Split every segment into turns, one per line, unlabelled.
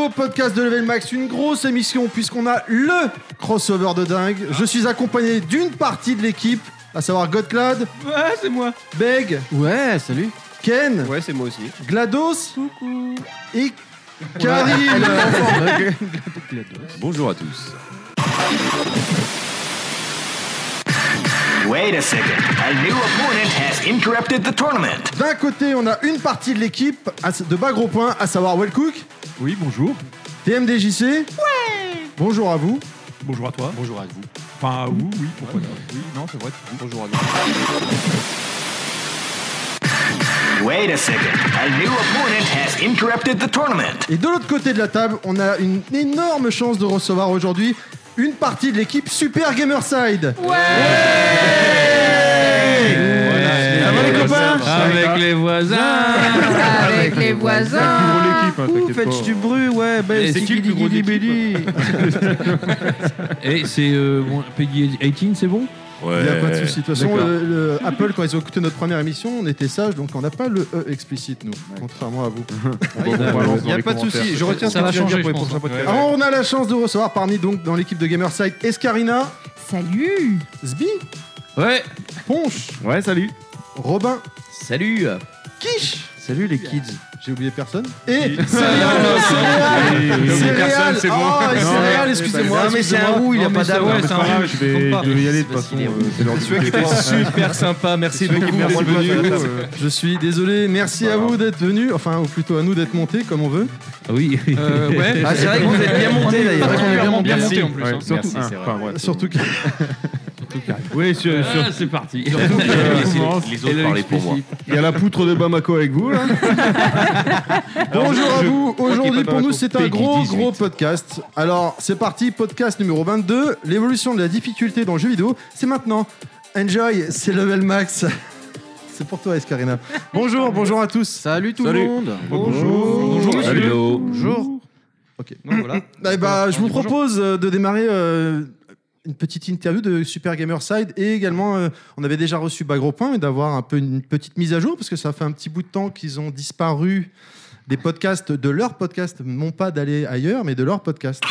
Oh, podcast de Level Max, une grosse émission puisqu'on a le crossover de dingue. Je suis accompagné d'une partie de l'équipe, à savoir Godclad,
Ouais, c'est moi.
Beg,
Ouais, salut.
Ken,
Ouais, c'est moi aussi.
GLaDOS et Karim.
Bonjour à tous.
Wait a second. A new opponent has interrupted the tournament.
D'un côté, on a une partie de l'équipe à- de bas gros points, à savoir Wellcook.
Oui, bonjour.
TMDJC. Ouais Bonjour à vous.
Bonjour à toi.
Bonjour à vous.
Enfin, à vous, oui, pourquoi pas. Oui, non, c'est vrai.
Bonjour à vous.
Wait a second. A new opponent has interrupted the tournament.
Et de l'autre côté de la table, on a une énorme chance de recevoir aujourd'hui une partie de l'équipe Super Gamerside. Ouais, Ça va, les copains
Avec les voisins.
Avec les voisins.
Ouh, faites du bruit, ouais.
hein, Et
Ben,
c'est qui le plus gros
guigui,
d'équipe
guigui, guigui.
Et c'est euh, bon, Peggy 18, c'est bon
Ouais.
Il n'y a pas de souci. De toute façon, euh,
D'accord.
le- le Apple, quand ils ont écouté notre première émission, on était sages, donc on n'a pas le E explicite, nous, contrairement à vous.
Il n'y a pas de souci. Je retiens
Ça
ce que
va
tu viens de
changer,
dire pour
je
les
pense.
prochains podcasts.
Alors, on a la chance de recevoir parmi donc dans l'équipe de Gamerside Escarina,
Salut.
Sbi,
Ouais
Ponche,
Ouais, salut.
Robin,
Salut.
Quiche,
Salut les kids.
j'ai oublié personne, et Céréal,
oublié
Céréal, Céréal, oh, et Céréal, excusez-moi,
Non, mais c'est
excusez-moi.
un roux, il a pas d'âme.
ouais, c'est un roux.
Je vais je vais y aller de toute façon. euh, c'est l'heure du-
Celui qui était super sympa, merci beaucoup d'être venu.
euh,
euh.
Je suis désolé, merci à vous d'être venus, enfin, ou plutôt à nous d'être montés comme on veut.
Ah Oui.
Euh, Ouais,
Ah, c'est vrai que vous êtes bien monté d'ailleurs.
particulièrement bien monté en plus. hein.
Surtout, hein, enfin, ouais, c'est-
Ah, Surtout que.
Oui, sur- sur-
Ah, c'est parti.
euh,
Les, les autres parlaient pour moi.
il y a la poutre de Bamako avec vous. là.
Bonjour à vous. Aujourd'hui, pour nous, c'est un
Peggy
gros,
18.
gros podcast. Alors, c'est parti, podcast numéro 22. L'évolution de la difficulté dans le jeu vidéo, c'est maintenant. Enjoy, c'est level max. C'est pour toi, Escarina. Bonjour, bonjour à tous.
Salut tout le monde.
Bonjour.
Hello.
Bonjour.
Ok.
Donc voilà.
Eh ben, je vous propose euh, de démarrer euh, une petite interview de Super Gamerside et également, euh, on avait déjà reçu Bagro Point, mais d'avoir un peu une petite mise à jour parce que ça fait un petit bout de temps qu'ils ont disparu des podcasts, de leur podcast, non pas d'aller ailleurs, mais de leur podcast.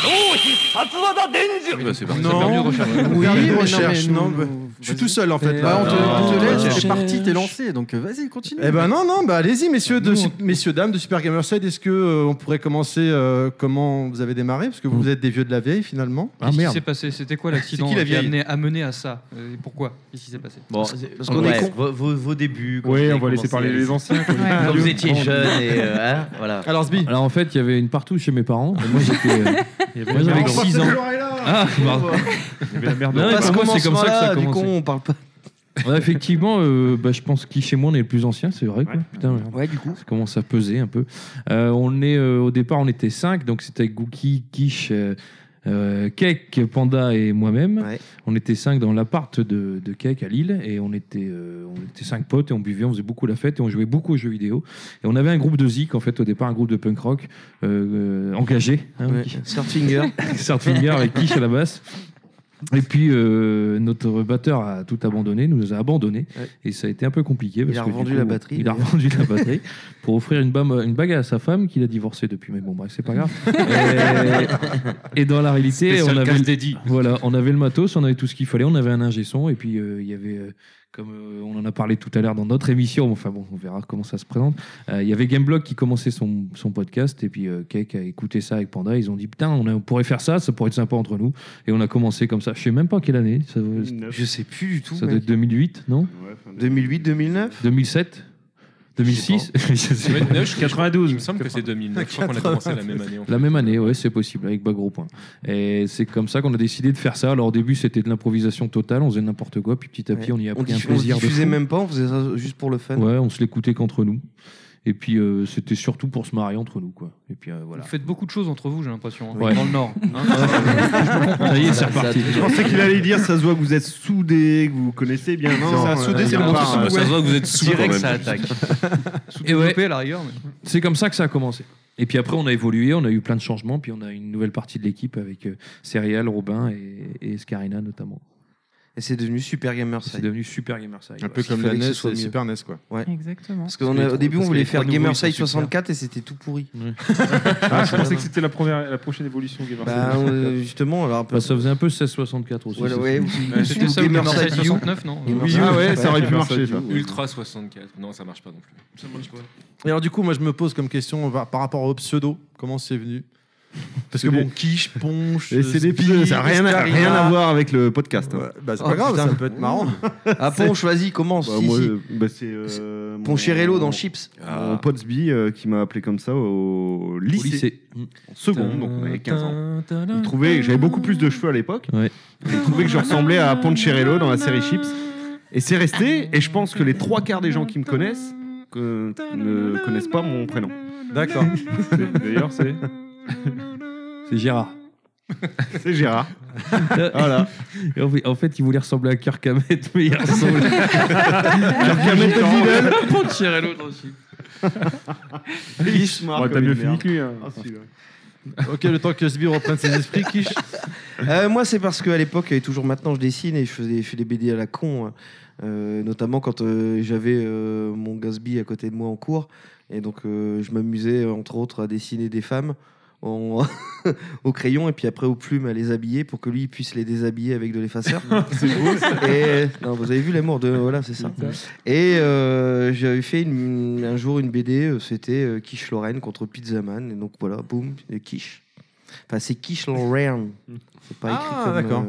Bah, c'est parti.
Non,
Oui,
Permis de
mais non,
recherche,
mais
non. Euh,
nous-
bah, Je suis
vas-y.
tout seul en fait.
Bah,
là.
on te,
Non,
on te
non,
laisse,
non.
t'es parti, t'es lancé, donc euh, vas-y, continue.
Eh ben non, non, bah allez-y, messieurs, de,
Nous, on-
Sup- messieurs, dames de Super Gamer Side, est-ce que euh, on pourrait commencer euh, comment vous avez démarré Parce que vous êtes des vieux de la vieille finalement.
Ah,
Qu'est-ce qui s'est passé C'était quoi l'accident
C'est qui la
qui a
vieille
amené, amené à ça Euh, et Pourquoi Qu'est-ce qui s'est passé
Bon,
parce qu'on est con.
vos, vos- vos débuts. quand
Oui,
vous
on
avez
va laisser
commencé
parler
à-
les anciens. quoi.
Quand vous étiez jeune et euh, hein, voilà.
Alors, Sbi,
Alors en fait, il y avait une partout chez mes parents. Et moi, j'étais. euh,
Il y
moi,
avait la
j'avais
merde-
6 ans. Ah, pardon.
il y avait la merde.
Non,
de-
mais
Pas
pour
ce
moi, c'est comme ça que ça
commencement-là,
a
du
commencé.
con, on parle pas.
Ouais, effectivement, euh, bah, je pense qu'ici chez moi, on est le plus ancien, c'est vrai. Quoi.
Ouais.
Putain, merde.
Ouais, du coup.
Ça commence à peser un peu. Euh, on est, euh, au départ, on était 5, donc c'était Gookie, Quiche, euh, euh, Cake, Panda et moi-même.
Ouais.
On était 5 dans l'appart de, de Cake à Lille et on était, euh, on était 5 potes et on buvait, on faisait beaucoup la fête et on jouait beaucoup aux jeux vidéo. Et on avait un groupe de zik, en fait, au départ, un groupe de punk rock euh, euh, engagé. hein,
Ouais.
qui-
Surfinger.
Starfinger et Quiche à la basse. Et puis euh, notre batteur a tout abandonné, nous a abandonné,
Ouais.
et ça a été un peu compliqué.
Il
parce
a
que du
revendu la batterie,
Il a
d'ailleurs.
revendu la batterie pour offrir une, bam- une bague à sa femme qu'il a divorcée depuis. Mais bon, bref, c'est pas grave. et, et dans la réalité, on avait voilà, on avait le matos, on avait tout ce qu'il fallait, on avait un ingé son, et puis euh, il y avait, euh, comme euh, on en a parlé tout à l'heure dans notre émission, enfin bon, on verra comment ça se présente, euh, il y avait Gameblog qui commençait son, son podcast, et puis euh, Cake a écouté ça avec Panda, ils ont dit putain, on, a- on pourrait faire ça, ça pourrait être sympa entre nous, et on a commencé comme ça, je sais même pas quelle année, ça, doit-
Je sais plus du tout.
ça doit
mec.
être 2008, non
2008, 2009
2007 2006 Je sais pas.
92.
Il me semble que c'est 2009. Je crois qu'on a commencé la même année. en fait.
La même année, ouais, c'est possible, avec Bagro Point. Et c'est comme ça qu'on a décidé de faire ça. Alors au début, c'était de l'improvisation totale, on faisait n'importe quoi, puis petit à petit, on y a
on,
pris un
diff- on
plaisir de
diffusait
fou.
même pas, on faisait ça juste pour le fun.
Ouais, on se l'écoutait qu'entre nous. Et puis euh, c'était surtout pour se marier entre nous, quoi. Et puis euh, voilà.
Vous faites beaucoup de choses entre vous, j'ai l'impression. hein,
Ouais.
Dans le Nord. hein.
Ça y est, c'est reparti.
Je pensais qu'il allait dire, ça se voit que vous êtes soudés, que vous connaissez bien. Non,
euh,
Ça,
ça
soudés, c'est
bon.
bon.
Ah, bah, ça se voit que vous êtes sous
Direct,
quand
ça
même.
attaque.
Et ouais,
Développé à la rigueur. mais-
c'est comme ça que ça a commencé. Et puis après, on a évolué, on a eu plein de changements, puis on a une nouvelle partie de l'équipe avec euh, Céréal, Robin et, et Scarina notamment.
Et c'est devenu Super Gamer
C'est
Side.
devenu Super Gamerside.
Un peu
parce
comme
qu'il
la
fallait que
E
NES,
ce soit
et
mieux.
Super NES, quoi.
Exactement.
Parce qu'au
Parce que les
début, on voulait
trois- parce que les
faire
trois nouveaux,
Gamer
ils sont
Side
hein.
super.
64 et c'était tout pourri.
Ah, je pensais que c'était la, première, la prochaine évolution Gamer
Bah,
hein.
euh, justement, alors.
Bah, ça faisait un peu 1664 aussi.
Voilà,
ça.
ouais, ou- ou Gamer Side U.
69, non
Gamer Side
Ah
U.
ouais, ça aurait pu marcher. ça.
Ultra 64. Non, ça marche pas non plus.
Et alors, du coup, moi, je me pose comme question va- par rapport au pseudo. Comment c'est venu Parce que
C'est
bon, quiche, ponche.
Et c'est des
Spi,
pneus, ça n'a rien, à-
Scarina.
rien à voir avec le podcast. hein.
Ouais, bah, c'est
Oh,
pas grave,
putain.
ça peut être marrant.
Après, on choisit comment
Bah,
si,
moi,
si.
euh, bah, c'est euh, mon-
Poncherello dans Chips.
Mon Potsby euh, qui m'a appelé comme ça au
Au
lycée,
lycée.
en seconde, donc on avait 15 ans. Il trouvait, j'avais beaucoup plus de cheveux à l'époque.
Ouais.
Il trouvait que je ressemblais à Poncherello dans la série Chips. Et c'est resté, et je pense que les trois quarts des gens qui me connaissent que- ne connaissent pas mon prénom.
D'accord.
D'ailleurs, c'est
C'est Gérard.
c'est Gérard. Voilà.
Et en fait- En fait, il voulait ressembler à Kirk Hammett, mais il ressemblait
Carmen
à Poncherello l'autre aussi.
Ouais, T'as mieux fini que lui. hein.
ok, le temps que Sbire reprenne ses esprits, quiche.
Euh, moi, c'est parce qu'à l'époque, et toujours maintenant, je dessine et je faisais, je fais des BD à la con, euh, notamment quand euh, j'avais euh, mon Gatsby à côté de moi en cours. Et donc, euh, je m'amusais, euh, entre autres, à dessiner des femmes en- au crayon et puis après aux plumes à les habiller pour que lui il puisse les déshabiller avec de l'effaceur. c'est non, vous avez vu l'amour de. Voilà, c'est ça. Et euh, j'avais fait une- un jour une BD, euh, c'était euh, Quiche Lorraine contre Pizza Man. Et donc, voilà, boum, et Quiche. Enfin, c'est Quiche Lorraine. C'est pas écrit
Ah,
comme.
d'accord.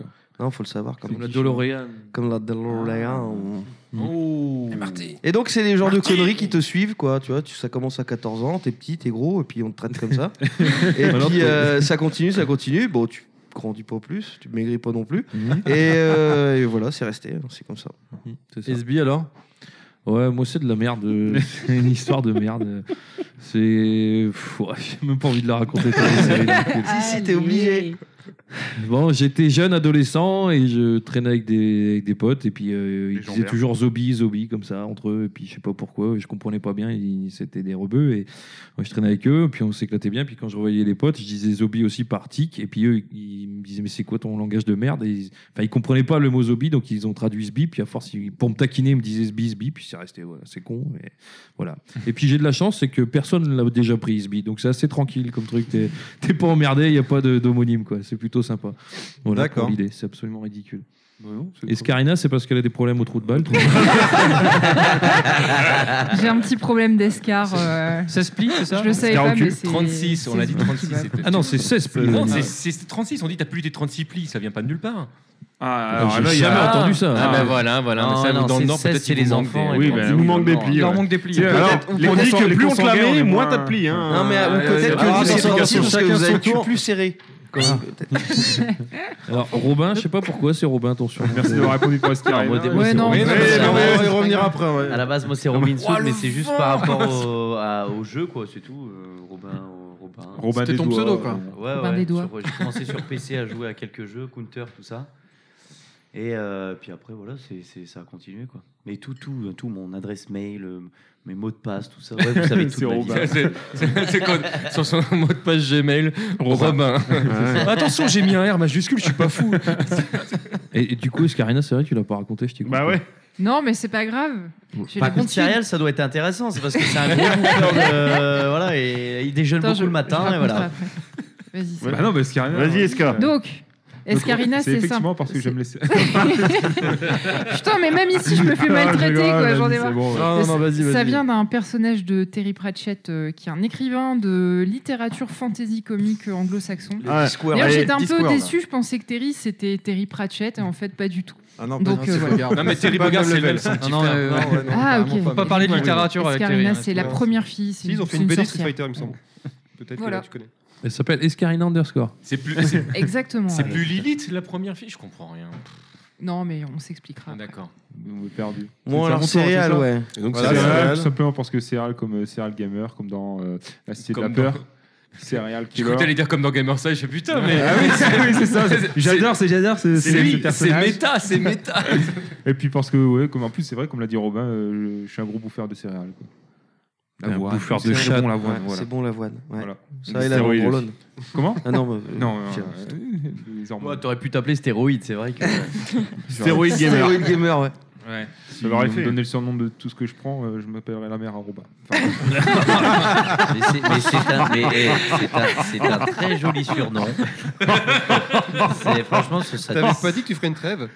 euh, Non, faut le savoir. Comme,
Comme la DeLorean.
Comme la DeLorean.
Oh.
Et donc, c'est les genres de conneries qui te suivent, quoi. Tu vois, tu- ça commence à 14 ans, t'es petit, t'es gros, et puis on te traite comme ça. et
Alors,
puis,
t'es-
euh, ça continue, ça continue. Bon, tu grandis pas plus, tu maigris pas non plus.
Mhm.
Et, euh, et voilà, c'est resté, hein, c'est comme ça.
C'est ça.
SB alors
Ouais, moi c'est de la merde. euh, C'est une histoire de merde. C'est. Pff, ouais, J'ai même pas envie de la raconter. C'est ridicule.
Si, si, t'es obligé.
Bon, j'étais jeune adolescent et je traînais avec des, avec des potes et puis euh, ils
gens
disaient
verts.
toujours zombie, zombie comme ça entre eux et puis je sais pas pourquoi, je comprenais pas bien, ils- c'était des rebeux et moi, je traînais avec eux puis on s'éclatait bien puis quand je revoyais les potes, je disais zombie aussi par tic et puis eux ils me disaient mais c'est quoi ton langage de merde et ils, enfin ils comprenaient pas le mot zombie donc ils ont traduit zbi puis à force ils- pour me taquiner ils me disaient zbi zbi puis c'est resté voilà, c'est con mais voilà. Et puis j'ai de la chance c'est que personne ne l'a déjà pris zbi donc c'est assez tranquille comme truc, t'es t'es pas emmerdé, il y a pas de- d'homonyme quoi, c'est plutôt sympa. Voilà
D'accord.
pour l'idée, c'est absolument ridicule. Et Scarina, c'est parce qu'elle a des problèmes au trou de balle. toi.
J'ai un petit problème d'escar. euh,
Ça se plie, c'est ça
je le savais
Scar au
pas,
cul.
mais c'est.
36, on
c'est
a dit
ce qui
36.
va.
c'était-
ah non, c'est 16
euh,
plis.
Non,
J'ai
c'est- c'est c'est 36. On dit, t'as plus tes 36 plis, ça vient pas de nulle part.
Ah, alors là,
jamais
il y a-
entendu ça.
Ah,
Ah,
bah
bah voilà, voilà.
Non,
ça,
non,
vous, dans
c'est
le Nord,
ça,
peut-être
c'est
qu'il
les
vous manque
enfants,
des-
Oui,
et
bah,
puis-
il nous manque des plis.
Il en
ouais.
manque des plis.
Tiens,
ouais.
alors,
Peut-être- ou
on
peut-être
dit
sur
que
les
plus on te la
consanguins, on est
met, moins
moins-
t'as de plis. hein.
Non, mais euh,
Ouais,
peut-être
ouais,
que
ouais,
vous, c'est
ouais,
sorti
ouais,
parce que
chacun
vous avez
son
le cul
tour.
plus serré.
Alors, Robin, je sais pas pourquoi, c'est Robin, ton surnom.
Merci d'avoir répondu pour ce
Ah, moi, des-
Ouais, non,
Ouais,
mais
non,
c'est
mais
pas
on
grave,
va
c'est
y
pas
revenir
grave.
après. ouais.
À la base, moi, c'est Robin Soul, mais c'est juste par rapport au, à- au jeu, quoi, c'est tout. euh, Robin, euh, Robin.
Robin
C'était
des
ton
doigts.
pseudo, quoi.
euh,
Ouais,
Robin
Ah ouais,
des doigts.
sur- J'ai commencé sur PC à jouer à quelques jeux, Counter, tout ça. Et euh, puis après, voilà, c'est c'est- ça a continué, quoi. Mais tout, tout, tout, mon adresse mail, euh, mes mots de passe, tout ça. Ouais, vous savez tout.
C'est Robin.
C'est- C'est c'est quoi Sur son mot de passe Gmail, Robin. Attention, j'ai mis un R majuscule, je suis pas fou.
Et, et du coup, Scarina, c'est vrai, tu l'as pas raconté, je t'écoute.
Bah ouais.
Non, mais c'est pas grave. J'ai
Par contre,
l'habitude.
Cyril, ça doit être intéressant, c'est parce que c'est un gros bouffeur de. Voilà, et il déjeune
Attends,
beaucoup
je-
le
je
matin, et
raconterai
voilà.
après. Vas-y. c'est
Ouais.
bon.
Bah non, mais Scarina.
Vas-y, Esca.
Donc, Escarina,
C'est
c'est
effectivement
simple.
parce que j'aime laisser.
Putain, mais même ici, je me fais maltraiter, quoi. J'en ai marre.
Non, non, non, vas-y, vas-y.
Ça vient d'un personnage de Terry Pratchett, euh, qui est un écrivain de littérature fantasy comique euh, anglo-saxon.
Ah,
D'ailleurs,
allez,
j'étais un peu
Discord.
déçu, je pensais que Terry c'était Terry Pratchett, et en fait, pas du tout.
Ah non,
Donc,
pas
euh,
c'est
voilà.
Bogart.
Non, mais
C'est
Terry
pas
Bogard,
même
c'est le
level.
même son petit
Non,
frère.
euh, non, ouais, non,
Ah,
carrément
ok.
On
pas.
peut pas parler
Ouais.
littérature avec Terry.
Escarina,
hein.
c'est la première fille. c'est
Si, ils ont
une-
fait
c'est
une
une
BD Street
sorcière.
Fighter, il me semble. Peut-être que
Voilà.
là, tu connais.
Elle s'appelle Escarina underscore.
C'est plus, c'est-
Exactement.
c'est plus Lilith, la première fille Je comprends rien.
Non, mais on s'expliquera.
Ah, D'accord.
On est perdu.
Bon,
C'est
alors,
mon tour, c'est
céréales,
ça
ouais.
Donc,
Céréales,
c'est Céréales.
tout simplement parce que céréales comme euh, céréales gamer, comme dans euh, la cité de
Comme
la peur, céréales
Je
killer.
crois que t'allais dire comme dans Gamerside, je fais putain, mais.
Ah oui, c'est- oui, c'est ça.
C'est-
J'adore, c'est j'adore ce, ce-
C'est
ce
lui, c'est
personnage.
méta, c'est méta.
Et puis parce que ouais, comme en plus c'est vrai, comme l'a dit Robin, euh, je suis un gros bouffeur de céréales. quoi.
La
un
voix.
bouffeur de
C'est
chat.
bon, l'avoine, voilà.
C'est bon l'avoine. ouais.
Voilà.
Ça et la
Stéroïdes.
Brolone.
Comment
Ah non, mais-
Non, euh,
Tiens,
euh, les hormones.
Ouais, T'aurais pu t'appeler stéroïde, c'est vrai que.
Stéroïde gamer.
Stéroïde gamer, ouais.
Ouais. Si
Ça l'aurait
on me
fait.
donnait le surnom de tout ce que je prends, euh, je m'appellerais la mère à Robin.
Mais c'est- mais c'est un, mais, eh, c'est un- c'est un très joli surnom. C'est- Franchement, ce- ça,
T'avais pas dit que tu ferais une trêve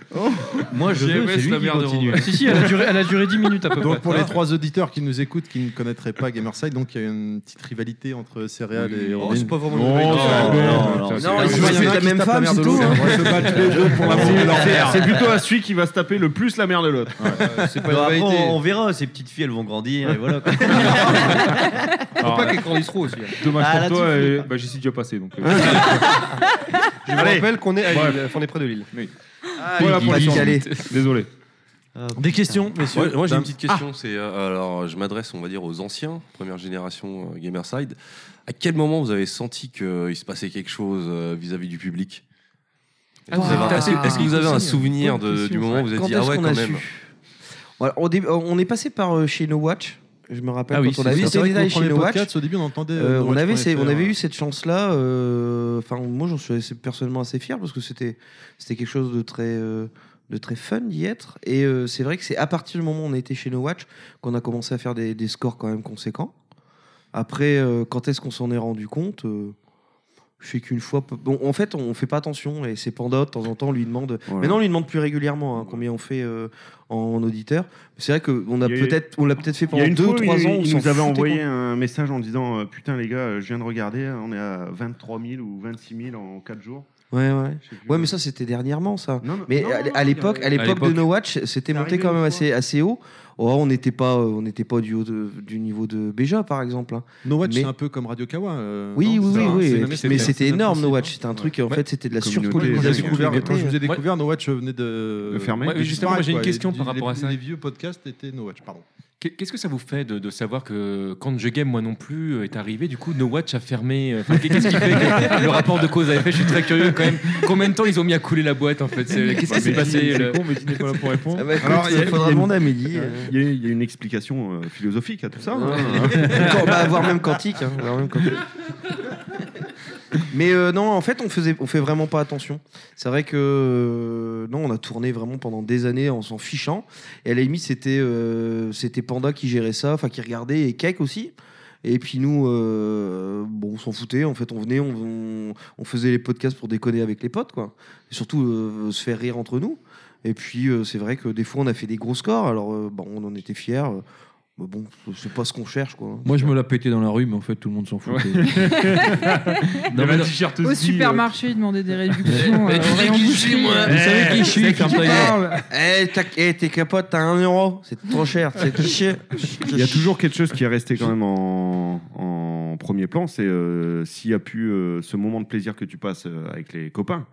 moi je veux, c'est
GMS,
lui qui
mère de
continue.
Robin.
Si, si, elle a duré, elle a duré 10 minutes à peu
Donc
près.
pour les trois auditeurs qui nous écoutent, qui ne connaîtraient pas Gamerside, donc il y a une petite rivalité entre céréales et
Oh,
Robin.
c'est pas vraiment
Non,
une
non,
rivalité.
non,
non,
non,
non,
c'est-
ils
c'est- Ah,
Il y en a
la
qui
même
se tapent la
femme,
mère
c'est
de
tout,
l'autre,
hein.
et on va se battre les deux pour la mort de leur
c'est-
mère.
C'est plutôt à celui qui va se taper le plus la mère de l'autre.
Euh, C'est pas
Bon,
une
après,
rivalité.
on, on verra, ces petites filles elles vont grandir et voilà. quoi.
Faut
Ah.
pas qu'elles grandissent trop aussi.
Dommage
Ah,
pour
là,
toi,
tu
euh,
flippes,
bah, j'y suis déjà passé. Donc, euh,
Je vous rappelle qu'on est à
Bref.
Lille, enfin, on est près de Lille.
voilà pour la
il-
chanson.
il-
Désolé.
Des questions, messieurs
Moi, moi, j'ai une
dames.
petite question. C'est euh, alors, je m'adresse, on va dire, aux anciens, première génération euh, Gamerside. À quel moment vous avez senti qu'il se passait quelque chose euh, vis-à-vis du public
Ah,
Est-ce que vous avez- Est-ce que- est-ce que vous avez un souvenir de- du moment où vous avez
hein. Quand
dit ah
est-ce
ouais
qu'on
quand
a
même
su Voilà, on, dé- on est passé par euh, chez No Watch. Je me rappelle
Ah oui,
quand on a
c'est
vu
ça.
C'est
ces
vrai que
détails
nos
chez
premiers
No Watch.
podcasts, au début, on entendait.
Euh,
euh,
on,
Watch
avait
qu'on
ces- on
fait,
avait
euh,
eu cette chance-là. euh, Enfin, moi, j'en suis assez- personnellement assez fier parce que c'était c'était quelque chose de très euh, de très fun d'y être. Et euh, c'est vrai que c'est à partir du moment où on était chez No Watch qu'on a commencé à faire des, des scores quand même conséquents. Après, euh, quand est-ce qu'on s'en est rendu compte Euh, Je sais qu'une fois. Bon, en fait, on fait pas attention et c'est Panda de temps en temps on lui demande.
Voilà.
Maintenant, on lui demande plus régulièrement hein, combien on fait euh, en auditeur. C'est vrai que on a
Il y a eu-
peut-être on l'a peut-être fait
Il y
pendant
a une
deux
fois,
ou trois
il,
ans. on
il
s'en
nous avait
foutait
envoyé un message en disant euh, Putain, les gars, euh, je viens de regarder, on est à 23 000 ou 26 000 en 4 jours.
quoi. Ouais, ouais.
Je sais plus.
Ouais, mais ça, c'était dernièrement, ça.
Non, non,
Mais
non,
à-
non,
à l'époque, à l'époque de
l'époque.
No Watch, c'était
C'est
monté
arrivé
quand
une
même
fois.
assez, assez haut. Oh, on n'était pas, euh, on n'était pas du haut de- du niveau de Béja, par exemple. hein.
No Watch,
Mais-
c'est un peu comme Radio Kawa. euh,
Oui,
non,
oui,
c'est
oui,
un-
oui.
c'est
Mais
la même-
Mais
c'est-
c'était
c'est le même
énorme, No
principe,
Watch.
hein.
C'était un truc, en
Ouais.
fait, c'était de la
Communauté,
Moi, quand j'ai
Communauté,
surpopulation.
découvert-
ouais.
Quand je vous ai découvert, No Watch venait
De
de.
fermer.
Ouais,
Ouais, justement, moi, j'ai une
quoi,
question
les-
par rapport à ça.
Les vieux podcasts étaient No Watch, pardon.
Qu'est- Qu'est-ce que ça vous fait de, de savoir que quand je game moi non plus euh, est arrivé, du coup No Watch a fermé euh, enfin, Qu'est-ce qui fait que le rapport de cause à effet Je suis très curieux quand même. Combien de temps ils ont mis à couler la boîte en fait C'est- Qu'est-ce qui s'est passé le-
con, Bah, mais tu n'es pas là pour répondre.
Ah bah, écoute,
Alors, il y a-
il
il y
faudra
a une-
demander à Amélie. euh,
Il y, a- il y a une explication euh, philosophique à tout ça. hein.
Encore- bah, voire même quantique. hein, voire même quantique. Mais euh, non, en fait, on faisait, on fait vraiment pas attention. C'est vrai que euh, non, on a tourné vraiment pendant des années en s'en fichant. Et à la limite, c'était euh, c'était Panda qui gérait ça, enfin qui regardait et Cake aussi. Et puis nous, euh, bon, on s'en foutait. En fait, on venait, on, on, on faisait les podcasts pour déconner avec les potes, quoi. Et surtout euh, se faire rire entre nous. Et puis euh, c'est vrai que des fois, on a fait des gros scores. Alors euh, bon, on en était fiers. euh, Mais bon, c'est pas ce qu'on cherche, quoi.
Moi, je me la pétais dans la rue, mais en fait, tout le monde s'en foutait.
Il y
Non,
avait
mais
un
non.
t-shirt
Au
aussi, euh,
supermarché, ils demandaient des réductions. euh, au rayon boucherie.
Vous savez qui je suis ferme ta gueule.
Eh, t'as- eh, tes capotes, t'as un euro, c'est trop cher, c'est cliché.
Il y a toujours quelque chose qui est resté quand même en, en premier plan, c'est euh, s'il y a pu euh, ce moment de plaisir que tu passes euh, avec les copains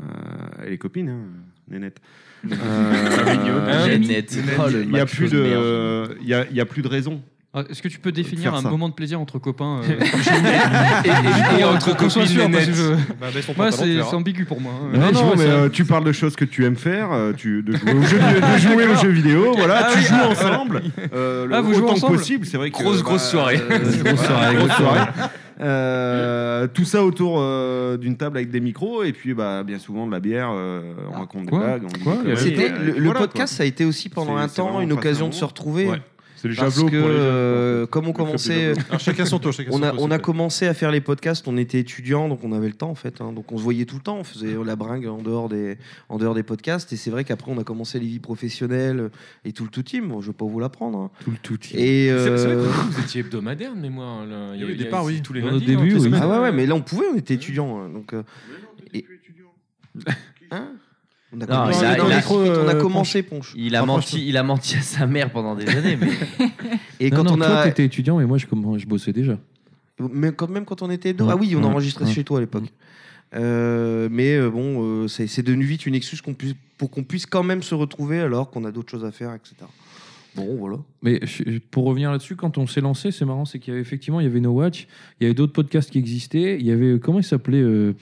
euh, et les copines, hein, nénette.
Ah,
Euh,
J'ai net. Oh, le
Il n'y a
macho
plus
de merde.
de, il y a, il y a plus de raison.
Ah, Est-ce que tu peux
Faire
définir un
ça.
moment de plaisir entre copains euh,
et entre
qu'on soit
copines
sûr, parce
nénettes.
que je-
Bah, baisse ton
Moi,
pantalon, tu
c'est
verras.
c'est ambigu pour moi. hein.
Ouais,
non,
je
non,
vois
mais
ça.
euh, tu parles de choses que tu aimes faire, euh, tu, de jouer, aux jeux,
Ah,
de jouer aux jeux vidéo, voilà, tu joues ensemble, euh, le-
Ah, vous jouez
autant que
ensemble
possible, c'est vrai que...
Grosse, grosse soirée.
grosse soirée, grosse soirée. Euh, tout ça autour euh, d'une table avec des micros, et puis bah, bien souvent de la bière, euh, on raconte des
Quoi
blagues. on dit des
Quoi Il y a-
conneries,
C'était
euh,
le, le
voilà,
podcast, ça a été aussi pendant
C'est-
un
c'est
temps
vraiment
une
passer un
occasion de
moment.
se retrouver.
Ouais. C'est le
Parce
javelot
que,
pour les jeunes.
euh, comme on commençait,
Alors, chacun son tour. chacun
on
son
a,
tour,
on a
s'il te
commencé à faire les podcasts, on était étudiants, donc on avait le temps en fait. hein. donc on se voyait tout le temps, on faisait la bringue en dehors des, en dehors des podcasts. Et c'est vrai qu'après, on a commencé les vies professionnelles et tout le tout team. Bon, je vais pas vous l'apprendre. hein.
Tout le tout.
Et
C'est- c'est vrai que
euh,
vous, vous étiez hebdomadaire de mémoire. là.
Oui,
Il y
au
avait il y
départ,
avait-
oui.
Tous les
Dans
lundis.
notre
non,
début,
toutes les
oui.
semaines.
ah ouais, ouais, mais là on pouvait, on était étudiants. hein. donc euh, et- hein on a
Non,
commencé
il a-
dans
il
les
a- euh,
suites, on a commencé Ponche.
Il a, menti, il a menti à sa mère pendant des années. Mais...
Et
Non,
quand
non,
on
toi,
a
t'étais étudiant, mais moi, je, commen- je bossais déjà.
Mais quand même quand on était deux.
Ouais.
Ah oui, on
Ouais.
enregistrait
Ouais.
chez toi à l'époque. Euh, mais euh, bon, euh, c'est c'est devenu vite une excuse qu'on puisse, pour qu'on puisse quand même se retrouver alors qu'on a d'autres choses à faire, etc. Bon, voilà.
Mais je- pour revenir là-dessus, quand on s'est lancé, c'est marrant, c'est qu'il y avait effectivement, il y avait No Watch, il y avait d'autres podcasts qui existaient, il y avait, comment il s'appelait euh,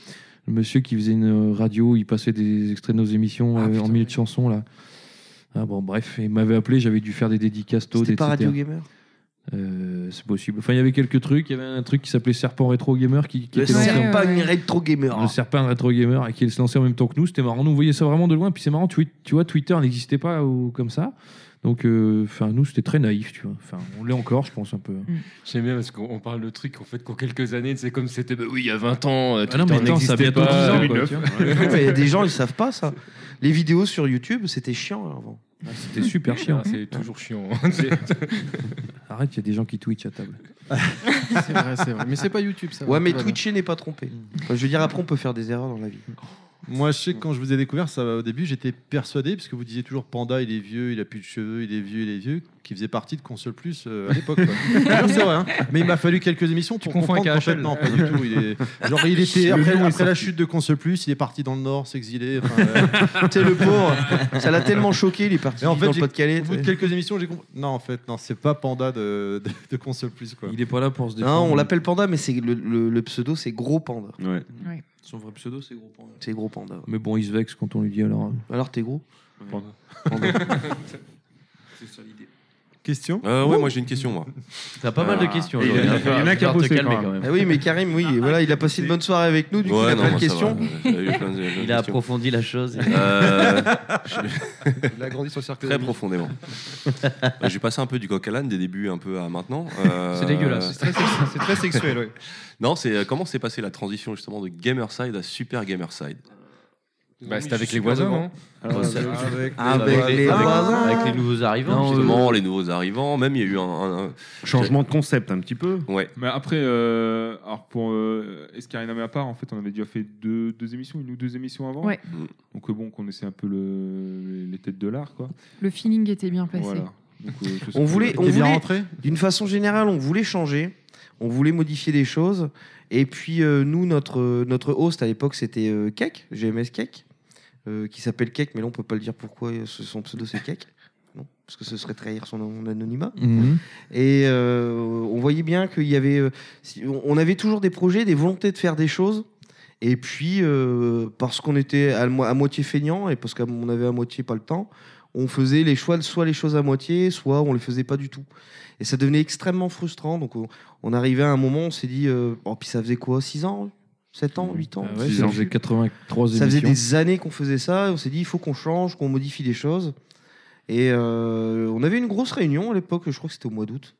le monsieur qui faisait une euh, radio, il passait des extraits de nos émissions euh, en milieu de chanson là. Ah bon, bref, il m'avait appelé, j'avais dû faire des dédicaces tôt,
C'était
etc.
pas Radio Gamer
Euh, euh, c'est possible. Enfin, il y avait quelques trucs. Il y avait un truc qui s'appelait Serpent Retro Gamer qui, qui
Le
était lancé en-
serpent rétro gamer.
le serpent rétro gamer et qui se lançait en même temps que nous. C'était marrant. Nous, on voyait ça vraiment de loin. Puis c'est marrant, Twi- tu vois, Twitter n'existait pas ou comme ça. Donc, euh, enfin, nous, c'était très naïf, tu vois. Enfin, on l'est encore, je pense, un peu.
Mm. J'aime bien parce qu'on on parle de trucs en fait qu'en quelques années, c'est comme si c'était bah oui, il y a 20 ans, euh,
Ah non, mais
Twitter
attends, ça a
n'existait
bientôt
pas.
10 ans,
euh,
quoi, tu
quoi, tu
vois.
vois.
Ouais, mais Il y a des gens, ils savent pas ça. Les vidéos sur YouTube, c'était chiant avant.
Ah, C'était super chiant.
Ah, C'est toujours chiant.
Arrête, il y a des gens qui twitchent à table.
c'est
vrai, c'est vrai. Mais c'est pas YouTube, ça Mmh. va,
Ouais, mais
tout va
Twitcher n'est pas trompé. Enfin, je veux dire, après, on peut faire des erreurs dans la vie.
Moi, je sais que quand je vous ai découvert, ça, au début, j'étais persuadé, puisque vous disiez toujours Panda, il est vieux, il a plus de cheveux, il est vieux, il est vieux, qui faisait partie de Console Plus euh, à l'époque. quoi. Je te jure, c'est vrai. hein. Mais il m'a fallu quelques émissions pour
confonds
comprendre
avec
qu'en fait,
AHL.
non, pas du tout. Il est... Genre, il était
Le
après,
nom est
après la
sorti.
chute de Console Plus, il est parti dans le Nord, s'exiler. Enfin, euh, t'es le pauvre.
Ça l'a tellement choqué, il est parti
Et en fait,
dans le
j'ai-
Pas-de-Calais.
Au bout de quelques émissions, j'ai compris. Non, en fait, non, c'est pas Panda de, de, de Console Plus. Quoi.
Il est pas là pour se
Non, Hein, on l'appelle Panda, mais c'est le, le- le pseudo, c'est Gros Panda.
Son vrai pseudo, c'est gros panda.
C'est Gros Panda.
Mais bon, il se vexe quand on lui dit alors.
Alors, t'es gros
Panda.
C'est ça l'idée.
Question
Euh,
Euh, Ouais, moi j'ai une question, moi.
T'as pas
Ah.
mal de questions,
Et
Joël.
il y en a-
Faut
il y en a qui a
falloir te
bossé,
calmer
quand même.
Ah oui, mais Karim, oui, voilà, il a passé une bonne soirée avec nous, du coup,
Ouais,
il a
non,
plein de
moi, ça
questions.
va, j'avais eu plein de- plein de
Il
questions.
a approfondi la chose.
Euh,
Il a grandi sur le cercle.
Très profondément. Euh, J'ai passé un peu du coq à l'âne des débuts un peu à maintenant. Euh,
C'est dégueulasse, c'est très sex- c'est très sexuel, ouais.
Non, c'est euh, comment s'est passée la transition justement de Gamerside à Super Gamerside
Bah, c'était avec les voisins, non
Alors,
Avec-
avec,
avec les voisins.
avec les nouveaux arrivants,
justement, les nouveaux arrivants. Même il y a eu un, un- un-
Changement de concept un petit peu.
Ouais.
Mais après, euh, alors pour euh, Escarina mais à part, en fait, on avait déjà fait deux, deux émissions, une ou deux émissions avant.
Ouais.
Donc euh, bon, qu'on essaie un peu le- les têtes de l'art, quoi.
Le feeling était bien passé.
Voilà. Donc, euh, je sais pas.
On voulait, on voulait d'une façon générale, on voulait changer, on voulait modifier des choses. Et puis euh, nous, notre euh, notre host à l'époque, c'était euh, Cake, GMS Cake, euh, qui s'appelle Cake, mais là on peut pas le dire pourquoi euh, ce- son pseudo c'est Cake, non, parce que ce serait trahir son an- anonymat.
Mhm.
Et euh, on voyait bien qu'il y avait, euh, si- on- on avait toujours des projets, des volontés de faire des choses. Et puis, euh, parce qu'on était à, mo- à moitié feignant et parce qu'on avait à moitié pas le temps, on faisait les choix, soit les choses à moitié, soit on les faisait pas du tout. Et ça devenait extrêmement frustrant. Donc, on, on arrivait à un moment, on s'est dit, euh, oh, puis ça faisait quoi 6 ans 7 ans 8 ans
Ah ouais, ça faisait 83
ça faisait
émissions.
des années qu'on faisait ça. et on s'est dit, il faut qu'on change, qu'on modifie des choses. Et euh, on avait une grosse réunion à l'époque, je crois que c'était au mois d'août.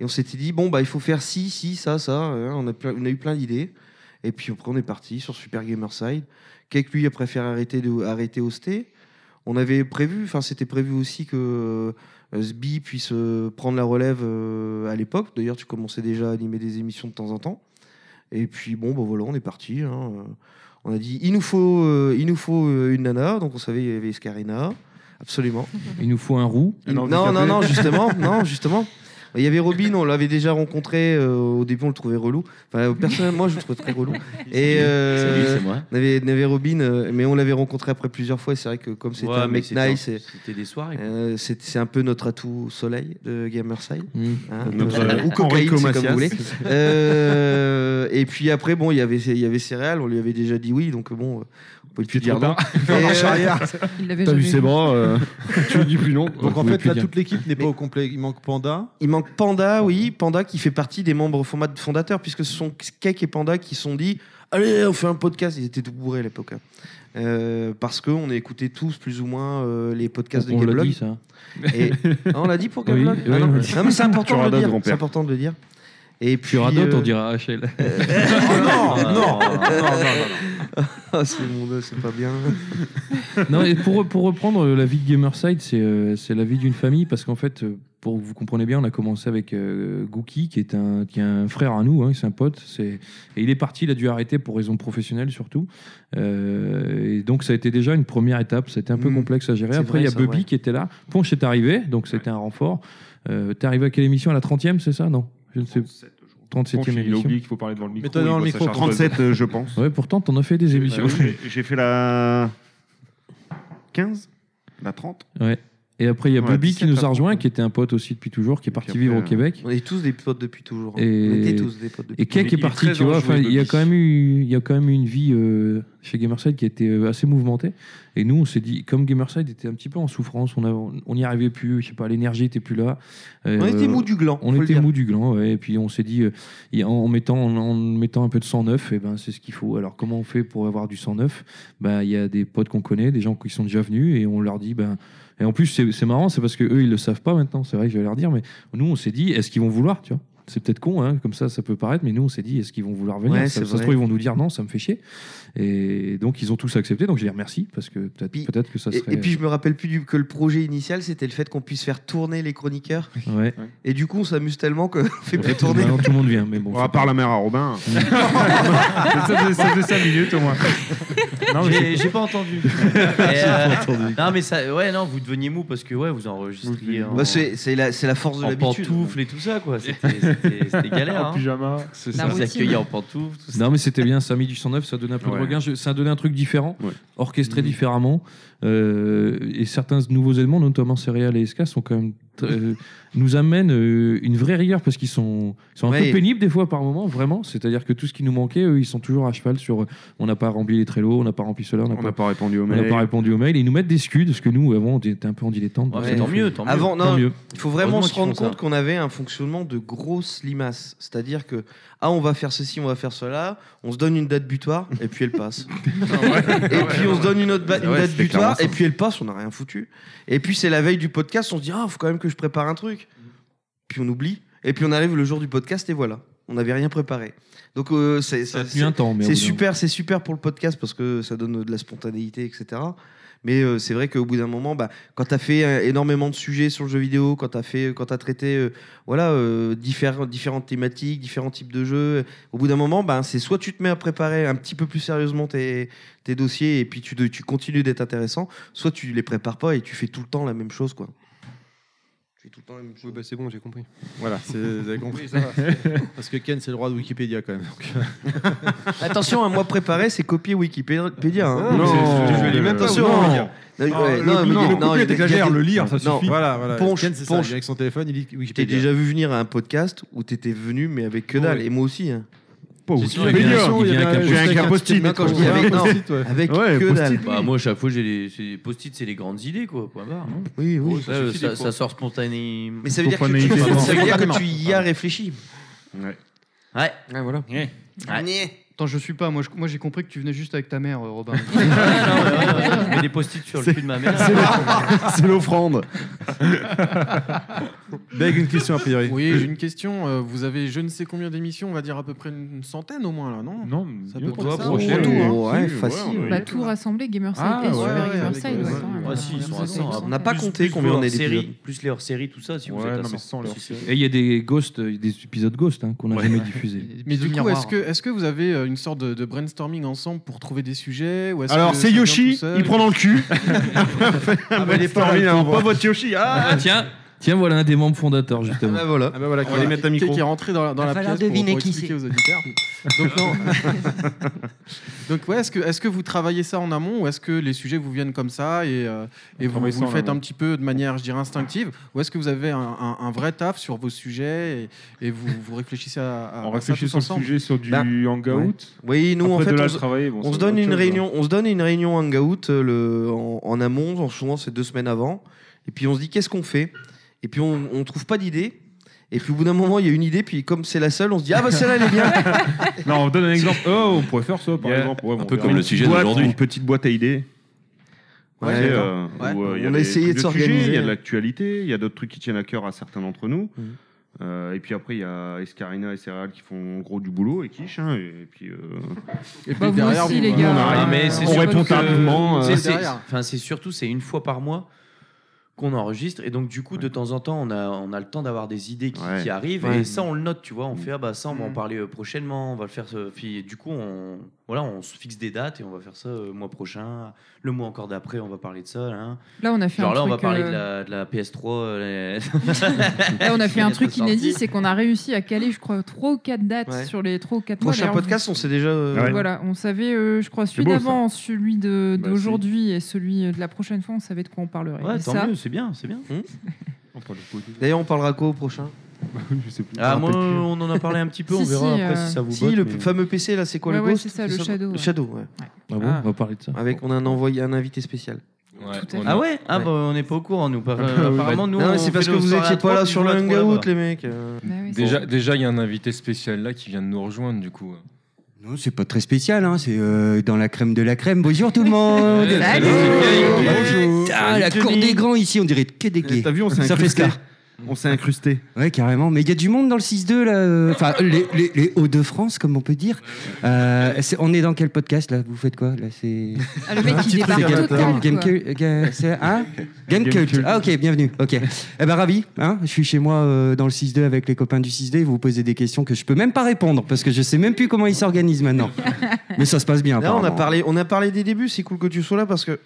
Et on s'était dit, bon, bah, il faut faire ci, ci, ça, ça. hein, on, a plein- on a eu plein d'idées. Et puis après, on est parti sur Super Gamerside. Cake, lui, a préféré arrêter, de, arrêter hoster. On avait prévu, enfin, c'était prévu aussi que euh, Sbi puisse euh, prendre la relève euh, à l'époque. D'ailleurs, tu commençais déjà à animer des émissions de temps en temps. Et puis bon, bah voilà, on est parti. hein. Euh, On a dit, il nous faut, euh, il nous faut euh, une nana. Donc on savait il y avait Escarina, absolument.
Il nous faut un roux.
Il- Non, non, non, justement, non, justement. Il y avait Robin, on l'avait déjà rencontré. euh, au début, on le trouvait relou. Enfin, euh, personnellement, moi, je le trouvais très relou. Et euh,
C'est lui, c'est moi.
On avait, on avait Robin, euh, mais on l'avait rencontré après plusieurs fois. Et c'est vrai que comme c'était
Ouais,
un
mais
mec
c'était-
nice, et-
c'était des soirées, quoi.
euh, c'est c'est un peu notre atout soleil de Gamerside.
Mmh.
Hein
Notre,
Notre,
euh,
euh,
ou cocaïne,
Enrico
c'est comme
Macias.
vous voulez. Euh, et puis après, bon, il y avait, il y avait céréales, on lui avait déjà dit oui, donc bon, euh, on pouvait plus dire non. Et, euh,
Il l'avait jamais vu.
Tu dis plus non.
Donc en fait, là, toute l'équipe n'est pas au complet. Il manque Panda.
Il manque Panda, oui, Panda qui fait partie des membres format- fondateurs, puisque ce sont Cake et Panda qui se sont dit Allez, on fait un podcast. Ils étaient tout bourrés à l'époque. hein. Euh, parce qu'on écoutait tous plus ou moins euh, les podcasts
On
de
l'a
Gameblog.
dit, ça.
Et... Ah, on l'a dit pour Gameblog
Oui,
Ah
oui,
non.
on l'a dit.
non, mais c'est
Tu
important
auras
de le
d'autres,
dire.
grand-père.
C'est important de le dire. Et puis.
Tu auras d'autres,
euh,
on dira HL.
non, non, non,
non,
non. Ah, c'est mon dos, c'est pas bien.
non, et pour, pour reprendre euh, la vie de Gamerside, c'est euh, c'est la vie d'une famille parce qu'en fait, euh, pour que vous compreniez bien, on a commencé avec euh, Gookie, qui est, un, qui est un frère à nous, hein, c'est un pote. c'est- Et il est parti, il a dû arrêter pour raison professionnelle surtout. Euh, et donc, ça a été déjà une première étape. C'était un peu
Mm.
complexe à gérer.
C'est
Après, il y a
vrai, ça,
Bubby
ouais.
qui était là. Ponche est arrivé, donc c'était un renfort. Euh, T'es arrivé à quelle émission À la 30e, c'est ça Non Je ne sais 37e
Ponche, il a
émission.
oublié qu'il faut parler devant le micro,
Mais t'as dans
il
le
voit sa
micro,
chargeuse.
37, euh, je pense.
Ouais, pourtant, t'en as fait
Bah
des émissions.
J'ai fait la 15 La 30
Ouais. Et après, il y a
Ouais,
Bobby qui
17
nous a
après.
rejoint, qui était un pote aussi depuis toujours, qui est parti vivre au Québec.
On est tous des potes depuis toujours. hein.
Et,
On était tous des potes depuis
et Keck est
toujours.
parti, tu vois. Enfin, il y a quand même eu, il y a quand même eu une vie euh, chez Gamerside qui était euh, assez mouvementée. Et nous, on s'est dit, comme Gamerside était un petit peu en souffrance, on a- on n'y arrivait plus. Je sais pas, l'énergie était plus là. Euh,
On était mou du gland,
On
faut le
était
dire.
mou du gland. ouais. Et puis on s'est dit, euh, y a- en mettant, en, en mettant un peu de 109, et ben c'est ce qu'il faut. Alors comment on fait pour avoir du 109 Ben il y a des potes qu'on connaît, des gens qui sont déjà venus, et on leur dit, ben et en plus c'est c'est marrant, c'est parce que eux ils le savent pas maintenant. C'est vrai que je vais leur dire, mais nous on s'est dit, est-ce qu'ils vont vouloir, tu vois c'est peut-être con, hein, comme ça, ça peut paraître, mais nous, on s'est dit, est-ce qu'ils vont vouloir venir
Ouais,
ça,
c'est
ça se
vrai.
trouve, ils vont nous dire non, ça me fait chier. Et donc, ils ont tous accepté, donc je les remercie, parce que peut-être peut que ça
Et,
serait.
et puis je me rappelle plus du, que le projet initial, c'était le fait qu'on puisse faire tourner les chroniqueurs.
Ouais.
Et du coup, on s'amuse tellement qu'on fait plus tourner.
Maintenant, tout le monde vient, mais bon.
Bon, à part la mère à Robin.
ça, faisait, ça faisait cinq minutes au moins. Non, mais
J'ai
c'est-
j'ai pas entendu.
J'ai pas
entendu. Non, mais ça, ouais, non, vous deveniez mou parce que ouais, vous enregistriez. en-
Bah, c'est c'est la, c'est la force de
en
l'habitude.
pantoufles et tout ça, quoi. C'était- C'était c'était galère.
En
hein.
pyjama. C'est
Vous
ça.
vous accueillir en pantoufles. tout ça.
Non, mais c'était bien, ça a mis du 109, ça donnait un peu
Ouais.
de regain, je- ça a donné un truc différent, orchestré différemment. euh, et certains nouveaux éléments, notamment Céréales et SK, sont quand même. tr- euh, nous amènent euh, une vraie rigueur parce qu'ils sont, ils sont un
Ouais.
peu pénibles des fois par moment, vraiment. C'est-à-dire que tout ce qui nous manquait, eux, ils sont toujours à cheval sur euh, on n'a pas rempli les Trello, on n'a pas rempli cela, on n'a
On n'a pas répondu au
on n'a
mail.
pas répondu au mail. Et ils nous mettent des scuds parce que nous, avant, on était un peu en dilettante.
Ouais,
donc
mais
ça nous fait-
Avant, non,
mieux.
il faut vraiment
Heureusement
se
qu'ils
rendre
font ça.
compte qu'on avait un fonctionnement de grosse limace. C'est-à-dire que, ah, on va faire ceci, on va faire cela, on se donne une date butoir, et puis elle passe. et puis on se donne une, autre ba- une
Ouais,
date
c'était clairement
butoir,
ça.
et puis elle passe, on n'a rien foutu. Et puis c'est la veille du podcast, on se dit, ah, faut quand même que je prépare un truc. Puis on oublie, et puis on arrive le jour du podcast, et voilà. On n'avait rien préparé. Donc euh, c'est
a
c'est-
tenu un temps, mais au
c'est
bout d'un
super, c'est super pour le podcast parce que ça donne de la spontanéité, etc. Mais euh, c'est vrai qu'au bout d'un moment, bah, quand t'as fait euh, énormément de sujets sur le jeu vidéo, quand t'as fait, quand t'as traité, euh, voilà, euh, différents- différentes thématiques, différents types de jeux, euh, au bout d'un moment, bah, c'est soit tu te mets à préparer un petit peu plus sérieusement tes, tes dossiers et puis tu, de- tu continues d'être intéressant, soit tu les prépares pas et tu fais tout le temps la même chose, quoi.
Oui, bah, c'est bon, j'ai compris.
Voilà, c'est- vous avez compris.
Oui, ça va.
Parce que Ken, c'est le roi de Wikipédia quand même. euh.
Attention, un mois préparé, c'est copier Wikipédia. hein.
Non, Non, je- je lis même pas
Attention,
Wikipédia.
hein.
Non,
Ouais,
le-
non, mais
non,
il y a-
le copier,
il y a des-
t'exagères,
il y a-
le lire, ça
non,
suffit. Voilà, voilà.
Ponche,
Ken, c'est ça,
ponche.
il est avec son téléphone, il lit
T'es
Wikipédia.
déjà vu venir à un podcast où t'étais venu mais avec que dalle
Ouais.
et moi aussi. Hein.
Pas au C'est sûr, Wikipédia. il vient- il vient avec un-
J'ai
avec un post-it,
post-it, non, quand je
ouais.
dis avec,
Ouais,
non,
post-it, ouais.
avec
Ouais,
que dalle.
Bah, moi, à chaque fois, j'ai les c'est- les post-it, c'est les grandes idées, quoi. Point barre. hein.
Oui, oui.
Oh, ça, euh, ça, ça sort spontanément.
Mais ça veut dire que tu, ça veut dire que tu y as réfléchi.
Ouais.
Ouais.
voilà.
Attends, je suis pas. Moi, je- moi, j'ai compris que tu venais juste avec ta mère, euh, Robin.
Je mets des post-it sur le cul de ma mère. C'est l'offre- c'est l'offrande.
Beg, une question a priori.
Oui, j'ai une question. Euh, Vous avez je ne sais combien d'émissions, on va dire à peu près une centaine au moins là, non Non, ça peut
doit
près ça.
approcher.
en tout, hein.
Ouais, ouais, facile.
Bah, tout rassemblé, Gamerside
Ah,
et
ouais,
Super
ouais,
Gamerside.
avec-
ouais,
ouais,
quand même.
Ouais, si, ils sont à 100.
On n'a pas
Plus-
compté
plus
combien
les
on est
hors-séries,
d'épisodes.
Plus les hors-séries, tout ça, si vous
Ouais,
êtes
non,
à
mais
100.
sans les hors-séries.
Et il y a des ghosts, euh, des épisodes ghosts hein, qu'on n'a jamais diffusés.
Mais du coup,
miroirs.
hein.
est-ce que, est que vous avez euh, une sorte de, de brainstorming ensemble pour trouver des sujets ou est-ce
Alors,
que
c'est
ça vient
Yoshi,
tout seul
il prend dans le cul.
Ah,
bah, il est pas
hein.
là,
pauvre.
pas votre Yoshi. Ah,
Ah, tiens, tiens, voilà un des membres fondateurs justement.
Ah bah voilà.
Ah bah voilà,
On va
qui-
les mettre à
qui-
micro.
Qui est rentré dans, la- dans
Va
la pièce
falloir
pour,
deviner
pour
qui
expliquer
c'est.
aux auditeurs. Donc non. Donc ouais, est-ce que est-ce que vous travaillez ça en amont ou est-ce que les sujets vous viennent comme ça et, euh, et
On
vous,
travaille
vous
ça
le
en
faites
amont.
un petit peu de manière, je dirais, instinctive ou est-ce que vous avez un, un- un vrai taf sur vos sujets et, et vous, vous réfléchissez à, à
On
à ça
réfléchit
tous
sur le
ensemble
sujet sur du
Bah,
hangout.
ouais.
Oui, nous
Après,
en fait,
de là,
on,
le
se-
travail, bon,
on
ça
se
va
donne
être
une
autre chose, hein.
réunion, on se donne une réunion hangout euh, le, en, en amont, genre, souvent c'est deux semaines avant, et puis on se dit qu'est-ce qu'on fait, et puis on, on trouve pas d'idée. Et puis au bout d'un moment, il y a une idée, puis comme c'est la seule, on se dit ah bah celle-là elle est bien.
Non, on donne un exemple. Oh, on pourrait faire ça, par exemple. Ouais, bon, on verra.
Boîte, Une petite boîte à idées.
Ouais,
Tu sais,
d'accord.
euh,
Ouais.
où, euh, il y
On
des
a essayé
trucs
de
sujets,
s'organiser.
Il y a de l'actualité, il y a d'autres trucs qui tiennent à cœur à certains d'entre nous. Euh, et puis après, il y a Escarina et Céréales qui font en gros du boulot et quiche. hein, et puis, euh,
Et
puis derrière, vous- on arrête.
Ah, mais c'est
on
surtout
répond
que-
tardivement.
c'est-
euh,
c'est- Enfin, c'est surtout, c'est une fois par mois qu'on enregistre. Et donc, du coup, de temps en temps, on a, on a le temps d'avoir des idées qui,
Ouais.
qui arrivent.
Ouais.
Mm.
Et ça, on le note, tu vois. On fait, ah bah ça, on va en parler euh, prochainement. On va le faire. ce- Puis, euh, du coup, on, Voilà, on se fixe des dates et on va faire ça euh, le mois prochain. Le mois encore d'après, on va parler de ça. hein.
Là, on a fait
Genre
un
là, on va
truc,
parler
euh,
de, la, de la PS3. euh,
Là, on a fait un truc
sortie.
inédit, c'est qu'on a réussi à caler, je crois, 3 ou 4 dates
Ouais.
sur les 3 ou 4 mois.
Prochain
D'ailleurs, vous-
podcast, on sait déjà.
Ah
euh,
Voilà, on savait, euh, je crois,
C'est
celui
beau, ça.
d'avant, celui de-
Bah,
d'aujourd'hui et celui de la prochaine fois, on savait de quoi on parlerait.
Ouais,
Et
tant
ça,
mieux, c'est bien, c'est bien.
Hmm D'ailleurs, on parlera quoi au prochain
Ah, moi, on en a parlé un petit peu, on
Si,
verra
si,
après
euh,
si ça vous
si,
botte,
le
mais-
fameux PC, là, c'est quoi
Ouais,
le
ouais,
Ghost
c'est ça, le Shadow,
Le
ouais.
Shadow, ouais.
Ah bon, on va parler de ça.
Avec, on a un, envoyé, un invité spécial.
Tout à fait. Ah ouais Ah bah, on n'est pas au courant, nous. par- euh, apparemment, nous,
Non, mais
on
c'est
fait
parce que
nos
vous
soirées à
étiez
trois,
pas là
puis
sur
vous
le
la trouvez
hangout,
là-bas.
les mecs. euh.
Bah Ah
Déjà, déjà, il y a un invité spécial là qui vient de nous rejoindre du coup.
Non, c'est pas très spécial, hein, c'est euh, dans la crème de la crème. Bonjour tout le monde
Ouais, salut,
Bonjour Ah,
Salut,
la cour
Johnny.
des grands ici, on dirait que des gays.
Eh, T'as vu, on s'est
Ça fait
incrusté.
star.
On s'est incrusté.
Ouais, carrément. Mais il y a du monde dans le 6-2, là. euh, Enfin, les, les- les Hauts-de-France, comme on peut dire. Euh, c'est- on est dans quel podcast, là Vous faites quoi là, c'est...
Ah, le mec, il
C'est
débarque total,
Game-
quoi.
Game Cult- Ga- c'est- hein Game Cult. Ah, ok, bienvenue. Ok. Eh ben, ravi. hein, je suis chez moi euh, dans le 6-2 avec les copains du 6-2. Vous vous posez des questions que je peux même pas répondre parce que je sais même plus comment ils s'organisent maintenant. Mais ça se passe bien.
Là, on a,
apparemment.
parlé, on a parlé des débuts, c'est cool que tu sois là parce que.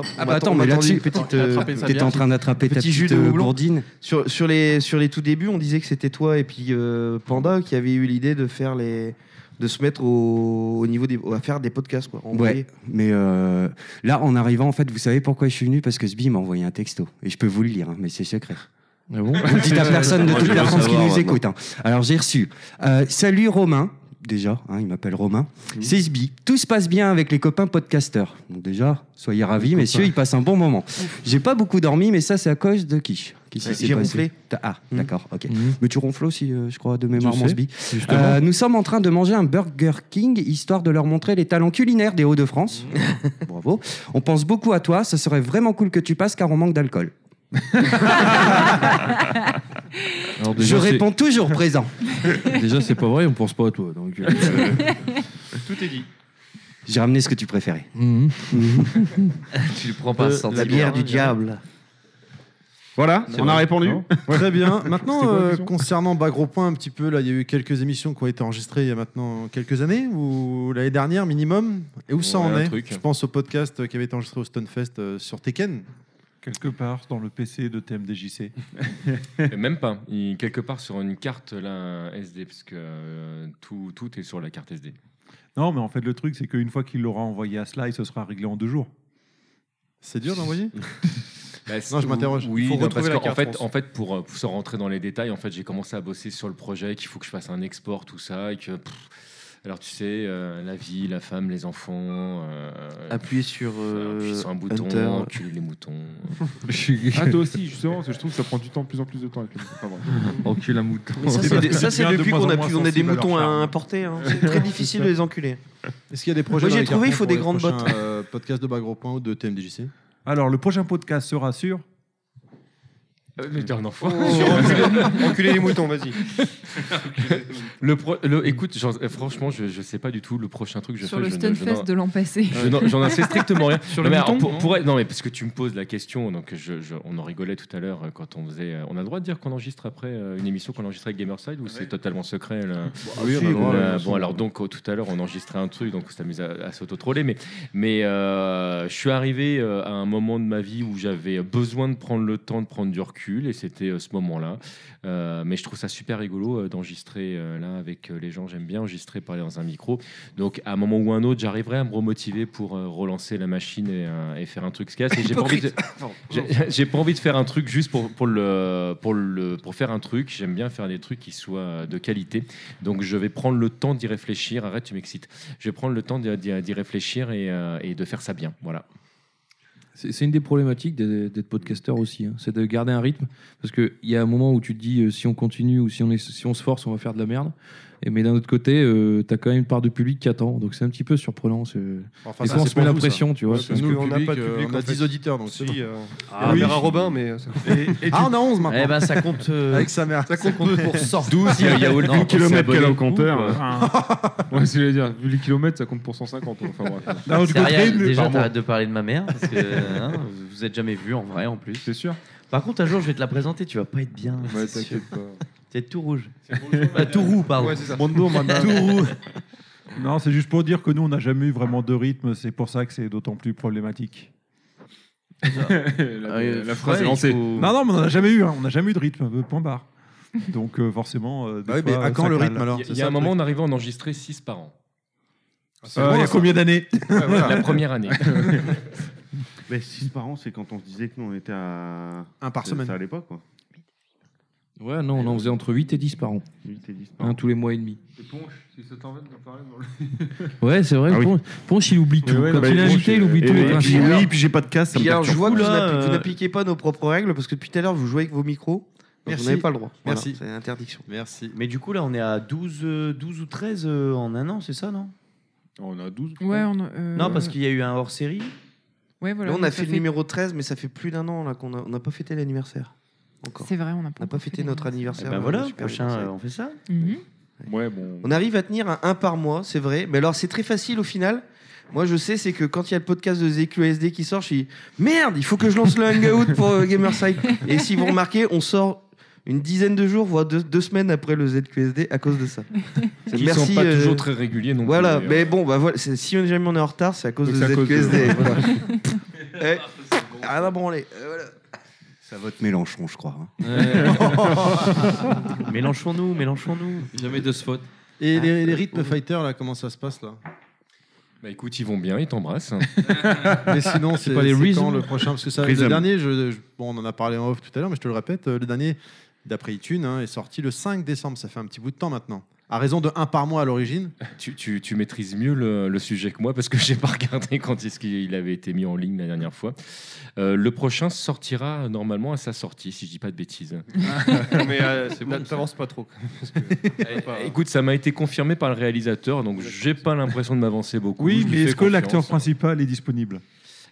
Hop,
Ah
on
bah
attend-
attends,
on
mais
attendait
là-dessus,
une petite,
t'as attrapé
euh,
ça t'étais bien. en train d'attraper ta
Petit jus
petite,
de
euh,
houblon.
gourdine.
Sur, sur, les, sur les tout débuts, on disait que c'était toi et puis euh, Panda qui avaient eu l'idée de faire les. de se mettre au, au niveau des. à faire des podcasts, quoi. en vrai.
Ouais, mais euh, là, en arrivant, en fait, vous savez pourquoi je suis venu Parce que Sbi m'a envoyé un texto. Et je peux vous le lire, hein, mais c'est secret.
Ah bon Euh,
On le dit à personne de
Moi,
toute
je
la
veux
France qui
savoir,
nous
maintenant.
écoute. hein. Alors, j'ai reçu euh, Salut Romain. Déjà, hein, il m'appelle Romain.
Mmh.
C'est Sbi. Tout se passe bien avec les copains podcasteurs. Donc déjà, soyez ravis, messieurs, ils passent un bon moment. J'ai pas beaucoup dormi, mais ça, c'est à cause de Quiche. Qu'est-ce
Ouais,
qui s'est
Euh, j'ai
passé
ronflé. Mmh.
T'as- Ah, d'accord, ok.
Mmh.
Mais tu ronfles aussi, euh, je crois, de mémoire,
Je sais,
mon Sbi.
justement.
Euh, nous sommes en train de manger un Burger King, histoire de leur montrer les talents culinaires des Hauts-de-France. Bravo. On pense beaucoup à toi, ça serait vraiment cool que tu passes car on manque d'alcool.
Alors,
Je
c'est-
réponds toujours présent.
Déjà, c'est pas vrai, on pense pas à toi. Donc, euh,
Tout est dit.
J'ai ramené ce que tu préférais.
Mhm.
tu le prends pas
Euh,
sans
la bière du diable.
Voilà,
C'est
on a
vrai.
répondu.
Non. Très bien. Maintenant,
C'était quoi la
euh,
question
concernant Bas Gros Point, un petit peu, là, il y a eu quelques émissions qui ont été enregistrées il y a maintenant quelques années, ou l'année dernière minimum. Et où ça
Ouais,
en
un
est
truc.
Je pense au podcast qui avait été enregistré au Stonefest euh, sur Tekken.
Quelque part dans le PC de TMDJC.
Et Même pas. Il- quelque part sur une carte là, SD, parce que euh, tout, tout est sur la carte SD.
Non, mais en fait, le truc, c'est qu'une fois qu'il l'aura envoyé à Sly, ce sera réglé en deux jours.
C'est dur d'envoyer
Bah, c'est-
Non, je m'interroge.
Oui,
Faut
non, parce
retrouver la
qu'en
carte, je
fait,
pense.
en fait, pour, euh, pour sans rentrer dans les détails, en fait, j'ai commencé à bosser sur le projet, qu'il faut que je fasse un export, tout ça, et que. pff, alors tu sais, euh, la vie, la femme, les enfants. euh,
Appuyer sur, euh,
appuyer sur un bouton,
Hunter.
enculer les moutons.
Ah, toi aussi, justement, parce que je trouve que ça prend du temps de plus en plus de temps. avec les- Enfin, bref.
Encule un mouton.
Mais ça,
C'est
c'est
parce
de-
que
ça,
tu
c'est
deviens de
depuis
moins
qu'on
en
a,
moins
pu- on a des
sensible à leur
moutons à
charme.
importer. hein. C'est très difficile de les enculer.
Est-ce qu'il y a des projets
Moi,
dans
j'ai
les
trouvé, il
cartons
faut des
pour
grandes
les
bottes.
prochains, euh, podcast de Bas Gros Point ou de TMDJC
Alors, le prochain podcast sera sur.
Ah Mais t'es un enfant.
Sur enculer- enculer les moutons, vas-y.
le pro- le- écoute, j'en- euh, franchement, je, je sais pas du tout le prochain truc. que Je
Sur
fais,
le
je ne-
Stunfest
je n'en-
de l'an passé.
Je n'en- J'en sais strictement rien.
Sur
Non,
le
mais alors,
mouton,
pour-
non
pour être- Non, mais parce que tu me poses la question. Donc, je- je- on en rigolait tout à l'heure euh, quand on faisait. euh, On a le droit de dire qu'on enregistre après euh, une émission qu'on enregistrait avec Gamerside ou c'est totalement secret là
oui, on a le droit,
Euh,
ouais,
Bon, alors donc euh, tout à l'heure, on enregistrait un truc, donc on s'amuse à, à s'auto-troller. Mais, mais euh, je suis arrivé euh, à un moment de ma vie où j'avais besoin de prendre le temps de prendre du recul, et c'était euh, ce moment-là. Euh, mais je trouve ça super rigolo euh, d'enregistrer euh, là avec euh, les gens. J'aime bien enregistrer, parler dans un micro. Donc à un moment ou un autre, j'arriverai à me remotiver pour euh, relancer la machine et, euh, et faire un truc ce qu'il y a, c'est que J'ai pas envie de- j'ai- j'ai pas envie de faire un truc juste pour, pour, le, pour, le, pour faire un truc. J'aime bien faire des trucs qui soient de qualité. Donc je vais prendre le temps d'y réfléchir. Arrête, tu m'excites. Je vais prendre le temps d'y- d'y d'y réfléchir et, euh, et de faire ça bien. Voilà.
C'est c'est une des problématiques d'être d'être podcasteur aussi, hein. c'est de garder un rythme. Parce qu'il y a un moment où tu te dis euh, si on continue ou si on, est, si on se force, on va faire de la merde. Et, mais d'un autre côté, euh, t'as quand même une part de public qui attend. Donc c'est un petit peu surprenant. c'est-
Enfin,
Des
ça,
fois, on
c'est
se
pour
met la
vous, ça.
pression, tu vois.
Parce que
parce
nous,
que-
on n'a pas de public,
euh,
on a 10 auditeurs, donc c'est bon.
Ah,
euh, oui.
Vera Robin, mais. euh, ça-
Ah, on a 11 maintenant.
Eh ben, ça compte, euh,
Avec sa mère.
ça compte pour cent.
12, il y a- il y a
Vu les
Olga qui s'est
kilomètres qu'elle a au
abonnée.
compteur.
Ouh,
euh, ouais, c'est dire, vu les kilomètres, ça compte pour 150. Enfin, bref.
Non,
D'un autre côté, mais-
déjà,
par mois.
t'arrêtes de parler de ma mère parce que hein, vous êtes jamais vu en vrai en plus. C'est
sûr.
Par contre, un jour, je vais te la présenter, tu vas pas être bien.
Ouais,
c'est
t'inquiète
Bah,
sûr. Tu vas être tout rouge. Ah, tout roux, pardon.
Ouais, c'est ça. Bonjour, madame.
Tout roux.
Non, c'est juste pour dire que nous, on n'a jamais eu vraiment de rythme. C'est pour ça que c'est d'autant plus problématique.
la,
Ah,
la phrase est lancée.
Non, non, mais on n'en a jamais eu. hein. On n'a jamais eu de rythme. euh, Point barre. Donc euh, forcément. euh,
Ah
des fois, euh, ça cale.
Il y a un moment, on arrivait à en enregistrer 6 par an.
Ah,
Euh,
c'est bon, ça. Ouais, voilà.
La première année.
Mais 6 par an, c'est quand on se disait que nous, on était à.
Un par
c'est
semaine.
ça à l'époque, quoi.
Ouais, non, on en faisait entre 8 et 10 par an.
8 et 10
Hein, tous les mois et demi.
C'est Ponche, si ça t'embête de parler dans le.
Ouais, c'est vrai,
Ah oui.
Ponche, Ponche, il oublie tout.
ouais, non,
Quand
mais
il est
Ponche,
invité, il oublie
euh, et-
tout.
et
hein,
les
puis
principes.
oui, puis j'ai pas de casse, ça me
Puis alors, je
perturbe.
vois que vous
Oula,
n'appli- vous
euh,
n'appliquez pas nos propres règles parce que depuis tout à l'heure, vous jouez avec vos micros. Donc
Merci.
Vous n'avez pas le droit. Voilà,
Merci.
c'est interdiction.
Merci.
Mais du coup, là, on est à 12, euh, 12 ou 13 euh, en un an, c'est ça, non
On a 12.
Ouais, on a- euh,
Non, parce qu'il y a eu un hors série.
Ouais, voilà.
Là, on a
donc ça
fait le numéro 13, mais ça fait plus d'un an là, qu'on a- on n'a pas fêté l'anniversaire. Encore.
C'est vrai, on n'a pas
On n'a pas fêté notre anniversaire.
Eh ben
euh,
voilà,
super
prochain,
anniversaire.
euh, on fait ça
Mhm.
Ouais, bon.
On arrive à tenir à un par mois, c'est vrai. Mais alors, c'est très facile au final. Moi, je sais, c'est que quand il y a le podcast de ZQSD qui sort, je dis merde, il faut que je lance le Hangout pour euh, Gamerside. Et si vous remarquez, on sort une dizaine de jours, voire deux, deux semaines après le ZQSD à cause de ça. C'est- euh,
Qui sont pas toujours très réguliers non plus,
Voilà,
d'ailleurs.
mais bon, bah voilà, c'est- si jamais on est en retard, c'est à cause
Donc
de
c'est à cause de- Ah,
ZQSD. voilà. Eh, Rien à branler. euh, voilà.
Ça vote Mélenchon, je crois. hein.
mélanchons-nous, mélanchons-nous.
Jamais de spot. Et les, les rythmes fighters, là, comment ça se passe, là
Bah écoute, ils vont bien, ils t'embrassent. hein.
Mais sinon, c'est
Ah. pas
pas
les
quand le prochain Parce que ça, le dernier, je, je- bon, on en a parlé en off tout à l'heure, mais je te le répète, euh, le dernier d'après iTunes hein, est sorti le 5 décembre. Ça fait un petit bout de temps maintenant. À raison de un par mois à l'origine.
Tu, tu- tu maîtrises mieux le, le sujet que moi parce que j'ai pas regardé quand est-ce qu'il avait été mis en ligne la dernière fois. Euh, le prochain sortira normalement à sa sortie, si je dis pas de bêtises.
Mais euh, c'est bon. T'avances pas trop.
Écoute, ça hein. m'a été confirmé par le réalisateur, donc j'ai pas l'impression de m'avancer beaucoup.
Oui,
Je lui
mais
fais
est-ce que l'acteur
confiance. hein.
principal est disponible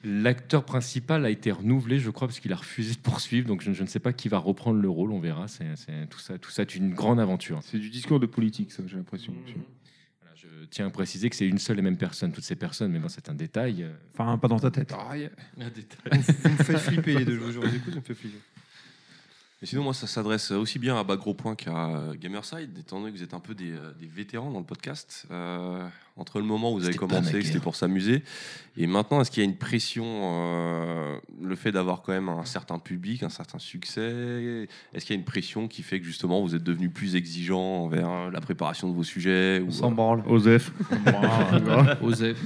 L'acteur principal a été renouvelé, je crois, parce qu'il a refusé de poursuivre. Donc je, je ne sais pas qui va reprendre le rôle, on verra. C'est, c'est- tout, ça, tout ça est une grande aventure.
C'est du discours de politique, ça, j'ai l'impression.
Mmh. Je tiens à préciser que c'est une seule et même personne, toutes ces personnes, mais bon, c'est un détail. Ah, euh,
Enfin, pas dans ta tête.
Un détail.
Vous me faites flipper les deux. Je vous écoute, vous me faites flipper.
Mais sinon, moi, ça s'adresse aussi bien à Bas Gros Point qu'à euh, Gamerside, étant donné que vous êtes un peu des, euh, des vétérans dans le podcast. Euh, entre le moment où vous avez commencé, que c'était pour s'amuser, et maintenant, est-ce qu'il y a une pression, euh, le fait d'avoir quand même un certain public, un certain succès Est-ce qu'il y a une pression qui fait que justement vous êtes devenu plus exigeant envers euh, la préparation de vos sujets ou, euh,
s'en branle.
Osef.
Osef.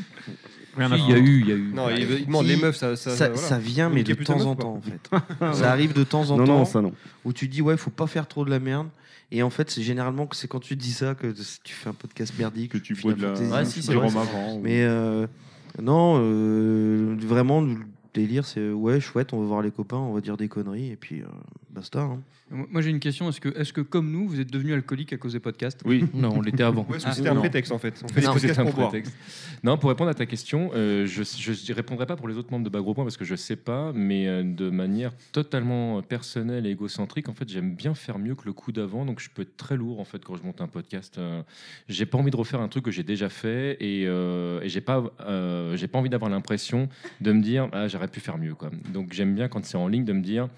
Rien à
Si, Il y a
foutre.
eu, il y a eu.
Non, il veut- il demande les meufs, ça- ça-
Ah, ça,
voilà.
ça vient,
Vous
mais de
niquez putain
temps en
meuf,
temps, en
quoi.
fait.
Ouais.
ça arrive de temps en
Non,
temps.
non, ça, non.
Où tu dis, ouais, faut pas faire trop de la merde. Et en fait, c'est généralement que c'est quand tu dis ça que tu fais un podcast merdique. Que tu
bois de la-
Ouais, si, c'est vrai, c'est vrai.
Mais euh, non, euh, vraiment, le délire, c'est euh, ouais, chouette, on va voir les copains, on va dire des conneries, et puis euh, basta. hein.
Moi, moi, j'ai une question. Est-ce que, est que, comme nous, vous êtes devenu alcoolique à cause des podcasts
Oui. Non, on l'était avant.
Ou est-ce que
Ah,
c'était un
non.
prétexte, en fait On fait des
Non,
podcasts
c'était un
pour boire.
prétexte. Non, pour répondre à ta question, euh, je ne répondrai pas pour les autres membres de Bagro Point parce que je sais pas, mais euh, de manière totalement personnelle et égocentrique, en fait, j'aime bien faire mieux que le coup d'avant, donc je peux être très lourd en fait quand je monte un podcast. Euh, j'ai pas envie de refaire un truc que j'ai déjà fait et, euh, et j'ai pas, euh, j'ai pas envie d'avoir l'impression de me dire ah j'aurais pu faire mieux quoi. Donc j'aime bien quand c'est en ligne de me dire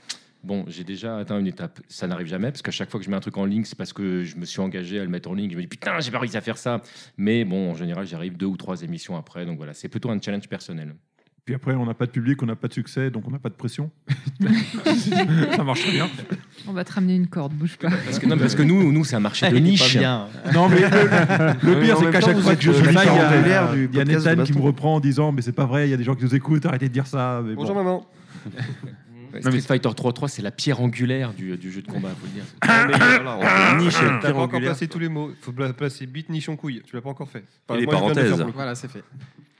Bon, j'ai déjà atteint une étape. Ça n'arrive jamais, parce qu'à chaque fois que je mets un truc en ligne, c'est parce que je me suis engagé à le mettre en ligne. Je me dis, putain, j'ai pas réussi à faire ça. Mais bon, en général, j'arrive deux ou trois émissions après. Donc voilà, c'est plutôt un challenge personnel.
Puis après, on n'a pas de public, on n'a pas de succès, donc on n'a pas de pression. ça marche très bien.
On va te ramener une corde, bouge pas.
Parce que, non, parce que nous, nous c'est un marché de niche.
Non, mais le, le pire, c'est qu'à chaque fois que je fais ça, il y a, il y a Nathan qui me reprend en disant Mais c'est pas vrai, il y a des gens qui nous écoutent, arrêtez de dire ça. Mais bon.
maman. Street Fighter 3.3, c'est la pierre angulaire du, du jeu de combat, faut le dire.
Ah, Niche, t'as ah. pas encore placé tous les mots. Faut pla- placer bite, niche en couille. Tu l'as pas encore fait. Enfin, moi, je viens de le faire pour le coup.
Voilà, c'est fait.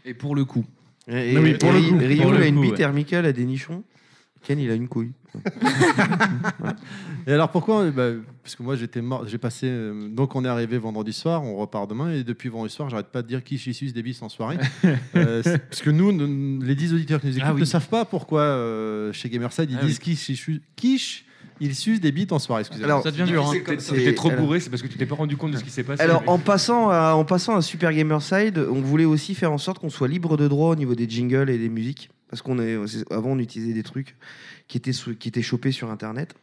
Et pour le coup.
Et,
Non, mais pour le
Ri-
coup,
Rio,
pour
il
le
a une
coup,
bite,
ouais.
Hermical a des nichons. Ken, il a une couille.
Et alors pourquoi Bah, Parce que moi j'étais mort, j'ai passé. euh, donc on est arrivé vendredi soir, on repart demain, et depuis vendredi soir, j'arrête pas de dire qui j'y suis des bis en soirée. Euh, c'est- parce que nous, nous- les 10 auditeurs qui nous écoutent
Ah oui.
ne savent pas pourquoi euh, chez Gamerside ils
Ah
disent qui j'y suis- quiche, ils sucent des bites en soirée. Excusez-moi.
Alors, Ça devient dur, hein. c'est comme- c'est-
T'es trop
alors-
bourré, c'est parce que tu t'es pas rendu compte de ce qui s'est passé.
Alors, en passant, à, en passant à Super Gamerside, on voulait aussi faire en sorte qu'on soit libre de droit au niveau des jingles et des musiques. Parce qu'on est- avant, on utilisait des trucs qui étaient, sous- qui étaient chopés sur Internet.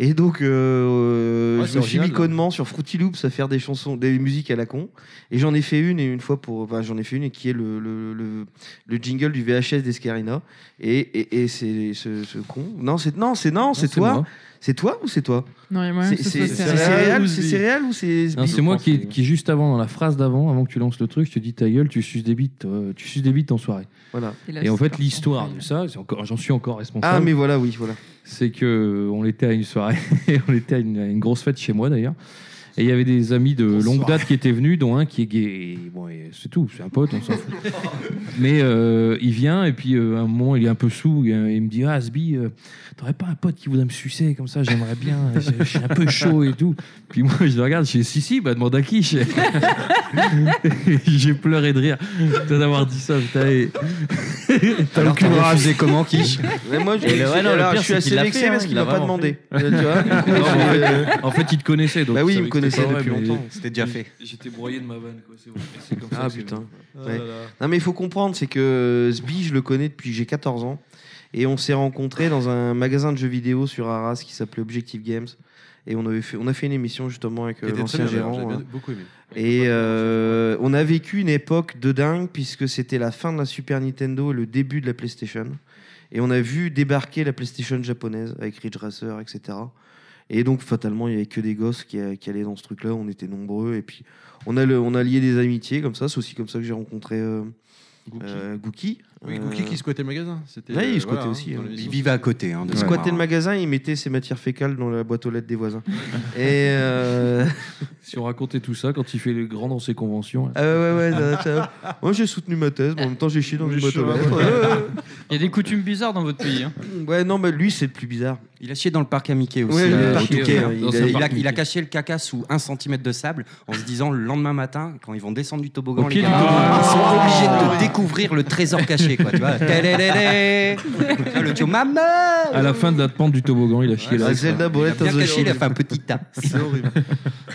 Et donc, euh,
Ouais,
je
c'est
me suis mis
original.
connement sur Fruity Loops à faire des chansons, des musiques à la con. Et j'en ai fait une, et une fois pour. Enfin, j'en ai fait une qui est le, le, le, le jingle du VHS d'Escarina. Et, et, et c'est ce, ce con. Non, c'est non, c'est non, c'est toi.
moi.
C'est toi ou c'est toi
Non, et moi,
C'est-
ce
c'est-
soit
c'est
céréales
céréales,
ou
c'est
Zbi.
céréales ou c'est
Non,
Zbi
c'est moi qui, qui, juste avant, dans la phrase d'avant, avant que tu lances le truc, je te dis ta gueule, tu suces des bites, euh, tu suces des bites en soirée.
Voilà.
Et,
Et là,
en
c'est
fait, l'histoire de ça, c'est encore- j'en suis encore responsable.
Ah, mais voilà, oui, voilà.
C'est que euh, on était à une soirée, on était à une, à une grosse fête chez moi d'ailleurs. Et il y avait des amis de longue date qui étaient venus, dont un qui est gay. Et Bon, et c'est tout, c'est un pote, on s'en fout. Mais euh, il vient, et puis euh, à un moment, il est un peu sous, et, euh, il me dit Ah, Asbi, euh, t'aurais pas un pote qui voudrait me sucer comme ça J'aimerais bien, je je suis un peu chaud et tout. Puis moi, je le regarde, je dis Si, si, bah demande à qui Je- J'ai pleuré de rire putain, d'avoir dit ça. Putain, et-
T'as Alors, aucune t'as rage. refusé comment, Quiche
Mais moi, je,
Et le- ouais, non, le
alors,
pire,
je suis
c'est
assez
qu'il l'a
vexé
fait, hein,
parce qu'il
il l'a
m'a pas
vraiment
demandé.
fait.
Tu vois, du coup,
Non, en
je-
fait- euh, en fait, il te connaissait. Donc
bah
tu
oui, il
savais
me
que c'était
connaissait
pas vrai,
depuis
mais-
longtemps.
J'étais broyé de ma vanne, quoi. C'est bon. C'est comme
Ah
ça, c'est-
putain.
Ah
Ouais.
là là.
Non mais il faut comprendre, c'est que Sbi, je le connais depuis que j'ai 14 ans. Et on s'est rencontrés dans un magasin de jeux vidéo sur Arras qui s'appelait Objective Games. Et on, avait fait, on a fait une émission justement avec euh,
était
l'ancien
très bien, d'ailleurs,
gérant.
j'ai
hein.
bien- beaucoup aimé.
Et euh, on a vécu une époque de dingue puisque c'était la fin de la Super Nintendo et le début de la PlayStation. Et on a vu débarquer la PlayStation japonaise avec Ridge Racer, etc. Et donc fatalement, il n'y avait que des gosses qui, qui allaient dans ce truc-là. On était nombreux. Et puis on a, le- on a lié des amitiés comme ça. C'est aussi comme ça que j'ai rencontré euh, euh, Gookie.
Oui, Gookie
Euh,
qui squattait le magasin. C'était,
Ouais,
euh,
il squattait
voilà,
aussi.
hein, dans
hein.
l'émission.
il squattait
hein.
le magasin, il mettait ses matières fécales dans la boîte aux lettres des voisins. et euh,
Si on racontait tout ça, quand il fait le grand dans ses conventions.
Ah ouais, ouais, ouais, ça- ça- Moi, j'ai soutenu ma thèse, mais en même temps, j'ai chié dans une boîte aux lettres.
Il y a des coutumes bizarres dans votre pays. hein.
Ouais, ouais, non, mais lui, c'est le plus bizarre.
Il a chié dans le parc à Mickey aussi.
Ouais,
euh,
le
au
parc
Touquet,
Mickey,
hein.
il
il,
a-
a,
il a-
il a caché le caca sous un centimètre de sable en se disant le lendemain matin, quand ils vont descendre du toboggan,
Au pied
les gars,
du toboggan.
ils
Oh.
sont obligés de découvrir le trésor caché. Quoi, tu vois, Tadadadé. Tu vois, Ah, le tio maman
À la fin de la pente du toboggan, il a chié là.
Ah, Zelda Bolette Il a has bien a caché, shield. il a fait un petit tas.
C'est horrible.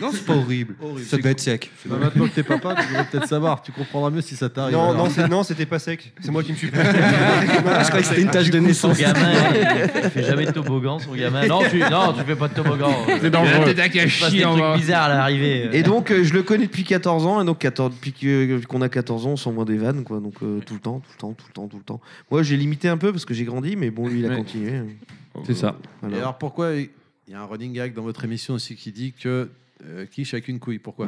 Non, c'est pas horrible.
Horrible.
Ça doit être sec.
Bah, maintenant que t'es papa, tu devrais peut-être savoir. Tu comprendras mieux si ça t'arrive.
Non,
Non,
non,
non,
c'est-
non, c'était pas sec. C'est moi qui me suis pris.
Ah,
Je croyais que c'était une tâche de
naissance.
Son gamin,
hein.
il fait jamais de toboggan, son gamin. Non, tu, non, tu fais pas de toboggan.
C'est dangereux.
Il va se passer des trucs bizarres à l'arrivée.
Et donc, euh, je le connais depuis 14 ans, et donc 14, depuis que- qu'on a 14 ans, on s'envoie des vannes, quoi. Donc, euh, tout le temps, tout le temps, tout le temps, tout le temps. Moi, j'ai limité un peu parce que j'ai grandi, mais bon, lui, il a continué.
C'est ça.
Voilà.
Et alors pourquoi il y a un running gag dans votre émission aussi qui dit que euh, qui chacune une couille Pourquoi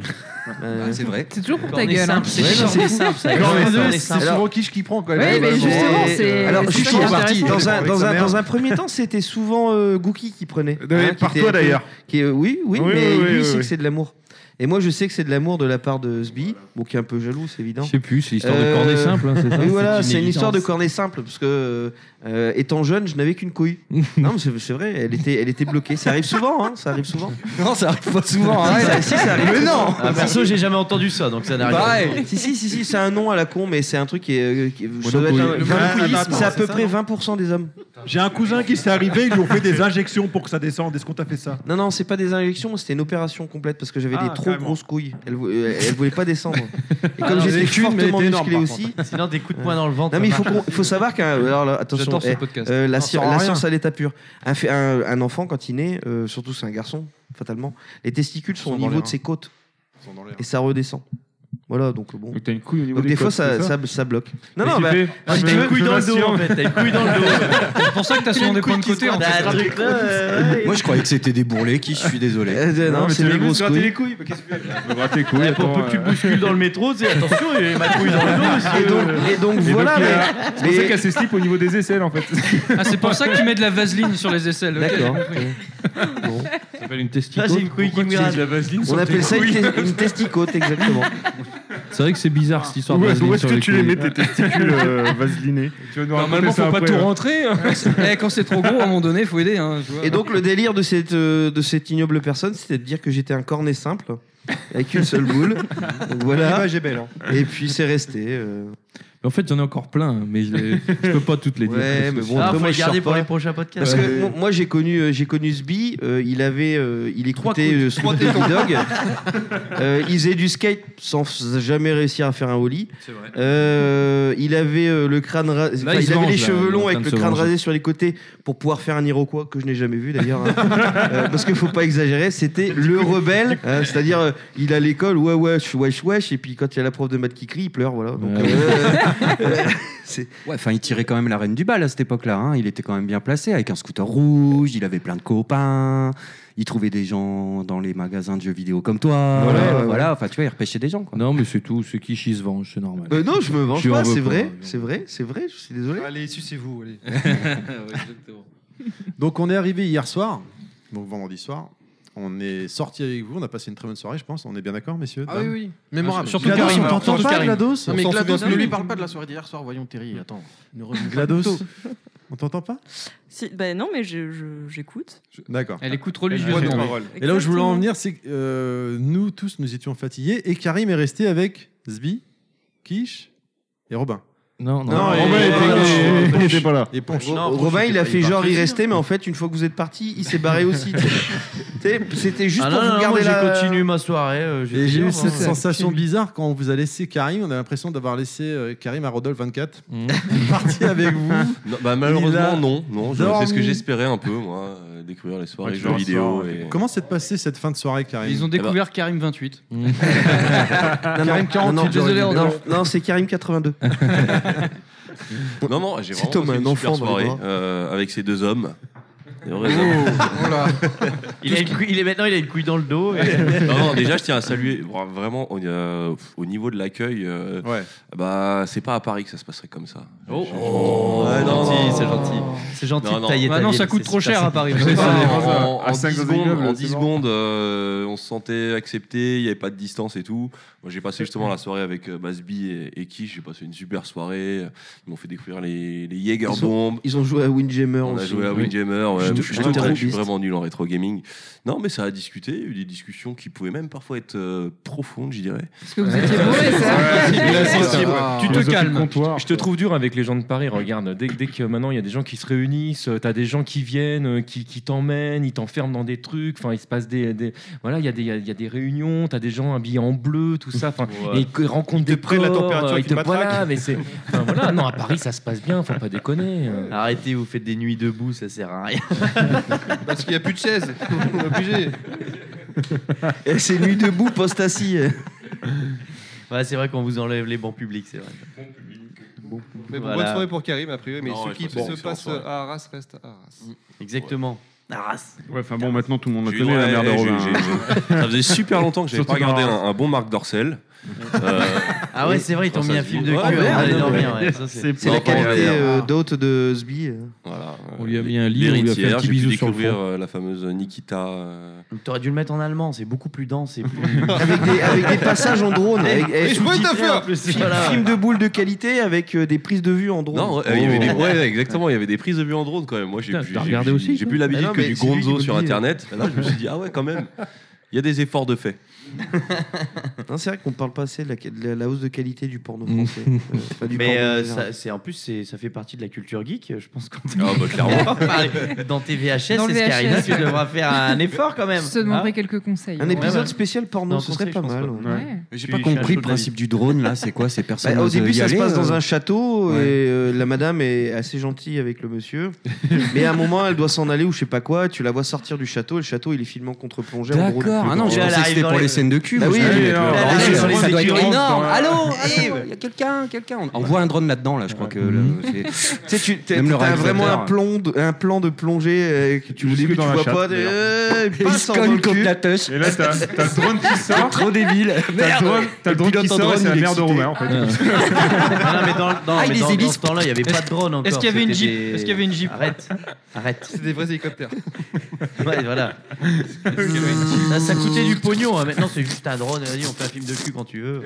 Euh,
Ah, c'est vrai.
C'est toujours pour ta gueule. hein.
Quand on est deux,
c'est
C'est souvent quiche qui prend quand même.
Ouais, mais justement, c'est. Alors,
c'est
je suis
ça qui est
parti.
intéressant.
Dans un,
Avec
dans,
sa
un,
mère.
dans un premier temps, c'était souvent euh, Gookie qui prenait. Hein, qui
par
était
toi,
un peu-
d'ailleurs.
qui est- Oui, oui,
Oui,
mais
oui,
lui,
oui,
il sait
oui.
que c'est de l'amour. Et moi, je sais que c'est de l'amour de la part de Sbi, bon, qui est un peu jaloux, c'est évident. Euh,
Je sais plus, c'est l'histoire de Cornet simple, hein, c'est ça
oui, voilà,
C'est une
c'est une histoire de
évidence.
cornet simple, parce que euh, étant jeune, je n'avais qu'une couille. non, mais c'est c'est vrai, elle était, elle était bloquée. Ça arrive souvent, hein, ça arrive souvent.
Non, ça arrive pas souvent. hein.
Si, ça- si, ça arrive
Mais non
souvent.
Ah, perso, j'ai jamais entendu ça, donc ça
Ah,
n'arrive
Pareil. si, si, si, si, c'est un nom à la con, mais c'est un truc qui est. euh, qui- ça doit
Monopouille.
être un-
Le
monopouillisme,
monopouillisme,
c'est à
c'est
peu
ça,
près 20% des hommes.
J'ai un cousin qui s'est arrivé, ils lui ont fait des injections pour que ça descende. Est-ce qu'on t'a fait ça
Non, non, c'est pas des injections, c'était une opération complète parce que j'avais
Ah,
des trop
carrément.
grosses couilles. Elle, vou- euh, elle voulait pas descendre. Et
Ah
comme
non,
j'étais
les couilles, mais
fortement
elle était énorme,
musclé
par
aussi.
contre. Sinon, des coups de poing dans le ventre,
Non, mais il
ça
faut,
marche.
qu'on- il faut savoir qu'un. euh, Alors là, attention,
J'adore ce
eh,
podcast.
euh, la,
On
sci-
sort
la
rien.
science à l'état pur. Un, fait- un- un enfant, quand il naît, euh, surtout c'est un garçon, fatalement, les testicules sont,
Ils
au
sont dans
niveau
l'air,
de ses
hein.
côtes.
sont dans l'air.
Et ça redescend. Voilà, donc bon.
Donc t'as une couille au niveau
Donc
des
des fois,
côtes,
ça,
c'est ça
ça, ça bloque. Non,
Mais
non,
tu
bah,
fais- Ah,
si
mais
tu
une
veux-
couille dans le dos, en fait,
T'as une couille dans le dos.
C'est pour ça que t'as souvent des points de côté. en fait.
Moi, je croyais que c'était des bourrelets, qui je suis désolé.
Euh, non,
Non, mais
c'est
tu
mes
veux
grosses
gratter
couilles.
les
couilles, qu'est-ce que tu fais Me gratter les couilles.
Ouais, pour
attends,
peu que tu
euh.
bouscules dans le métro, tu sais, attention, il y a ma couille dans le dos. monsieur.
Et donc, et donc
Et
voilà.
donc, il a- C'est
mais-
pour ça
mais-
qu'elle se slip au niveau des aisselles en fait.
Ah, c'est pour ça que tu mets de la vaseline sur les aisselles. ok,
D'accord.
j'ai compris.
Ça s'appelle une testicôte.
Ça, c'est une couille qui
Pourquoi tu
gratte.
utilises la vaseline sur
On
tes
appelle ça une,
couilles
te- une testicote, exactement.
C'est vrai que c'est bizarre cette histoire
Où
de
est-ce-
vaseline
où est-ce
sur
que
les
tu les
couilles.
mets tes testicules euh, vaselinés Tu vas nous raconter
Normalement,
ça
faut pas
après, hein.
tout
ouais.
rentrer. Eh, quand c'est trop gros, à un moment donné, faut aider. hein, tu vois.
Et donc le délire de cette, euh, de cette ignoble personne, c'était de dire que j'étais un cornet simple, avec une seule boule. Donc, voilà.
L'image est belle, hein.
Et puis c'est resté. euh.
Mais en fait, j'en ai encore plein, hein, mais je, les- je peux pas toutes les dire.
Ouais, mais bon, après, moi, je sors pas. Parce que moi- moi, j'ai connu, euh, j'ai connu Sbi. euh, il avait, euh, il écoutait euh, Snoop Doggy Dog. Euh, il faisait du skate sans f- jamais réussir à faire un ollie. Euh, il avait euh, le crâne, ra- enfin,
il
il,
se
avait
venge,
les
là,
cheveux
il est en
longs
train
avec
de
le
se
crâne
venger.
rasé sur les côtés pour pouvoir faire un Iroquois que je n'ai jamais vu d'ailleurs. hein. Euh, parce qu'il faut pas exagérer, c'était le rebelle. hein, C'est-à-dire, euh, il a l'école, ouais ouais, wesh wesh wesh, et puis quand il y a la prof de maths qui crie, il pleure, voilà. Donc, euh,
Ouais, enfin, il tirait quand même la reine du bal à cette époque-là. hein. Il était quand même bien placé avec un scooter rouge, il avait plein de copains, il trouvait des gens dans les magasins de jeux vidéo comme toi.
Voilà,
Voilà,
ouais,
enfin, tu vois, il repêchait des gens. Quoi.
Non, mais c'est tout. C'est qui se venge, c'est normal.
Euh, non, je me venge
lui en
pas,
veux
c'est vrai, c'est vrai, c'est vrai, je suis désolé.
Allez, sucez-vous, allez.
Donc on est arrivé hier soir, donc vendredi soir. On est sorti avec vous, on a passé une très bonne soirée, je pense. On est bien d'accord, messieurs
Ah oui,
dames
oui. Mémorable.
Hein Surtout Glados, on t'entend pas, Glados
Non, mais
On s'en
GLaDOS,
souvient
ne
plus.
lui parle pas de la soirée d'hier soir, voyons Terry, attends. Ne reviens pas
GLaDOS,
plus tôt.
on t'entend pas
Si, ben non, mais je- je- j'écoute.
D'accord.
Elle écoute
Elle
religieusement.
écoute
Ouais.
Et là où je voulais en
Exactement.
venir, c'est que euh, nous tous, nous étions fatigués et Karim est resté avec Zbi, Kish et Robin.
Non,
non, Robin était- il était pas là.
Et Ponche.
Ro- Robin, il a fait genre y rester, mais en fait, une fois que vous êtes parti, il s'est barré aussi. tu sais. C'était juste
Ah
pour
non, non,
vous
non,
garder
moi, j'ai
la.
continué
ma soirée.
euh,
Et j'ai eu cette sensation bizarre quand on vous a laissé Karim. On a l'impression d'avoir laissé euh, Karim à Rodolphe 24. Parti avec vous.
Non, bah, malheureusement,
Il a
non. non je-
dormi.
c'est ce que j'espérais un peu, moi, euh, découvrir les soirées jeux vidéo.
hein.
et-
Comment s'est passée cette fin de soirée, Karim
Ils ont découvert
Ouvert Karim 28.
Karim 48, désolé,
non,
Rodolphe.
non, c'est Karim 82.
Non, non, j'ai
C'est
vraiment
Thomas,
passé
un
une super
enfant dans
soirée
les bras.
euh, avec ces deux hommes. Des vrais
Oh,
hommes.
voilà. il, a une couille- il est maintenant, il a une couille dans le dos. et-
non, non, déjà, je tiens à saluer vra- vraiment on y a- pff, au niveau de l'accueil. euh, Bah, c'est pas à Paris que ça se passerait comme ça.
Oh.
Je-
Oh.
Ouais,
C'est
non, non,
gentil, c'est
non,
gentil.
non.
C'est gentil de tailler ta
Bah non,
ville,
ça coûte
c'est-
trop
c'est-
cher à Paris.
c'est-
En-
c'est-
en-
à
En
cinq
10
dans un
secondes, euh,
immeuble,
en
c'est
10
bon.
secondes, euh, on se sentait accepté, il n'y avait pas de distance et tout. Moi, j'ai passé justement la soirée avec euh, Basby et, et Kish, j'ai passé une super soirée. Ils m'ont fait découvrir les, les Jaeger
Ils ont-
Bombs.
Ils ont joué à Windjammer
On a
aussi.
joué à Windjammer. ouais.
Je-
Je,
je
suis tout-
t'interromps.
je suis vraiment nul en rétro gaming. Non, mais ça a discuté. Il y a eu des discussions qui pouvaient même parfois être euh, profondes, je dirais. Parce
que vous étiez bourré, ça. Ah. Ouais,
Ouais, c'est
possible.
ça. Tu
Philosophie
te calmes.
comptoir.
Je te trouve dur avec les gens de Paris. Regarde, dès, dès que maintenant il y a des gens qui se réunissent, euh, t'as des gens qui viennent, euh, qui, qui t'emmènent, ils t'enferment dans des trucs. Enfin, il se passe des, des- voilà, il y a des, il y a- il y a des réunions. T'as des gens habillés en bleu, tout ça. Enfin,
Ouais.
et ils rencontrent
Ils te
des
prennent la
corps,
température
euh,
avec
ils te-
une matraque.
voilà, mais c'est, enfin, voilà. Non, à Paris, ça se passe bien. Faut pas déconner. euh.
Arrêtez, vous faites des nuits debout, ça sert à rien.
Parce qu'il n'y a plus de chaise. On est obligé.
Et
c'est nuit debout, post assis.
Ouais, c'est vrai qu'on vous enlève les bancs publics, c'est vrai.
Mais bon,
Voilà.
Bonne soirée pour Karim, a priori. Mais
Non,
ce
ouais, je
qui
pense que c'est
se euh,
une
passe
soirée.
à Arras reste à
Mm.
Arras.
Exactement. Arras.
Ouais, enfin bon, maintenant tout le monde la
J'ai-
connaît, la
ouais,
mère de
j'ai-
Robin. hein.
j'ai- j'ai- Ça faisait super longtemps que j'avais pas
Surtout
regardé un,
dans-
un bon Marc Dorcel. Euh,
Ah ouais, c'est vrai, ils t'ont
quand ça
mis un
se
film
dit-
de
Ouais,
cul,
ouais,
hein, allez
ouais,
dormir,
ouais.
ouais, ça, c'est- Ah.
C'est la qualité euh, d'hôte de Sbi.
Voilà.
On lui a mis un livre, on lui a fait un
L'héritière,
petit
j'ai pu
bisou sur le
découvrir
front.
euh, la fameuse Nikita. euh,
T'aurais dû le mettre en allemand, c'est beaucoup plus dense et plus.
Avec des, avec des passages en drone. Avec,
Et
avec
je peux te
sous-titré
faire.
en plus.
Fi-
Film, film de boule de qualité avec euh, des prises de vue en drone. Oh.
Non, ouais, euh, il y avait des- ouais, exactement, il y avait des prises de vue en drone quand même. Moi, j'ai
Putain,
plus,
t'as
j'ai-
regardé
j'ai-
aussi,
j'ai
toi
plus
Mais
l'habitude
non,
que
mais
du
c'est lui qui
Gonzo
me
sur
le dit.
Internet. Là, je me suis dit ah ouais, quand même, il y a des efforts de fait.
Non, c'est vrai qu'on parle pas assez de la, de la- la hausse de qualité du porno français. Euh, enfin, du
Mais
porno
euh,
en général.
ça- c'est en plus c'est- ça fait partie de la culture geek, je pense qu'on
Ah, bah, clairement.
dans tes VHS,
Dans
et
le
Scarina,
VHS.
tu devras faire un effort quand même. Ah.
Je te demanderai quelques conseils.
Un
ouais.
épisode spécial porno,
Non,
ce serait
conseil,
pas
je pense
mal.
pas.
ouais.
Ouais.
Mais J'ai
Je
pas
suis- je suis
compris le
un peu de la
principe du drone là, c'est quoi C'est personne
Bah, au
n'ose
début,
y
ça se
aller,
passe dans
euh.
un château
Ouais.
et euh, la madame est assez gentille avec le monsieur. mais à un moment, elle doit s'en aller ou je sais pas quoi. Tu la vois sortir du château et le château, il est filmé en contre-plongée. en drone.
D'accord. Ah non, je
Elle
pensais que
arrive
c'était
dans
pour les scènes de cul.
Bah
moi,
oui,
je
oui,
me disais,
alors,
euh,
elle arrive
ça
dans les
doit être
écurantes, dans
énorme.
la-
Allô, Yves, il y a quelqu'un, quelqu'un. On voit un drone là-dedans là, je crois que. le- c'est-
Tu sais, tu t'as-
Même le
t'as vraiment un
réalisateur.
plan de, un plan de plongée euh, que tu, au début, tu
dans la
vois
chatte,
pas. de-
d'ailleurs.
euh,
Il
passe
se
en
cogne
dans le
contre
cul.
la touche. Et là, t'as- t'as le drone qui sort. C'est trop débile.
T'as le drone- t'as le drone qui sort et c'est la mère de Romain en fait.
non, mais dans, non,
Ah,
mais
il les
dans,
hélices.
dans ce temps-là, il n'y avait pas de drone encore.
est-ce qu'il y avait une
c'était
Jeep
des-
Est-ce qu'il y avait une Jeep
Arrête, arrête.
C'est des vrais hélicoptères.
Ouais, voilà. ça, ça coûtait du pognon. hein. Maintenant, c'est juste un drone. Vas-y, on fait un film de cul quand tu veux.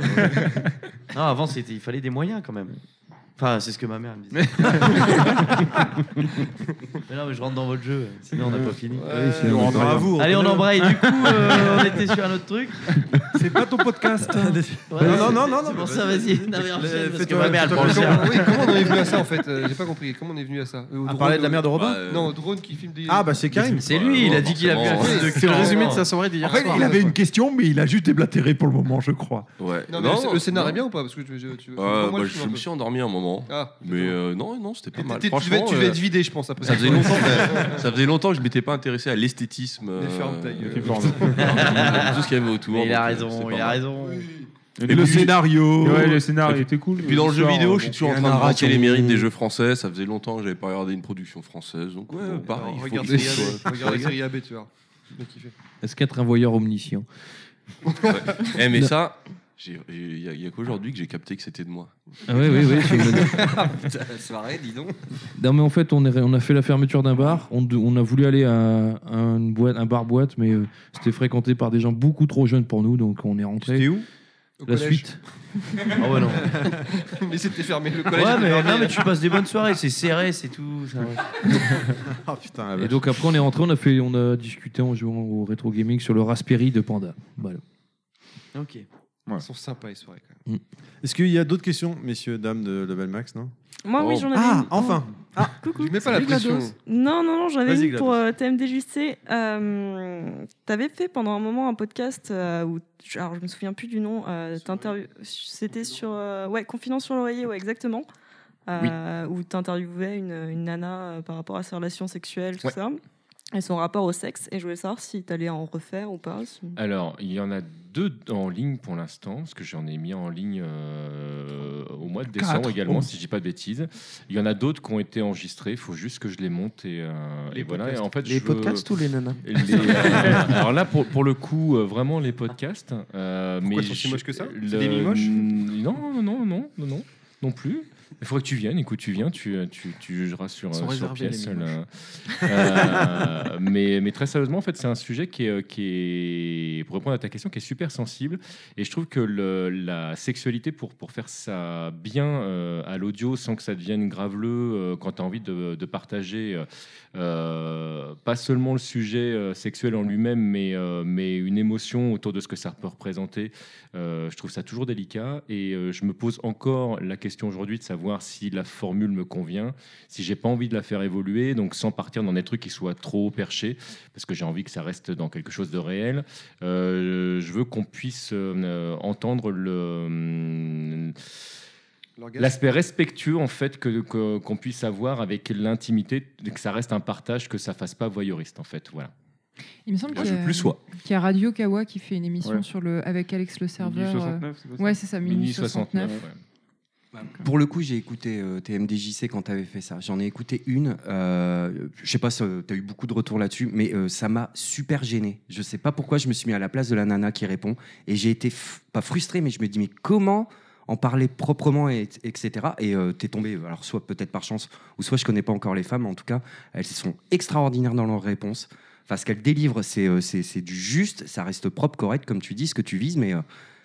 non, avant, c'était, il fallait des moyens quand même.
Enfin, c'est ce que ma mère me disait. mais non, mais je rentre dans votre jeu, sinon on n'a pas fini.
Ouais, sinon on rentre à vous,
Allez, on
retenez-le.
embraye. Du coup, euh, on était sur un autre truc.
C'est pas ton podcast.
Ouais,
non, non, non, non.
C'est
non,
pour
mais
ça, vas-y. Non, mais enchaîne, parce que
fais-toi-
ma mère, elle
fais-toi
prend le
plaisir.
cher.
Oui, comment on est venu à ça en fait Euh, J'ai pas compris. Comment on est venu à ça
À parler de la mère de Robin
Non, au drone qui filme des.
Ah, bah, c'est Karim.
C'est lui, il a dit qu'il a vu la
forcément.
fête de
C'est le résumé de
sa soirée d'hier
En fait,
soir.
il avait une question, mais il a juste déblatéré pour le moment, je crois.
Ouais.
Non, mais le- le scénar est bien ou pas Parce que tu, tu- tu-
Euh,
moi,
bah,
le
je
filme un
me
peu.
suis endormi un moment.
Ah.
mais euh, non, non, c'était pas
T'étais-
mal.
tu vas- tu
Franchement, euh,
vas être vidé, je pense, après
Ça
ça.
faisait longtemps, que, ça faisait longtemps que je m'étais pas intéressé à l'esthétisme. euh,
Mais ferme ta gueule.
tout ce qu'il y avait autour.
Mais il a
donc, euh,
raison,
c'était
il
pas
a
mal.
raison.
Et le scénario.
Ouais, le scénario était cool. euh.
Et puis dans le jeu
L'histoire,
vidéo,
bon,
je suis toujours en
il y a
train
un
de
narration.
vanter les mérites des jeux français. Ça faisait longtemps que j'avais pas regardé une production française. Donc ouais, pareil. il faut
Regarde
qu'il
série
soit-
AB, regarde la série AB, tu vois. Le kiffé.
Est-ce qu'être un voyeur omniscient
Ouais. Eh, mais
Non.
ça, il y a, y a qu'aujourd'hui que j'ai capté que c'était de moi.
Ah ouais, oui, oui, tu me l'as
Ah,
dit.
Putain, la soirée, dis donc.
Non, mais en fait, on, est- on a fait la fermeture d'un bar. On, de- on a voulu aller à, à une boîte, un bar-boîte, mais euh, c'était fréquenté par des gens beaucoup trop jeunes pour nous, donc on est rentré. C'était où La
collège.
suite.
Ah ouais, non.
mais c'était fermé, le collège.
Ouais,
était
mais,
fermé.
non, mais tu passes des bonnes soirées, c'est serré, c'est tout. ça.
Ah putain,
Et donc après, on est rentré, on a, fait, on a discuté en jouant au rétro gaming sur le Raspberry de Panda. Voilà.
Ok.
Ils
sont sympas les soirées quand
même. Mm. Est-ce qu'il y a d'autres questions, messieurs, dames de Level Max, non
Moi, oui, j'en avais
Ah,
une. Oh.
enfin Ah,
Coucou.
Tu mets pas la
Salut,
pression.
GLaDOS. Non, non, non, j'en avais
Vas-y,
une pour
GLaDOS.
euh, TMDJC. Euh, T'avais fait pendant un moment un podcast euh, où, tu- alors je me souviens plus du nom, euh, t'interview- c'était sur, euh, ouais, Confidence sur l'oreiller, ouais, exactement. Euh, Où t'interviewais une, une nana euh, par rapport à ses relations sexuelles, tout
Ouais.
ça, et son rapport au sexe. Et je voulais savoir si t'allais en refaire ou pas. si-
Mmh.
Alors, il y en a deux en ligne pour l'instant, parce que j'en ai mis en ligne euh, au mois de décembre
Quatre.
également,
Oh.
si je dis pas de bêtises. Il y en a d'autres qui ont été enregistrés, il faut juste que je les monte et, euh, et voilà. Et en fait,
Les
je veux-
podcasts ou les nanas
Et les- euh, Alors là, pour, pour le coup, euh, vraiment les podcasts. euh, mais
ils sont si
je-
moches que ça
le-
C'est des mimoches
Non, non, non, non, non, non, non plus. Il faudrait que tu viennes, écoute, tu viens, tu, euh, tu, tu jugeras sur,
Ils sont
euh, sur
réservés,
pièce.
les mimoches.
là. Euh, mais, mais très sérieusement, en fait, c'est un sujet qui est, euh, qui est, pour répondre à ta question, qui est super sensible. Et je trouve que le- la sexualité, pour, pour faire ça bien euh, à l'audio, sans que ça devienne graveleux, euh, quand tu as envie de, de partager euh, euh, pas seulement le sujet euh, sexuel en lui-même, mais, euh, mais une émotion autour de ce que ça peut représenter, euh, je trouve ça toujours délicat. Et euh, je me pose encore la question aujourd'hui de savoir si la formule me convient, si j'ai pas envie de la faire évoluer, donc sans partir dans des trucs qui soient trop perchés, parce que j'ai envie que ça reste dans quelque chose de réel. Euh, je veux qu'on puisse euh, euh, entendre le. L'aspect respectueux en fait que que- qu'on puisse avoir avec l'intimité, que ça reste un partage, que ça fasse pas voyeuriste en fait, voilà.
Il me semble
Moi,
qu'il y,
je
a-
veux plus soi.
qu'il y a Radio Kawa qui fait une émission
Ouais.
sur le, avec Alex le serveur. euh,
69, c'est pas ça
ouais, c'est ça,
Minuit
Minuit 69.
69, ouais.
Pour le coup, j'ai écouté euh, TMDJC quand tu avais fait ça. J'en ai écouté une. euh, je sais pas si tu as eu beaucoup de retours là-dessus, mais euh, ça m'a super gêné. Je sais pas pourquoi je me suis mis à la place de la nana qui répond. Et j'ai été, f- pas frustré, mais je me dis, mais comment en parler proprement, et- etc. Et euh, t'es tombé, alors soit peut-être par chance, ou soit je connais pas encore les femmes, en tout cas, elles sont extraordinaires dans leurs réponses. Enfin, ce qu'elles délivrent, c'est euh, c'est c'est du juste, ça reste propre, correct, comme tu dis, ce que tu vises, mais euh,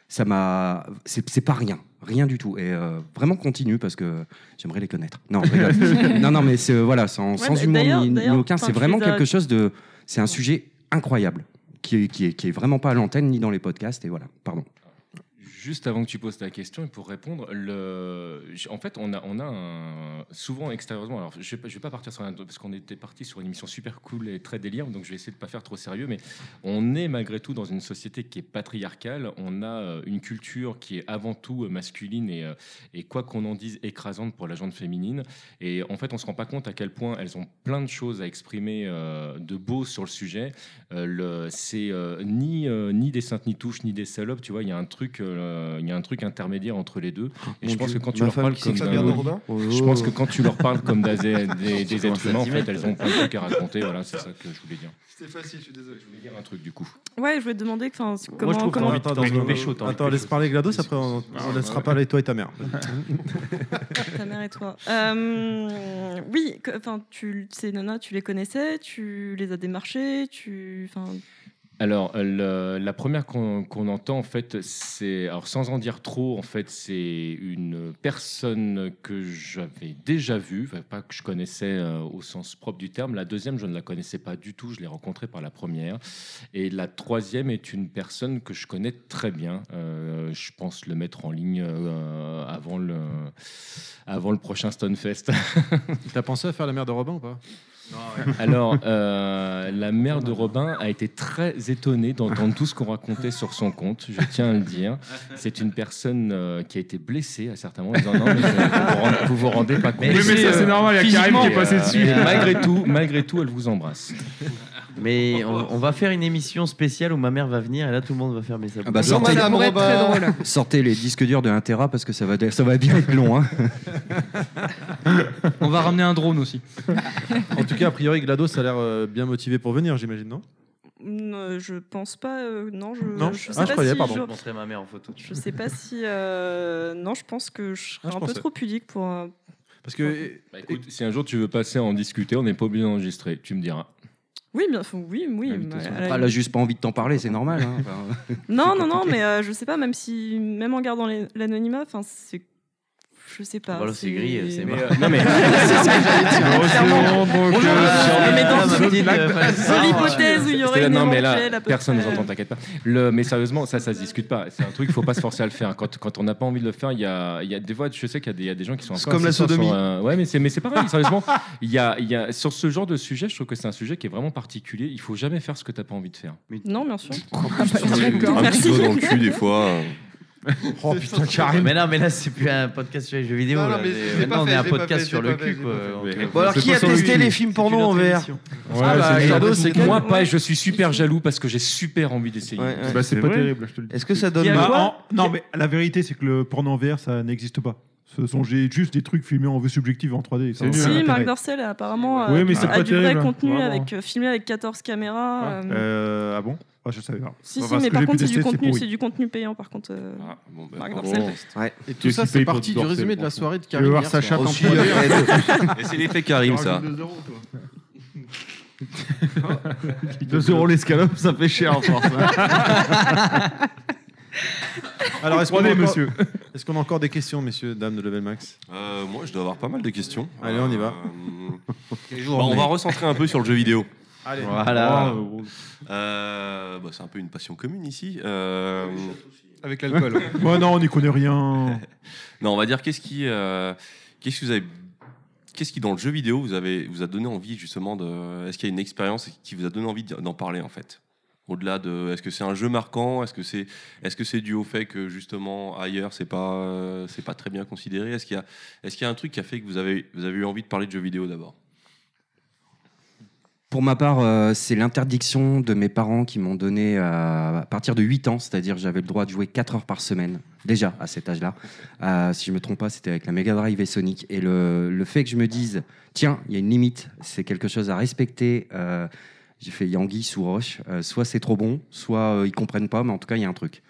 ça m'a. C'est c'est pas rien, rien du tout. Et euh, vraiment continue parce que j'aimerais les connaître. Non, je rigole. non, non, mais c'est, euh, voilà, sans,
Ouais,
sans
mais
humour
d'ailleurs-
ni- ni,
d'ailleurs,
aucun,
enfin,
c'est
tu
vraiment
les as-
quelque chose de. C'est un sujet incroyable qui est, qui est, qui est vraiment pas à l'antenne ni dans les podcasts. Et voilà, pardon.
Juste avant que tu poses ta question et pour répondre, le... j- en fait, on a, on a un- souvent extérieurement. Alors, je ne vais, pas partir sur un parce qu'on était parti sur une émission super cool et très délire, donc je vais essayer de pas faire trop sérieux. Mais on est malgré tout dans une société qui est patriarcale. On a euh, une culture qui est avant tout euh, masculine et, euh, et quoi qu'on en dise, écrasante pour la gente féminine. Et en fait, on se rend pas compte à quel point elles ont plein de choses à exprimer euh, de beau sur le sujet. Euh, le- c'est euh, ni, euh, ni des saintes ni touches, ni des salopes, tu vois, il y, a un truc, euh, il y a un truc intermédiaire entre les deux. Et
Mon
je pense
Dieu.
que quand tu
Ma
leur
femme
parles
qui
comme
s'appelle Bernard Robin Oh.
je pense que quand tu leur parles comme des, des, des
Surtout un
êtres humains, en fait,
centimètre.
elles ont plein de trucs à raconter, voilà, c'est ça que je voulais dire.
C'était facile, je suis désolé. Je voulais
dire un truc du coup.
Ouais, je voulais te demander enfin, c- comment.
trouve
comment...
qu'on a envie de- t'as envie de pécho,
hein,
t'as envie de
Attends, laisse
pécho.
parler GLaDOS, après on,
Ah,
on laissera parler toi et ta mère.
Ta mère et toi. Euh, oui, que- enfin, tu, ces nanas, tu les connaissais, tu les as démarchées, tu, enfin,
Alors, euh, le- la première qu'on qu'on entend, en fait, c'est. Alors, sans en dire trop, en fait, c'est une personne que j'avais déjà vue, enfin, pas que je connaissais euh, au sens propre du terme. La deuxième, je ne la connaissais pas du tout, je l'ai rencontrée par la première. Et la troisième est une personne que je connais très bien. Euh, je pense le mettre en ligne euh, avant, le, avant le prochain Stonefest.
T'as pensé à faire la mère de Robin ou pas
Alors, euh, la mère de Robin a été très étonnée d'entendre tout ce qu'on racontait sur son compte, je tiens à le dire. C'est une personne euh, qui a été blessée à certains moments en disant Non, mais je- vous, vous rendez, vous vous rendez pas compte.
Mais- mais ça, c'est normal, il y a Karim
Physiquement,
qui est passé
euh,
dessus.
et, euh, malgré, tout, malgré tout, elle vous embrasse.
Mais on, on va faire une émission spéciale où ma mère va venir et là tout le monde va faire mes sabots.
Ah bah, sortez, sortez les disques durs de 1 Tera parce que ça va, ça va bien être long. hein.
On va ramener un drone aussi.
En tout cas, a priori, GLaDOS a l'air euh, bien motivé pour venir, j'imagine, non
Non, je pense pas. euh, non, je.
Non.
je
Ah,
sais
je
pas
croyais,
si
pardon.
je-
Je
montrerai ma mère en photo.
Je sais pas si. euh, non, je pense que je serais
Ah, je
un peu
pensais.
trop pudique pour. euh,
Parce que.
Bah, écoute, si un jour tu veux passer à en discuter, on n'est pas obligé d'enregistrer, tu me diras.
Oui, bien, enfin, oui, oui. mais à la
Ah, elle a juste pas envie de t'en parler, c'est normal. hein. Enfin,
Non, non, non, mais euh, je sais pas, même si, même en gardant les- l'anonymat, enfin, c'est. Je sais pas.
Voilà, c'est gris, c'est marrant.
Non, mais- C'est ça que j'allais dire, Heureusement clairement. que- Bonjour,
Ah,
monsieur. Ah, Mais dans une dans l'hypothèse où il y aurait
C'était-
une
non, mais là,
éventuelle, à peu
personne ne
près.
nous entend, t'inquiète pas. Le, mais sérieusement, ça, ça se discute pas. C'est un truc, il faut pas se forcer à le faire. Quand, quand on n'a pas envie de le faire, il y a, il y a des fois, je sais qu'il y a des- il y, a des gens qui sont un
C'est
peu
comme la
insistants sur,
sodomie.
euh, ouais, mais c'est, mais c'est pareil, sérieusement. Il y a, il y a, sur ce genre de sujet, je trouve que c'est un sujet qui est vraiment particulier. Il faut jamais faire ce que t'as pas envie de faire.
Non, bien sûr.
Ah, Un petit
Merci.
doigt dans le cul, des fois.
euh,
Oh putain,
Karim. Mais non, mais là c'est plus un podcast sur les jeux vidéo.
Non, non,
là.
mais
C'est-
je l'ai
Maintenant
pas
on
fait,
est un
je l'ai pas
podcast
fait,
sur
je
le
l'ai pas fait,
cul.
je
quoi.
l'ai pas fait.
Donc, euh,
Bon, alors,
c'est
qui
pas
a
sur le
testé
cul.
les films porno
C'est une
en
autre
VR?
émission.
Ouais, Ah, bah,
Cardo,
Cardo,
c'est
c'est
moi
quel-
pas et je suis super jaloux parce que j'ai super envie d'essayer.
Ouais,
Bah, c'est pas terrible, je te le dis. Bah, en- Non, mais la vérité, c'est que le porno en VR, ça n'existe pas. Ce sont j'ai juste des trucs filmés en vue subjective en 3D. ça n'a aucun
Si, Marc
intérêt.
Dorcel a apparemment
Ouais,
euh,
hein, mais c'est
a
pas
du vrai
terrible,
contenu
vraiment.
avec, euh, filmé avec 14 caméras. euh,
Euh, ah bon Ah, Je savais pas.
Si,
Enfin,
si,
ce
mais
que j'ai
par
pu
contre, c'est du
tester,
contenu,
pourri.
c'est du contenu payant, par contre. euh, Marc Dorcel.
Et tout ça, c'est parti du résumé de la soirée de
Tu veux
Karim.
voir
hier
sa
soir.
chatte en Aussi, poil. euh,
Et c'est l'effet Karim, ça.
Oh. 2 euros l'escalope, ça fait cher en force.
hein.
Alors, est-ce qu'on a,
Prenez,
encore...
monsieur.
est-ce qu'on a encore des questions, messieurs, dames de Level Max
Euh, moi, je dois avoir pas mal de questions.
Allez, on y va.
Euh,
jours,
bah, on
mais-
va recentrer un peu sur le jeu vidéo.
Allez.
Voilà.
Wow.
Euh, bah, c'est un peu une passion commune ici. Euh,
Avec l'alcool.
Ouais, non, on n'y connaît rien.
non, on va dire qu'est-ce qui, euh, qu'est-ce que vous avez, qu'est-ce qui dans le jeu vidéo vous avez, vous a donné envie justement de, est-ce qu'il y a une expérience qui vous a donné envie d'en parler en fait Au-delà de, est-ce que c'est un jeu marquant Est-ce que c'est, est-ce que c'est dû au fait que justement ailleurs c'est pas, euh, c'est pas très bien considéré Est-ce qu'il y a, est-ce qu'il y a un truc qui a fait que vous avez, vous avez eu envie de parler de jeux vidéo d'abord
Pour ma part, euh, c'est l'interdiction de mes parents qui m'ont donné euh, à partir de 8 ans, c'est-à-dire j'avais le droit de jouer 4 heures par semaine, déjà à cet âge-là. Euh, si je me trompe pas, c'était avec la Mega Drive et Sonic. Et le, le fait que je me dise, tiens, il y a une limite, c'est quelque chose à respecter, euh, j'ai fait Yangui sous roche, Euh, soit c'est trop bon, soit euh, ils comprennent pas, mais en tout cas, il y a un truc.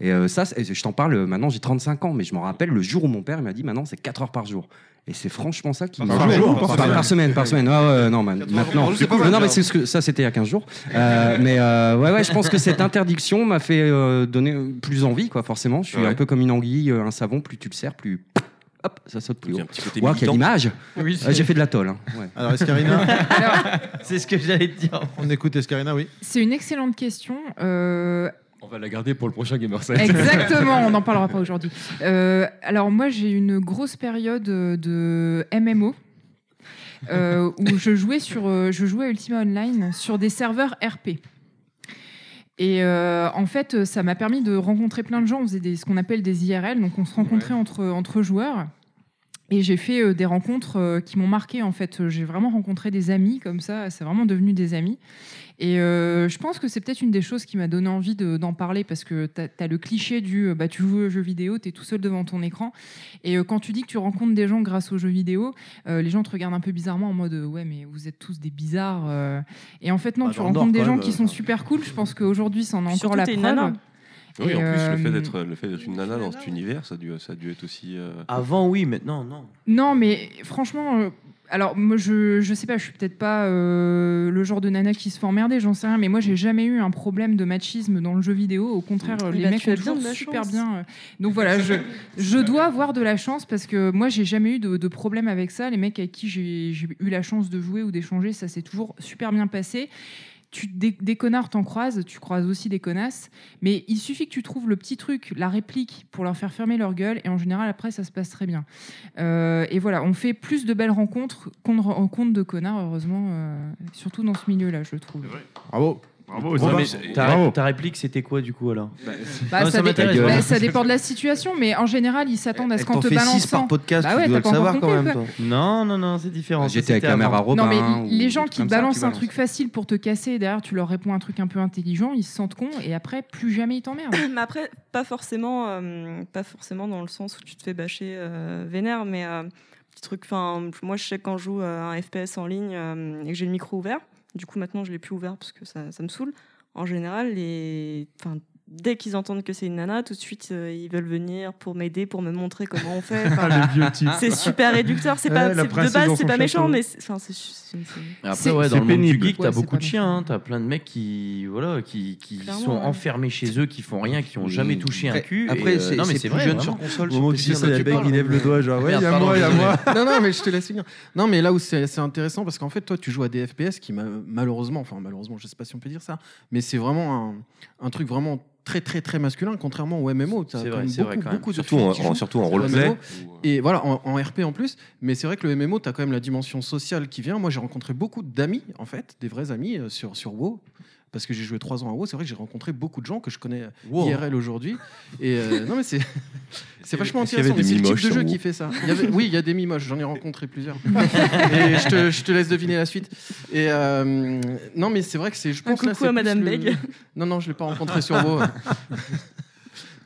Et euh, ça, c'est- je t'en parle euh, maintenant, j'ai 35 ans, mais je me rappelle le jour où mon père il m'a dit maintenant c'est 4 heures par jour. Et c'est franchement ça qui m'a.
Par jour, par
par, par
semaine.
semaine, par semaine. Ah ouais, non, man-
heures par
maintenant.
jour, c'est pas mal,
Non, non, mais
déjà.
c'est ce que ça, c'était il y a 15 jours. Euh, mais euh, ouais, ouais, je pense que cette interdiction m'a fait euh, donner plus envie, quoi, forcément. Je suis
Ouais.
un peu comme une anguille, euh, un savon, plus tu le serres, plus. Hop, ça saute plus haut.
un petit côté
Ouah, quelle
militant.
image
Oui,
Euh, J'ai fait de la tôle. hein. Ouais.
Alors, Escarina
C'est ce que j'allais te dire.
On écoute Escarina, oui.
C'est une excellente question. euh,
On va la garder pour le prochain Gamerside.
Exactement, on n'en parlera pas aujourd'hui. Euh, alors moi, j'ai eu une grosse période euh, de MMO. euh, où je jouais, sur, euh, je jouais à Ultima Online sur des serveurs RP. Et euh, en fait, euh, ça m'a permis de rencontrer plein de gens. On faisait des- ce qu'on appelle des IRL, donc on se rencontrait entre, entre joueurs. Et j'ai fait euh, des rencontres euh, qui m'ont marqué en fait. Euh, J'ai vraiment rencontré des amis comme ça. C'est vraiment devenu des amis. Et euh, je pense que c'est peut-être une des choses qui m'a donné envie de- d'en parler parce que tu as le cliché du euh, bah, tu joues aux jeux vidéo, tu es tout seul devant ton écran. Et euh, quand tu dis que tu rencontres des gens grâce aux jeux vidéo, euh, les gens te regardent un peu bizarrement en mode euh, ouais, mais vous êtes tous des bizarres. euh. Et en fait, non,
Bah,
tu
dans le Nord,
rencontres des
quand
gens
même,
qui
euh,
sont super cool. Je pense qu'aujourd'hui, ça en a encore
surtout,
la
t'es une
preuve.
nana.
Oui,
Et,
en plus,
euh,
le fait d'être le fait d'être une nana dans cet univers, ça a dû, ça a dû être aussi. euh,
Avant, oui, maintenant, non.
Non, mais franchement, euh, alors moi, je, je sais pas, je suis peut-être pas euh, le genre de nana qui se fait emmerder, j'en sais rien, mais moi j'ai jamais eu un problème de machisme dans le jeu vidéo. Au contraire,
Eh
les
ben,
mecs
tu
ont
as bien
toujours
de la
super
chance.
bien. euh, Donc voilà, je, je dois avoir de la chance parce que moi j'ai jamais eu de, de problème avec ça. Les mecs avec qui j'ai j'ai eu la chance de jouer ou d'échanger, ça s'est toujours super bien passé. Tu, des, des connards t'en croises, tu croises aussi des connasses, mais il suffit que tu trouves le petit truc, la réplique, pour leur faire fermer leur gueule, et en général, après, ça se passe très bien. Euh, et voilà, on fait plus de belles rencontres qu'on ne rencontre de connards, heureusement, euh, surtout dans ce milieu-là, je trouve.
Bravo.
Bravo,
Robin.
ta,
Bravo.
ta réplique, c'était quoi du coup alors
Bah,
Non,
ça, dé-
m'intéresse.
bah, ça dépend de la situation, mais en général, ils s'attendent à ce qu'on
T'en
te
fais
balance.
6 par podcast,
Bah ouais,
tu dois
t'as
le
pas encore
savoir quand
compté,
même,
quoi.
toi. Non, non, non, c'est différent. ça,
J'étais avec
c'était
la mère
avant.
à Robin.
non, mais
hein,
les
ou
gens
des trucs
qui
comme ça, tu
balancent un
balances.
truc facile pour te casser, et derrière, tu leur réponds un truc un peu intelligent, ils se sentent cons, et après, plus jamais ils t'emmerdent.
mais après, pas forcément, euh, pas forcément dans le sens où tu te fais bâcher euh, vénère, mais euh, petit truc. Enfin, moi, je sais que quand je joue à un FPS en ligne euh, et que j'ai le micro ouvert, du coup maintenant je l'ai plus ouvert parce que ça, ça me saoule. En général, les, enfin, dès qu'ils entendent que c'est une nana, tout de suite euh, ils veulent venir pour m'aider, pour me montrer comment on fait. Enfin,
Ah, le vieux type.
c'est super réducteur. C'est pas,
Ouais, la
c'est- de
princesse
base,
dans
c'est
son
pas méchant,
château.
mais c'est- enfin, c'est- c'est- c'est-
Ah,
Et Après,
c'est-
ouais, dans le monde du
pénible.
geek, t'as
Ouais, c'est
beaucoup
pas
de chiens, hein, t'as plein de mecs qui, voilà, qui, qui
Clairement,
sont
ouais.
enfermés chez eux, qui font rien, qui ont jamais touché un
Après-
cul. et,
Après,
euh,
c'est
non, mais
c'est
c'est
plus
vrai,
jeune sur
vraiment.
console.
Au moment où
je
tu
sais pas
dis
si
ça,
tu
tu
parles.
parles. Merde, pardon, désolé.
non, non, mais je te laisse finir. Non, mais là où c'est c'est intéressant, parce qu'en fait, toi, tu joues à des FPS qui, ma- malheureusement, enfin, malheureusement, je sais pas si on peut dire ça, mais c'est vraiment un, un truc vraiment très, très, très masculin, contrairement au MMO. T'as
C'est
quand
vrai,
même
c'est vrai
beaucoup,
quand même.
beaucoup de
Surtout
filles
en-
qui
en-
jouent
surtout en
au
roleplay. euh,
MMO. Et voilà, en, en RP en plus, mais c'est vrai que le MMO, tu as quand même la dimension sociale qui vient. Moi, j'ai rencontré beaucoup d'amis, en fait, des vrais amis euh, sur, sur WoW. Parce que j'ai joué trois ans à WoW, c'est vrai que j'ai rencontré beaucoup de gens que je connais
Wow.
IRL aujourd'hui. Et euh, non mais c'est c'est vachement
Est-ce qu'il y avait
intéressant.
des
mais C'est le type
mimoches
de
sur
jeu
WoW
qui fait ça. Il y avait- oui, il y a des mimoches. J'en ai rencontré plusieurs. Et je te, je te laisse deviner la suite. Et euh, non mais c'est vrai que c'est. Je
Un
pense là,
coucou à
c'est plus
Madame
le-
Beg.
Non non, je l'ai pas rencontré sur WoW.
Ah,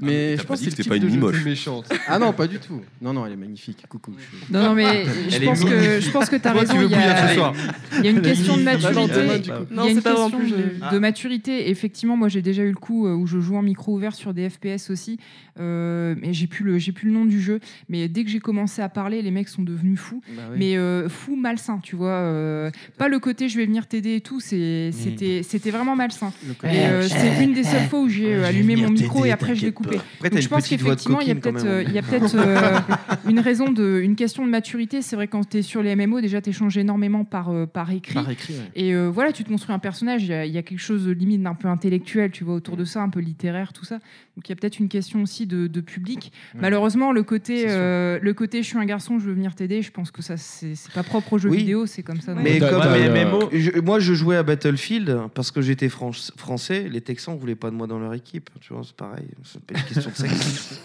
Mais
t'as
je
pas
pense
dit
que
que
c'est
t'es
le type
pas une
de jeu
mimoche.
plus méchante. Ah non, pas du tout. Non, non, elle est magnifique. Coucou. je-
Non, non, mais je
Elle est
pense, que,
magnifique.
je pense que tu as
Toi, tu
raison.
veux
Il y,
bouillir
a,
ce soir.
il y a une
Elle est
question de
magnifique.
maturité.
Bah non, demain, du coup.
Il
Non,
y a
c'est
une
pas
question
avant
de,
plus,
de maturité. Effectivement, moi, j'ai déjà eu le coup euh, où je joue en micro ouvert sur des FPS aussi. Euh, mais j'ai plus, le- j'ai plus le nom du jeu. Mais dès que j'ai commencé à parler, les mecs sont devenus fous.
Bah oui.
Mais euh, fous malsains, tu vois. euh, pas le côté je vais venir t'aider et tout. c'est- C'était c'était vraiment malsain.
Hmm. côté-
Et, euh, c'est une des seules fois où j'ai euh, allumé mon micro et
t'aider,
après je l'ai
t'inquiète
coupé.
pas. Après, t'as
Donc,
une
je pense
petite voix de
qu'effectivement, il y a
coquine, quand
peut-être
même.
euh, il y a peut-être, euh, une raison de une question de maturité c'est vrai quand tu es sur les MMO déjà tu échanges énormément par euh, par écrit,
Par écrit, ouais.
et euh, voilà tu te construis un personnage il y, a- il y a quelque chose de limite d'un peu intellectuel tu vois autour de ça un peu littéraire tout ça donc il y a peut-être une question aussi de, de public
Ouais.
malheureusement le côté euh, le côté je suis un garçon je veux venir t'aider je pense que ça c'est c'est pas propre aux jeux
Oui.
vidéo c'est comme ça dans
Mais
le-
comme
mais
euh,
MMO.
je- moi, je jouais à Battlefield parce que j'étais fran- français. Les Texans voulaient pas de moi dans leur équipe. Tu vois, c'est pareil. C'est pas une question de sexe.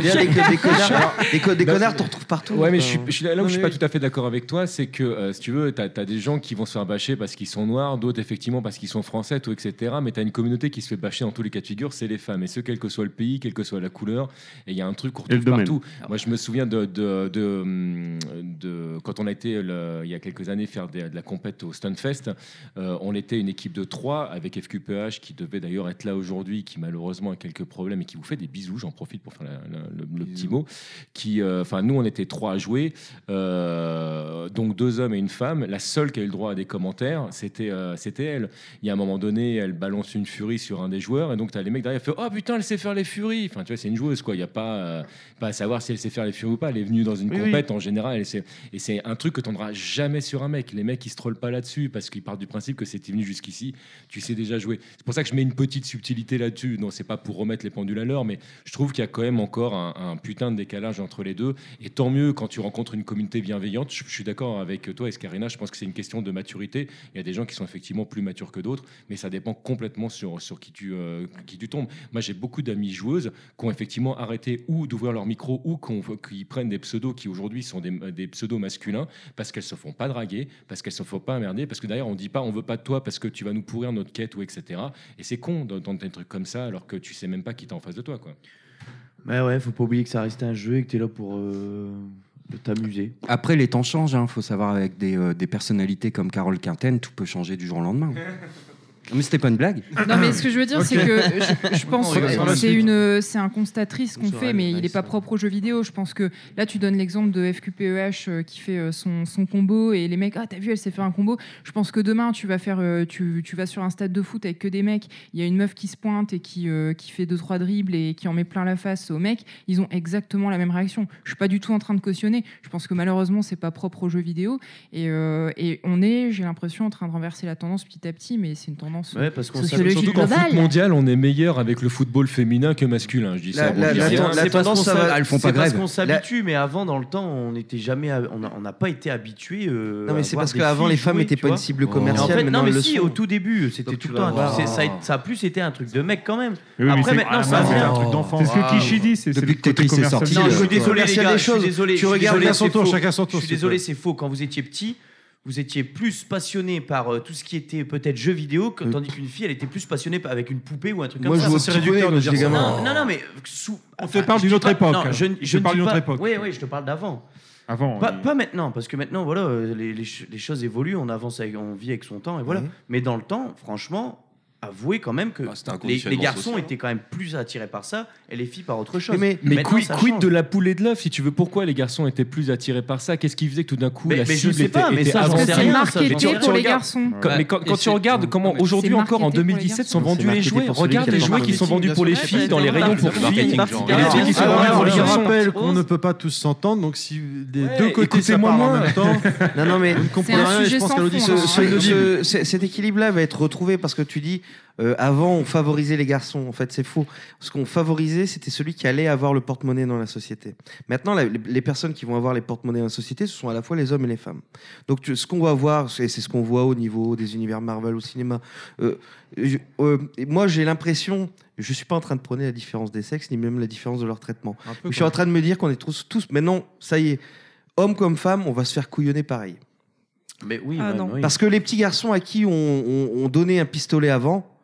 Viens avec des, des connards, alors, des, co- des connards, t'en retrouves partout.
Bah, Ouais, mais je
Enfin,
suis, je suis là là où
Euh, non,
je suis
mais
pas
oui.
tout à fait d'accord avec toi, c'est que euh, si tu veux, t'as as des gens qui vont se faire bâcher parce qu'ils sont noirs, d'autres effectivement parce qu'ils sont français, tout, etc. Mais t'as une communauté qui se fait bâcher dans tous les cas de figure, c'est les femmes. Et ce, quel que soit le pays, quelle que soit la couleur, et il y a un truc qu'on
Et le
retrouve
domaine.
partout. Moi, je me souviens de, de, de, hum, de- quand on a été le- il y a quelques années faire des- de la compète au Stunfest. euh, on était une équipe de trois avec FQPH qui devait d'ailleurs être là aujourd'hui, qui malheureusement a quelques problèmes et qui vous fait des bisous. J'en profite pour faire la- la- le, le petit mot. Qui, euh, enfin, nous, on était trois à jouer, euh, donc deux hommes et une femme. La seule qui a eu le droit à des commentaires, c'était euh, c'était elle. Il y a un moment donné, elle balance une furie sur un des joueurs et donc t'as les mecs derrière qui font oh putain, elle sait faire les furies. Enfin, tu vois, c'est une joueuse quoi. Il n'y a pas euh, pas à savoir si elle sait faire les furies ou pas. Elle est venue dans une
Oui,
compète en général. Et c'est, et c'est un truc que t'endras jamais sur un mec. Les mecs, ils se trollent pas là-dessus parce qu'ils partent du principe que si t'es venu jusqu'ici, tu sais déjà jouer. C'est pour ça que je mets une petite subtilité là-dessus. Non, c'est pas pour remettre les pendules à l'heure, mais je trouve qu'il y a quand même encore un, un putain de décalage entre les deux. Et tant mieux quand tu rencontres une communauté bienveillante. Je, je suis d'accord avec toi, Escarina. Je pense que c'est une question de maturité. Il y a des gens qui sont effectivement plus matures que d'autres, mais ça dépend complètement sur, sur qui, tu, euh, qui tu tombes. Moi, j'ai beaucoup d'amis joueuses qui ont effectivement arrêté ou d'ouvrir leur micro ou qu'on- qui prennent des pseudos qui aujourd'hui sont des, des pseudos masculins parce qu'elles se font pas draguer, parce qu'elles se font pas emmerder, parce que d'ailleurs on dit pas on veut pas de toi parce que tu vas nous pourrir notre quête ou etc. Et c'est con d'entendre des trucs comme ça alors que tu sais même pas qui t'est en face de toi quoi.
Mais ouais, faut pas oublier que ça reste un jeu et que t'es là pour euh, t'amuser.
Après, les temps hein. changent. Il faut savoir, avec des, euh, des personnalités comme Carole Quinten, tout peut changer du jour au lendemain. Mais c'était pas une blague.
Non, mais ce que je veux dire, c'est
Ok.
que je, je pense
On rigole pas.
que c'est une, c'est un constat triste qu'on
Bonsoir,
fait,
elle
mais
est
il n'est
nice,
pas propre aux jeux vidéo. Je pense que là, tu donnes l'exemple de FQPEH euh, qui fait euh, son, son combo et les mecs, ah t'as vu, elle s'est fait un combo. Je pense que demain, tu vas faire, euh, tu, tu vas sur un stade de foot avec que des mecs. Il y a une meuf qui se pointe et qui euh, qui fait deux trois dribbles et qui en met plein la face aux mecs. Ils ont exactement la même réaction. Je suis pas du tout en train de cautionner. Je pense que malheureusement, c'est pas propre aux jeux vidéo et, euh, et on est, j'ai l'impression, en train de renverser la tendance petit à petit, mais c'est une tendance
Ouais, parce qu'on sait
sociologique
surtout qu'en
globale.
foot mondial, on est meilleur avec le football féminin que masculin. Je dis ça.
La-
bon,
la-
je dis
la-
rien.
la- la tendance, ça va- c'est parce qu'on
La-
s'habitue, mais avant, dans le temps, on n'était jamais, hab- on a- on n'a pas été euh, habitué.
Non, mais c'est parce qu'avant, les femmes
n'étaient
étaient pas une cible commerciale,
En fait, non,
maintenant,
mais
elles le
si,
sont.
au tout début, c'était
Donc, tu
tout le temps.
vas voir.
c'est- Ça, a- ça a plus été un truc de mec quand même.
Oui, mais
Après,
c'est-
maintenant,
ah,
ça
non, c'est
vient-
un truc d'enfant.
C'est
C'est ce que Kishi dit, c'est- Depuis c'est le que côté Tetris est commercial. sorti,
Non, je suis
euh,
désolé,
commercial
les gars.
des
je suis
choses.
désolé,
Tu
je suis
regardes
désolé,
à son
c'est
tour,
faux.
chacun son tour,
Je suis
s'il te
désolé,
plaît.
c'est faux. Quand vous étiez petit, vous étiez plus passionné par euh, tout ce qui était peut-être jeux vidéo, que- tandis qu'une fille, elle était plus passionnée par- avec une poupée ou un truc
Moi,
comme
je
ça.
jouais
Ça,
au
c'est
petit poney
réducteur de
quand j'étais
dire ça.
gamin.
Non, non, mais sous-
On fait
enfin,
parle
je
d'une
dis
autre
pas-
époque.
Non, je, ne-
Je
je ne
parle
dis
d'une autre
pas-
époque.
Oui, oui, je te parle d'avant.
Avant.
Pas, pas maintenant, parce que maintenant, voilà, euh, les, les ch- les choses évoluent, on avance, avec- on vit avec son temps, et voilà. Mais dans le temps, franchement, avouez quand même que les, les
Bah, conditionnement
garçons
social. hein.
étaient quand même plus attirés par ça, et les filles par autre chose.
Mais, mais
Maintenant,
quid,
ça
quid
change.
de la poule et de l'œuf, si tu veux Pourquoi les garçons étaient plus attirés par ça Qu'est-ce qui faisait que tout d'un coup
Mais-
la
mais je
cible
sais
était,
pas, mais
était
ça, j'en
avancée
sais rien, ça, j'en sais rien. Pour les
regardes-
garçons.
Quand- mais quand,
Ouais.
quand
Et
tu
c'est-
regardes comment
mais
aujourd'hui
c'est
encore en
marketé pour les
2017 sont
garçons.
vendus
C'est
les
marketé
jouets.
pour celui qui
Regarde
a
les
le
jouets qui sont
marketing,
vendus pour les
bien sûr.
filles
Ouais, Ah,
dans les
c'est
rayons
normal.
pour
C'est
filles.
marketing, genre.
Et les filles qui sont vendus pour les
Ah, je
garçons.
rappelle qu'on ne peut pas tous s'entendre, donc si des
Ouais,
deux côtés ça
écoutez-moi
parle en
moins.
même temps,
Non, non, mais
vous ne comprenez rien. et Je pense qu'à l'audition,
Ce-
c'est
ce-
inaudible.
ce- ce- cet équilibre-là va être retrouvé parce que tu dis euh, avant on favorisait les garçons. En fait, c'est faux. Ce qu'on favorisait, c'était celui qui allait avoir le porte-monnaie dans la société. Maintenant, la- les, les personnes qui vont avoir les porte-monnaies dans la société, ce sont à la fois les hommes et les femmes. Donc, tu- ce qu'on va voir, et c'est ce qu'on voit au niveau des univers Marvel au cinéma. euh, je- euh, et moi, j'ai l'impression. Je suis pas en train de prôner la différence des sexes, ni même la différence de leur traitement.
Un peu,
Mais je suis
quoi.
en train de me dire qu'on est tous, tous. Mais non, ça y est, hommes comme femmes, on va se faire couillonner
Ah,
pareil.
Mais oui,
Ah,
bah,
non.
oui.
Parce que les petits garçons à qui on, on- on donnait un pistolet avant,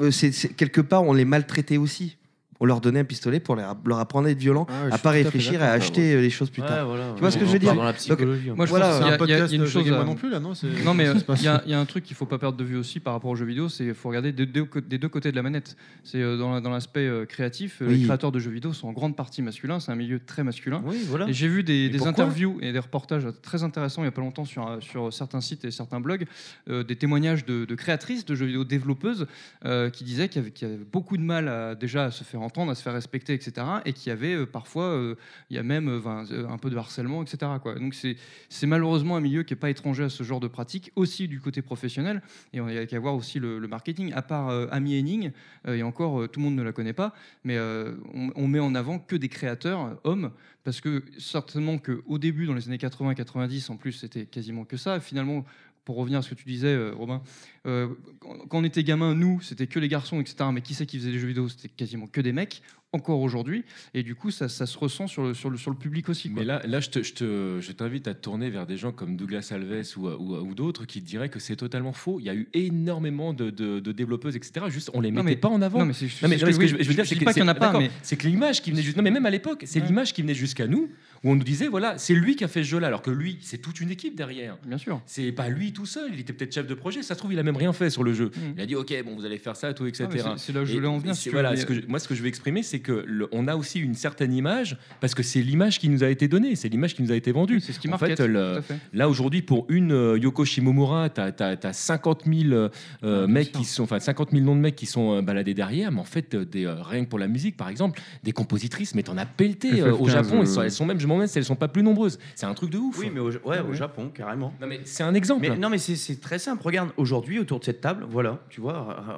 euh, c'est c'est- quelque part, on les maltraitait aussi. On leur donnait un pistolet pour les- leur apprendre à être violent,
Ah, je
à
suis
pas
tout à fait
réfléchir et à
d'accord.
acheter euh, les choses plus
Ouais,
tard.
voilà,
tu vois
ouais.
ce que je
On
veux dire
parle dans la psychologie,
Donc,
Moi, je
voilà.
pense
c'est
qu'il y a-
un
il y a- il y a
podcast euh,
une
de
chose
Game
à-
One non plus, là, non C'est-
Non, mais
qu'est-ce qui se passe
il y, a- il y a un truc qu'il faut pas perdre de vue aussi par rapport aux jeux vidéo, c'est faut regarder des deux, co- des deux côtés de la manette. C'est euh, dans, la- dans l'aspect euh, créatif, euh,
Oui.
les créateurs de jeux vidéo sont en grande partie masculins, c'est un milieu très masculin.
voilà.
Et j'ai vu des,
Mais
des
pourquoi
interviews et des reportages très intéressants il y a pas longtemps sur, euh, sur certains sites et certains blogs, euh, des témoignages de, de créatrices de jeux vidéo développeuses euh, qui disaient qu'il y, avait, qu'il y avait beaucoup de mal à- déjà à se faire entendre, à se faire respecter, etc. Et qu'il y avait euh, parfois, euh, il y a même euh, ben, euh, un peu de harcèlement, etc. Quoi. Donc c'est c'est malheureusement un milieu qui n'est pas étranger à ce genre de pratique, aussi du côté professionnel. Et on- il y a qu'à voir aussi le, le marketing. À part euh, Amy Henning, euh, et encore, euh, tout le monde ne la connaît pas, mais euh, on, on met en avant que des créateurs euh, hommes, parce que certainement qu'au début, dans les années 80-90, en plus, c'était quasiment que ça. Finalement, pour revenir à ce que tu disais, euh, Robin, euh, quand quand on était gamin, nous, c'était que les garçons, etc. Mais qui c'est qui faisait les jeux vidéo C'était quasiment que des mecs, encore aujourd'hui. Et du coup, ça, ça se ressent sur le, sur le, sur le public aussi. quoi.
Mais là, là je te- je te- je t'invite à te tourner vers des gens comme Douglas Alves ou, ou- ou d'autres qui te diraient que c'est totalement faux. Il y a eu énormément de, de- de développeuses, etc. Juste, on les
Non,
mettait
mais-
pas en avant.
non, mais c'est- c'est ce
non,
que-
ce que
oui,
je, je veux
je
dire,
dis
c'est que
pas qu'il y en a
c'est-
pas,
d'accord,
mais-
c'est que l'image qui venait juste. Non, mais même à l'époque, c'est l'image qui venait jusqu'à nous où on nous disait voilà, c'est lui qui a fait ce jeu-là, alors que lui, c'est toute une équipe derrière.
Bien sûr.
C'est pas lui tout seul. Il était peut-être chef de projet. Ça se trouve, il a même rien fait sur le jeu. Il a dit ok, bon, vous allez faire ça, tout, etc.
Mm. Ah, mais c'est- c'est là où je
Et-
voulais en venir,
et
si tu
c'est-
veux,
Voilà,
mais-
ce que je- moi, ce que je veux exprimer, c'est que le- on a aussi une certaine image parce que c'est l'image qui nous a été donnée, c'est l'image qui nous a été vendue. c'est ce
qui
en
market,
fait, le-
tout à fait.
là aujourd'hui, pour une euh, Yoko Shimomura, t'as as, 50 000 euh, mecs qui sont, enfin 50 000 noms de mecs qui sont euh, baladés derrière, mais en fait, euh, des, euh, rien que pour la musique, par exemple, des compositrices, mais t'en as pelleté euh, au
FF15,
Japon. Elles sont,
euh,
elles sont même, je m'en mets, elles sont pas plus nombreuses. C'est un truc de ouf.
Oui, mais au, ouais, au
oui.
Japon, carrément.
c'est un exemple.
non, mais c'est- c'est très simple. Regarde, aujourd'hui, autour de cette table, voilà, tu vois,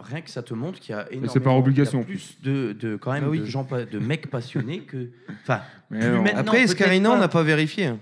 r- rien que ça te montre qu'il y a énormément.
c'est par obligation,
il y a plus de, de quand même
Ah oui.
de gens, pa- de mecs passionnés que. Enfin,
Mais
plus
alors-
maintenant,
Après,
peut-être
Scarina, on
pas.
n'a pas vérifié. hein.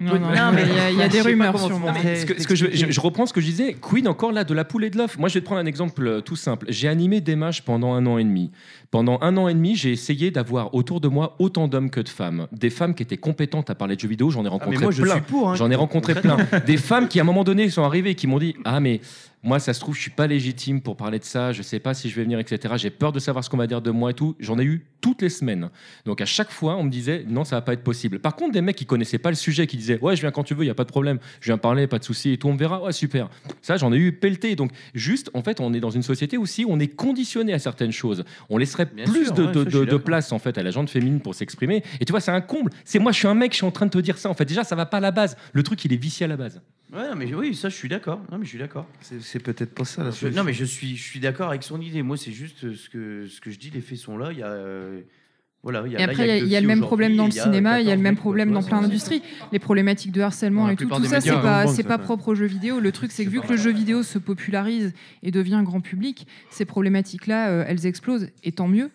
Non, non, mais il y a- il y a des
Je sais pas
rumeurs
comment-
sûrement.
Non, mais
ce que, ce que je, je- je reprends ce que je disais, quid encore là de la poule et de l'œuf. Moi, je vais te prendre un exemple euh, tout simple. J'ai animé des matchs pendant un an et demi. Pendant un an et demi, j'ai essayé d'avoir autour de moi autant d'hommes que de femmes. Des femmes qui étaient compétentes à parler de jeux vidéo, j'en ai rencontré
Ah, moi, je
plein.
suis pour, hein.
j'en ai rencontré plein. Des femmes qui, à un moment donné, sont arrivées et qui m'ont dit Ah, mais Moi, ça se trouve, je suis pas légitime pour parler de ça. Je sais pas si je vais venir, etc. J'ai peur de savoir ce qu'on va dire de moi et tout. J'en ai eu toutes les semaines. Donc à chaque fois, on me disait non, ça va pas être possible. Par contre, des mecs qui connaissaient pas le sujet, qui disaient ouais, je viens quand tu veux, il y a pas de problème. Je viens parler, pas de souci et tout. On verra. Ouais, super. Ça, j'en ai eu pelleté. Donc juste, en fait, on est dans une société où si on est conditionné à certaines choses, on laisserait plus
sûr,
de,
ouais,
de-
ça, je suis
de- de
d'accord.
place en fait à la gente féminine pour s'exprimer. Et tu vois, c'est un comble. C'est moi, je suis un mec, je suis en train de te dire ça. En fait, déjà, ça va pas à la base. Le truc, il est vicié à la base.
Ouais, non, mais je- oui, ça, je suis d'accord. Non, mais je suis d'accord.
C'est peut-être pas ça
Je-
la solution.
non, mais je suis, je suis d'accord avec son idée. Moi, c'est juste euh, ce que, ce que je dis. Les faits sont là. Il y a. euh, voilà, il y a,
Et
là,
après,
que
il y a-
deux
il y, a
filles
le même
aujourd'hui,
problème dans le
il y a
cinéma, il y a
14
le même
mecs,
problème
quoi,
dans
tu vois,
plein
c'est-
d'industries. Les problématiques de harcèlement
Bon, la
et tout,
plupart
tout
des
ça,
médias
c'est pas,
vont
c'est
prendre,
pas
ça.
propre aux jeux vidéo. Le truc, c'est que vu que le jeu vidéo se popularise et devient grand public, ces problématiques-là, euh, elles explosent, et tant mieux.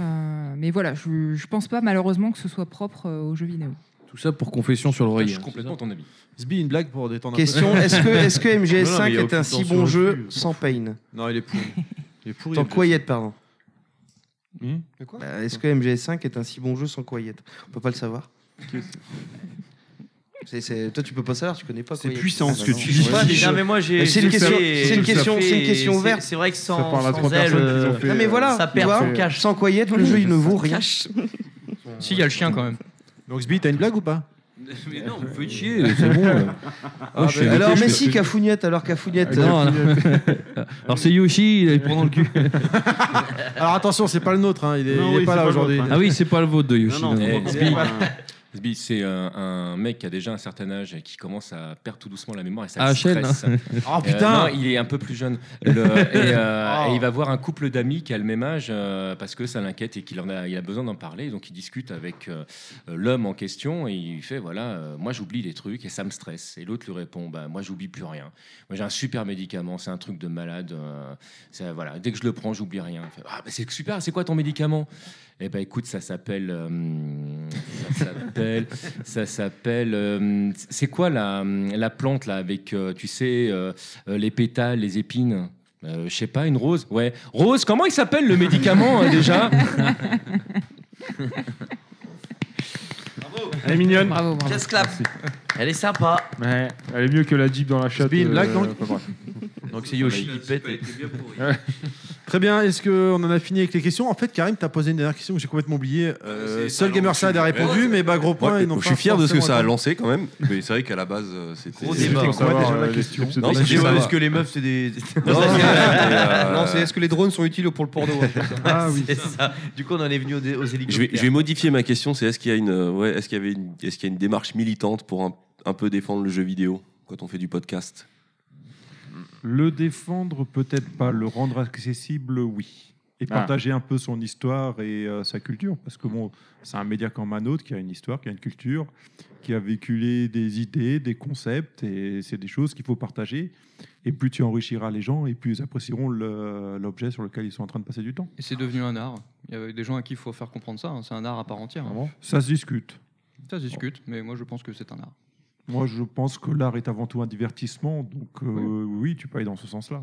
Euh, mais voilà, je, je pense pas malheureusement que ce soit propre euh, aux jeux vidéo.
Tout ça pour confession sur l'oreille.
Je suis complètement ton ami.
Sbi, une blague pour détendre un
Question
peu.
est-ce que, est-ce que
Non, non, mais
MGS5
il y a
est un
aucune
si
tension
bon
là-dessus.
jeu sans pain
Non, il est pourri. Il est pourri.
Sans
MGS5.
Quiet, pardon.
Hum
Bah, Est-ce que MGS5 est un si bon jeu sans Quiet On peut pas le savoir. C'est- c'est- Toi, tu peux pas savoir, tu connais pas.
C'est
Quiet.
puissant,
Ah,
ce
bah
que
non.
tu
Je
dis.
sais pas,
Ouais,
mais-
déjà,
mais moi, j'ai-
C'est une
j'ai
question-
fait-
c'est une question-
fait-
c'est une
C'est-
question ouverte.
C'est vrai que sans,
Ça parle
sans
à trois
elle,
personnes qui
euh,
ont fait,
Non, mais voilà,
ça
tu
perd
vois,
son cash.
Sans Quiet, le jeu, il ne vaut rien.
Si, il y a le chien quand même.
Donc, Sbi, t'as une blague ou pas
Mais non, vous faites
chier, hein. c'est bon. euh. Moi, je suis
alors,
dégoûté,
mais
je me
euh,
si,
fais-
Cafouniette, alors euh, Cafouniette.
Ah,
Non, non. Alors c'est Yoshi, il est prend dans le cul.
Alors attention, c'est pas le nôtre, hein, il est,
Non,
il est
oui,
pas
c'est
là
pas le
aujourd'hui.
nôtre, hein. Ah oui, c'est pas le vôtre de Yoshi, non, non.
Eh,
Ouais.
Sbi,
Ouais.
Sbi, c'est un, un mec qui a déjà un certain âge et qui commence à perdre tout doucement la mémoire et ça
Ah,
le
Hachel,
stresse. Euh,
hein.
Oh, putain.
non, il est un peu plus jeune. Le- et, euh, et il va voir un couple d'amis qui a le même âge euh, parce que ça l'inquiète et qu'il en a, il a besoin d'en parler. Donc il discute avec euh, l'homme en question et il fait voilà, euh, moi j'oublie des trucs et ça me stresse. Et l'autre lui répond bah moi j'oublie plus rien. Moi j'ai un super médicament, c'est un truc de malade. euh, ça, voilà, dès que je le prends, j'oublie rien. Il fait, ah, bah, c'est super, c'est quoi ton médicament eh ben écoute, ça s'appelle, euh, ça s'appelle, ça s'appelle. euh, c'est quoi la, la plante là avec, euh, tu sais, euh, euh, les pétales, les épines. Euh, Je sais pas, une rose. Ouais, rose. Comment il s'appelle le médicament euh, déjà
Elle est mignonne.
Bravo, bravo.
Just clap. Elle est sympa.
Ouais, elle est mieux que la Jeep dans la chatte.
Sbi, une
euh,
blague, non
enfin, bref.
Donc c'est
Bah,
Yoshi. Il pète.
Très bien, est-ce qu'on en a fini avec les questions En fait, Karim, t'as posé une dernière question que j'ai complètement oubliée. Euh, seul Gamerside a répondu, mais bah, gros point.
Moi,
ils n'ont
je
pas
suis fier de ce que ça a
forcément
lancé quand même, mais c'est vrai qu'à la base, euh, c'était.
Gros débat. C'était quoi déjà la question
Non, c'était
Est-ce
savoir.
que les meufs, c'est des-
Non,
Non,
c'est-
euh,
euh,
non, c'est est-ce que les drones sont utiles pour le porno
hein,
Ah oui. ça. Du coup, on en est venu aux, aux hélicoptères.
Je vais, je vais modifier ma question. C'est est-ce qu'il y a une, euh, ouais, est-ce qu'il y avait une, est-ce qu'il y a une démarche militante pour un, un peu défendre le jeu vidéo quand on fait du podcast
Le défendre, peut-être pas. Le rendre accessible, oui. Et
Ah.
partager un peu son histoire et euh, sa culture. Parce que bon, c'est un média comme un autre qui a une histoire, qui a une culture, qui a véhiculé des idées, des concepts. Et c'est des choses qu'il faut partager. Et plus tu enrichiras les gens, et plus ils apprécieront le- l'objet sur lequel ils sont en train de passer du temps.
Et c'est devenu un art. Il y a des gens à qui il faut faire comprendre ça. hein. C'est un art à part entière. hein.
Ça se discute.
Ça se discute, mais moi je pense que c'est un art.
Moi, je pense que l'art est avant tout un divertissement. Donc, euh, oui, tu peux aller dans ce sens-là.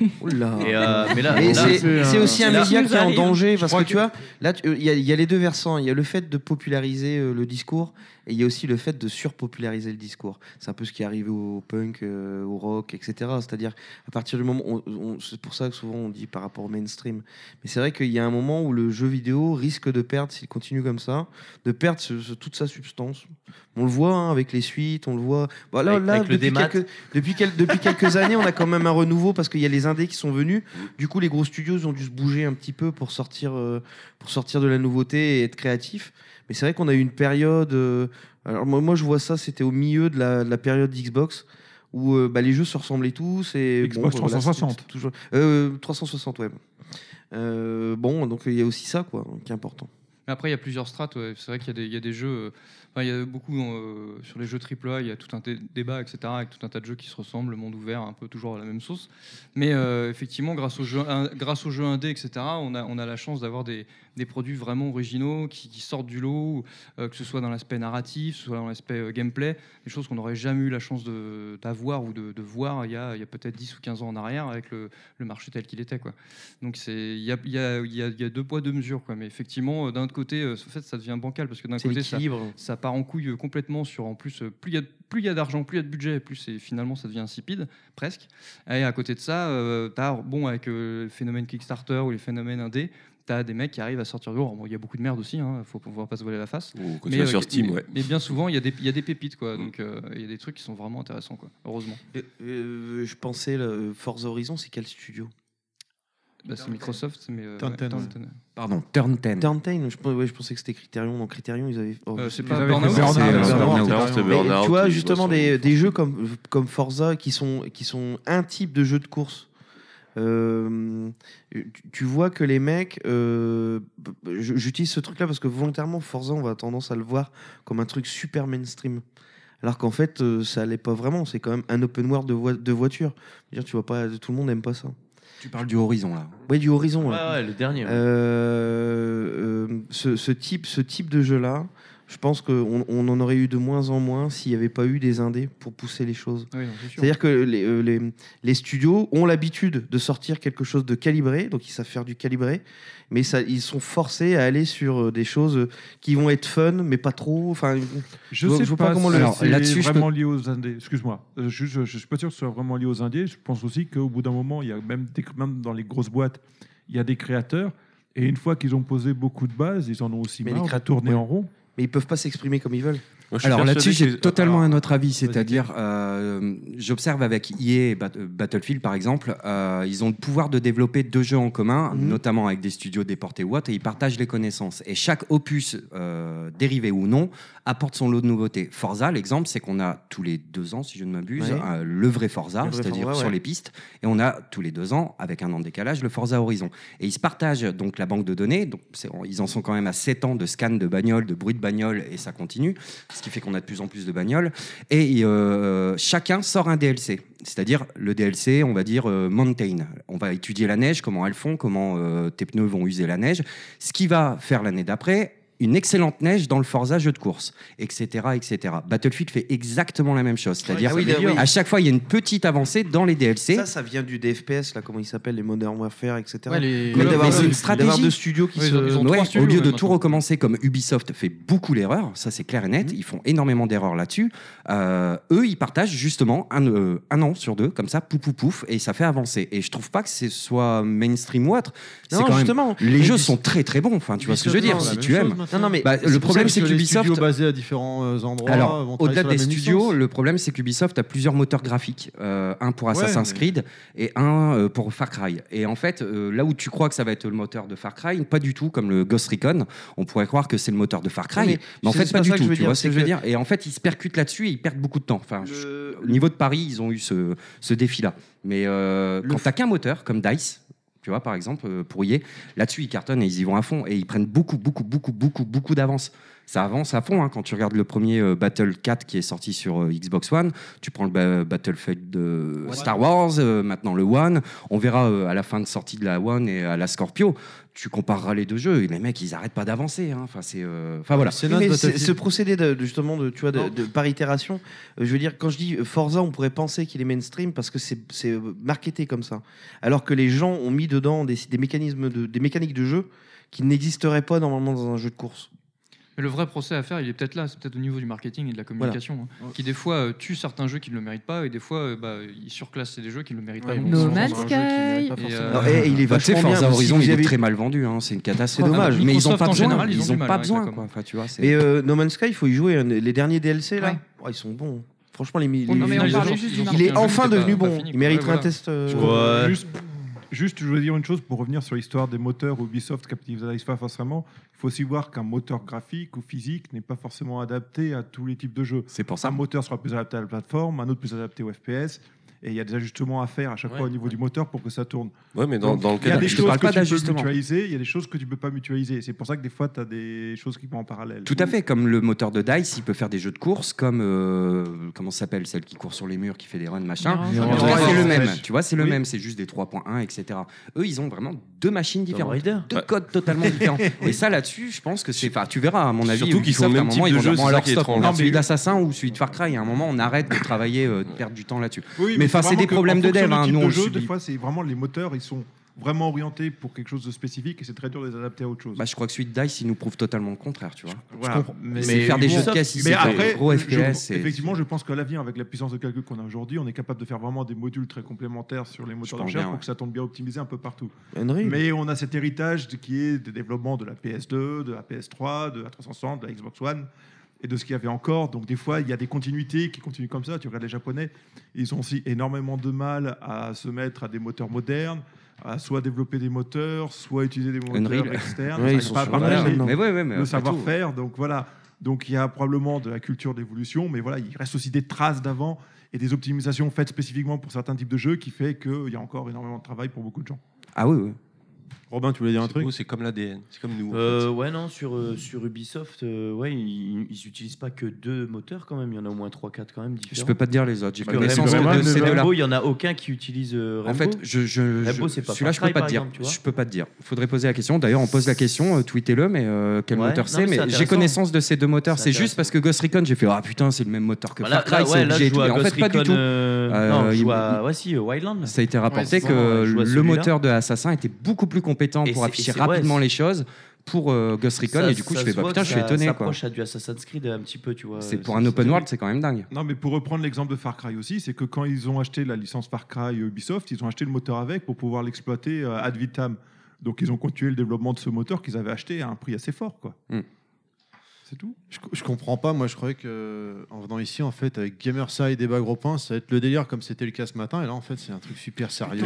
Et, euh, mais là- là,
Mais c'est-
c'est,
c'est
euh,
aussi un
là-
média
nous
qui est en
arrive.
danger
Je
parce que
crois
tu
que-
vois, là, tu- il y, a- il y a les deux versants. Il y a le fait de populariser euh, le discours et il y a aussi le fait de surpopulariser le discours. C'est un peu ce qui est arrivé au punk, euh, au rock, etc. C'est-à-dire, à partir du moment. on- on- c'est pour ça que souvent on dit par rapport au mainstream. Mais c'est vrai qu'il y a un moment où le jeu vidéo risque de perdre, s'il continue comme ça, de perdre ce- ce- toute sa substance. On le voit hein, avec les suites, on le voit. Bah, là,
Avec-
là,
avec le
depuis
démat.
quelques- depuis, quel- depuis quelques années, on a quand même un renouveau parce qu'il y a les indés qui sont venus. Du coup, les gros studios ont dû se bouger un petit peu pour sortir, euh, pour sortir de la nouveauté et être créatifs. Mais c'est vrai qu'on a eu une période. euh, alors moi, moi, je vois ça, c'était au milieu de la, de la période d'Xbox où euh, bah, les jeux se ressemblaient tous et
Xbox
bah, voilà,
360.
c'était toujours- euh, 360 web. Euh, bon, donc il y a aussi ça quoi, qui est important.
Mais après, il y a plusieurs strates. ouais. C'est vrai qu'il y, a des- il y a des jeux. euh, enfin, il y a beaucoup euh, sur les jeux AAA, il y a tout un dé- débat, etc., avec tout un tas de jeux qui se ressemblent, le monde ouvert, un peu toujours à la même sauce. Mais euh, effectivement, grâce aux jeux, in- grâce aux jeux indés, etc., on a, on a la chance d'avoir des, des produits vraiment originaux qui, qui sortent du lot, euh, que ce soit dans l'aspect narratif, que ce soit dans l'aspect euh, gameplay, des choses qu'on n'aurait jamais eu la chance de- d'avoir ou de, de voir il y a, il y a peut-être 10 ou 15 ans en arrière avec le, le marché tel qu'il était. Quoi. Donc c'est- il y a, il y a- il y a- il y a deux poids, deux mesures. Quoi. Mais effectivement, euh, d'un autre côté, côté, euh, en fait, ça devient bancal parce que d'un côté, ça, ça part en couille euh, complètement sur en plus, euh, plus il y a plus il y a d'argent, plus il y a de budget, plus c'est finalement ça devient insipide presque. Et à côté de ça, euh, t'as bon avec euh, le phénomène Kickstarter ou les phénomènes indés, t'as des mecs qui arrivent à sortir du jour. Bon, il y a beaucoup de merde aussi, hein, faut pouvoir pas se voler la face.
Ou quand tu vas sur
qui-
Steam,
mais-
ouais. Mm.
mais bien souvent, il y a des il y a des pépites quoi. Donc euh, il y a des trucs qui sont vraiment intéressants quoi. Heureusement.
Euh, euh, je pensais, le Forza Horizon, c'est quel studio
Bah, c'est Microsoft, mais euh,
Turn
ouais,
Ten.
Turn Ten.
Pardon, Turn 10.
Turn 10, je, pens- ouais, je pensais que c'était Criterion. Dans Criterion, ils avaient.
Euh, c'est
ils
pas
avaient
Burnout,
fait
c'est
Burnout.
Burnout,
Burnout.
Burnout,
Mais
c'est Burnout,
Tu vois,
ils
justement,
bossent
des, des jeux comme, comme Forza qui sont, qui sont un type de jeu de course. Euh, tu- tu vois que les mecs, euh, j- j'utilise ce truc-là parce que volontairement Forza, on va tendance à le voir comme un truc super mainstream. Alors qu'en fait, euh, ça l'est pas vraiment. C'est quand même un open world de, voi- de voiture. Je veux dire, tu vois pas, tout le monde n'aime pas ça.
Tu parles du Horizon là.
Ouais, du Horizon. là.
Ouais, ouais, le dernier, ouais.
Euh, euh, ce, ce type, ce type de jeu-là, je pense qu'on on en aurait eu de moins en moins s'il n'y avait pas eu des indés pour pousser les choses.
Oui, non, c'est sûr.
C'est-à-dire que les, euh, les, les studios ont l'habitude de sortir quelque chose de calibré, donc ils savent faire du calibré, mais ça, ils sont forcés à aller sur euh, des choses euh, qui vont être fun, mais pas trop. Enfin,
Je
vois-
sais
vois
pas,
comment le.
si c'est vraiment lié aux Indés. Excuse-moi, Euh, je, je, je suis pas sûr que ce soit vraiment lié aux Indés. Je pense aussi qu'au bout d'un moment, il y a même, des, même dans les grosses boîtes, il y a des créateurs. Et une fois qu'ils ont posé beaucoup de bases, ils en ont aussi
Mais les
marre de
créateurs,
tourner
ouais.
en rond.
Mais ils peuvent pas s'exprimer comme ils veulent.
Alors là-dessus, j'ai totalement un autre avis, c'est-à-dire, euh, j'observe avec EA et Bat- euh, Battlefield par exemple, euh, ils ont le pouvoir de développer deux jeux en commun,
Mhm.
notamment avec des studios déportés ou autres, et ils partagent les connaissances. Et chaque opus, euh, dérivé ou non, apporte son lot de nouveautés. Forza, l'exemple, c'est qu'on a tous les deux ans, si je ne m'abuse,
Ouais.
un- le vrai Forza,
Le vrai
c'est-à-dire
Forza,
sur
ouais.
les pistes, et on a tous les deux ans, avec un an de décalage, le Forza Horizon. Et ils se partagent donc la banque de données, donc c'est- ils en sont quand même à 7 ans de scan de bagnoles, de bruit de bagnoles, et ça continue, ce qui fait qu'on a de plus en plus de bagnoles. Et euh, chacun sort un DLC, c'est-à-dire le DLC, on va dire euh, Mountain. On va étudier la neige, comment elles font, comment euh, tes pneus vont user la neige, ce qui va faire l'année d'après une excellente neige dans le Forza jeu de course, etc., etc. Battlefield fait exactement la même chose, c'est-à-dire
Ah oui, d'ailleurs, oui.
à chaque fois il y a une petite avancée dans les DLC.
Ça, ça vient du DFPS, là, comment ils s'appellent, les Modern Warfare, etc.
Ouais, les-
Mais d'avoir
Mais c'est
deux-
une stratégie.
d'avoir deux studios qui se.
Ouais, au lieu de tout recommencer comme Ubisoft fait beaucoup l'erreur, ça c'est clair et net,
Mm-hmm.
ils font énormément d'erreurs là-dessus. euh, eux, ils partagent justement un, euh, un an sur deux, comme ça, pouf pouf pouf, et ça fait avancer. Et je trouve pas que ce soit mainstream ou autre. C'est
Non,
quand même-
justement.
les
Mais
jeux
Ubisoft-
sont très très bons, enfin, tu vois ce que je veux dire,
Exactement,
si
la
tu
même
aimes.
chose maintenant.
Bah,
C'est pour
le
ça
problème c'est que
Les
Ubisoft.
studios basés à différents euh, endroits. vont
Alors,
travailler
au-delà
sur la
des
même
studios,
licence.
le problème, c'est qu'Ubisoft a plusieurs moteurs graphiques. Euh, un pour
Ouais,
Assassin's
mais-
Creed et un euh, pour Far Cry. Et en fait, euh, là où tu crois que ça va être le moteur de Far Cry, pas du tout, comme le Ghost Recon. On pourrait croire que c'est le moteur de Far Cry,
Oui,
mais,
mais
en
c'est-
fait,
c'est
pas
pas
du
ça que
tout.
je veux
Tu vois
dire,
ce que je veux dire Et en fait, ils se percutent là-dessus et ils perdent beaucoup de temps. Enfin, je- au niveau de Paris, ils ont eu ce, ce défi-là. Mais euh, quand t'as qu'un moteur, comme DICE, tu vois, par exemple, euh, pour y là-dessus, ils cartonnent et ils y vont à fond. Et ils prennent beaucoup, beaucoup, beaucoup, beaucoup, beaucoup d'avance. Ça avance à fond. hein. Quand tu regardes le premier euh, Battle 4 qui est sorti sur euh, Xbox One, tu prends le ba- Battlefield euh, Star Wars, euh, maintenant le One. On verra euh, à la fin de sortie de la One et à la Scorpio. Tu compareras les deux jeux. Et les mecs, ils arrêtent pas d'avancer. hein. Enfin, c'est. euh, Enfin, voilà.
Oui, mais c'est- ce procédé de, de- justement de, tu vois, de, de- par itération, euh, je veux dire, quand je dis Forza, on pourrait penser qu'il est mainstream parce que c'est c'est, euh, marketé comme ça. Alors que les gens ont mis dedans des, des mécanismes de, des mécaniques de jeu qui n'existeraient pas normalement dans un jeu de course.
Mais le vrai procès à faire, il est peut-être là, c'est peut-être au niveau du marketing et de la communication, hein, qui des fois euh, tue certains jeux qui ne le méritent pas, et des fois euh, bah, ils surclassent des jeux qui ne le méritent pas.
Ouais,
Donc,
No
ils sont
Man's
dans un
Sky.
jeu qui mérite pas
Et,
forcément.
euh, Eh, il est
Bah, tu sais,
vachement bien,
Forza
mais si
Horizon,
vous
il
avez-
est très mal vendu. hein. C'est une catastrophe.
dommage.
Mais ils ont
Microsoft,
pas
en
besoin.
général, ils ont
ils
du
ont
mal
pas
avec la
besoin.
com.
quoi. Enfin, tu vois, c'est-
Et euh, No Man's Sky, il faut y jouer. hein. Les derniers DLC, là, oh, ils sont bons. Franchement, les, mi-
Oh, non,
les-
mais on
les-
parlait juste du
il
marketing,
est enfin
c'est pas-
euh,
devenu
pas
bon.
fini,
Il
quoi.
mériterait
Ouais, voilà.
un test. euh,
Juste, juste, je voulais dire une chose pour revenir sur l'histoire des moteurs Ubisoft, Captive Dice, pas forcément. Il faut aussi voir qu'un moteur graphique ou physique n'est pas forcément adapté à tous les types de jeux.
C'est pour ça.
Un moteur sera plus adapté à la plateforme, un autre plus adapté au FPS. Et il y a des ajustements à faire à chaque fois au niveau du moteur pour que ça tourne.
Ouais, mais dans-
Donc,
dans le
il y
cas
a des
d'un- je te
choses
parle
que
pas
tu peux
d'ajustement.
mutualiser, il y a des choses que tu peux pas mutualiser. C'est pour ça que des fois, tu as des choses qui vont en parallèle.
Tout à fait, comme le moteur de Dice, il peut faire des jeux de course, comme euh, comment ça s'appelle celle qui court sur les murs, qui fait des runs machin.
Mirror.
Tu
Mirror.
vois, c'est le même.
Oui.
Tu vois, c'est le
Oui.
même. C'est juste des 3.1, etc. Eux, ils ont vraiment deux machines différentes,
Rider.
deux codes totalement différents. Et ça, là-dessus, je pense que c'est. Enfin, tu verras à mon avis.
Surtout qu'ils
Ubisoft,
sont le
à un
même
moment,
type de
ils vont
jeu,
vraiment
c'est
leur
ça qui est
stock.
étrange.
Non,
mais-
celui d'Assassin ou celui de Far Cry. À un moment, on arrête de travailler, euh, de perdre du temps là-dessus.
Oui,
mais enfin, c'est
vraiment
des
que, en
problèmes de
fonction
dev.
du
hein.
type
Nous, on
de
le
jeu,
subit
des fois, c'est vraiment les moteurs, ils sont vraiment orientés pour quelque chose de spécifique et c'est très dur de les adapter à autre chose.
Bah, je crois que Sweet Dice, il nous prouve totalement le contraire, tu vois. Je,
Voilà.
comprends. C'est faire des
bon,
jeux de
ça-
caisse,
mais
c'est faire
après,
des gros
je-
FPS. c'est-
effectivement, je pense qu'à l'avenir, avec la puissance de calcul qu'on a aujourd'hui, on est capable de faire vraiment des modules très complémentaires sur les moteurs de
pense
recherche
bien,
pour
ouais.
que ça tombe bien optimisé un peu partout.
Unreal.
Mais on a cet héritage de- qui est des développements de la PS2, de la PS3, de la 360, de la Xbox One et de ce qu'il y avait encore. Donc des fois, il y a des continuités qui continuent comme ça. Tu regardes les Japonais, ils ont aussi énormément de mal à se mettre à des moteurs modernes, à soit développer des moteurs, soit utiliser des moteurs
Unreal.
externes.
Ouais,
Ils
ils
savent
sont
pas
sur la
partager
lame, non. Mais ouais, ouais, mais
le
après
savoir-faire. Donc voilà. Donc il y a probablement de la culture d'évolution, mais voilà, il reste aussi des traces d'avant et des optimisations faites spécifiquement pour certains types de jeux qui fait qu'il y a encore énormément de travail pour beaucoup de gens.
Ah oui, oui.
Robin, tu voulais dire un
truc C'est comme l'ADN, c'est comme nous. en
Euh,
fait.
ouais, non, sur, euh, sur Ubisoft, euh, ouais, ils ils n'utilisent pas que deux moteurs quand même, il y en a au moins 3-4 quand même différents.
Je peux pas te dire les autres, j'ai
Parce que
connaissance
Rainbow-
que de ces
Rainbow,
deux-là.
il y en a aucun qui utilise euh,
En
Rainbow.
fait, je, je,
Rainbow,
je-
c'est pas
celui-là, je
Far Cry,
peux pas te
par
dire.
exemple, tu vois.
je peux pas te dire. Faudrait poser la question. D'ailleurs, on pose la question, euh, tweetez-le, mais euh, quel
Ouais,
moteur
non,
c'est
mais c'est
Mais j'ai
intéressant.
connaissance de ces deux moteurs.
C'est
C'est juste parce que Ghost Recon, j'ai fait ah putain, c'est le même moteur que
Bah,
Far
là-
Cry,
là, ouais,
c'est
là,
obligé.
je
et tout.
joue à
Et En
Ghost
fait, pas du
Recon,
tout.
euh, non, je
il-
joue à- ouais, si, euh, Wildland.
Ça a été
Ouais,
rapporté
c'est ça,
que
ouais, je joue à
le
celui-là.
moteur de Assassin était beaucoup plus compétent
Et
pour
c'est-
afficher
et c'est- ouais,
rapidement
c'est-
les choses pour euh, Ghost Recon.
Ça-
et du coup,
ça
je fais
se
bah,
voit
putain,
que
je suis
ça-
étonné.
Ça
quoi.
approche à du Assassin's Creed un petit peu, tu vois.
C'est
euh,
pour un open world, c'est quand même dingue.
Non, mais pour reprendre l'exemple de Far Cry aussi, c'est que quand ils ont acheté la licence Far Cry euh, Ubisoft, ils ont acheté le moteur avec pour pouvoir l'exploiter euh, ad vitam. Donc ils ont continué le développement de ce moteur qu'ils avaient acheté à un prix assez fort, quoi. C'est tout.
Je, je comprends pas. Moi, je croyais que euh, en venant ici, en fait, avec Gamerside et Bagropin, ça va être le délire comme c'était le cas ce matin. Et là, en fait, c'est un truc super sérieux.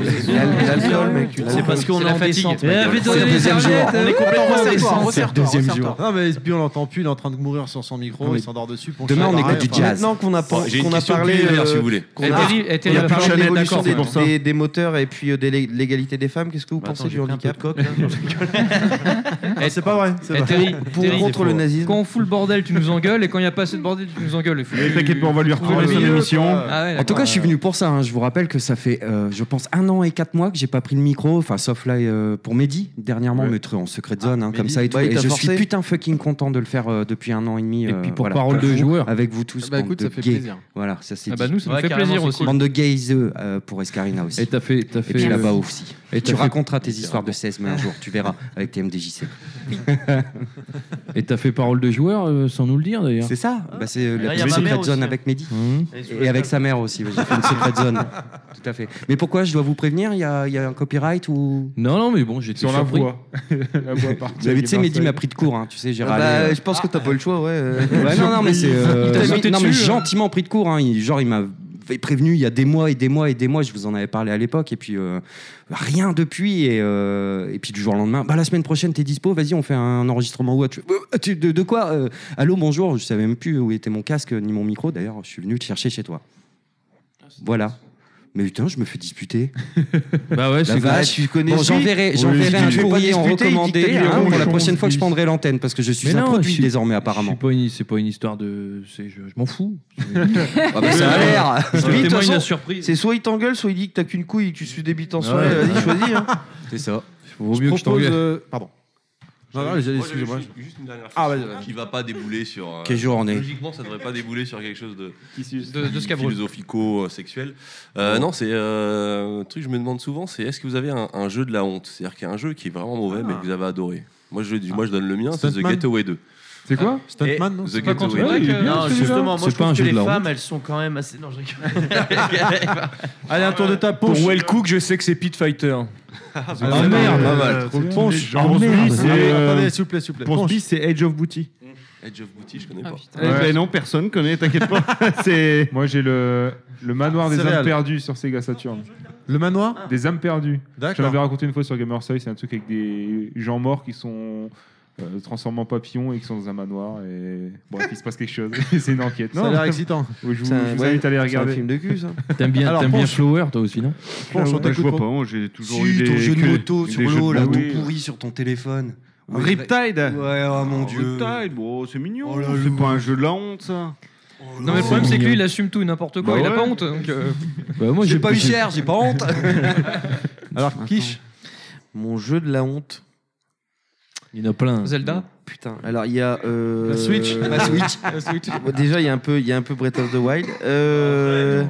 C'est parce qu'on est en descente. mec.
On est complètement en descente.
deuxième jour.
Non, mais SB, on l'entend plus. Il est en train de mourir sur son micro.
Non, mais
il s'endort dessus. Pour
Ah demain, on écoute du jazz.
Maintenant
qu'on a,
pas
qu'on a parlé, euh, qu'on a, on a parlé de l'évolution des, des- des moteurs et puis euh, de l'é- l'égalité des femmes. Qu'est-ce que vous
Bah, attends,
pensez du
j'ai pris un peu de
handicap
coke, là, je
Ah, C'est pas vrai. c'est
Eh,
vrai.
Terry,
pour
Terry,
contre
c'est
le
faux.
nazisme.
Quand on fout le bordel, tu nous engueules, et quand il n'y a pas assez de bordel, tu nous engueules. Il faut-
Mais t'inquiète pas, on va lui
Trouver le
reprendre son
milieu,
émission.
quoi. Ah ouais,
en tout
d'accord.
cas, je suis venu pour ça. hein. Je vous rappelle que ça fait, euh, je pense, un an et quatre mois que j'ai pas pris le micro. Enfin, sauf là euh, pour Mehdi, dernièrement, mais tr- en secret de zone, hein,
Ah,
Ah,
comme
Mehdi,
ça et tout.
bah, il
et
t'a
je
forcé.
suis putain fucking content de le faire euh, depuis un an et demi.
Et puis pour
voilà,
parole de
avec vous-
joueur.
Avec vous tous.
Ah bah,
bande
écoute,
de
ça fait
gays.
plaisir.
Voilà, ça c'est
Ah bah,
dit.
nous, ça nous Ouais, fait carrément, plaisir c'est aussi. cool.
Bande de gays euh, pour Escarina aussi.
Et t'as fait- t'as fait-
Et puis là-bas
Merci.
aussi.
Et
tu
t'as fait-
raconteras tes histoires de 16 mais un jour, tu verras avec tes MDJC.
Et t'as fait parole de joueur euh, sans nous le dire d'ailleurs.
C'est ça. Bah, c'est euh,
Ah,
la
y a
petite
ma mère
secret
aussi,
zone
hein.
avec Mehdi.
Mhm.
Et Et avec sa mère aussi. oui, J'ai fait une secret zone. Tout à fait. Mais pourquoi je dois vous prévenir Il y, a il y a un copyright ou
Non, non, mais bon, j'étais
Sur la
surpris.
voix. Vous avez, tu sais, Mehdi m'a pris de court, hein, tu sais, j'ai
Ah
râlé,
bah,
euh.
je pense que t'as pas eu le choix, ouais. euh.
Ouais, non, non, mais c'est. euh,
Il t'a sauté
non, mais
dessus, euh.
gentiment pris de court. hein, il- genre, il m'avait prévenu il y a des mois et des mois et des mois. Je vous en avais parlé à l'époque. Et puis, euh, rien depuis. Et, euh, et puis, du jour au lendemain, bah, la semaine prochaine, t'es dispo. Vas-y, on fait un enregistrement ou autre. Je fais, Euh, tu- De, de quoi euh, Allô, bonjour. Je savais même plus où était mon casque ni mon micro. D'ailleurs, je suis venu le chercher chez toi.
Ah,
Voilà. Mais putain, je me fais disputer.
Bah ouais,
La
c'est
vache,
grave.
Ah, tu connais Bon, j'enverrai j'enverrai un courrier en recommandé hein, pour la prochaine fois que je prendrai l'antenne parce que je suis
Mais
un
non,
produit
je suis-
désormais apparemment.
C'est pas une- c'est pas une histoire de. c'est- Je, Euh, je m'en fous.
Ah bah, ça a l'air.
Lui, de
Je
toute
témoigne
façon,
la surprise.
C'est soit il t'engueule, soit il dit que t'as qu'une couille et que tu suis des bites en soirée.
Ouais.
Vas-y, choisis. hein.
C'est ça.
Vaut mieux que je t'engueule.
Euh,
euh,
Pardon.
Non, non, j'ai- excusez-moi. Juste une dernière chose.
Ah, vas-y, vas-y.
Qui va pas débouler sur. euh,
Quelle journée.
Logiquement, ça devrait pas débouler sur quelque chose de,
de- de scabreux.
philosophico-sexuel. Euh, Non, c'est euh, un truc que je me demande souvent c'est est-ce que vous avez un, un jeu de la honte C'est-à-dire qu'il y a un jeu qui est vraiment mauvais mais que vous avez adoré. Moi, je, moi, je donne le mien c'est The
Ah. Stuntman
Getaway 2.
C'est quoi
Et
Stuntman, non
The
C'est pas
Getaway
Counter-Strike,
2.
euh, Non, celui-là justement, moi, je
C'est pas
trouve
un
que
jeu de
les
la honte.
femmes, elles sont quand même assez. Non, je rigole.
Allez, un tour de table.
Pour Well Cook, je sais que c'est Pit Fighter.
Ah,
Ah, merde.
Pas mal. Ponche. Ah, merde. Allez,
euh,
attendez, s'il vous plaît, s'il vous plaît.
Pour
Ponche.
Sbi, c'est Edge of Booty.
Edge of Booty, je connais
Ah,
pas.
Eh
Euh,
ben non, personne connaît, t'inquiète pas. C'est Moi j'ai le, le manoir des
Céréales.
âmes perdues sur Sega Saturn.
Le manoir
Des âmes perdues.
D'accord.
J'en avais raconté une fois sur Gamersoy, c'est un truc avec des gens morts qui sont euh, transformés en papillons et qui sont dans un manoir. Et bref, il se passe quelque chose. c'est une enquête.
Ça a l'air excitant.
Je vous, je
C'est un-
vous
ouais,
invite à aller
c'est un
regarder.
film de cul, ça.
T'aimes bien,
Alors,
t'aimes bien
Ponche.
Flower, toi aussi, non
Ponche,
Ah, bah,
on
Ouais, je
t'écoute,
vois
Ponche.
pas, moi, j'ai toujours
Si,
eu
ton
des
jeu de
que-
moto
des
sur
jeux de
l'eau, là,
moto.
tout pourri sur ton téléphone.
Oui. Riptide
Ouais, oh mon
Oh,
dieu.
Riptide, bon, c'est mignon.
Oh
c'est pas un jeu de la honte, ça.
Non, mais le problème, c'est que lui, il assume tout et n'importe quoi.
Bah
il a
ouais.
pas honte. Donc, euh,
Bah, moi,
j'ai pas eu cher, j'ai pas honte.
Alors, Kish
Mon jeu de la honte.
Il y en a plein.
Zelda
Putain. Alors, il y a. euh,
La Switch.
La Switch.
La Switch.
Bon, Déjà, il y, a un peu- il y a un peu Breath of the Wild. Euh,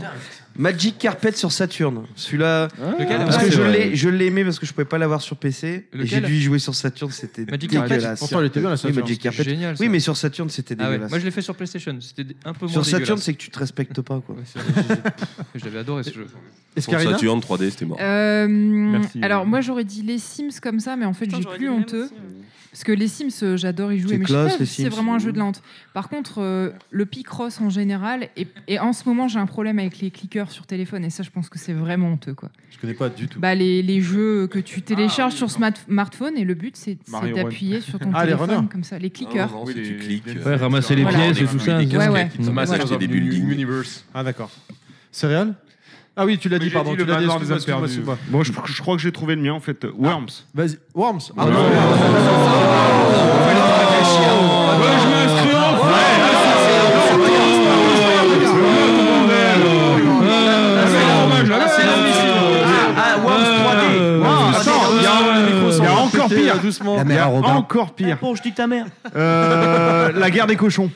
Magic Carpet sur Saturn. Celui-là.
Lequel
parce que
Ah, c'est
je
vrai.
l'ai, je l'ai aimé parce que je pouvais pas l'avoir sur PC. et
Lequel
J'ai dû y jouer sur Saturn, c'était
Magic Carpet.
dégueulasse.
Pourtant, il était bien, la Saturn,
Oui, Magic
c'était
Carpet.
génial, ça.
oui, mais sur Saturn, c'était
Ah ouais,
dégueulasse.
Moi, je l'ai fait sur PlayStation. C'était un peu moins
sur Saturn,
dégueulasse.
c'est que tu te respectes pas, quoi.
Ouais, c'est vrai, j'ai- j'ai- J'avais adoré ce jeu.
Escarina Saturn 3D, c'était mort.
Euh,
Merci.
alors moi j'aurais dit les Sims comme ça, mais en fait j'ai plus honteux. Parce que les Sims, euh, j'adore y jouer,
C'est
mais
classe,
je
les
sais pas si c'est
Sims.
vraiment un jeu de lente. Par contre, euh, le Picross en général, et, et en ce moment j'ai un problème avec les clickers sur téléphone, et ça je pense que c'est vraiment honteux. quoi.
Je connais pas du tout.
Bah, les, les jeux que tu télécharges sur smart- smartphone, et le but c'est c'est
Mario
d'appuyer
Run.
sur ton
Ah, les
téléphone
runners.
comme ça, les clickers.
Oui, tu cliques.
Ouais, ramasser les
Voilà.
pièces et tout ça.
Ouais, ouais.
Mmh.
Voilà.
acheter des buildings.
Universe. Ah d'accord. Céréales Ah oui, tu l'as dit, pardon.
dit
tu
le
l'as dit,
manoir
excuse-moi,
des hommes
excuse-moi,
perdus.
excuse-moi.
Bon, je, je crois que j'ai trouvé le mien en fait. Worms.
Vas-y. Worms. Ah,
non.
Ah, Worms 3D. Worms
Euh, Ah, Attends, il y a- il y a encore pire.
Doucement.
euh, Il y a encore pire.
je dis ta mère.
Euh, La guerre des cochons.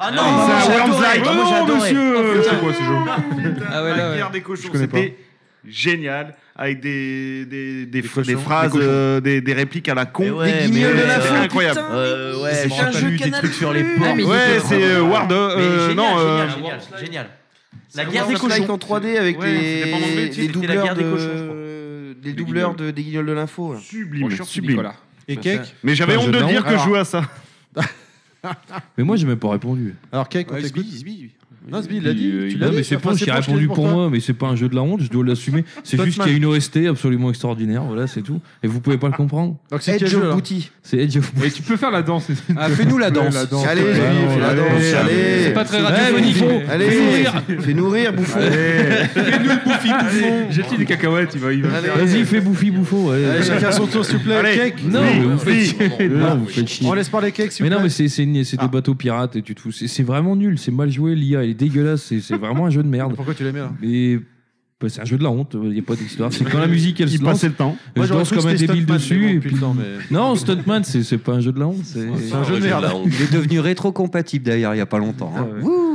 Ah
non, c'est un Worms Like.
non,
monsieur. C'est quoi ce jeu
Ah ouais, là,
La
ouais.
guerre des cochons,
Je connais
c'était génial. Avec des, des, des, des
cochons.
phrases,
Des cochons.
euh, des, des répliques à la con.
Mais ouais, Des guignols mais de la ouais.
C'est
faim,
incroyable.
putain, Euh, ouais,
C'est
j'ai un jeu Canal+. Ah, mais
ouais,
j'ai
c'est euh, Ward. euh,
Mais
euh,
génial,
non, euh,
génial, génial, génial. La
C'est
guerre des
Worms Like
cochons en 3D avec
Ouais,
les,
c'était pas en anglais,
les
tu sais, c'était la
doubleurs
guerre des
de-
cochons, je
des doubleurs de des guignols de l'info. là.
Sublime,
Bonjour,
sublime.
Oh, Nicolas.
Et
Bah,
Cake
ça-
Mais j'avais honte de dire que je
Ah,
jouais à ça.
Mais moi, j'ai même pas répondu.
Alors, Cake, on
Ouais,
t'écoute Non, Sbi, il l'a dit.
Euh,
Tu
il-
l'as
non,
dit.
mais c'est
enfin,
pas,
c'est
j'ai
pas ce que je
répondu
dis
pour
toi.
moi, mais c'est pas un jeu de la honte, je dois l'assumer. C'est juste
Totman.
qu'il y a une OST absolument extraordinaire, voilà, c'est tout. Et vous pouvez pas le comprendre.
Donc, c'est Edge quel of jeu, alors Booty.
C'est Edge of Booty. Et tu peux faire la danse.
Ah, fais-nous la danse. Allez,
Ouais,
Julie,
non,
fais la
allez,
danse,
allez.
allez. C'est pas très radiophonique, mais-
Allez,
Fais-nous
fais-nous
rire.
rire. Fais-nous rire, bouffon.
Fais-nous le bouffi, bouffon.
J'ai
des cacahuètes, il va y
Vas-y, fais bouffi bouffon. ouais.
Allez, chacun son tour, s'il vous plaît.
Allez.
Cake.
Non,
Oui,
mais vous
oui.
faites chier.
Non,
Non,
oui.
vous faites chier.
On laisse parler Cake, s'il
Mais
vous
non,
plaît. Ah.
mais c'est c'est une- c'est des bateaux pirates et tu te fous. C'est- C'est vraiment nul, c'est mal joué, l'IA, elle est dégueulasse, c'est c'est vraiment un jeu de merde.
Pourquoi tu l'aimais là
Mais bah, c'est un jeu de la honte, il n'y a pas d'histoire. C'est quand la musique, elle
Il
se lance.
passait le temps.
Je
Moi, j'aurais
danse
cru que
comme un
c'était
débile
Stuntman, mais
dessus.
bon,
et
plus
puis-
le temps, mais-
Non, Stuntman, c'est c'est pas un jeu de la honte. C'est un
jeu de merde.
Il est devenu rétro-compatible d'ailleurs il y a pas longtemps. hein. Wouh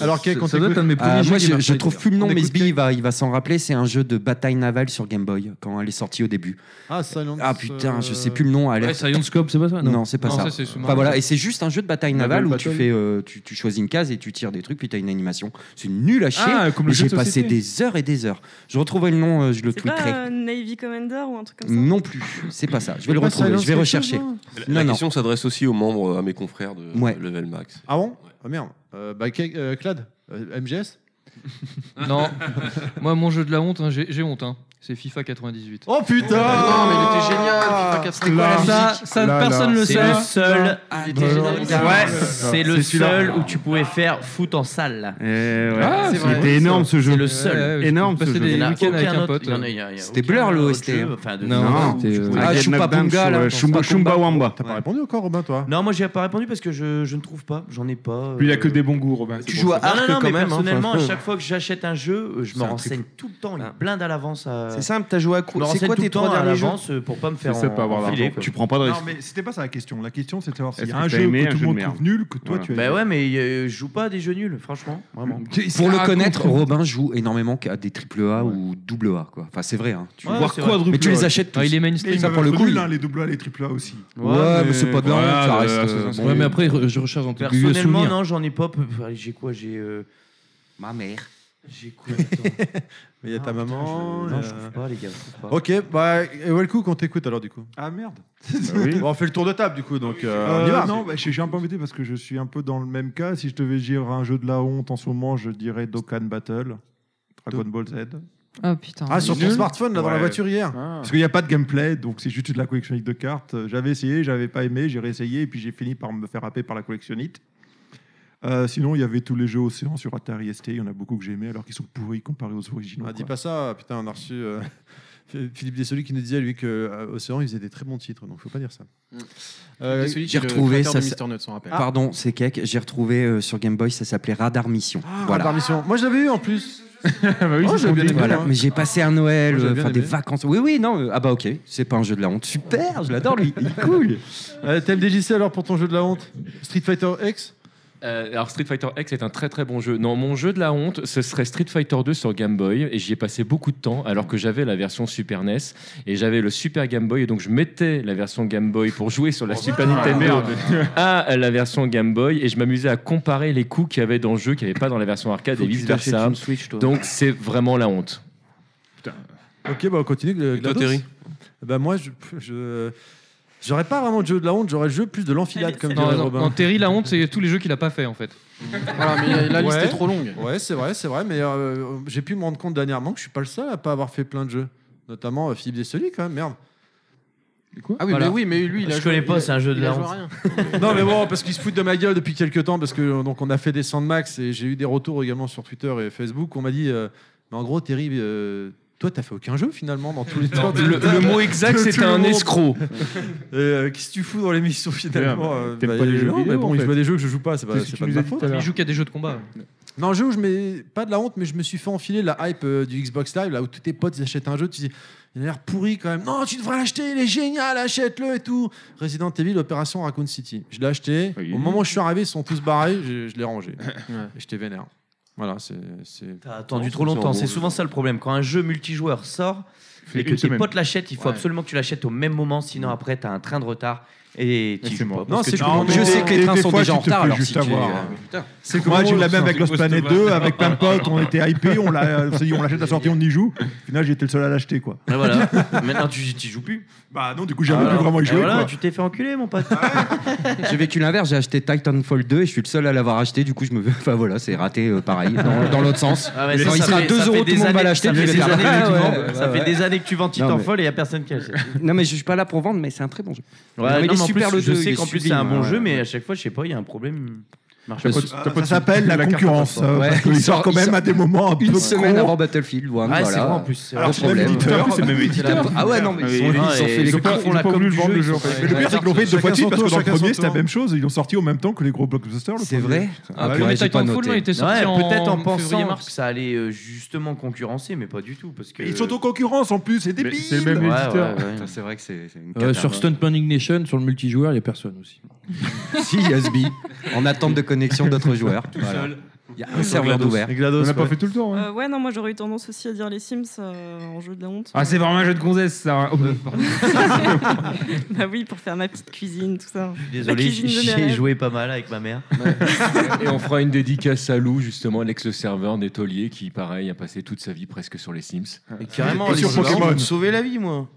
Alors, Cake, on t'écoute.
Ah, moi, je, je
Gamer
trouve
Side.
plus le nom,
On
mais
écoute
Sbi, il va, il va s'en rappeler. C'est un jeu de bataille navale sur Game Boy quand elle est sortie au début.
Ah, Silence.
Ah putain, je sais plus le nom. Alerte.
Ouais, Science Scope, c'est pas ça
Non,
Non.
c'est pas
Non,
ça.
ça, c'est sous-marin.
Enfin, voilà, et c'est juste un jeu de bataille navale où
Naval
tu
Battle.
fais, euh, tu, tu choisis une case et tu tires des trucs, puis t'as une animation. C'est nul à chier.
Ah, comme le
mais
jeu
j'ai
de
passé
société.
des heures et des heures. Je retrouverai le nom, euh, je le
C'est pas
tweeterai.
euh, Navy Commander ou un truc comme ça
Non plus, c'est pas ça. Je vais le
Pas
retrouver,
Silence
je vais
quelque
rechercher.
La-
chose,
Non,
La
non.
question s'adresse aussi aux membres, à mes confrères de
Ouais.
Level Max.
Ah bon Ah merde. Euh, Bah, Cake, euh, Clad, euh, MGS
Non, moi, mon jeu de la honte, hein, j'ai j'ai honte. hein. C'est FIFA 98.
Oh putain Ah,
Non, mais il était génial, FIFA 98. C'était quoi la
Ça,
musique
ça
Là,
personne
là.
le
C'est
sait.
le seul.
Ah,
Il était génial.
ouais, c'est le
C'est celui-là.
seul où tu pouvais faire foot en salle.
Eh
Ah,
C'est
c'est
vrai.
C'était énorme ce jeu.
C'est le seul.
Ouais, ouais, Énorme
je
ce
peux
jeu.
passer des
Il y en a
week-ends avec
aucun
un pote.
autre.
Il y en a- il y a
C'était
aucun
Blur
autre
l'OST.
jeu, enfin, de-
Non,
Non,
c'était,
tu
euh,
pouvais-
Ah,
Get
Chumpa
Nabunga,
Bunga,
là.
euh,
là. Chumba Chumba Wamba.
T'as pas répondu encore, Robin, toi
Non, moi j'ai pas répondu parce que je, je ne trouve pas, j'en ai pas. euh,
Lui, il a que des
bons goûts, Robin.
c'est
Tu
pour
joues à
ça.
Arc
Non, non, non,
quand
mais
même. hein.
personnellement,
Enfin,
à chaque
fois que j'achète un jeu, je
me renseigne
tout le temps, une blinde à l'avance. à-
C'est simple, t'as joué à quoi
Je me
C'est quoi
renseigne
tes
tout le
trois
temps à
derniers jeux
l'avance, euh, pour pas me faire
C'est ça, pas avoir
enfiler,
l'argent,
quoi.
tu prends pas de risque.
Non, mais c'était pas ça la question. La question, c'était de savoir s'il y a
Est-ce que
un
t'as
jeu
aimé
que
un
tout
jeu
le monde
de
trouve
merde
nul, que toi
Voilà.
tu as
Bah
aimé.
ouais, mais euh, je joue pas à des jeux nuls, franchement. Vraiment.
Pour le connaître, Robin joue énormément à des triple A ou double A. Quoi. Enfin, c'est vrai. hein. Tu
Ouais,
vois
c'est
quoi
vrai.
Mais tu les achètes tous.
Ah, il est mainstream.
Ça
Mais
pour le
ils
coup.
veulent
il-
nul, hein, les double A, les triple A aussi.
Ouais, mais c'est pas de la honte, ça reste, euh, bon.
Ouais, mais après, re- je recherche un truc de vieux
Personnellement,
souvenir.
non, j'en ai pas. peu- allez, J'ai quoi J'ai. euh,
Ma mère.
J'ai quoi attends.
Mais il y a
Ah,
ta
putain,
maman.
je- non,
il y
je
a-
trouve pas, les gars, je trouve pas.
euh, Ok, bah, et well, cook, on t'écoute alors du coup.
Ah merde.
Bah
Bon, on fait le tour de table du coup, donc euh, on y
Euh,
va.
non, bah, je suis un peu embêté parce que je suis un peu dans le même cas. Si je devais dire un jeu de la honte en ce moment, je dirais Dokkan Battle, Dragon Ball Z. Ah.
Oh putain. Ah.
Ah, sur ton smartphone, là, dans la voiture hier.
Parce qu'il n'y a pas de gameplay, donc c'est juste de la collectionnite de cartes. Euh, J'avais essayé, j'avais pas aimé, j'ai réessayé, et puis j'ai fini par me faire happer par la collectionnite. Euh, sinon, il y avait tous les jeux océans sur Atari ST, il y en a beaucoup que j'aimais, alors qu'ils sont pourris comparés aux originaux.
Ah, dis
quoi.
pas ça, putain, on a reçu euh, Philippe Dessoli qui nous disait lui que euh, Océan il faisait des très bons titres, donc faut pas dire ça.
Mm.
Euh,
J'ai retrouvé ça. s-
Ah,
Pardon, c'est cake. J'ai retrouvé euh, sur Game Boy, ça s'appelait Radar Mission.
ah,
voilà.
Radar Mission. Moi je l'avais eu en plus.
Ah bah oui,
Oh,
Oh,
j'avais bien aimé,
hein.
voilà.
moi.
Mais j'ai passé un Noël,
Moi, j'avais
euh,
bien
enfin des
aimé.
vacances. Oui, oui, non. euh, ah bah ok, c'est pas un jeu de la honte. Super, je l'adore lui. Il est cool.
Euh, TMDJC alors pour ton jeu de la honte Street Fighter X
Euh, alors Street Fighter X est un très très bon jeu. Non, mon jeu de la honte, ce serait Street Fighter 2 sur Game Boy et j'y ai passé beaucoup de temps alors que j'avais la version Super NES et j'avais le Super Game Boy et donc je mettais la version Game Boy pour jouer sur
Oh,
la Super Nintendo à la version Game Boy et je m'amusais à comparer les coups qu'il y avait dans le jeu qu'il n'y avait pas dans la version arcade
Faut
et
que tu
vice versa.
t'achètes une Switch, toi.
donc c'est vraiment la honte.
Ok, bah on continue. avec le
Et toi,
GLaDOS.
Terry
Bah moi, je. je- J'aurais pas vraiment de jeu de la honte, j'aurais le jeu plus de l'enfilade, comme
Non,
dirait
non,
Robin.
non, Terry, la honte, c'est tous les jeux qu'il a pas fait en fait.
Voilà, mais la liste
Ouais.
est trop longue. Ouais, c'est vrai, c'est vrai, mais euh, j'ai pu me rendre compte dernièrement que je suis pas le seul à pas avoir fait plein de jeux. Notamment euh, Philippe Dessoli, quand même, merde.
Ah oui, mais oui, mais lui, il a
Je
joué-
connais pas,
il-
c'est un jeu de
il a
la
joué à
honte.
rien.
non, mais bon, parce qu'ils se foutent de ma gueule depuis quelques temps, parce que donc on a fait des Sandmax et j'ai eu des retours également sur Twitter et Facebook. On m'a dit, euh, mais en gros, Terry, euh, toi, t'as fait aucun jeu finalement dans tous les temps.
Non, le- le mot exact,
De
c'était
tout le
un
monde.
escroc.
Et, euh, Qu'est-ce que tu fous dans l'émission finalement
Ouais, mais
euh,
t'aimes pas les jeux
non,
vidéo,
mais bon,
en
il
fait.
joue à des jeux que je joue pas, c'est pas,
C'est ce que
c'est
tu
pas de
nous
ma
as dit
faute.
tout à l'heure. Il joue qu'à des jeux de combat.
Non, un jeu où je mets pas de la honte, mais je me suis fait enfiler la hype euh, du Xbox Live, là où tous tes potes ils achètent un jeu, tu dis, il a l'air pourri quand même. Non, tu devrais l'acheter, il est génial, achète-le et tout. Resident Evil, Opération Raccoon City. Je l'ai acheté. Au moment où je suis arrivé, ils sont tous barrés, je, je l'ai rangé. Et J'étais vénère. Voilà, c'est. c'est-
T'as attendu trop longtemps. C'est souvent ça le problème. Quand un jeu multijoueur sort
Fait
et que
une
tes
semaine.
potes l'achètent, il faut
Ouais.
absolument que tu l'achètes au même moment,
Mm.
sinon après t'as un train de retard et tu joues pas.
Non,
Parce
c'est
que
que
tu-
au moment-
euh, C'est
que au
Moi,
moment
j'ai
où
la
je
même
sors
avec
du
Lost Planet
Postman.
2, avec plein de potes, on était hypés, on l'a- euh, on s'est dit on l'achète à sortie, on y joue. Au final, j'étais le seul à l'acheter, quoi.
Ouais, voilà. Maintenant tu tu joues plus.
Bah non, du coup, j'avais plus vraiment y
et
jouer,
Voilà,
quoi.
tu t'es fait enculer, mon pote.
J'ai vécu l'inverse, j'ai acheté Titanfall 2 et je suis le seul à l'avoir acheté, du coup je me enfin voilà, c'est raté euh, pareil, dans, dans l'autre sens.
Ah ouais,
Quand
ça,
il
ça
sera
fait-
2
ça
euros,
fait
tout le
des
monde va
années-
l'acheter.
ça
je vais
fait
faire
des années
Ah
que tu
ouais,
vends-
ouais,
ça
ouais.
fait des années que tu vends Titanfall et il n'y a personne qui achète.
Non mais je suis pas là pour vendre, mais c'est un très bon jeu.
Ouais,
Non, mais
non,
il est
mais en
super
plus,
le
je
jeu, il
sais
est
qu'en plus c'est
sublime,
un bon
ouais.
jeu, mais à chaque fois, je sais pas, il y a un problème. il marche
Ça
pas.
ça s'appelle la concurrence.
euh, parce qu'il
il
sort
sort quand même à des moments un peu Une semaine avant Battlefield One.
Ah, c'est
voilà.
vrai, en plus, c'est
Alors,
vrai.
c'est le
Problème.
même éditeur,
C'est
c'est le même
la-
éditeur. Ah ouais, non, mais ils ont-
Ah,
ils ont
et
fait les
ils ont pas-
coups.
on l'a
voulu
conqué
vendre
du
le
jeu,
jeu.
en fait.
Mais le pire, c'est qu'ils l'ont fait deux
Chacun
fois de suite
son
parce que
tour,
dans le
chacun son
premier, c'était la
tour.
même chose. Ils l'ont sorti au même temps que les gros blockbusters. le
C'est
premier.
vrai
Ah,
Ouais,
ouais, mais
Titanfall,
Titanfall,
non,
il était sorti
ouais,
en
peut-être en
février,
pensant
mars.
que ça allait euh, justement concurrencer, mais pas du tout. Parce que...
Ils sont en concurrence en plus, c'est débile.
c'est le même Ouais, éditeur. ouais, ouais.
Putain,
C'est vrai que c'est c'est une
Euh, sur
catastrophe.
Stunt Panic Nation, sur le multijoueur, il n'y a personne aussi.
si, Yasby, en attente de connexion d'autres joueurs. Voilà. Il y a un serveur d'ouvert.
On n'a pas fait tout le temps.
Euh, ouais, non, moi j'aurais eu tendance aussi à dire les Sims euh, en jeu de la honte.
Ah, c'est vraiment un jeu de gonzesse, ça. Oh, pardon.
bah oui, pour faire ma petite cuisine, tout ça. La
Désolé,
cuisine
j'y
de mes
j'y ai
rêves.
joué pas mal avec ma mère.
Et on fera une dédicace à Lou, justement, l'ex-serveur d'étolier qui, pareil, a passé toute sa vie presque sur les Sims.
Et carrément, les Sims m'ont sauvé la vie, moi.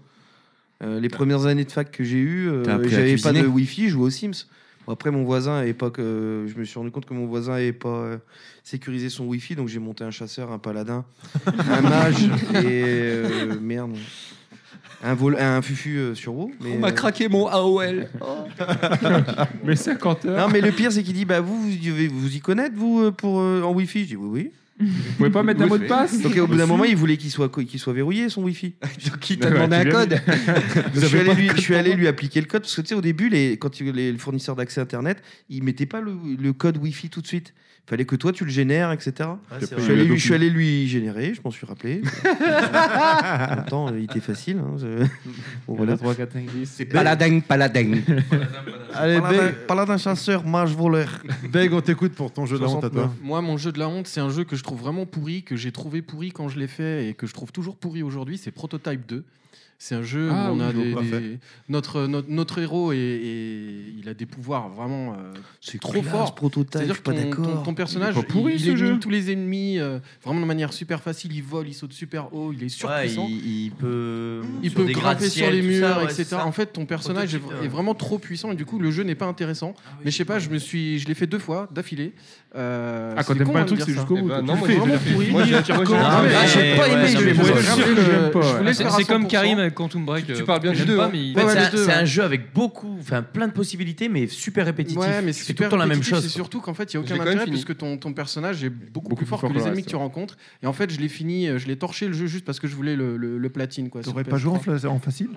Euh, les premières années de fac que j'ai eues, euh,
T'as appris à
j'avais pas
cuisiner.
de Wi-Fi, je jouais aux Sims. Bon, après, mon voisin avait pas que- je me suis rendu compte que mon voisin n'avait pas euh, sécurisé son Wi-Fi, donc j'ai monté un chasseur, un paladin, un mage et euh, merde, un, vol, un fufu euh, sur WoW. mais,
On m'a
euh,
craqué mon AOL.
mais 50
heures.
Non, mais le pire, c'est qu'il dit bah, vous, vous devez vous y connaître, vous, euh, pour, euh, en Wi-Fi Je dis oui, oui. Vous
pouvez pas mettre un mot de passe
Donc, au bout d'un
Dessus.
moment, il voulait qu'il soit, co- qu'il soit verrouillé, son Wi-Fi. Donc, il
t'a demandé un code.
je
Vous
suis allé,
avez pas
lui,
de code
je suis
pour
allé
moi.
lui appliquer le code, parce que tu sais, au début, les, quand il- les, le fournisseur d'accès Internet, il mettait pas le, le code Wi-Fi tout de suite. Fallait que toi, tu le génères, etc.
c'est
je,
vrai.
suis allé, lui- je suis
Adobe.
allé lui générer, je m'en suis rappelé. en même temps, il était facile. Hein, je- bon, voilà.
C'est paladin, paladin.
Allez,
Paladin.
Beg, paladin chasseur, mage voleur.
Eh, Beg, on t'écoute pour ton jeu de la honte à toi.
69.
Moi, mon jeu de la honte, c'est un jeu que je trouve vraiment pourri, que j'ai trouvé pourri quand je l'ai fait et que je trouve toujours pourri aujourd'hui. C'est Prototype 2. C'est un jeu
Ah
où on
oui,
a
je l'ai
des-
pas
des-
fait.
notre, notre, notre héros et, il a des pouvoirs vraiment euh, trop
classe,
forts.
Prototype,
C'est-à-dire
je suis pas
que ton-
d'accord.
Ton, ton personnage,
Il est pas pourri,
il,
ce
est
jeu.
tous les ennemis euh, vraiment de manière super facile. Il vole, il saute super haut, il est surpuissant.
il, il peut,
Il
sur
peut
des
grimper
gratte-ciel,
sur les
tout
murs,
ça, ouais, c'est
etc.
ça.
En fait, ton personnage est,
Prototype,
est vraiment trop puissant et du coup, le jeu n'est pas intéressant. mais je sais pas, je me suis, je l'ai fait deux fois d'affilée. Euh,
Ah, quand
c'est
t'aimes
con
pas un
de
truc,
dire
c'est
ça.
jusqu'au
Eh
bout,
ben
tu
non,
le
moi,
fais,
j'ai
je l'ai
vraiment
fait.
pourri.
Moi, j'ai- moi, j'ai-
Hardcore.
Ah, mais
Ah,
j'ai
ouais,
pas aimé,
ouais,
je
ça
vais
me
vous
saoule.
dire.
Je voulais le
Euh,
faire à
Je voulais le
C'est-
faire à
c'est comme
100%.
Karim avec Quantum Break.
Tu- tu
euh,
parles bien du
j'aime
deux,
pas,
hein.
mais il-
En fait,
Ouais,
c'est
les
un-
deux,
c'est
ouais.
un jeu avec beaucoup, enfin plein de possibilités, mais super répétitif.
Ouais, mais
Tu fais tout le
super
temps la même
répétitif,
chose.
C'est surtout qu'en fait, il n'y a
Je l'ai
aucun
quand même
intérêt
fini.
puisque que ton, ton personnage est beaucoup, plus fort, que les ennemis que tu rencontres. Et en fait, je l'ai fini, euh, je l'ai torché le jeu juste parce que je voulais le, le- le platine. quoi.
T'aurais
sur
pas joué en,
PS3.
fla- en facile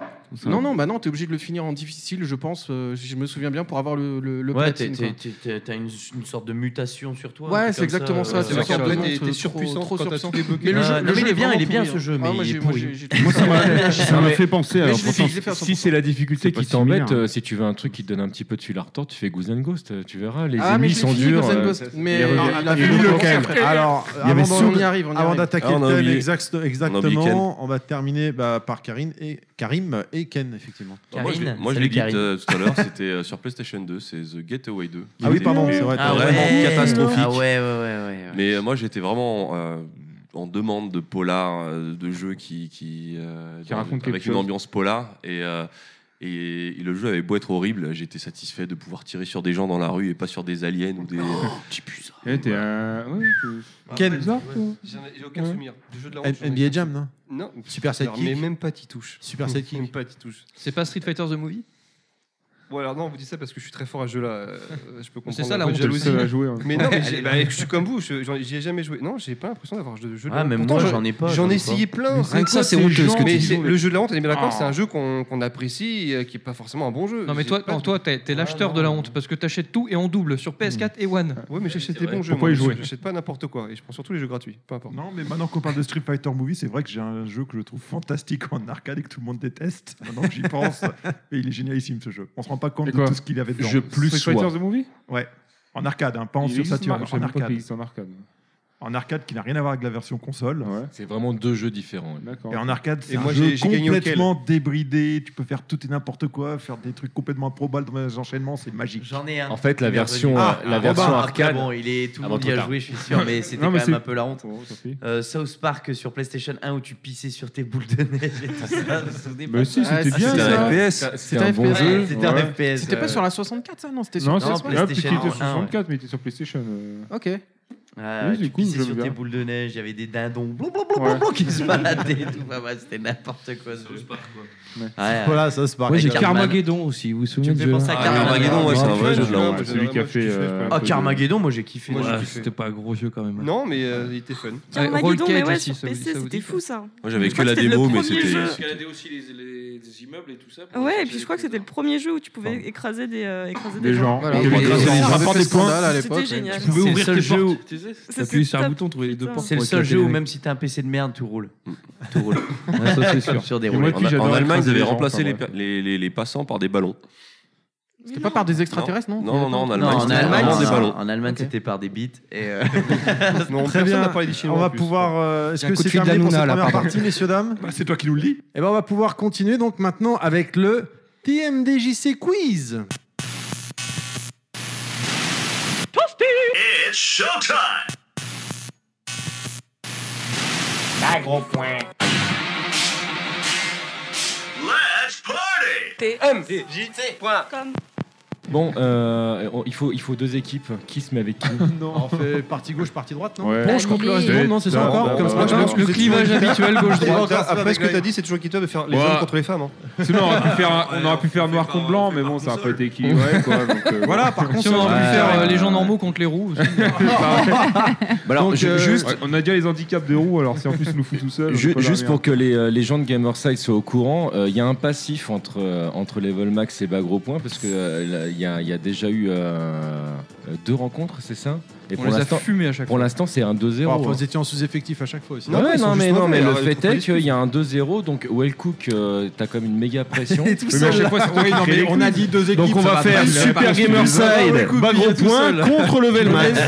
Non, non, bah non, t'es obligé de le finir en difficile, je pense. euh, si je me souviens bien pour avoir le, le, le
ouais, t'es-
platine.
t'es-
quoi.
t'es- t'es- t'as une, une sorte de mutation sur toi. un
Ouais,
truc
c'est
comme
exactement ça.
euh,
c'est
ouais.
ça, vraiment,
t'es- t'es
trop-
surpuissant
trop
quand t'as
surpuissant.
tout débloqué.
Mais le
Ah,
jeu,
non,
le
mais
jeu
il est bien,
vraiment
il est bien,
pourri,
ce jeu,
hein.
mais
Ah, moi,
il est
j'ai-
pourri.
j'ai- j'ai-
Moi, ça m'a- ça m'a fait penser.
Mais
alors,
je l'ai fait,
franchement,
je l'ai fait à
si c'est la difficulté
qui t'embête, euh, si tu veux un truc qui te donne un petit peu de fil à retordre, tu fais Goose and Ghost, euh, tu verras. Les
Ah, mais
ennemis
je l'ai
sont
fini,
durs.
Goose and
euh,
Ghost, mais
les-
alors,
Ah,
les-
la
les-
fin
les-
du
les-
lequel
Alors,
Il y avait
avant d'en-
Soud. On y arrive, on y
avant
arrive.
d'attaquer
Ah, on a
le thème,
oublié.
exact-
oublié Ken.
exactement, on va terminer bah, par Karine et Karim et Ken, effectivement.
Alors, Bah, moi, je l'ai- moi, je l'ai dit euh, tout à l'heure, c'était euh, sur PlayStation 2, c'est The Getaway 2.
Ah oui, pardon, c'est vrai,
Ah
t'as
vraiment
raison.
catastrophique.
Ah ouais, ouais,
Mais euh, moi, j'étais vraiment euh, en demande de polar, euh, de jeux qui, qui, euh,
Qui raconte
avec
quelque
une
chose.
ambiance polar. Et, euh, et, et le jeu avait beau être horrible, j'étais satisfait de pouvoir tirer sur des gens dans la rue et pas sur des aliens ou des. euh,
Eh, t'es un. ouais, t'es-
Quel-
Bizarre, toi.
J'en ai- Ah, J'ai aucun souvenir du jeu de la
N-
route. j'en ai
NBA
aucun
Jam,
souvenir.
non
Non.
Super Sidekick.
Mais même pas Titouche.
Super Sidekick.
Même pas Titouche.
C'est pas Street Fighter The Movie
Bon, alors non, on vous dit ça parce que je suis très fort à ce jeu-là. euh, je peux comprendre.
C'est ça,
un
la
peu de
honte. T'es le seul à jouer, hein.
Mais non, mais
Elle
j'ai-
est
bah,
là.
je suis comme vous, je- j'en- j'y ai jamais joué. Non, j'ai pas l'impression d'avoir de jeu de
Ah,
la honte.
même
Pourtant,
moi, j'en ai pas,
J'en
j'en ai
ai
pas.
essayé plein.
Rien que ça, c'est honteux, ce que tu
Mais
dis.
c'est- Le jeu de la honte, on est bien d'accord,
Ah.
c'est un jeu qu'on qu'on apprécie et qui est pas forcément un bon jeu.
Non, mais
J'ai
toi,
pas de-
toi t'es
Ah,
t'es l'acheteur de la honte parce que t'achètes tout et en double sur PS4 et One.
Ouais, mais j'achète des bons jeux.
Pourquoi
moi.
y jouer
J'achète pas n'importe quoi et je prends surtout les jeux gratuits, peu importe.
Non, mais maintenant qu'on parle de Street Fighter Movie, c'est vrai que j'ai un jeu que je trouve fantastique en arcade et que tout le monde déteste. Maintenant que j'y pense, et il est génialissime ce jeu. On se rend pas compte
Et
de
quoi
tout ce qu'il avait dedans.
Jeu plus Street Fighter soi. The Movie
Ouais, en arcade, hein, pas en
Il
sur
existe
Saturn,
en- je savais
en
même pas qu'il
arcade.
existe en arcade.
En arcade qui n'a rien à voir avec la version console.
C'est vraiment deux jeux différents. ouais.
Et en arcade, c'est
Et
un
moi,
jeu
j'ai- j'ai gagné
complètement débridé. Tu peux faire tout et n'importe quoi, faire des trucs complètement improbables dans les enchaînements, c'est magique.
J'en ai un.
En fait,
Il
la
est
version,
revenu.
euh, la version
Robin,
arcade-
après, bon, il est tout le
Avant
monde
trop
y a
tard.
joué, je suis sûr, mais c'était
Non,
quand
mais
même
c'est-
un peu la honte. Euh, South Park sur PlayStation 1 où tu pissais sur tes boules de neige et tout ça. vous vous souvenez
Mais
pas
si,
de ça
c'était Ah, bien, c'était un ça. FPS,
C'était
c'était un bon
FPS,
jeu.
ouais, C'était un
Ouais.
FPS.
C'était
euh,
pas sur
la 64, ça Non, c'était
Non, c'est
Non,
c'est- ah, puis
PlayStation
tu étais sur
1, ouais.
64, mais tu sur PlayStation. euh.
Ok.
Ah,
Oui,
tu
du coup,
pissais
je veux
sur tes
bien.
boules de neige, il y avait des dindons blablabla qui se baladaient et tout. Bah, bah, c'était n'importe quoi ce jeu. Ouais. Ouais,
Voilà, ça se
Ah, pareil.
Moi, j'ai
Cartman.
Carmageddon aussi, vous vous souvenez
Tu me
de
fais penser à Carmageddon, ouais, c'est un vrai jeu
hein,
de la honte.
Celui qui a fait, euh,
Ah, Carmageddon, moi j'ai kiffé.
Ouais,
Ouais,
C'était pas un gros jeu quand même.
Non, mais euh, il était fun.
Carmageddon, mais ouais,
aussi,
sur
ça vous dit-
PC,
ça vous
c'était
dit
fou ça.
Moi, j'avais
Je
que
crois
la
c'était le
démo, mais
premier
c'était-
jeu.
Escalader
aussi les, immeubles et tout ça.
Ouais, et puis je crois que c'était le premier jeu où tu pouvais écraser des, euh, écraser
Des gens.
Voilà.
Et
Ouais,
les-
ouais,
les-
ouais.
les-
Ça
les-
fait
les-
scandale à
les-
l'époque.
les-
C'était génial.
Tu pouvais ouvrir tes portes.
C'était
T'appuies sur un
top.
bouton, trouver les deux
Putain.
portes.
C'est le
pour
seul
éclater
jeu où
les
même si t'as un PC de merde, tout roule. Tout roule.
Ah, ça, c'est
Comme
sûr.
sur des
Et
En,
roulettes.
en Allemagne, ils avaient remplacé les, les- les- les passants par des ballons.
C'était pas par des extraterrestres, non
Non, non, non, en
Non,
Allemagne,
en
c'était
Allemagne,
vraiment des
non,
ballons.
en Allemagne, c'était par des bites. Et euh,
Très bien. on va pouvoir. euh, Est-ce que c'est terminé pour cette première partie, messieurs dames
Bah, C'est toi qui nous le dis.
Eh ben, on va pouvoir continuer donc maintenant avec le TMDJC quiz.
It's showtime!
Un gros point.
Let's party!
TMDJC.com
Bon, euh, on- il, faut, il faut deux équipes. Qui se met avec qui
Non. On fait partie gauche, partie droite, non
Ouais.
Penche contre le reste du monde, non C'est ça encore Comme ça,
Moi, je pense que
vous
c'est
êtes
toujours
toujours-
équitable. Après
avec
ce que
Greg.
t'as dit, c'est toujours équitable de faire les
Ouais.
hommes contre les femmes. hein.
Sinon, on aurait pu faire, un- on aurait pu faire noir contre blanc, mais bon, ça n'a pas été équilibré. quoi, donc, euh,
Voilà, par
Si on aurait pu
Ouais,
faire euh,
ouais.
les gens normaux contre les roues. aussi.
Bah alors,
Donc,
ju-
euh,
juste, on a déjà les handicaps de roue, alors si en plus on nous fout tout seul. on
Ju-
peut pas
juste
dormir.
pour que les, euh, les gens de Gamerside soient au courant, euh, il y a un passif entre, euh, entre Level Max et Bagro Point parce que euh, là, il y, a, il y a déjà eu euh, euh, deux rencontres, c'est ça
On les a
fumés à chaque
Pour l'instant, c'est un 2-0.
Bon, enfin,
hein.
Oh, Vous étiez en sous-effectif à chaque fois aussi.
Ouais, ouais, non, mais, non, mais le fait est
que
qu'il y a un 2-0, donc Wellcook, euh, t'as quand même une méga pression.
Et tout Oui, mais à seul, chaque fois, là. surtout,
Oui,
tu
non,
crées
mais
les
on a
quiz.
dit deux équipes.
Donc, on
ça
va faire
pas le
Super
partir.
Gamer Side,
Bagro
Bagro Point contre Level Max.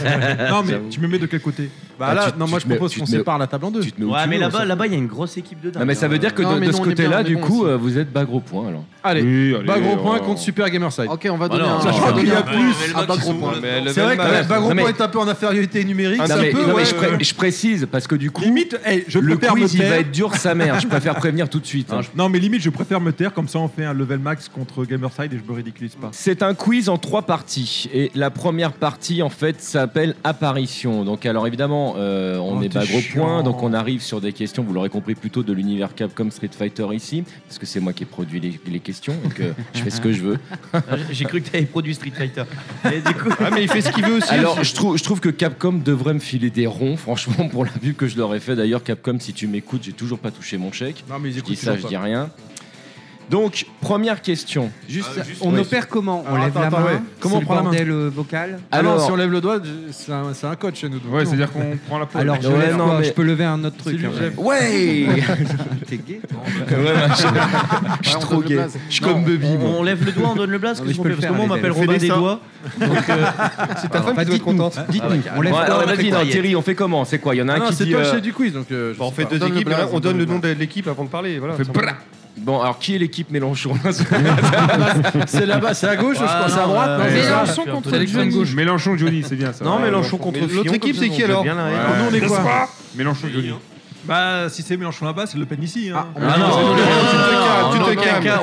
Non, mais
J'avoue.
tu me mets de quel côté
Bah là, non, moi je propose
tu
qu'on
te mets-
sépare la table en deux.
Ouais, mais là-bas, là-bas, il y a une grosse équipe de dingue.
Non, mais ça veut
hein.
dire que
Non,
de,
mais
de
nous,
ce
on est bien, on
côté-là,
est
du
bon
coup, euh, vous êtes Bagro Point alors.
Allez,
Oui, allez,
Bagro Point
oh.
contre Super Gamer Side. Ok,
on va
donner un- on va
qu'il y a
donner un-
plus
Level
à
Max,
Bagro
ils sont
Point.
où, mais Level
C'est vrai
Max,
que Bagro
non, mais-
Point est un peu en infériorité numérique.
Non,
c'est un
mais,
peu,
non, mais
ouais,
je, pré- je précise parce que du coup,
Limite, hey, je
le
préfère me
quiz il va
taire.
être dur sa mère. Je préfère prévenir tout de suite. hein.
Non, mais limite, je préfère me taire, comme ça on fait un level max contre Gamerside et je me ridiculise pas.
C'est un quiz en trois parties et la première partie en fait s'appelle apparition. Donc alors évidemment euh, on
Oh,
est
t'es
pas gros
chiant.
point donc on arrive sur des questions vous l'aurez compris plutôt de l'univers Capcom Street Fighter ici parce que c'est moi qui ai produit
Hein.
les, les questions donc euh, je fais ce que je veux.
J'ai cru que t'avais produit Street Fighter. Et du coup...
Ah, mais
il fait ce qu'il veut aussi.
Alors, je trouve, je trouve que Capcom devrait me filer des ronds, franchement, pour la pub que je leur ai fait. D'ailleurs, Capcom, si tu m'écoutes, j'ai toujours pas touché mon chèque.
Non, mais ils
je dis
écoutent
ça, je
toujours
dis
pas.
rien. Donc, première question.
Juste-
Ah,
Euh, juste-
on
Ouais.
opère comment On
Alors,
lève la
attends,
main
attends, ouais. Comment on
C'est
prend la
le
main
bordel euh, vocal
Alors,
Alors-
si on lève le doigt, je- c'est un, c'est un code chez nous. donc
Ouais,
non.
c'est-à-dire qu'on prend la paume. Alors, je
Ah,
lève quoi Je peux lever un autre truc,
lui,
hein.
je lève.
Ouais
T'es gay
Ouais, bah, je- je suis trop gay. Je suis comme Bubby. moi.
On lève le doigt, on donne le blast.
Non,
qu'est-ce
mais je
qu'on
peux
fait Parce
le
que moi,
faire,
on
les
m'appelle
gars. Fais
Robin
des
des
seins.
doigts.
C'est ta femme qui doit être contente.
Dites-nous.
On lève
Ouais, alors,
Vas-y,
vas-y,
non,
non,
Thierry, on fait comment C'est quoi Il y en a un
Ah non,
qui
c'est
dit.
toi le
euh,
chef du quiz, donc, euh, je Bon, on sais fait pas. deux Donne le équipes, et blast, là, on on donne donne le le nom blast. de l'équipe avant de parler, voilà,
On fait
simplement.
brrr. Bon, alors qui est l'équipe Mélenchon
C'est là-bas, c'est à gauche, je crois, c'est à droite, Ah, non, c'est ça Mélenchon contre C'est l'extrême Johnny. gauche.
Mélenchon Johnny, c'est bien ça.
Non,
Ouais,
Mélenchon contre
Mais
Fillon, comme ça, on peut bien la- Ouais. Nous, on est
N'est-ce
quoi
pas Mélenchon Johnny.
Bah, si c'est Mélenchon là-bas, c'est Le Pen ici. Hein.
Ah, non, non, non,
tu te calmes, tu te calmes.
C'est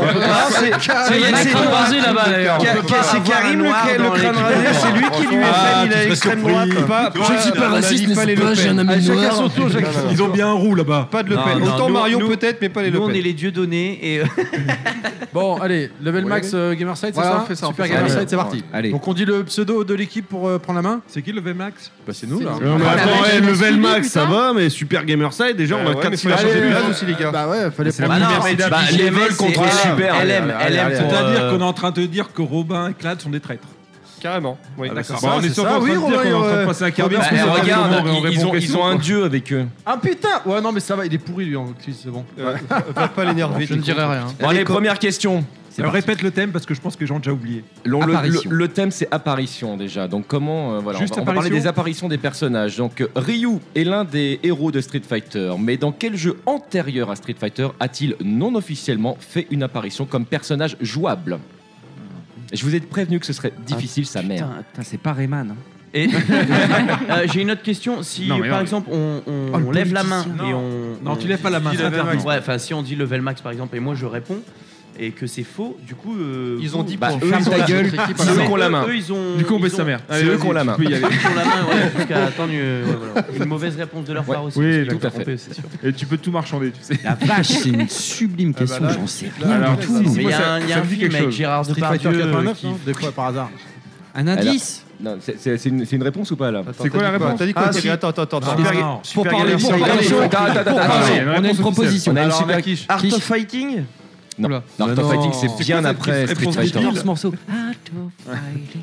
Karim le le crâne rasé, c'est lui qui lui a fait il a l'extrême droite.
Je ne suis pas raciste, n'est-ce pas, j'ai un ami noir. Non, non, non.
Ils ont bien un roux là-bas.
Pas de Le Pen. Autant Marion peut-être, mais pas les Le
Nous, on
Pen.
est les dieux donnés. Et... euh,
Bon, allez, level
Ouais,
max
ouais.
euh, Gamerside, c'est
Voilà,
ça
on fait ça, on
Super
fait ça.
Gamerside,
Allez.
c'est parti.
Allez.
Donc on dit le pseudo de l'équipe pour euh, prendre la main
C'est qui le VMAX
Bah c'est nous là.
Non, mais attends, eh, level max, ça va, mais Super Gamerside, déjà, on
Euh,
a
ouais,
4
mais faut aller chercher les blagues aussi, les gars. Bah ouais, fallait prendre la Mercedes. Bah, les vols contre les super,
Elle
LM,
aime, elle aime.
LM,
C'est-à-dire
euh,
qu'on est en train de te dire que Robin et Clad sont des traîtres.
Carrément. Oui,
Ah,
d'accord.
bah, on est
C'est
sur
ça,
en train
oui,
de dire
Robin,
qu'on est en train
euh,
de passer un quart
Robin,
d'heure.
c'est
sur
ça,
le
regarde,
moment où on
ils-
répond
ils
aux
ont- ils
questions,
ont un
quoi.
dieu avec eux.
Ah putain Ouais, non, mais ça va, il est pourri lui en quiz, c'est bon.
Va pas l'énerver.
Je ne dirai rien.
Bon, allez, première question.
Alors, Euh, répète le thème parce que je pense que les gens ont déjà oublié.
L'on- le,
Apparition.
le- le thème c'est apparition déjà. Donc comment euh, voilà,
Juste
on, va, on va parler
apparition
des apparitions des personnages. Donc euh, Ryu est l'un des héros de Street Fighter, mais dans quel jeu antérieur à Street Fighter a-t-il non officiellement fait une apparition comme personnage jouable Je vous ai prévenu que ce serait difficile sa mère.
Putain, putain, c'est pas Rayman. hein.
Et Euh, j'ai une autre question. Si
Non, mais
par
non.
exemple on, on-
Oh, le
Hmm. on lève la main
politicien.
et
Non.
on
Non,
on
tu lèves pas la
dit
main, c'est
level
interdit.
max. Ouais, enfin si on dit level max par exemple et moi je réponds et que c'est faux, du coup euh,
Ils ont dit
bah,
pour
eux,
ferme
ils ont
ta
la-
gueule.
eux,
C'est eux qui ont la main.
Eux, ils ont,
Du coup, on
ils
baisse
ont-
sa mère. Allez, vas-y, tu peux y aller.
Ils ont la
Ah,
main, ouais, en tout cas, attends, euh, ouais, voilà. Une mauvaise réponse de leur part aussi. parce
Oui,
que
d'accord.
tout à fait. c'est sûr.
Et tu peux tout marchander, tu sais.
La vache, c'est une
sublime
Ah bah
question,
là,
j'en sais
là,
rien
alors,
du
si,
tout.
si,
Mais
moi,
il y a
ça-
un- il y a
ça
un
me dit
film
quelque
avec
chose.
Gérard
Street
Depardieu,
Fighter
euh,
89,
qui-
non
Des fois par hasard.
Un
indice
Non, c'est- c'est c'est une, c'est une réponse ou pas là
C'est quoi la réponse T'as dit
Ah,
quoi, Thierry Attends, attends, attends. Super- Super Galaxy,
Super
Galaxy.
Galaxy.
Attends, attends, attends,
Pour
attends.
parler.
On a une proposition.
On a une
Alors, on a
super
qui
Art of Fighting
Non,
Oula.
non, Art
Mais
of Fighting,
non.
c'est bien après Street Fighter.
ce morceau. Fighting.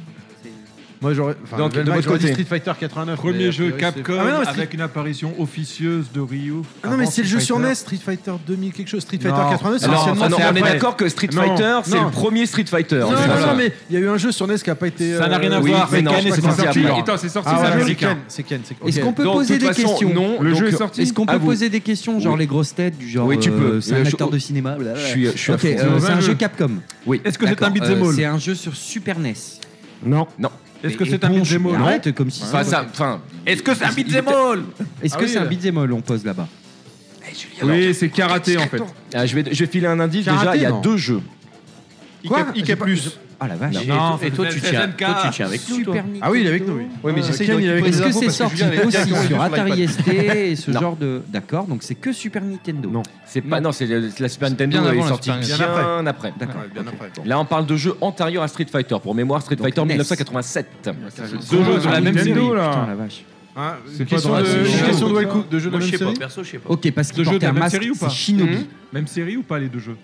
Moi j'aurais. Enfin,
Donc,
level
de
max,
votre
j'aurais dit
côté.
Street Fighter 89. mais
Premier
a
jeu
priori, c'est-
Capcom
Ah, mais non, mais Street-
avec une apparition officieuse de Ryu.
Ah non, mais
avant
c'est le jeu
Street
sur
Fighter.
NES, Street Fighter 2000 quelque chose. Street
Non.
Fighter 89, c'est
Non,
anciennement.
ah non,
c'est
on est
après.
d'accord que Street Fighter, c'est
Non.
le
premier Street Fighter.
Non,
c'est
non,
ça.
non, mais il y a eu un jeu sur NES qui a pas été. euh,
Ça n'a rien à voir avec Ken et c'est sorti après. Attends, c'est sorti,
Ah
c'est
ouais,
américain.
C'est Ken, c'est Ken.
Est-ce
Ok.
qu'on peut Donc, poser de toute des façon, questions non, le
Donc,
jeu est sorti.
Est-ce qu'on peut
Avoue.
poser des questions, genre
Oui.
les grosses têtes, du genre
Oui, tu peux.
euh, c'est un
Je-
acteur de cinéma blablabla.
je suis- je suis à
Ok,
fond.
euh,
C'est dans
c'est
un
un
jeu.
jeu Capcom.
Oui.
Est-ce que c'est un
beat them all
C'est un jeu sur Super E NES.
Non.
Non.
Est-ce que c'est un beat'em all Arrête, comme si
Enfin,
c'était-
ça- enfin,
Est-ce que c'est un beat'em all Est-ce
Ah
que
oui,
c'est un
là.
beat'em all On pose là-bas.
Oui, c'est karaté en fait. je, vais, je vais filer un indice.
Karaté,
déjà, il y a
non.
deux jeux.
Quoi J'ai pas-
plus.
Ah la vache.
Non.
Et
Non,
toi- Et toi, tu
c'est
tiens.
SNK.
Toi, tu tiens avec nous. toi.
Super Ah oui, il est avec nous, oui.
Oui,
Ouais, mais
mais
Euh,
j'essaie
j'essaye de Ken, il est
Est-ce
récupérer avec des
que
infos
c'est
parce que
sorti
Julien, il a
aussi
directement
sur
sur l'iPad.
Atari ST et ce
Non.
genre de. D'accord, donc c'est que Super Nintendo. Non.
C'est pas, non, c'est le- la Super Nintendo
bien
elle
avant
est
la
sortie
Super
bien,
Nintendo.
après.
Bien après.
D'accord.
Ouais, bien
Ok.
après.
Là, on parle de jeux antérieurs à Street Fighter. Pour mémoire, Street Fighter 1987.
Deux
Deux
jeux
jeux de la même série.
Putain, la vache.
Ah,
C'est
c'est
pas
question
dans la
de-
série.
une question de
Moi,
Wellcook, de jeu de la
je
même
sais pas,
série.
perso, je sais pas.
Ok, parce
Deux
qu'il
jeux de
portait
la
un
même
masque,
série ou
c'est
pas Mhm.
Shinobi.
Même série ou pas les deux jeux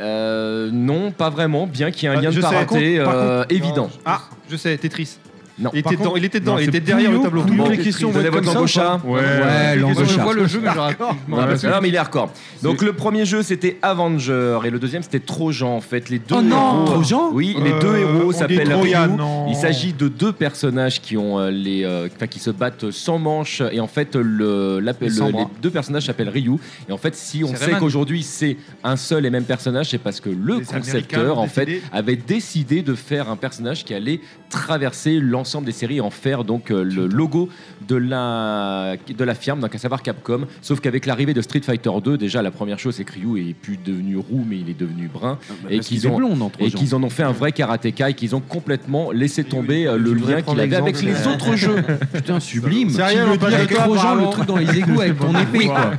Euh, non, pas vraiment, bien qu'il y ait un
Bah,
Ah,
lien
je
de
sais. Par
parenté
contre, par
euh,
contre-
évident.
Ah, je sais, Tetris.
Non.
Il était
Par
dedans,
contre-
il était dedans,
Non,
il
c'est
était derrière le
Puyo,
tableau.
Puyo,
Bon,
les
Tetris,
questions
vous
vont
allez
être
votre
comme ça
Gambocha.
Ouais. Ouais,
Je
l'Angosha.
vois hein. le jeu, mais je rate.
hein Non, parce que- non, mais il est hardcore. Donc le premier jeu c'était Avenger et le deuxième c'était Trojan en fait. Les deux
Oh non,
héros,
Trojan
Oui, les
Euh,
deux
on
héros
dit
s'appellent
Trojan,
Ryu.
non.
Il s'agit de deux personnages qui ont euh, les, euh, enfin, qui se battent sans manche et en fait le, la-
Et
le-
sans bras.
les deux personnages s'appellent Ryu et en fait si on
C'est
sait
Rayman.
qu'aujourd'hui c'est un seul et même personnage c'est parce que le
Les Américains
concepteur
ont
en fait
décidé.
avait décidé de faire un personnage qui allait traverser l'ensemble des séries et en faire donc euh, le logo de la, de la firme, donc à savoir Capcom. Sauf qu'avec l'arrivée de Street Fighter 2, déjà la première chose c'est que Ryu est plus devenu roux mais il est devenu brun
bah,
et
parce
qu'ils
qu'il est
ont,
blond dans Trojan.
et qu'ils en ont fait un vrai karatéka et qu'ils ont complètement laissé tomber euh, le
devrais
lien qu'il
prendre
avait avec les
l'exemple.
autres jeux.
Putain, sublime.
C'est rien,
tu
on
veux
parle
dire
de toi,
Trojan,
apparemment.
le truc dans les égouts avec ton épée, quoi.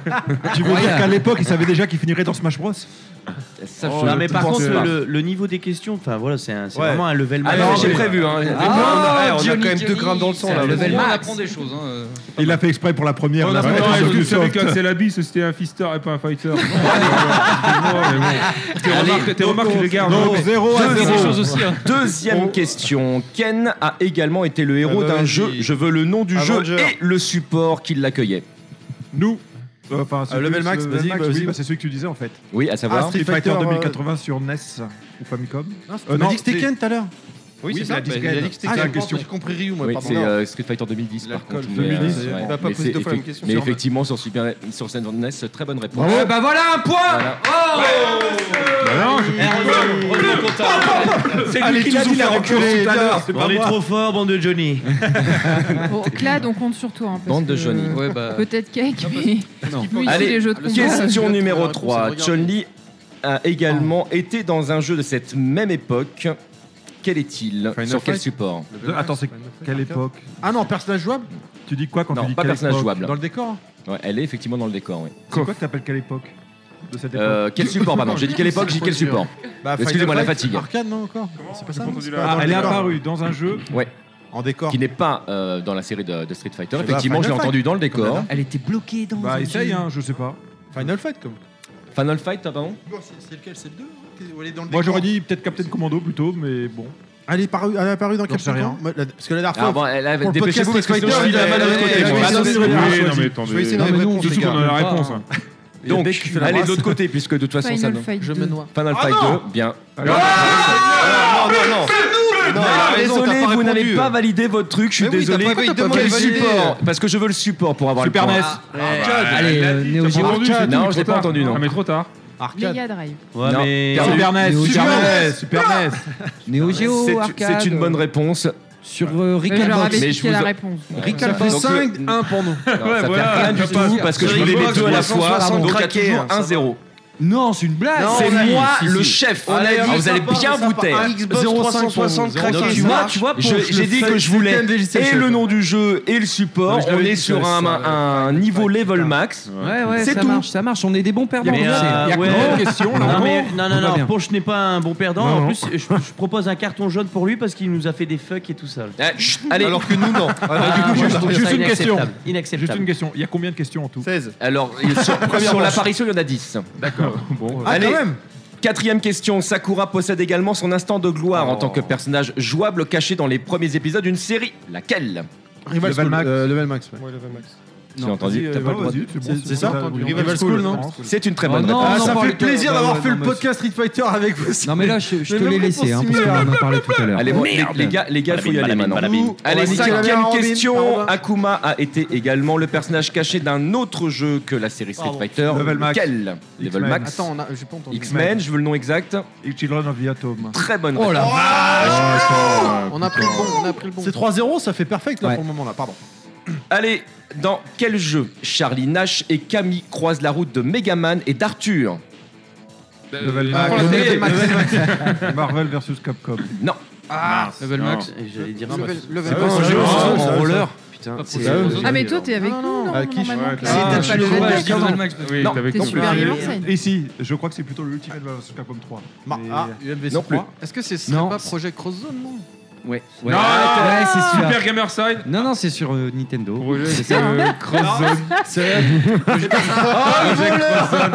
Tu veux dire
Incroyable.
qu'à l'époque, ils savaient déjà qu'ils finiraient dans Smash Bros
Ça, je- non, mais par contre, le, le niveau des questions, enfin voilà, c'est un- c'est
Ouais.
vraiment un level
Ah,
max.
non, j'ai prévu, hein. Ah,
Ah,
on a
Johnny
quand même deux
Johnny,
grammes dans le sang,
c'est
là.
un level
On
max.
apprend
des choses. Hein.
Il l'a fait exprès pour la première.
On
la
a
vraie version
raison,
du
vous savez
soft.
qu'un c'est la bise, c'était un fister et pas un fighter. Bon, mais bon. Tes remarques- Tes remarques, tu les gardes.
Donc, zéro à
Deuxième
zéro.
chose aussi, hein.
Deuxième question. Ken a également été le héros
Ah bah
d'un
vas-y.
jeu. Je veux le nom du jeu
Avenger.
et le support qui l'accueillait.
Nous. Bah, Enfin,
Euh, level max, vas-y,
Max,
vas-y.
oui, bah, c'est celui que tu disais en fait.
Oui, à savoir. Ah, Street
Street Fighter euh,
Fighter,
2080 sur NES ou Famicom. Euh,
Non, c'était- t'as dit que c'était Ken tout à l'heure.
Oui, c'est
il a
ça,
dit
bah,
Ken.
il a dit que c'était
Ah,
Ken.
la question.
J'ai compris Ryu, moi,
Oui,
pardon.
c'est euh, Street Fighter 2010 par
L'alcool,
contre. mais,
2010,
euh,
on
ouais.
va pas
Mais
poser deux
c'est
fois la
effect-
même question
mais
sur-
effectivement, sur Super sur Nintendo NES, très bonne réponse.
Eh
Bravo.
ben
bah voilà un point Oh.
Bah
Eh,
C'est lui qui l'a dit, la reculé tout à l'heure. On est trop fort, bande de Johnny.
Bon, Clad, on compte sur toi. hein, parce
Bande de
que-
Johnny. Ouais, bah-
Peut-être
Ah,
Cake, mais.
Non.
Oui,
Allez,
c'est les jeux de combat.
question
Je-
numéro
la réponse, c'est
3.
de regarder.
Chun-Li a également
Ah.
été dans un jeu de cette même époque. Quel est-il Sur quel
Fight
support
Le- Attends, c'est quelle époque
Ah non, personnage jouable
Tu dis quoi quand
Non,
tu dis
pas
quelle
personnage
époque
jouable.
Dans le décor
Ouais, elle est effectivement dans le décor, oui.
C'est quoi que t'appelles quelle époque de cette époque Bah,
Euh, quel support, pardon J'ai dit quelle époque, j'ai dit quel support. Excusez-moi, la fatigue.
Arcade, non, encore C'est pas ça non C'est pas
Ah,
dans le
elle est
décor.
apparue dans un jeu.
Ouais.
En décor.
Qui n'est pas euh, dans la série de, de Street Fighter.
Eh ben,
Effectivement, je l'ai
Final Fight.
entendu dans le décor.
Elle
était bloquée dans
Bah essaye, hein, je sais pas.
Final Fight, comme.
Final Fight, toi, pardon
Bon, C'est c'est lequel C'est le hein? 2
Moi j'aurais dit peut-être Captain Commando plutôt, mais bon.
Elle est apparue, elle est apparue dans
J'en
quel
sais rien.
camp Moi, la- Parce que la dernière fois.
Ah bon, elle avait-
pour le
dépêchez-vous,
podcast
parce que
Street
sinon,
Fighter,
je vais
elle
la
avait-
mettre de côté,
elle avait-
moi.
elle
Ah,
avait-
non,
elle avait-
mais
elle avait-
attendez.
Je vais essayer de
Non, mais
répondre,
non,
les
surtout
gars.
qu'on en a la réponse, hein.
Donc,
Beck qui fait la
allez de
brasse.
l'autre côté, puisque de toute façon,
Final
ça ne-
Fight
Je
2.
me noie. Final
Ah
Fight
non
2, bien.
Ah,
non, non, non.
nous, nous,
Non,
t'as raison,
désolé,
t'as pas
vous n'avez
répondu.
pas validé votre truc, je suis
Mais oui,
désolé.
t'as pas- oui, demande
Quel
à valider.
support Parce que je veux le support pour avoir
Super
le point.
NES.
Ah,
Arcade.
bah,
Allez,
elle l'a
euh,
dit,
Neo
j'ai
Geo.
entendu,
Arcade,
Non,
trop
je l'ai pas
tard.
entendu, non.
Ah, mais trop
tard.
Mega Drive.
Ouais,
Non.
mais-
Super NES,
Neo
Super
Geo.
NES, Super NES.
Neo
Geo, arcade,
C'est une bonne réponse. Sur euh,
Rick Mais and j'aurais Box. expliqué la réponse. Rick and Box.
euh,
Cinq,
un pour nous.
Ouais,
ça
voilà,
fait rien
je
du
peux pas
tout
faire.
parce que je
Sur
voulais
Xbox,
les deux à la fois.
360
Donc il y a
craqué,
toujours
hein, ça
1-0.
Non, c'est une blague.
C'est moi le chef.
On a
Alors,
dit
vous allez
sympa,
bien
sympa.
vous taire.
Un Xbox 360 craqué,
Donc, tu
ça
vois,
marche.
tu vois,
Je-
je- j'ai dit que je voulais et le nom du jeu et le support. On est sur un, un niveau level max.
Ouais, ouais,
c'est
ça
tout.
marche, ça marche. On est des bons perdants.
Mais,
vous
euh,
savez.
Ah,
Il y a
ouais.
que des questions, là,
Non,
encore.
mais, non, non,
On va
non,
bien.
Ponche n'est pas un bon perdant.
Non,
en
non.
plus, je, je propose un carton jaune pour lui parce qu'il nous a fait des fucks et tout ça.
Eh, allez. Alors que nous, non.
Ah,
Euh, Du coup,
moi, je
juste-
trouve
juste
ça
une question.
inacceptable. Inacceptable.
Juste une question. Il y a combien de questions en tout
16. Alors, sur, sur l'apparition, il y en a 10.
D'accord. Bon, euh,
Allez, quatrième question. Sakura possède également son instant de gloire en tant que personnage jouable caché dans les premiers épisodes d'une série. Laquelle
Rival
Level
School,
Max.
euh, Level Max. ouais.
J'ai entendu.
vas-y, euh,
T'as pas le droit de-
vas-y, c'est bon, c'est bon, t'as entendu. Rival School, non
C'est une très bonne réponse.
Ah, ça fait plaisir d'avoir fait le podcast Street Fighter avec vous.
Non, mais là, je, je te l'ai laissé, hein, parce qu'on
Blablabla.
en a parlé tout à l'heure.
Allez, bon, les, les gars, les gars, faut y aller maintenant. Allez, cinquième question. Akuma a été également le personnage caché d'un autre jeu que la série Street
Pardon.
Fighter.
Level Max.
Lequel Level
X-Men.
Max.
Attends, on a- j'ai pas entendu.
X-Men, je veux le nom exact.
Et Children of the Atom.
Très bonne
Oh la
réponse.
On a pris le bon, on a pris le bon. C'est 3-0, ça fait perfect là pour le moment là, pardon.
Allez, dans quel jeu Charlie Nash et Camille croisent la route de Megaman et d'Arthur
Level
Ah,
Max.
on l'a fait.
Level Max.
Level Max.
Marvel versus Capcom.
Non.
Ah,
Level Max. J'allais dire un Level- Max. Level-
C'est pas
Max.
un jeu,
Ah,
c'est un
en
jeu.
roller.
Putain,
Ah,
c'est-
pour ça,
c'est-
Ah, mais toi, t'es avec nous, non, normalement. Claire.
Ah,
Si, t'as pas
je
le
suis
Level
con,
Max,
pardon.
Level Max, oui,
Non,
t'avais
t'es
compris.
super
Ah,
violent.
Violence.
Et si, je crois que c'est plutôt le Ultimate versus Capcom 3. Mais-
Ah, UMVC
Non plus.
3.
Est-ce que c'est ce serait
Non.
pas Projet Cross Zone, non
Ouais.
Ouais,
Non, euh,
ouais, c'est sûr.
Super Gamer Side.
Non, non, c'est sur euh, Nintendo. C'est ça,
euh,
hein.
Cross Non. Zone.
C'est-
Bah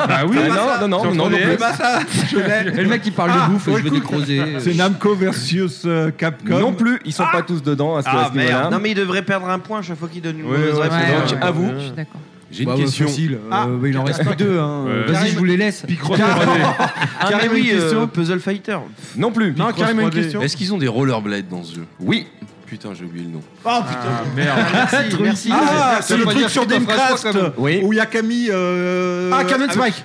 Ah oui, non, non, non, non, non, plus.
Bah, Et le mec qui parle de bouffe, je vais décroser.
C'est Namco versus euh, Capcom.
Non plus, ils sont pas tous dedans à ce, à ce niveau-là.
Ah, Non, mais il devrait perdre un point chaque fois qu'il donne une
Ouais,
mauvaise
ouais,
réponse.
ouais, Donc, ouais. à vous. Je suis
d'accord.
J'ai
Bah,
une
ouais,
question.
facile, euh, bah, il en reste plus que deux. hein.
Euh,
Vas-y,
Karim-
je vous les laisse.
Ah, mais
Karim,
oui,
une question
euh, Puzzle Fighter.
Non plus.
Non, Picross carrément une 3D. question.
Est-ce qu'ils ont des rollerblades dans ce jeu Oui. Putain, j'ai oublié le nom.
Ah
putain.
Merde.
Merci, merci.
Ah,
Ça
c'est
veut
le
pas
truc
dire
sur
que t'as phrase,
Gamecraft
quoi, comme-
Oui.
où il y a Camille. euh,
Ah,
avec-
Cameron
Ah,
Spike.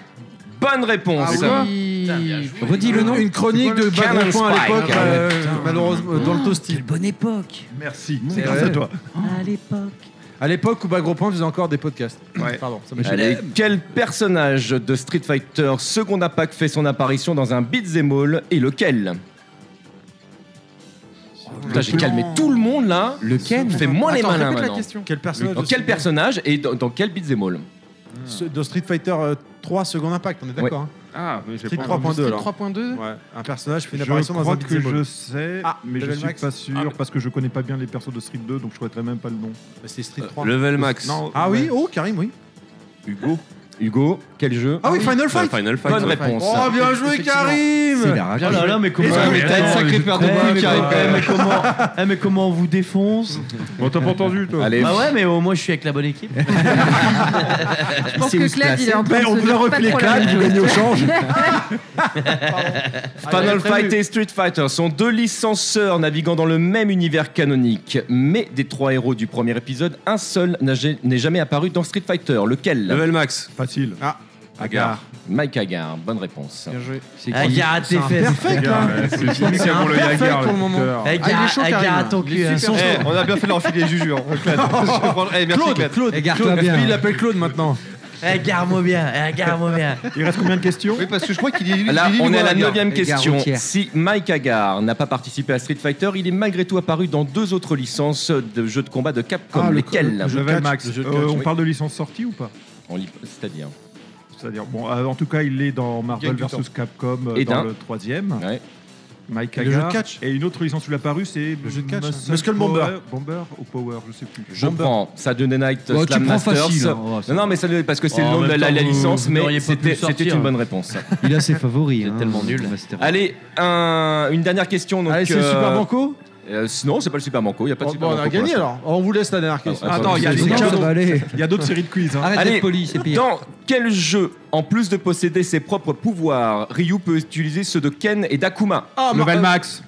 Bonne réponse.
Redis le nom. Une chronique de
Cameron
Baron Point à
Spike.
l'époque, euh,
Putain.
malheureusement, dans le toasty.
bonne époque.
Merci.
C'est grâce à toi.
À l'époque.
À l'époque où Bas Gros Point faisait encore des podcasts. Pardon, ça m'échappe.
Allez, quel personnage de Street Fighter Second Impact fait son apparition dans un Beat'em All et
Oh,
lequel Putain, j'ai calmé tout le monde là. Lequel Fais moins les
Attends,
malins
répète la
maintenant.
question. Quel personnage
Dans
de
quel
Street-
personnage et dans, dans quel Beat'em All
Ah. Ce- De Street Fighter euh, 3 Second Impact, on est d'accord. hein. Ah, mais j'ai pas
3.2
alors.
alors.
3.2
Ouais. Un personnage fait une
Je
apparition dans
crois
un
que
beat'em all.
je sais,
Ah,
mais je
Level
suis
Max.
pas sûr
Ah.
parce que je connais pas bien les persos de Street 2, donc je connaîtrais même pas le nom.
Bah, c'est Street
Euh, Level Max.
Ah oui, oh, Karim, oui.
Hugo.
Hugo, quel jeu
Ah oui, Final Fight.
Final Fight.
Bonne réponse.
Oh, bien joué, Karim
C'est la raconte.
Oh là là, mais comment
Et
Ah,
toi,
mais
mais
t'as une
attends,
sacrée
mais-
paire de
Eh,
bras,
mais
Karim.
quoi.
Eh, mais comment Eh, mais comment on vous défonce
Bon, t'as pas entendu, toi.
Allez.
Bah ouais, mais au moins je suis avec la bonne équipe.
Je pense que Clad, il est en train
Ben,
de se dire, pas de problème.
Final Fight et Street Fighter sont deux licenceurs naviguant dans le même univers canonique, mais des trois héros du premier épisode, un seul n'a ja- n'est jamais apparu dans Street Fighter. Lequel
Level Max.
Facile.
Ah.
Agar. Mike Agar, bonne réponse. Bien joué.
Agar à tes fesses.
hein. qui a volé Agar,
Perfect pour hein. le
le
moment.
buteur.
Agar,
Ah, il est chaud,
Agar à
Karim.
ton
Il est
cul. hein.
super chaud.
Eh, on a bien fait de leur filer Juju. hein, Claude. Je prends- eh, merci,
Claude,
Claude.
Claude,
Regarde-toi
Claude,
bien.
il l'appelle Claude maintenant.
Agarre-moi Eh, bien, agarre-moi bien.
Il reste combien de questions
Oui, parce que je crois qu'il est.
Là,
il
on est à la
Agar.
neuvième
Eh,
Agar
question.
routière.
Si Mike Agar n'a pas participé à Street Fighter, il est malgré tout apparu dans deux autres licences de jeux de combat de Capcom.
Ah, le-
Lesquelles
le jeu de Level catch, Max. le jeu de Euh, catch, on oui. parle de licence sortie ou pas
On lit- C'est-à-dire
C'est-à-dire, bon, euh, en tout cas, il est dans Marvel
Gagne du
vs
temps.
Capcom euh,
Et
dans
d'un.
le troisième. Mike
Et le
Hagar.
jeu de catch.
Et une autre licence où il a paru, c'est le
jeu de catch, hein.
Muscle
Muscle
Bomber.
Bomber.
Bomber ou Power, je sais plus.
Je prends Saturday Night
Ouais, tu
Slam
prends
Masters.
facile, hein. Ouais, ça
non,
va.
mais ça, parce que c'est
Oh,
le
en
nom de
même
la, la- la
temps, vous-
licence,
vous n'auriez
mais
pas pu le
c'était c'était
sortir.
une bonne réponse.
Il a ses favoris. hein,
tellement nul.
Master.
Allez, un- une dernière question. Donc,
Allez, c'est le Super Banco
euh, Non, c'est pas le Super Banco. Il n'y a pas de
Oh,
Super
bon, on
Banco.
a
pour
gagné
l'instant.
alors. On vous laisse la dernière question.
Ah, attends, il y a
C'est
des
bon,
questions.
ça va aller.
Il y a d'autres séries de quiz. hein.
Allez, Dans quel jeu, en plus de posséder ses propres pouvoirs, Ryu peut utiliser ceux de Ken et d'Akuma
Ah, Mar- Level Max.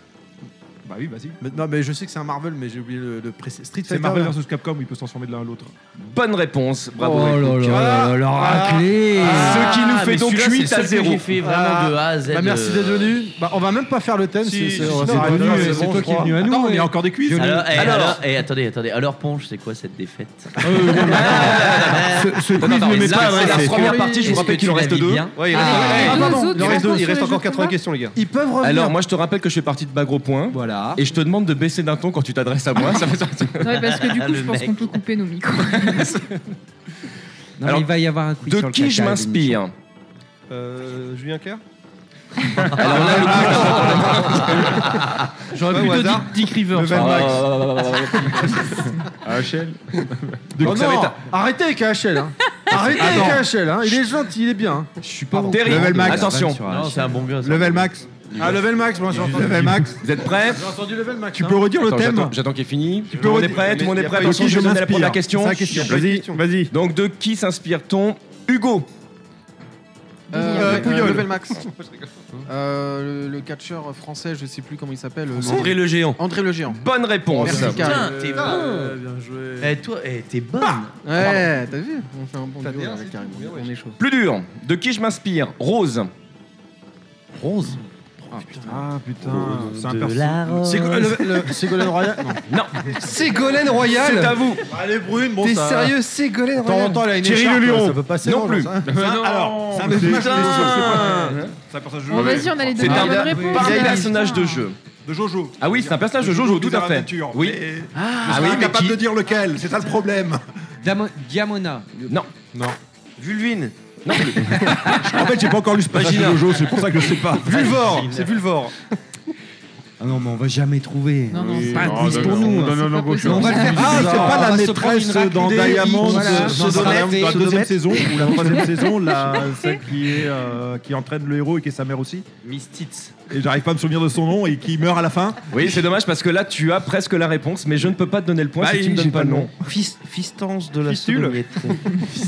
Bah oui, vas-y.
Mais- Non, mais je sais que c'est un Marvel, mais j'ai oublié le, le précis. Street
C'est
Fighter.
Marvel
là.
vs Capcom, il peut se transformer de l'un à l'autre.
Bonne réponse. Bravo. Ah,
Oh
Eric.
là là
Voilà.
là là,
Voilà.
raclée.
Ce qui nous
Ah,
fait
mais
donc
celui-là,
8
c'est
à
le seul que
0.
j'ai fait vraiment de A à Z. Bah, merci d'être venu. Bah, on va même pas faire le thème.
Si,
c'est-
si,
on va
si,
ah,
s'arrêter
non,
là,
non, c'est
bon,
euh,
bon,
je
je
crois.
crois.
Attends, on est encore des quiz.
Alors, eh,
Alors,
alors, eh, attendez, attendez. Alors, Ponche, c'est quoi cette défaite
Ce
Attends, attends, mais là, ouais, la première partie, je vous rappelle qu'il en reste deux.
Ouais, il reste-
Ah,
eh,
deux
pardon,
autres,
il en reste
ils
deux, Il reste
sont
encore
sur
80
les
questions, les gars.
Ils peuvent revenir.
Alors, moi, je te rappelle que je fais partie de Bagro Point. Voilà. Et je te demande de baisser d'un ton quand tu t'adresses à moi. Ça fait sortir.
Non, mais parce que du coup,
Ah, Le
je pense
mec.
qu'on peut couper nos micros.
Non, mais il va y avoir un quiz
de
sur le
qui je
caca à
m'inspire
Euh, Julien Clerc
Alors là, le
J'aurais
Pas au
plutôt dit
hasard.
Dick Rivers.
Level
Ah,
Max.
ah, ah, ah, ah,
HL
Oh
Donc, ça
non,
va être-
Arrêtez avec AHL. Hein. Arrêtez
Attends.
avec AHL. Hein. Il est gentil, il est bien. hein. Je suis pas
Derrick, attention.
Non, c'est un bon gars. ça.
Level max. Ah, level max, moi j'ai entendu. Level max.
Vous êtes prêts
J'ai entendu level max.
Tu
hein.
peux redire le
Attends,
thème
j'attends- J'attends qu'il ait fini. Tout
peux
le monde est
redire-
prêt Tout le monde est
mais
prêt
il y a
Attention,
pas
je
eu
donne la
qui
première
m'inspire.
question.
C'est la question.
Vas-y,
vas-y.
Donc, de qui s'inspire-t-on Hugo.
Euh,
Pouilleul.
euh, Level Max. Euh, le, le catcheur français, je sais plus comment il s'appelle. euh, le-
André le Géant.
André le Géant.
Bonne réponse.
Merci, Karl.
Putain, t'es
Euh,
bon.
Bien joué.
Eh, toi, eh, t'es bon.
Bah,
Ouais, t'as vu On fait un bon
T'as
duo
bien,
là, avec
c'est
Karim.
tout, bien, ouais.
On est chaud.
Plus dur. De qui je m'inspire Rose. Oh,
Rose.
Ah putain, c'est un
De
perso.
la rose.
C'est Ségolène Royal Non.
Ségolène Royal
C'est à vous.
Elle est brune, bon
T'es
ça-
sérieux, Ségolène
De temps en
Royal
temps, elle a une
Thierry
écharpe,
Le Lion.
Ça peut passer
Non
loin,
plus.
ça, hein. C'est un- Alors, c'est un personnage de-
C'est un personnage
Bon, vas-y, on a les deux
C'est
bonnes
un,
réponses.
un
là.
personnage de jeu.
de Jojo.
Ah oui, c'est un personnage de Jojo, tout à fait. Oui.
Ah
oui, mais
capable
qui-
de dire lequel, c'est ça le problème.
Damo- Diamona.
Non.
Non.
Vulvine.
En fait, j'ai pas encore lu ce personnage de
Vagina.
Jojo, c'est pour ça que je sais pas.
Vulvor, c'est Vulvor.
Ah non, mais on va jamais trouver.
Non, non,
Oui,
c'est pas
non,
un quiz
non,
pour
non,
nous.
non,
hein,
non,
c'est
non,
pas possible.
non,
On va le faire.
Ah, c'est pas la maîtresse dans Diamond,
Voilà.
euh, dans
Pseudomètre,
la- dans la deuxième
pseudomètre.
saison ou la troisième saison, la, celle qui, est, euh, qui entraîne le héros et qui est sa mère aussi.
Mistits.
Et j'arrive pas à me souvenir de son nom et qui meurt à la fin.
Oui, c'est dommage parce que là, tu as presque la réponse, mais je ne peux pas te donner le point
Bah,
si tu me
j'ai
donnes pas
pas
le
le
nom.
Fis- Fistance de la
Fistule.
soulignette.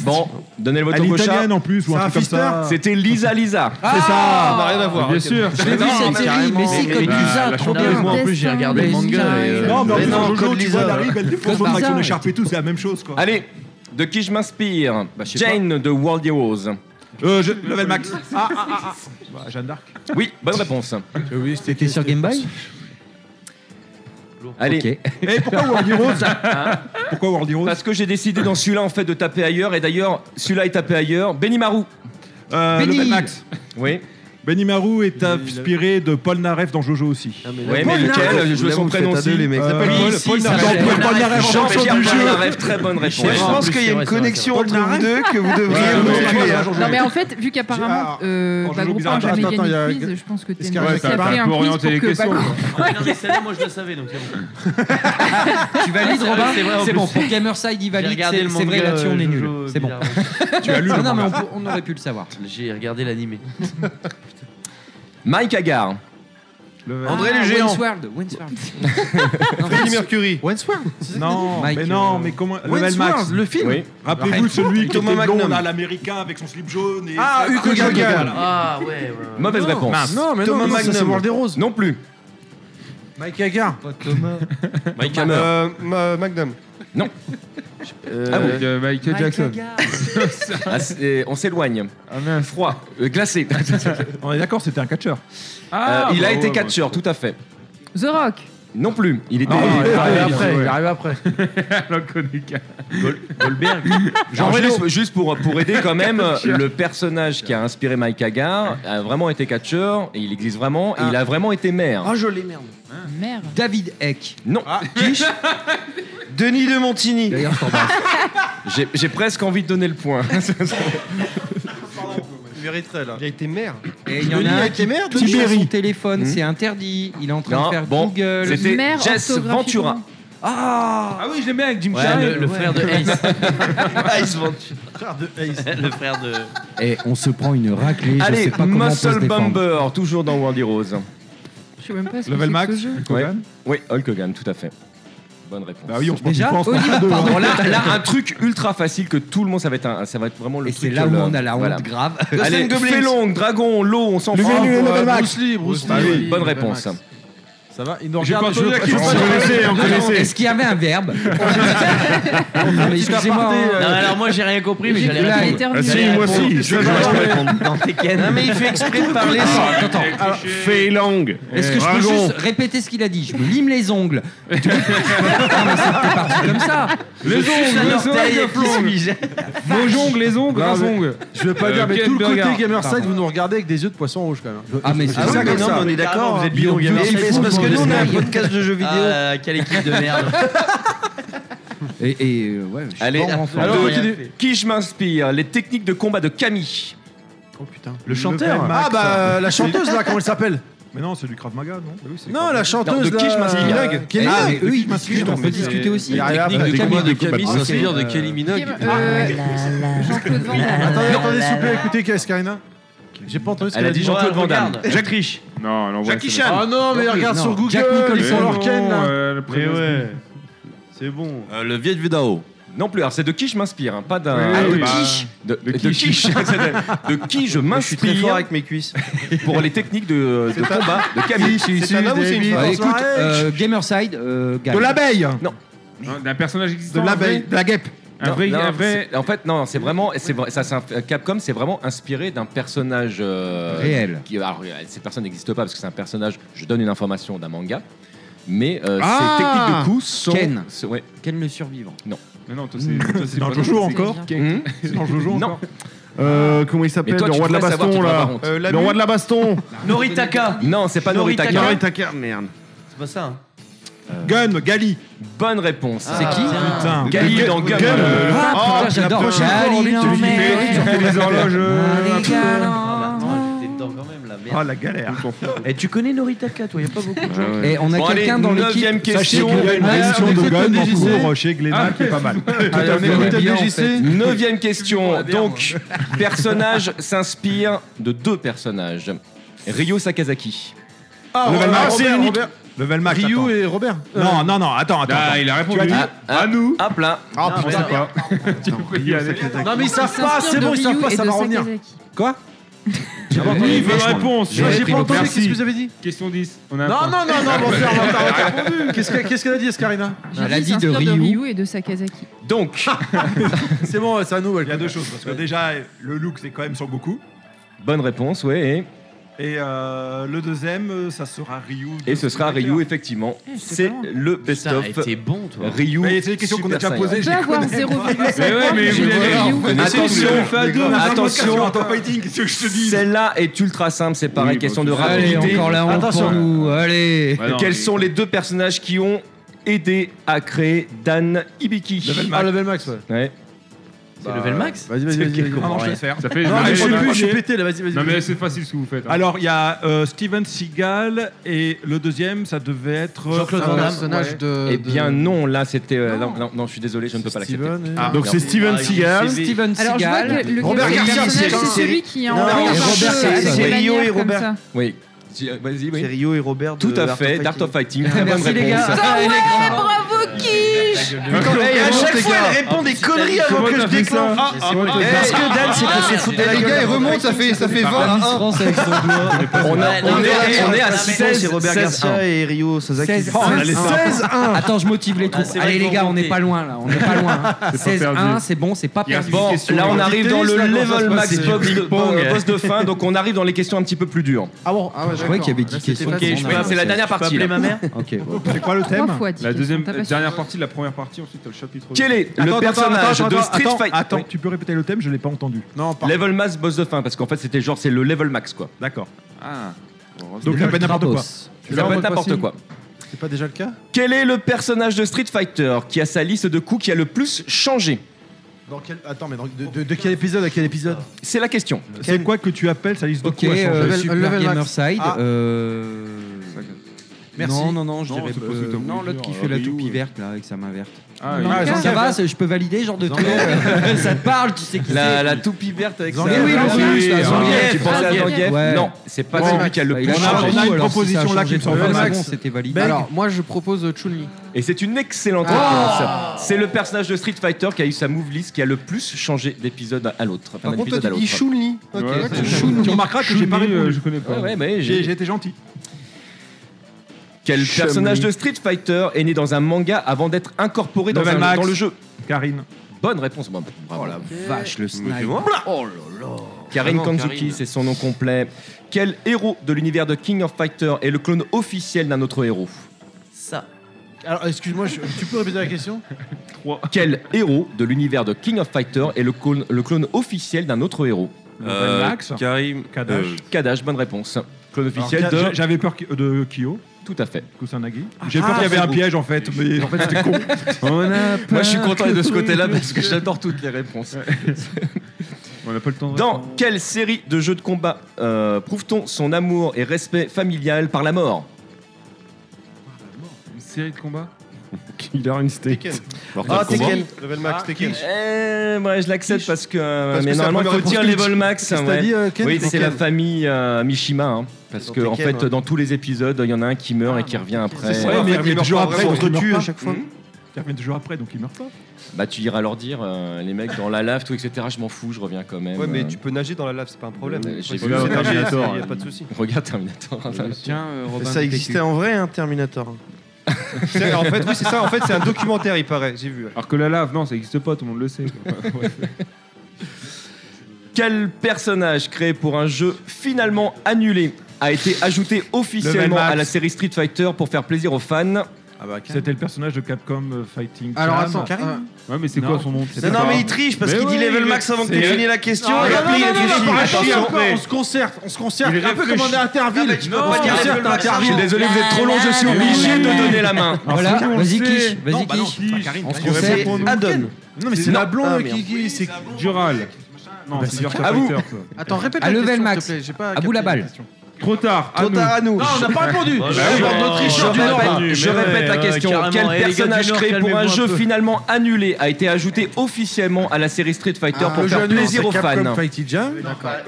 Bon, donnez le vote
Elle
au
est
cochard.
italienne en plus ou un
C'est un
truc comme
fister
ça.
C'était Lisa Lisa. Ah,
C'est ça, on n'a rien à voir.
Bien
ok.
sûr.
J'ai vu cette série, mais c'est comme
la-
du zin,
la
trop
chanteuse,
bien.
Bah, Moi, en plus, j'ai regardé le manga. et, euh,
Non, mais en
mais
plus,
non,
dans Jojo,
Code
tu
Lisa.
vois, elle arrive, elle défonce
Code
avec son
Barza,
écharpe et tout, c'est la même chose quoi.
Allez, de qui je m'inspire
Bah,
sais pas.
Jane de World Heroes.
Euh, je- level max.
Ah, ah, ah, ah.
Bah, Jeanne d'Arc.
Oui, bonne réponse.
Euh,
C'était sur Game Boy
Allez, Hein
Et Eh, pourquoi World Heroes Pourquoi World Heroes
parce que j'ai décidé dans celui-là en fait de taper ailleurs et d'ailleurs celui-là est tapé ailleurs. Benny Marou.
Euh,
Benny.
Level max.
Oui.
Benimaru est inspiré de Paul Naref dans Jojo aussi.
Ouais, mais lequel Je veux son prénom aussi. Euh, oui,
Paul-
si,
Paul
ça
Naref.
s'appelle
Donc, Paul Naref,
Paul Naref.
en fonction
Jean-Pierre
du
Paul
jeu.
Naref, très bonne réponse.
Je pense qu'il y a une connexion entre vous deux que vous devriez
Ouais,
vous
ouais,
enculer,
ouais,
hein.
Non, mais en fait, vu qu'apparemment, euh, bah, Groupon a jamais gagné de quiz, je pense que t'es
Est-ce qu'il y a-
t'as
Ouais,
fait
ça
un
peut
quiz pour
orienter les
que
questions,
Bagon-
Ah, non, mais celle-là, moi, je la savais, donc c'est bon.
Tu valides,
C'est vrai,
Robin
c'est vrai, en
C'est
plus.
bon, pour Gamerside, il valide.
regardé
C'est
le
c'est vrai,
manga,
là-dessus, on est
euh,
nul.
Jojo
C'est bon.
Bizarre.
Tu as lu
Ah,
le Non, manga. mais on peut- on aurait pu le savoir.
J'ai regardé l'animé.
Mike Agar.
André
Ah,
le géant.
Wensworld,
Freddie
Mercury.
Wensworld.
Non, mais non, mais comment euh, le
Wensworld,
Max.
le film.
Oui. Rappelez-vous
Arrête.
celui qui
Thomas
était blond,
Magnum.
là, l'américain avec son slip jaune et
Ah, Hugo
Hugo
Jagan.
Jagan.
Ah, ouais, ouais.
Mauvaise
Non,
réponse.
mince. Non, mais non, non, ça, c'est World des Roses.
Non plus.
Mike Hagar. Pas Thomas.
Mike Hammer.
Euh,
Magnum.
Non. Ah bon Michael
Jackson.
Ah, c'est- euh, on s'éloigne. Froid, Euh, glacé.
On est d'accord, c'était un catcheur.
Euh, il a été
catcheur.
catcheur, tout à fait.
The Rock.
Non plus. Il était.
Ah, il est arrivé
il-
après,
ouais.
il est arrivé
après.
Gol- Goldberg. Genre juste, juste pour, pour aider quand même,
Catcheur.
le personnage qui a inspiré Mike Hagar a vraiment été catcheur, et il existe vraiment, et il a vraiment été maire.
Ah, je l'ai, merde.
Merde.
David Eck. Non.
Denis de Montigny.
J'ai j'ai presque envie de donner le point.
Il mériterait, là. Il a été maire.
Et il y en a un qui touche à son téléphone, c'est interdit. Il est en train
Non,
de faire
bon,
Google.
c'était Mère Jess orthographiquement. Ventura.
Ah,
ah oui, je l'aimais avec hein. Jim
Ouais,
Carrey.
le- le frère de Ace.
Ace Ventura. Le frère de.
Et on se prend une raclée.
Allez,
je sais pas comment on peut se
Muscle
défendre.
Bomber, toujours dans World Heroes.
Je sais même pas ce que
Level
c'est
Max
que ce jeu.
Oui, oui, Hulk Hogan, tout à fait. Bonne réponse.
Bah oui, on se prend
Déjà,
du
Oliver,
entre deux, hein.
pardon.
Bon, là, là, un truc ultra facile que tout le monde, ça va être, un- ça va être vraiment le
Et
truc.
c'est là
que
où
le-
on a la honte
voilà.
grave.
Allez,
Goblins.
Félon, Dragon, l'eau, on s'en fout.
Level Max.
Euh,
Level Max.
Bruce Lee, Bruce
Bruce
Lee.
Lee.
Bonne
Level
réponse.
Max.
Ça va Il nous
J'ai pas
regarde. Ah
entendu la question. Est-ce qu'il y avait un verbe Non, Ah, mais excusez-moi. hein.
Non, alors moi j'ai rien compris, mais
J'ai
j'allais
cru
répondre.
là, il-
J'allais
Si, moi
répondre.
aussi, je-
J'allais
je vais
répondre.
répondre.
Dans Tekken.
Non, mais il fait exprès de parler sans-
Ah,
Attends,
ah,
attends. Est-ce que je peux juste répéter ce qu'il a dit Je me lime les ongles. Non, mais c'était parti comme ça.
Les ongles,
Juste un
les
orteil,
ongles,
qui
ongles.
suis-je
Vos jongles, les ongles,
Non,
leurs
mais-
ongles.
Je veux pas
Euh,
dire, mais
Ken
tout le côté
Burger.
Gamerside,
Pardon.
vous nous regardez avec des yeux de poisson rouge quand même. Je-
Ah, mais
je-
c'est
je-
ça,
comme
mais non, mais on est
d'accord,
Vous êtes
hein.
bio
Bio- bio-
gamer.
Mais c'est parce que nous, on est un podcast de jeux vidéo.
Ah, quelle équipe de merde.
Et, et, euh, ouais, je suis
Allez,
pas en forme.
alors, continue. qui je m'inspire Les techniques de combat de Camille.
Oh putain.
Le chanteur.
Level Max. Ah bah la chanteuse là, comment elle s'appelle
Mais non, c'est du Krav Maga, non Oui, c'est
Non,
Krav
la
Maga.
chanteuse
Non, de qui je
là,
m'inspire
Minogue. Kelly
Ah,
Minogue.
mais eux, ils m'inspirent, on peut discuter aussi.
Il arrive
Technique
après.
de combat de Camille
Ok.
s'inspire de
Euh,
Kelly
Game- euh,
Ah,
Jean-Claude Van Damme.
Attendez,
Non.
attendez, s'il vous plaît, écoutez, qu'est-ce Karina hein J'ai pas entendu ce qu'elle a dit.
Jacques Riche.
Non, non,
Jackie Chan. Ah non, mais regarde sur Google, ils sont leur ken là.
C'est bon. Euh, le Viet Vidao. Non plus, alors c'est de qui je m'inspire, hein, pas d'un.
Oui, Ah, de oui, bah,
qui De, de qui je- de, de qui je m'inspire. Je suis très fort avec
mes cuisses.
Pour les techniques de, de combat de Camille.
Bah, Écoute, euh, Gamerside, euh, gagne.
Non.
D'un personnage existant.
en vrai.
de la guêpe.
Non, non, c'est- En fait, non, c'est vraiment. c'est vrai- ça, c'est un- Capcom, c'est vraiment inspiré d'un personnage. euh,
Réel.
Qui, alors, euh, cette personne n'existe pas parce que c'est un personnage. Je donne une information d'un manga. Mais euh,
Ah
ses techniques de coups sont.
Ken.
sont- ouais.
Ken le survivant.
Non.
Mais non, toi,
c'est- toi, c'est pas toi, c'est
Hum
Ken.
C'est dans Jojo
Non.
encore
Euh,
comment il
s'appelle,
Mais toi,
le
tu
roi de la
pourrais savoir,
baston,
tu te
là.
rends pas compte.
Euh,
la
Le roi
mule.
de la baston.
Noritaka. Non, c'est pas Noritaka.
Noritaka, merde.
C'est pas ça. hein.
Gun, Gali.
Bonne réponse.
C'est qui
Ah, Putain.
Ah, Putain.
Gali
Gun-
dans Gun.
Gun,
Euh,
ah,
oh,
putain,
la
j'adore.
poche.
Gali
Tu
dans
fais-
Mer.
tu fais des horloges, euh,
Gali
un peu.
Ah, bah, attends, j'étais dedans quand même, la merde.
Ah, la galère.
Et tu connais Noritaka, toi, y a pas beaucoup de gens.
ouais. Et on a
Bon,
quelqu'un
allez,
dans l'équipe-
neuvième
Sachez
question.
qu'il y a une
Ah,
question
on
de
écoute
Gun
le
en
DJC.
cours chez Glénat qui est pas mal.
Ah,
Tout à fait. Bien, en fait.
Neuvième question. Donc, personnage s'inspire de deux personnages. Ryo Sakazaki.
Ah,
Level
Robert,
Max,
Robert,
c'est unique.
Robert.
Level Max.
Ryu
attends.
et Robert.
Non, non, non, attends, attends.
Ah,
attends.
il a répondu.
Tu as dit
à, nous. À plein.
Ah
Je sais
putain.
pas.
Non mais ils
Ah,
savent pas, ah, c'est bon, ils savent pas, ça va revenir. Quoi
J'ai pas entendu.
Oui,
Bonne
franchement.
réponse.
J'ai- j'ai pas entendu, qu'est-ce que vous avez dit
Question 10. On a un
Non,
point.
non, non, non, mon frère, on t'a répondu. Qu'est-ce que- Qu'est-ce qu'elle a dit, Escarina
J'ai dit, il s'inspire de Ryu et de Sakazaki.
Donc,
c'est bon, c'est à nous.
Il y a deux choses. Parce que déjà, le look, c'est quand même sur beaucoup.
Bonne réponse, ouais. et
Et euh, le deuxième, ça sera Ryu. de
Et ce sera
Street Fighter.
Ryu, effectivement.
Eh, c'était
C'est
pas mal.
le best-of.
Putain, t'es bon, toi.
Ryu.
Mais c'est des questions qu'on a déjà posées, je les
avoir
connais.
Mais ouais, mais vous l'avez- Attention, attention. Celle-là est ultra simple, c'est pareil.
Oui,
question
bah,
de
c'est- Allez,
rapidité.
encore la honte pour nous, allez.
Bah non, Quels mais- sont les deux personnages qui ont aidé à créer Dan Ibiki
Level Max. Ah, Level Max, ouais.
Ouais.
C'est Level Max Vas-y, vas-y,
C'est
vas-y,
lequel
vas-y.
qu'on
Ah non,
prend,
je vais
ouais.
le faire.
Ça fait-
Non,
Non,
mais
mais
je
on
sais
a-
plus, je suis pété, là, vas-y, vas-y,
Non,
vas-y.
mais c'est facile ce que vous faites. hein.
Alors,
Alors, il y a euh, Steven Seagal et le deuxième, ça devait être. euh,
Jean-Claude
un
Van Damme.
personnage
Ouais.
de-
Eh
de-
bien non, là c'était... euh, Non. non, non, je suis désolé, je ne peux pas l'accepter.
Steven et-
Ah,
Donc,
non.
c'est Steven
Ah,
Seagal.
c'est-
Steven
Alors, je vois que le- le
Robert
personnage,
Garcia,
c'est
c'est-
celui qui a
Non,
enlevé
non,
un
c'est
cheveu
Robert,
avec
c'est-
des
c'est-
manières
Rio et
comme
Robert.
ça.
Oui. Si, euh, Vas-y, oui.
C'est Rio et Robert de
Tout à
Art
fait,
of
d'Art of Fighting.
Fighting.
Très bonne
Merci, les
réponse.
gars. Ah ouais,
bravo Quiche
Hey, à chaque fois, elle répond des conneries avant que je déclenche. Ah, ah, ah, Parce que Dan s'est passé foutre de la
Les
gueule.
gars, ils remontent, ça fait, ça fait 20 à 1.
On, a- on est, on est à 16
C'est Robert
16,
Garcia et Rio Sasaki.
16
Oh, on a les
16 1 Attends, je motive
Ah,
les troupes.
assez
Allez les
bonne
gars, on n'est
volonté.
pas loin là, on n'est pas loin. hein.
C'est pas
16 1,
perdu.
c'est bon, c'est pas
Il y a
perdu.
bon, là on arrive dans le level max box de,
Ping-pong.
boss de fin, donc on arrive dans les questions un petit peu plus dures.
Ah bon, ah ouais,
Je croyais qu'il y avait 10 questions.
Ok, je peux- c'est la dernière partie. là.
Ok.
C'est quoi le
Trois
thème
fois dix
La
questions,
deuxième,
t'as pas
dernière partie, la première partie, ensuite t'as le chapitre.
Quel est le personnage de Street Fighter
Ah bah, Attends,
Oui.
tu peux répéter le thème Je l'ai pas entendu. Non,
Level max boss de fin, parce qu'en fait c'était genre c'est le level max quoi.
D'accord.
Donc ça peut être n'importe quoi.
Là,
Ça
en
peut
mode
être n'importe
facile.
quoi.
C'est pas déjà le cas
Quel est le personnage de Street Fighter qui a sa liste de coups qui a le plus changé
Dans quel... Attends, mais dans- de, de- de quel épisode à quel épisode
C'est la question.
C'est quoi que tu appelles sa liste de
Ok,
coups à changer
euh, Super
level max.
Gamerside.
Ah.
euh,
Merci.
Non, non, non, je
Non,
dirais.
c'est pas
euh,
ce que t'as
non,
voulu
l'autre qui
dire,
fait la
Ryu,
toupie
euh.
verte, là, avec sa main verte.
Ah, oui. Ah,
ça,
Zangief.
va, c'est- je peux valider, genre de truc. euh,
Zangief.
ça te parle, tu sais qui
La,
c'est.
la toupie verte avec
Zangief.
sa...
Oui, oui,
Ah,
oui, oui, c'est ça,
Zangief,
Zangief.
Tu pensais à
Zangief.
Zangief
Ouais.
Non, c'est pas
Bon,
celui qui a le
bah,
plus
il a
changé.
changé, alors, si ça a changé,
qui me semble
Level
pas
Max, Ben,
mal.
c'était validé.
Alors, moi, je propose Chun-Li.
Et c'est une excellente
Ah.
réponse. C'est le personnage de Street Fighter qui a eu sa move list qui a le plus changé d'épisode à l'autre. Enfin,
Par
d'un
contre, toi,
épisode à
tu dis
l'autre.
Chun-Li.
Ouais,
Ok.
c'est-
Chun-Li.
Tu remarqueras que j'ai pas
Chun-Li,
répondu.
euh, je connais pas.
Ouais, ouais, mais j'ai-
j'ai j'ai été gentil.
Quel
Chun-Li.
personnage de Street Fighter est né dans un manga avant d'être incorporé dans,
Level
un-
Max.
dans le jeu
Karine.
Bonne réponse, Bob. Bravo.
Oh la
vache, le
sniper.
Oh là là. Karine
Ah non,
Kanzuki,
Karine.
c'est son nom complet. Quel héros de l'univers de King of Fighter est le clone officiel d'un autre héros
Ça. Alors, excuse-moi, je- tu peux répéter la question
Quel héros de l'univers de King of Fighter est le clone, le clone officiel d'un autre héros
Euh, Max Karim-
Kadash.
euh,
Kadash, bonne réponse. Clone officiel
Alors, j'a-
de.
J'avais peur qui- de Kyo.
Tout à fait.
Kusanagi. J'ai
Ah,
peur qu'il y avait
c'est
un
beau.
piège en fait, mais en fait c'était con.
Moi, je suis content de ce côté-là parce que j'adore toutes les réponses.
On n'a pas le temps. de-
Dans quelle série de jeux de combat euh, prouve-t-on son amour et respect familial par la mort
Une série de combats
Killer Instinct.
Ah, Tekken. Level Max, Tekken.
Eh, ouais, je l'accepte parce que.
Parce
mais
que c'est la
normalement, il faut
première
dire
réponse
level
culte.
max. hein,
Qu'est-ce que t'as
ouais.
dit, euh, Ken
oui,
Dans
c'est la
quel
famille euh, Mishima. hein. parce
Dans
que, en
Tekken,
fait,
ouais. Ah,
dans tous les épisodes, il y en a un qui meurt et qui revient après.
C'est ça, mais toujours après, on se
tue
retue à chaque fois. Mmh. Il revient toujours après, donc il meurt pas.
Bah, tu iras leur dire, euh, les mecs dans la lave, tout, etc. Je m'en fous, je reviens quand même.
Ouais,
Euh,
mais tu peux nager dans la lave, c'est pas un problème.
euh, J'ai
Tu
vu
peux nager,
Terminator.
Il y a pas de souci.
Regarde Terminator.
Euh,
Ça existait en vrai, un Terminator.
C'est- en fait, oui, c'est ça. En fait, c'est un documentaire, il paraît. J'ai vu. ouais.
Alors que la lave, non, ça n'existe pas, tout le monde le sait.
Quel personnage créé pour un jeu finalement annulé a été ajouté officiellement
Max.
à la série Street Fighter pour faire plaisir aux fans
Ah bah,
C'était le personnage de Capcom euh, Fighting.
Alors,
Cam.
attends, Karim
ah. Ouais, mais c'est
Non.
quoi son nom
Non,
C'est
non,
pas
mais
grave.
il triche parce
Mais
qu'il dit
oui,
level
il-
max avant que
c'est-
t'aies fini la question,
Non,
et
non,
après,
non,
il
non,
réfléchit. bah,
non, non,
Ah,
attention,
pardon,
mais-
On se concerte, on se concerte.
Il
Un peu comme on est à Terville.
réfléchit. Non,
On se
mais
concerte
tu peux pas dire
à
level
Terville.
max.
Désolé, vous êtes trop long, je suis obligé de donner la main.
Voilà, vas-y, quiche, vas-y,
Non, bah non,
quiche.
c'est pas
On se
Karine,
conseille.
Karine, répondre.
Addon.
Non, mais c'est la blonde qui. qui c'est Dural. Non, c'est Virtua Fighter. ça.
Attends, répète
À
la
level
question,
max.
s'il te plaît. J'ai pas
À
capté
bout la
la
balle.
question.
Trop tard, à
Trop
nous.
tard, à nous. Non, on n'a pas répondu.
Bah
Je
oui,
réponds à notre
non,
tricheur
je
du Nord.
répète-
Je répète la question. Quel personnage créé pour un jeu finalement annulé a été ajouté officiellement à la série Street Fighter
Ah,
pour
le jeu
faire
annulé,
plaisir
c'est
aux
Capcom
fans
Fighting
Jam.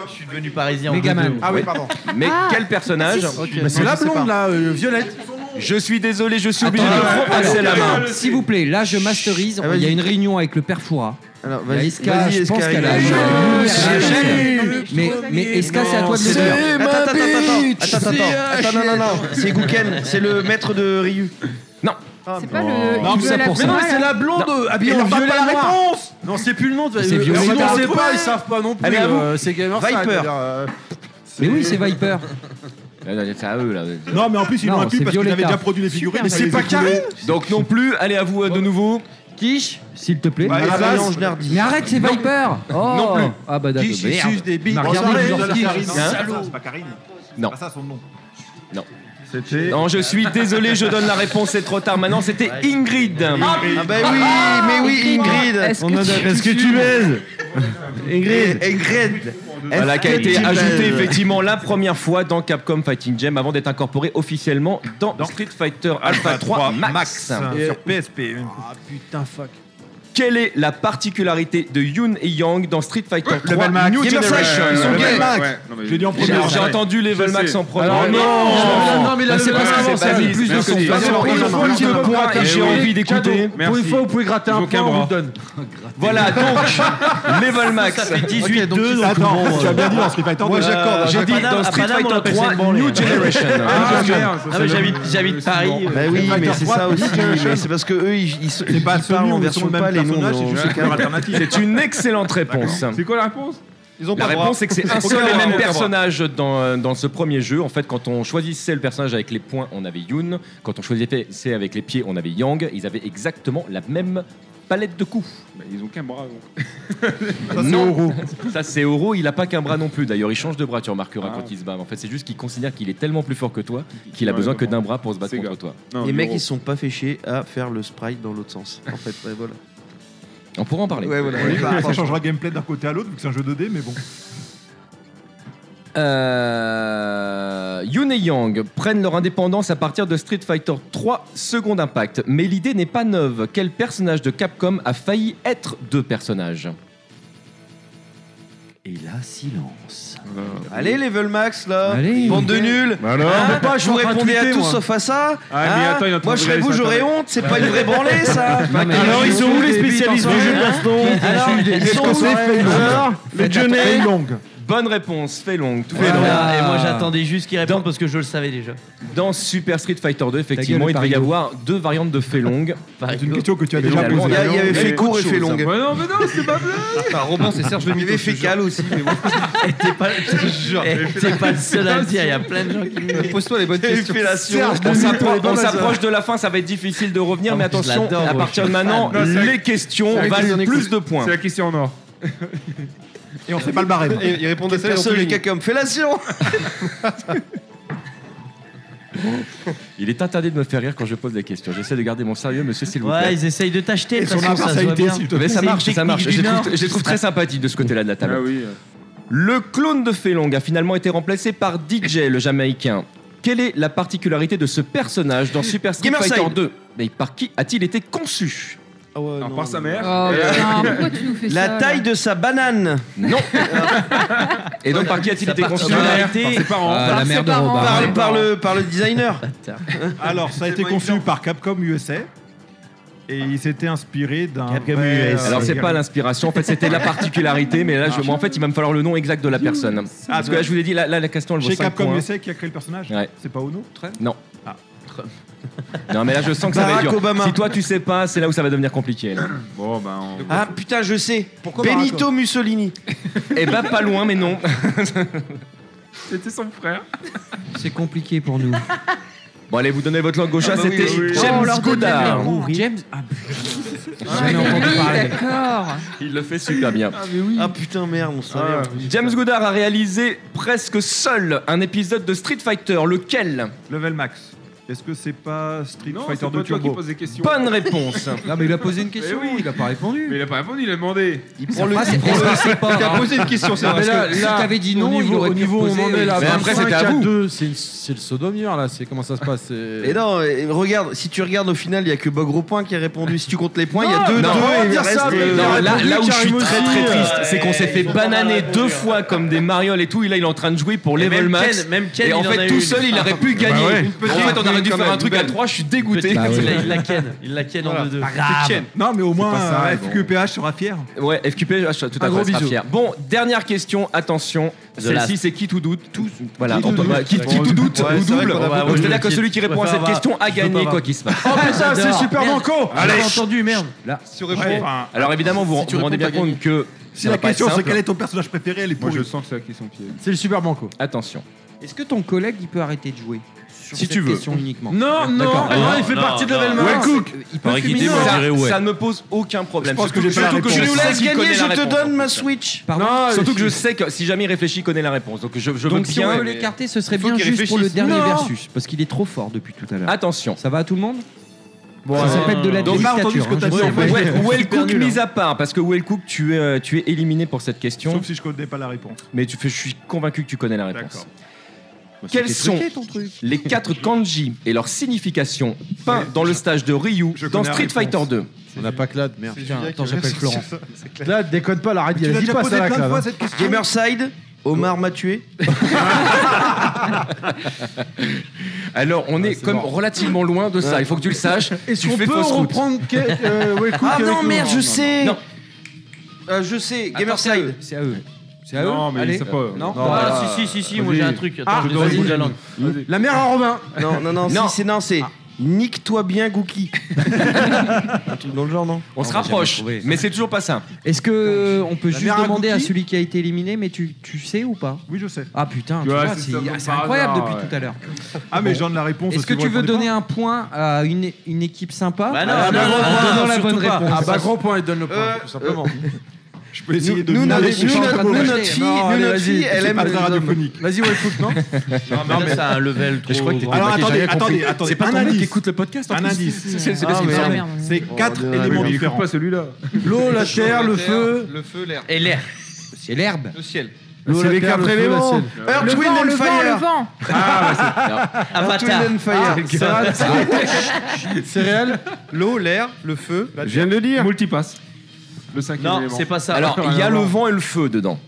Je suis devenu parisien. en
Megaman.
deux, deux. Ah oui,
Ouais.
pardon.
Mais
Ah.
quel personnage
Ah, si, si. Ok. Mais c'est la blonde,
là, euh, Violette.
Je suis désolé, je suis obligé
Attends, euh,
de
attends,
repasser la
attends,
main.
S'il vous plaît, là je masterise.
Ah,
Il y a
vas-y.
une réunion avec le père Foura. Alors,
vas-y, vas-y,
je pense
Esca,
qu'elle a.
allez.
Mais- Mais, mais Esca, c'est à toi de le dire.
Attends, attends, attends, attends, attends, attends, non, non, non, c'est Gouken, c'est le maître de Ryu.
Non.
c'est
pas le-
Non,
il veut
ça
la
pour ça.
Mais non, c'est la blonde euh, habillée
Et
en
on donne
violet
pas la
noir.
réponse.
Non, c'est plus le nom. de-
C'est
euh,
Violetta.
si on sait
Ouais.
pas, ils savent pas non plus.
Allez, à vous.
euh, C'est Gamer
Viper.
Mais oui, c'est Viper.
C'est à eux là.
Non, mais en plus, ils
Non,
l'ont inclus
c'est
parce qu'ils avaient
Violetta.
déjà produit les figurines.
Mais c'est pas Karine Donc non plus, allez à vous euh, de nouveau.
Quiche, s'il te plaît. Ah,
Bah, à la
bah,
place.
non, Mais arrête, c'est Viper. Oh.
Non plus.
Ah bah d'accord.
Quiche, il
merde.
suce des bites.
M'a
Bon,
regardé,
ça
je
va,
leur
ça
dis-
va, ça va.
C'est pas ça, c'est pas Karine. C'est
Non.
pas ça son nom.
Non. Non, je suis désolé, je donne la réponse, c'est trop tard maintenant. C'était Ingrid.
Ah bah oui, mais oui, Ingrid.
Est-ce que, tu baises
Ingrid. Ingrid.
Voilà,
Est-ce
qui a
que
été
tu
ajoutée
baises
effectivement la première fois dans Capcom Fighting Game avant d'être incorporée officiellement dans, Street Fighter Alpha 3 Max.
Sur
PSP.
Ah putain, fuck.
Quelle est la particularité de Yoon et Yang dans Street Fighter 3
Level Max.
New
Level
Generation
Max. Ouais, ouais, ouais, ouais, ouais. Non, mais-
J'ai dit en premier. J'ai
Ouais.
entendu Level Max en
Ah
premier.
Alors,
Ouais,
Ah non.
mais-
Non, mais là,
Bah, c'est
Level
parce
Max,
que c'est
c'est
Basile,
plus de
parce que
son
c'est-
pas sur
Pour une
le
fois,
point,
j'ai
non,
le
non,
point
non,
et j'ai
non,
envie
non,
d'écouter.
cadeau. Pour une fois, vous pouvez gratter un point, on vous le donne.
Voilà, donc, Level Max. Ça fait 18 2
Attends, tu as bien dit dans Street Fighter deux.
J'ai dit dans Street Fighter 3 New Generation.
Ah,
ah, j'habite Paris. euh,
Bah
Ben
oui, mais c'est ça aussi. mais C'est parce que eux, ils, ils, ils parlent en version pas les noms. dans-
C'est une excellente réponse.
C'est quoi la réponse
Ils ont
La
pas le droit.
réponse, c'est que c'est un
Aucun
seul et
droit,
même
aucun
personnage dans, euh, dans ce premier jeu. En fait, quand on choisissait le personnage avec les poings, on avait Yoon. Quand on choisissait avec les pieds, on avait Yang. Ils avaient exactement la même palette de coups.
Bah, Ils ont qu'un bras. donc.
Ça, c'est Oro. Ça, c'est Oro. Il n'a pas qu'un bras non plus. D'ailleurs, il change de bras,
Ah.
tu remarqueras, quand il se bat. En fait, c'est juste qu'il considère qu'il est tellement plus fort que toi qu'il a
Ouais,
besoin que
d'accord.
d'un bras pour se battre
C'est
contre
grave.
toi.
les mecs, ils se sont pas fait chier à faire le sprite dans l'autre sens. En fait, ouais, voilà.
On pourra en parler.
Ouais, voilà.
Oui, bah, ça
Franchement.
changera gameplay d'un côté à l'autre vu que c'est un jeu 2D, mais bon.
Euh, Yoon et Yang prennent leur indépendance à partir de Street Fighter 3 Second Impact. Mais l'idée n'est pas neuve. Quel personnage de Capcom a failli être deux personnages
Et là, silence.
Euh,
Allez, level max là.
Allez.
Bande de nuls.
Bah alors
Ah,
Hein,
Je sais pas, je
vous
suis en train de
répondez à
tweeter,
tous
moi.
sauf à ça.
Ah, mais
Hein
attends, il est en train
moi,
de
je serais
regarder
vous,
sur
j'aurais
Internet.
honte. C'est pas une vraie branlée ça.
Non, mais Alors, ils sont où, les spécialistes du jeu de baston
Ils sont où
Le
Johnny
Bonne réponse, Fei Long. Tout
Voilà,
est long.
Et moi j'attendais juste qu'il réponde parce que je le savais déjà.
Dans Super Street Fighter 2,
Ta
effectivement,
gueule,
il devait y
Parigo.
avoir deux variantes de Fei Long.
C'est une question
que tu as
déjà posée. Il y avait fait court et fait long.
Ouais, non, mais non, c'est pas vrai.
Enfin, Robin, c'est Serge Lemito. Il avait fait cal
aussi, mais bon.
T'es pas, je te jure,
Eh,
t'es pas le seul à le dire, il y a plein de gens qui me
Pose-toi les bonnes questions.
Serge
on
Lemito,
s'appro-
les bonnes
on
raisons.
s'approche de la fin, ça va être difficile de revenir,
Ah,
mais
mais je
attention,
l'adore,
à
moi,
partir
je
de
suis fan.
maintenant,
Non, c'est la-
les questions
c'est la question
valent
en
plus
exclu.
de points.
C'est la
question en or.
Et on fait pas le barème.
Et- et répondez ça, ils ont
Personne,
plus
les
le
gars, comme fellation.
Il est interdit de me faire rire quand je pose des questions. J'essaie de garder mon sérieux, monsieur, s'il vous plaît.
Ouais, ils essayent de t'acheter.
Et
de toute
son
façon, ça se voit
impartialité,
bien.
s'il te plaît. Mais ça
C'est une
marche, ça
technique
marche.
du
Je les trouve-
Nord.
je les trouve très sympathiques de ce côté-là de la table. Le clone de Felong a finalement été remplacé par DJ, le Jamaïcain. Quelle est la particularité de ce personnage dans Super Street
Gamerside.
Fighter 2 Mais par qui a-t-il été conçu
non,
par sa mère.
Ah,
Oh, putain, pourquoi
tu nous fais
La
ça,
taille
là
de sa banane.
Non. Et donc par qui a-t-il
Sa
été conçu
particularité-
Par ses parents.
euh,
Ah,
Par
la
ses
mère de
parents.
Robin.
Par-
Ouais.
par le-
par le designer.
Alors, ça a été conçu par Capcom USA. Et il s'était inspiré d'un. vrai, euh,
Alors c'est pas l'inspiration, en fait c'était la particularité, mais là je, moi, en fait il va me falloir le nom exact de la personne.
Ah,
Parce que là je vous ai dit, là, là, la question elle vaut
Chez
5
Capcom
points.
USA qui a créé le personnage
Ouais.
C'est pas Ono
Non. Non mais là je sens que ça va être
Barack
dur.
Obama.
Si toi tu sais pas, c'est là où ça va devenir compliqué. Là.
Bon ben.
Ah putain, je sais.
Pourquoi
Benito
Barack
Mussolini.
Eh ben pas loin mais non.
C'était son frère.
C'est compliqué pour nous. Bon allez vous donnez votre langue
Ah,
gauche, Ah,
bah
c'était
Oh,
James Goddard. Ah,
James. Ah,
Jamais entendu parler.
D'accord.
Il le fait super bien.
Ah putain, merde, on savait. en plus.
James Goddard a réalisé presque seul un épisode de Street Fighter, lequel
Level Max. Est-ce que c'est pas Street
Non,
Fighter
c'est
2
pas toi qui
Turbo
poses des questions. Eh
Bonne réponse.
Non, mais il a posé une question,
il a pas répondu.
Mais il a pas répondu, il a demandé. Il
prend le- il prend le- Il a posé une question, c'est vrai, parce que si t'avais dit non,
au
il
niveau,
aurait
au
pu
niveau où on en
reposer.
est là.
Mais après,
25
c'était à
à
vous.
2, c'est une- c'est le sodomure là. C'est comment ça se passe c'est-
Et non, Ah, et regarde, si tu regardes au final, il y a que Bogro Point qui a répondu. Si tu comptes les points, il y a
Non,
deux,
Ah, non,
deux,
on va
et
dire
le
ça,
reste,
mais
euh,
non, là,
Karim
là où je suis
aussi,
très très
euh,
triste, c'est qu'on s'est fait bananer deux fois comme des marioles et tout. Et là, il est en train de jouer pour level
même
max.
Ken- même Ken,
et en
il en
fait,
a
tout
une.
seul, il aurait pu
Bah
gagner.
ouais.
En fait, on aurait dû faire un truc à trois. Je suis dégoûté.
Bah ouais. Il la- il la ken, il la ken en
Voilà.
deux deux.
Pas grave.
Ken.
Non, mais au moins,
pas ça,
euh,
bon.
FQPH sera fier.
Ouais, FQP, je- je- tout
Un
à
gros
fait, sera
bisou.
fier. Bon, dernière question, attention.
The
Celle-ci,
last.
c'est qui tout doute tout, Voilà,
Qui tout
Antoine-
doute
bah, qui,
Ouais,
qui
c'est
tout
vrai qu'on a
doute
beaucoup
ou double.
de doute.
Donc,
Ouais,
C'est-à-dire
ouais,
que
ouais.
celui qui
Je
répond à
préfère
cette
avoir.
question a
Je veux
gagné,
pas
quoi
avoir.
qu'il se passe.
Oh, mais ça, c'est J'adore. super Merde. banco.
Allez
J'avais entendu, merde.
Là,
Si on répond-
Alors évidemment, vous
Si
vous
tu
vous rendez
réponds,
bien
t'as
compte que
Si la question c'est quel est ton personnage préféré, elle est
Moi,
pourrie.
je sens que c'est la question qui est.
C'est le Super Banco.
Attention.
Est-ce que ton collègue il peut arrêter de jouer sur
Si
cette
tu veux.
question uniquement
Non, non,
D'accord.
non, il fait partie de Level Max.
Well
Il peut fumer. Ça- ça ne me pose aucun problème. Surtout que- surtout que je sais qu'il connaît la réponse.
Switch.
Non, surtout que je sais que si jamais il réfléchit, il connaît la réponse. Donc je, je veux
Donc si
bien-
on peut l'écarter, ce serait
Il faut
bien
qu'il
juste pour le
réfléchisse.
dernier
Non.
versus, parce qu'il est trop fort depuis tout à l'heure.
Attention.
Ça va à tout le monde
Bon, euh,
Ça s'appelle de la
donc-
dédictature, hein, je sais pas.
Ouais, ouais, Wellcook mis à part, parce que Wellcook, tu es, euh, tu es éliminé pour cette question.
Sauf si je connais pas la réponse.
Mais tu fais- je suis convaincu que tu connais la réponse. Bah, Quels
c'était
sont
truqué, ton truc.
les quatre kanji et leur signification peints dans le stage de Ryu dans
connais la
Street
réponse.
Fighter 2
On n'a
pas Clad, merde.
C'est
Putain,
Julien
attends,
qui
j'appelle
reste
Florent.
sur ça, c'est clair.
Clad, déconne pas, la arrête,
Tu l'as
dis
déjà
pas
posé
ça, la
plein de
Clad.
fois,
hein.
cette question.
Gamerside, Omar m'a tué.
Alors, on est comme relativement loin de ça. Il faut que tu le saches.
Est-ce
Tu
qu'on
fais
peut
fausse route.
reprendre que- euh, Wellcook
Ah
avec
non,
nous
merde, je
Non,
sais.
non.
Euh, je sais,
Attends,
Gamerside.
C'est à eux. C'est à eux.
Non, mais
Allez.
c'est pas eux.
Non,
Non, Ah,
si, si, si, si, moi
vas-y.
j'ai un truc. Attends,
Ah,
je vais
vas-y.
donner le bout de la langue.
La mère à Robin. Non, non, non,
Non.
si, c'est non, c'est
Ah.
nique-toi bien, Gookie. Un truc dans le genre, non
On se rapproche, mais c'est toujours pas simple.
Est-ce que euh, on peut
La
juste
mère à
demander à
Gookie
celui qui a été éliminé, mais tu, tu sais ou pas
Oui, je sais.
Ah putain, tu
Ouais,
vois,
c'est
c'est
ça, comme
ah, c'est
par
incroyable
hasard,
depuis
ouais.
tout à l'heure.
Ah, mais
Bon.
je donne la réponse.
Est-ce que tu veux donner un point à une, une équipe sympa
Bah
Ah,
non,
en
non,
donnant
non,
la
non,
bonne
surtout
réponse
pas. Ah bah, gros
point, il donne le point,
Euh,
tout simplement.
Je peux essayer de
Nous, nous,
deviner
notre-
les
nous,
gens.
notre- nous, notre fille-
Non,
nous,
allez,
notre
vas-y,
fille, elle
c'est
aime
pas très
les hommes.
radiophonique.
Vas-y, Wellcook, non
Non, mais là, c'est un level trop grand. Alors, attendez, attendez, attendez,
C'est pas
un
ton mec
indice.
qui écoute le podcast en
Un
plus.
indice.
C'est-
Ah,
C'est parce qu'il
mais
parle.
non. C'est
Oh,
quatre
Ah,
Dieu,
éléments
mais il écoute
différents.
pas
celui-là.
L'eau, la
chaud,
terre,
la
le
terre,
feu.
Le feu, l'air.
Et l'air. C'est l'herbe.
Le ciel.
L'eau, la terre, le feu, la ciel.
Le
Wind
vent,
and
le vent,
Fire.
le vent.
Avatar. Twin and Fire.
Ah,
Céréales, l'eau, l'air, le feu. la
Je viens de le dire.
Multipass. Le cinquième
Non,
élément.
c'est pas ça.
Alors, il y a le vent et le feu dedans.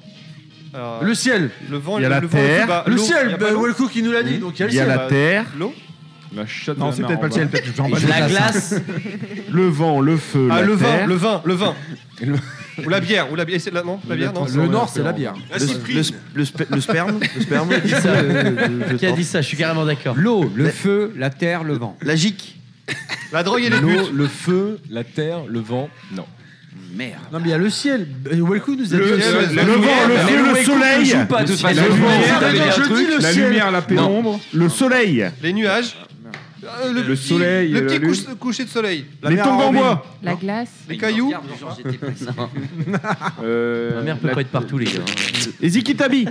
Alors,
Le ciel.
Le vent,
Il y a
le,
la
le vent au
terre.
plus bas.
Le
L'eau,
ciel,
y a
bah,
pas l'eau
Wellcook, il nous l'a dit. Donc,
Il y a
le ciel.
la terre.
L'eau
La chatte
Non,
de la
c'est
mer
peut-être
en
pas le ciel,
bas.
peut-être que j'en bats La les couilles. glace.
Le vent, le
Euh,
feu.
Ah,
la
le vin,
terre.
le vin, le vin. ou la bière, ou la bière. c'est la- non, la bière, non.
le nord, c'est la bière.
La
Le-
cyprine.
le sp- le sp- le sperme, le sperme.
Qui a dit ça, euh,
Je
Qui a
pense.
dit ça Je suis carrément d'accord. L'eau, le feu, la terre, le vent.
La gique.
La drogue et les buts.
L'eau, le feu, la terre, le vent. Non. Merde.
Non, mais il y a le ciel. Euh, Wellcook nous a dit ciel.
Le ciel, la lumière, la lumière, Wellcook ne joue pas, de toute façon.
Le
La
vent,
lumière,
c'est-
la
Attends, je
lumière,
dis
truc,
le
la
ciel.
lumière, la pénombre.
Le soleil.
Les nuages. Euh, le, petit-
soleil et
Le
la
petit
lune.
couche- coucher de soleil.
Les
mer
tombes en
Robin.
bois.
La glace.
Les cailloux.
Euh,
Ma mère peut
la-
pas être partout, les gars.
Et Zikitabi.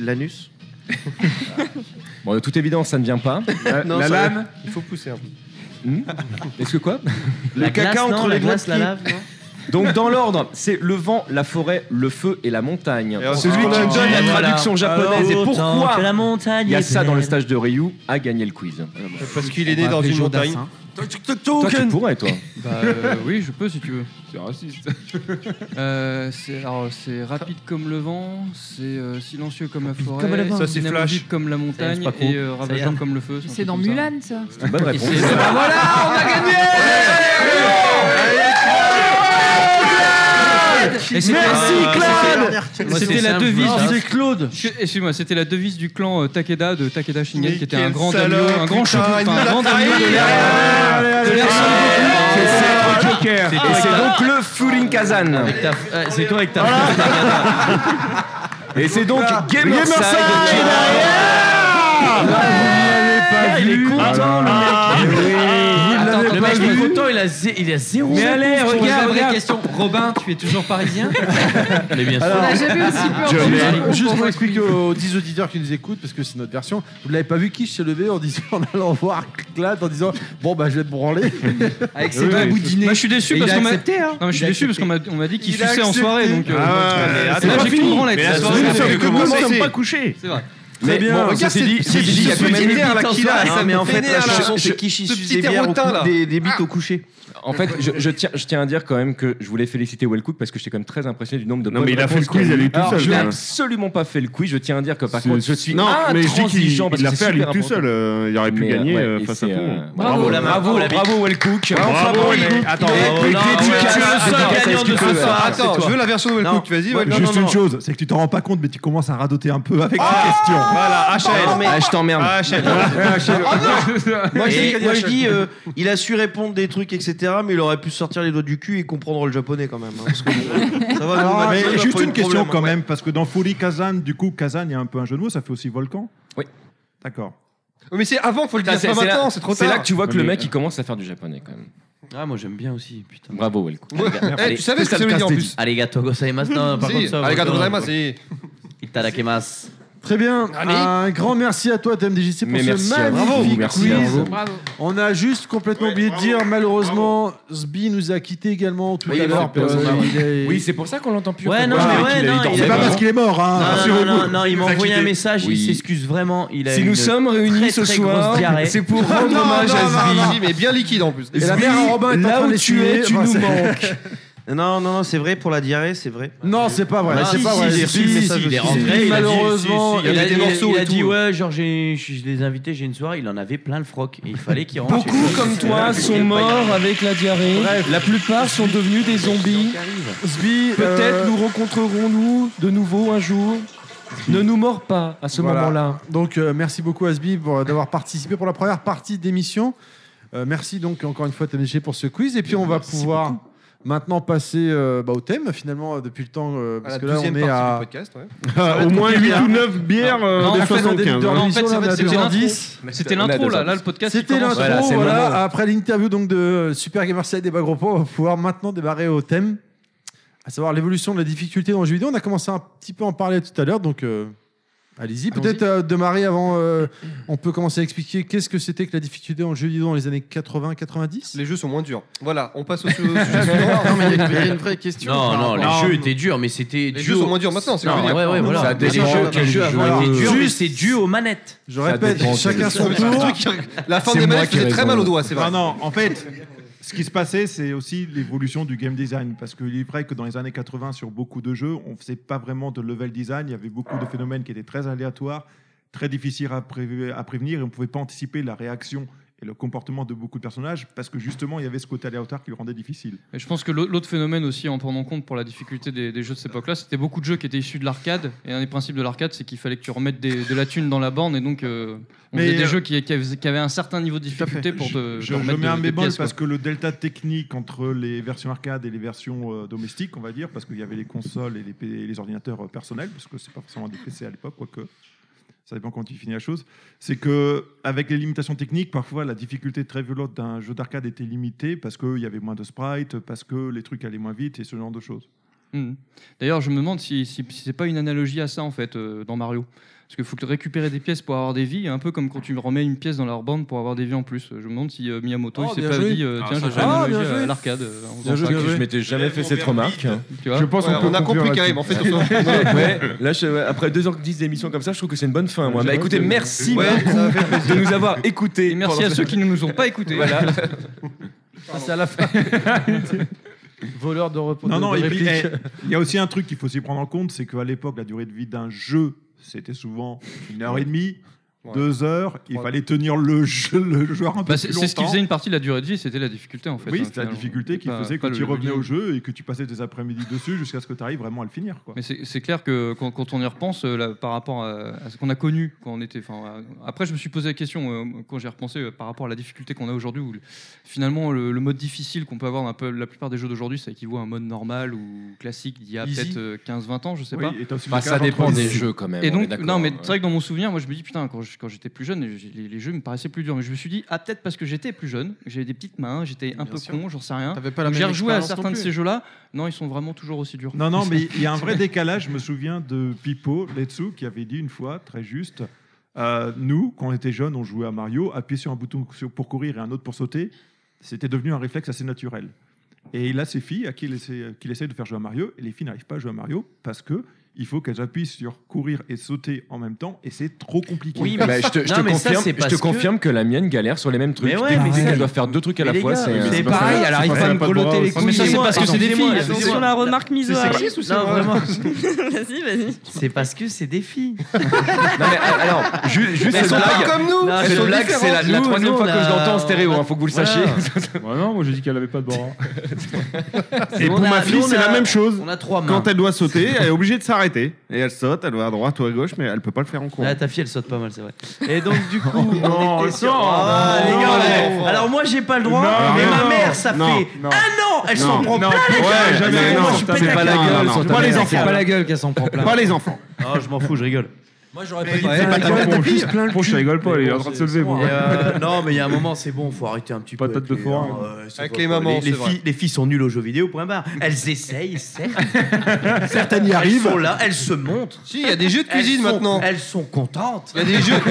L'anus.
Bon, de toute évidence, ça ne vient pas.
La,
Non,
la
ça-
lame.
Il faut pousser un peu.
Hmm Est-ce que quoi
Le La caca glace, entre non, les la doigts de glace, la pied. lave, non
Donc dans l'ordre, c'est le vent, la forêt, le feu et la montagne.
alors,
Celui
oh,
qui
oh,
donne la
voilà.
traduction japonaise et
Alors,
pourquoi
autant que la montagne
il y a
est
ça dans le
pleine.
stage de Ryu a gagné le quiz.
Parce qu'il
Ah,
est né dans une montagne.
hein.
Toi, tu pourrais, toi.
Bah, euh, oui, je peux si tu veux.
C'est raciste.
Euh, c'est alors, c'est rapide comme le vent, c'est euh, silencieux comme la forêt,
comme le vent. Ça, c'est
dynamique
Flash.
comme la montagne
Ça, c'est pas
et
con.
euh,
Ça
ravageant
y est.
comme le feu. un
C'est
truc
dans
comme ça.
Mulan, ça.
une bonne réponse.
Et c'est- bah, voilà,
on a gagné
Et c'était-
Merci,
euh,
Claude
c'était-
Moi,
C'était
c'est
la
simple,
devise.
hein.
du- euh,
C'est Claude.
Je- Excuse-moi, c'était la devise du clan euh, Takeda de Takeda Shingen,
Mais
qui était un
quel
grand
salaud,
daimyo, un grand
putain,
shogun,
il
enfin, un
nous a
grand
trahi,
daimyo de l'ère, euh,
allez, allez,
de l'ère
allez,
Shogun.
allez, allez, allez, allez.
Et
Ah,
Ah, c'est
ouais.
donc le Furin Kazan. C'est toi avec ta. Et c'est donc Gamerside
Gamerside
qui-
Ah, il est content, le mec. Ah,
Attends,
l'avez
attends,
pas
mec, il est
vu.
content, il a, zé- il a zéro.
Mais
réponse
allez,
sur
regarde,
la vraie
regarde.
question. Robin, tu es toujours parisien
Mais
bien sûr. On a jamais aussi peu entendu ça.
Juste pour expliquer aux 10 auditeurs qui nous écoutent, parce que c'est notre version, vous ne l'avez pas vu, qui s'est levé en disant, en allant voir Clad, en disant Bon, bah, je vais te branler.
Avec
ses doigts boudinés. Moi, je suis déçu parce qu'on m'a-
hein.
Non, mais je suis déçu parce qu'on m'a- on m'a dit qu'il suçait en soirée, donc, euh, moi, je- c'est pas fini. Mais la soirée, elle a commencé. C'est vrai.
Mais
bien.
bon,
Regarde
ceci
cette
dit,
petite
ceci dit, il y a
ce
quand même
petit
des
air, là,
bites en
qu'il a,
soirée,
ça,
hein.
mais en fait,
Vénère,
la
là.
chanson,
Je-
c'est qui
je-
chie
ce
des
petit
bières au
érotin,
cou-
là.
des- des bites
Ah.
au coucher.
En fait, je, je tiens, je tiens à dire quand même que je voulais féliciter Wellcook parce que j'étais quand même très impressionné du nombre de
Non,
bonnes
mais il a fait
réponses
le quiz
qu'il
à lui
eu.
tout
Alors,
seul,
Je n'ai
là.
absolument pas fait le quiz. Je tiens à dire que par
hein. C'est-
contre, je suis
Non, mais je dis qu'il-
intransigeant parce
il l'a
que
fait
c'est
à lui
super
tout
important.
seul. euh, il aurait pu
Mais, euh,
gagner
ouais,
euh,
et
face
c'est,
à tout le
euh,
monde.
bravo, la main, bravo, la bravo, Wellcook.
Bravo, bravo,
Wellcook.
Wellcook.
Attends,
Il est-
bravo,
il est
Ah, non,
dédicace.
ouais,
Tu es le seul
attends,
gagnant
est-ce
de
que
ce
tu peux-
soir.
c'est
Attends,
toi.
je veux la
version de
Wellcook,
vas-y,
Ouais,
ouais, non,
Juste
non,
une
non.
Ah
Ah
chose, c'est que tu t'en rends pas compte, mais tu commences à radoter un peu avec tes questions.
Voilà,
HL. Ah, je t'emmerde.
HL.
Ah,
Ah,
Moi, je dis- moi, je dis, euh, il a su répondre des trucs, etc., mais il aurait pu sortir les doigts du cul et comprendre le japonais quand même. hein, parce que bon, ça va, nous, on a-
Ah, mais
on a
juste
pas eu
une
de
question
problème,
quand
hein, ouais.
même, parce que dans Folie Kazan, du coup, Kazan, il y a un peu un jeu de mots, ça fait aussi volcan
Oui.
D'accord.
Oh,
Mais c'est avant, faut le dire,
C'est
pas
c'est là,
maintenant, c'est trop
c'est
tard.
là que tu vois que le
Mais-
euh,
mec il commence à faire du japonais quand même.
Ah, moi j'aime bien aussi, putain.
Bravo, Welco.
Ouais. Eh, tu savais ce que ça voulait dire en plus.
Allez, gâteau gozaimasu. Non, par
Si,
contre, ça. moi,
arigato
je-
gozaimasu, si.
Itadakimasu.
Très bien.
Allez.
Un grand merci à toi, TMDJC, pour
Mais
ce
merci à vous.
magnifique
Merci
quiz.
à vous.
Bravo.
On a juste complètement oublié de dire, malheureusement, Sbi nous a quittés également tout
Oui,
à
il
l'heure.
a fait peur,
parce
ça,
qu'il
ouais.
est-
Oui, c'est pour ça qu'on l'entend plus.
Ouais, non,
Ouais,
Ah, mais
Ah, qu'il
ouais,
a-
non.
il a-
il
c'est
a-
pas parce qu'il est mort, hein,
Non, non,
rassurez-vous.
non, non, non, il m'a
Il nous a
envoyé un
quittés.
message,
Oui.
il s'excuse vraiment. Il a
Si
une
nous sommes
réunis
très,
ce
très
soir,
Ah,
grosse diarrhée.
c'est pour rendre
Non,
hommage
non,
à
non,
Zvi.
non, non.
mais bien liquide en plus.
Et la mère à Robin est en train d'essuyer. Enfin, c'est-
Non, non, non, c'est vrai pour la diarrhée, c'est vrai.
Non, c'est pas vrai.
Ah,
c'est
si,
pas
si,
vrai.
j'ai reçu le message
il est
aussi.
rentré, il a dit-
malheureusement,
il a dit,
il a-
il a dit,
ouais.
ouais, genre j'ai- je les ai invités, j'ai une soirée, il en avait plein le froc. Et il fallait qu'il rentre. chez
Beaucoup
lui.
comme toi
C'est
sont
pas
morts
grave.
avec la diarrhée. La plupart sont devenus des zombies.
Sbi,
Peut-être
euh,
nous rencontrerons-nous de nouveau un jour. Ne nous mords pas à ce
Voilà.
moment-là.
Donc euh, merci beaucoup Asbi pour euh, d'avoir participé pour la première partie d'émission. Euh, merci donc encore une fois TMG pour ce quiz et puis on va pouvoir maintenant passer euh, bah, au thème finalement euh, depuis le temps euh, parce
la
que là on
deuxième
est
partie
à
du podcast, ouais.
Au moins 8 ou 9 bières
Non,
euh,
en
de
fait,
75.
dans
hein.
l'émission, là, on est à 210.
C'était l'intro là, là le podcast. il
C'était
commence.
l'intro. voilà. après l'interview donc de euh, Super Gamer Side et Bagropo, on va pouvoir maintenant démarrer au thème, à savoir l'évolution de la difficulté dans le jeu vidéo. On a commencé un petit peu à en parler tout à l'heure, donc euh, allez-y. Peut-être euh, démarrer avant. euh, on peut commencer à expliquer qu'est-ce que c'était que la difficulté dans le jeu vidéo dans les années 80-90.
Les jeux sont moins durs. Voilà, on passe au sujet suivant.
Non, mais il y a- il y a une vraie question.
Non,
par
non,
rapport-
les jeux étaient durs, mais c'était
Les
dû
jeux sont
au-
moins durs maintenant, c'est ce que
Non,
je veux
ouais,
dire.
ouais, voilà.
Ça
Les jeux,
dépend
les
quel
jeux
jeu.
avant étaient durs,
Juste-
mais c'est dû aux manettes.
Je
répète, chacun son tour. La fin
C'est
des
moi
manets
qui
faisait très
réponds.
mal aux doigts, c'est vrai.
Non, non, en fait, ce qui se passait, c'est aussi l'évolution du game design. Parce qu'il est vrai que dans les années 80, sur beaucoup de jeux, on ne faisait pas vraiment de level design. Il y avait beaucoup de phénomènes qui étaient très aléatoires, très difficiles à, prévu- à prévenir, et on ne pouvait pas anticiper la réaction et le comportement de beaucoup de personnages, parce que justement, il y avait ce côté aléatoire qui le rendait difficile.
Et je pense que l'au- l'autre phénomène aussi, en prenant compte pour la difficulté des, des jeux de cette époque-là, c'était beaucoup de jeux qui étaient issus de l'arcade. Et un des principes de l'arcade, c'est qu'il fallait que tu remettes des- de la thune dans la borne. Et donc, euh, on
Mais,
faisait des
euh,
jeux qui, qui avaient qui avaient un certain niveau de difficulté pour
je,
te, te
je
remettre
mets un
des- des
bémol
pièces,
parce
quoi.
que le delta technique entre les versions arcade et les versions euh, domestiques, on va dire, parce qu'il y avait les consoles et les, P- et les ordinateurs euh, personnels, parce que c'est pas forcément des PC à l'époque, quoique. Ça dépend quand tu finis la chose. C'est que avec les limitations techniques, parfois la difficulté très violente d'un jeu d'arcade était limitée parce qu'il y avait moins de sprites, parce que les trucs allaient moins vite et ce genre de choses.
Hmm. D'ailleurs, je me demande si, si- si c'est pas une analogie à ça en fait euh, dans Mario. Parce qu'il faut que récupérer des pièces pour avoir des vies, un peu comme quand tu remets une pièce dans leur bande pour avoir des vies en plus. Je me demande si euh, Miyamoto
Oh,
il s'est
bien
pas
joué.
dit euh,
Ah,
tiens,
ça,
je fais
j'aime.
une
Ah,
analogie
bien
à
joué.
l'arcade. euh, en
Bien
faisant
joué,
ça.
bien joué.
Je m'étais jamais fait cette remarque.
Tu vois
Ouais, on a compris, Karim,
Karim,
en fait, on s'en-
ouais, là, je- après 2h10 d'émission comme ça, je trouve que c'est une bonne fin. Moi. Bah, écoutez, merci beaucoup de nous avoir écoutés.
Merci à
pendant-
ceux qui ne nous ont pas écoutés.
Voilà.
Ah, c'est à la fin. Voleur de repos.
Non,
de-
non,
de
et puis,
réplique.
eh, il y a aussi un truc qu'il faut aussi prendre en compte, c'est qu'à l'époque, la durée de vie d'un jeu, c'était souvent une heure et demie,
Ouais.
deux heures. Il
Ouais.
fallait tenir le, jeu, le joueur un peu
Bah,
plus
c'est c'est ce qui
longtemps.
faisait une partie de la durée de vie, c'était la difficulté en fait.
oui,
hein,
c'était la
finalement.
difficulté qui
Pas-
faisait que
pas le
tu
jeu
revenais
vidéo.
au jeu et que tu passais des après-midi dessus jusqu'à ce que tu arrives vraiment à le finir. Quoi.
Mais c'est c'est clair que quand, quand on y repense, euh, là, par rapport à, à ce qu'on a connu quand on était. enfin, à- Après, je me suis posé la question euh, quand j'ai repensé euh, par rapport à la difficulté qu'on a aujourd'hui. Où le- finalement, le, le mode difficile qu'on peut avoir dans un peu la plupart des jeux d'aujourd'hui, ça équivaut à un mode normal ou classique d'il y a
Easy.
peut-être euh, 15-20 ans, je sais
Oui,
pas.
et t'as aussi Bah, le ça cas dépend entre- des jeux, quand même, on est
Et donc,
d'accord,
non, mais
hein,
c'est vrai que dans mon souvenir, moi je me dis putain, quand je- quand j'étais plus jeune, j'ai- les, les jeux me paraissaient plus durs. Mais je me suis dit, ah, peut-être parce que j'étais plus jeune, j'avais des petites mains, j'étais un peu
sûr.
con, j'en sais rien.
pas la
Donc, J'ai
même
rejoué à
expérience non
certains de
plus.
ces jeux-là. Non, ils sont vraiment toujours aussi durs.
Non, non, mais il y a un vrai décalage. Je me souviens de Pipo Letsu qui avait dit une fois, très juste, euh, nous, quand on était jeunes, on jouait à Mario, appuyer sur un bouton sur- pour courir et un autre pour sauter, c'était devenu un réflexe assez naturel. Et il a ses filles à qui il essaie, qu'il essaie de faire jouer à Mario, et les filles n'arrivent pas à jouer à Mario parce que il faut qu'elles appuient sur courir et sauter en même temps, et c'est trop compliqué.
Bah, je te, je te confirme, je te confirme que... la mienne galère sur les mêmes trucs.
Mais ouais,
Dès-
mais
dès
ça-
qu'elle doit faire deux trucs à
mais
la
les
fois,
gars,
c'est
c'est
c'est pas
pareil,
ça.
elle arrive
C'est
pas à me
de
grelotter les
bras.
couilles. Mais ça, c'est parce que c'est des
Excusez-moi,
filles.
excusez-moi.
Sur la remarque mise
C'est
à-
sexiste ou c'est Non, vrai vraiment.
Vas-y, vas-y.
C'est parce que c'est des filles.
Alors, ju- juste
Mais elles
cette
sont pas
blague.
comme nous. Elles
Cette
sont
blague, c'est la,
différentes.
la
Nous,
troisième
nous,
fois
on
que je
a-
l'entends en stéréo, hein, faut que vous le
Voilà.
sachiez.
Ah.
non, moi j'ai dit qu'elle avait pas de bras.
Et
Nous,
pour
on a-
hein.
ma fille,
nous, on
c'est
a-
la même chose.
On a trois mains.
Quand elle doit sauter, elle est obligée de s'arrêter. arrêter. Et elle saute, elle va à droite ou à gauche, mais elle peut pas le faire en courant.
Ah, ta fille, elle saute pas mal, c'est vrai. Et donc, du
Ah,
coup, on
non,
était sur-
non,
Ah,
non,
les gars,
non,
ouais.
non.
Alors, moi, j'ai pas le droit,
Non,
mais
non,
ma
non,
mère, ça
non,
fait
non.
un an, elle s'en
Non.
prend plein
Non,
les
ouais,
gueules.
jamais,
Mais
non,
moi, je
ça
pète
fait
un
pas la
câble.
gueule,
Non,
ça
non,
fait pas
mais
les
c'est
enfants.
pas la gueule.
qu'elle s'en prend plein.
Pas les enfants.
Oh, je m'en fous, je rigole.
Moi, j'aurais
Mais- préféré- Ouais, Pas ta fille,
plein le cul. Mais bon, c'est- c'est moi.
Et, euh, non, mais il y a un moment, c'est bon, faut arrêter un petit peu.
Patate
avec
de
les-
forain.
euh, c'est
Avec
pas-
les mamans,
les,
c'est vrai.
filles, les filles sont nulles aux jeux vidéo, point barre. Elles essayent, certes. Certaines
y arrivent.
Elles sont là, elles se montrent.
Si, il y a des jeux de
Elles
cuisine
sont-
maintenant.
Elles sont contentes.
Il y a des jeux.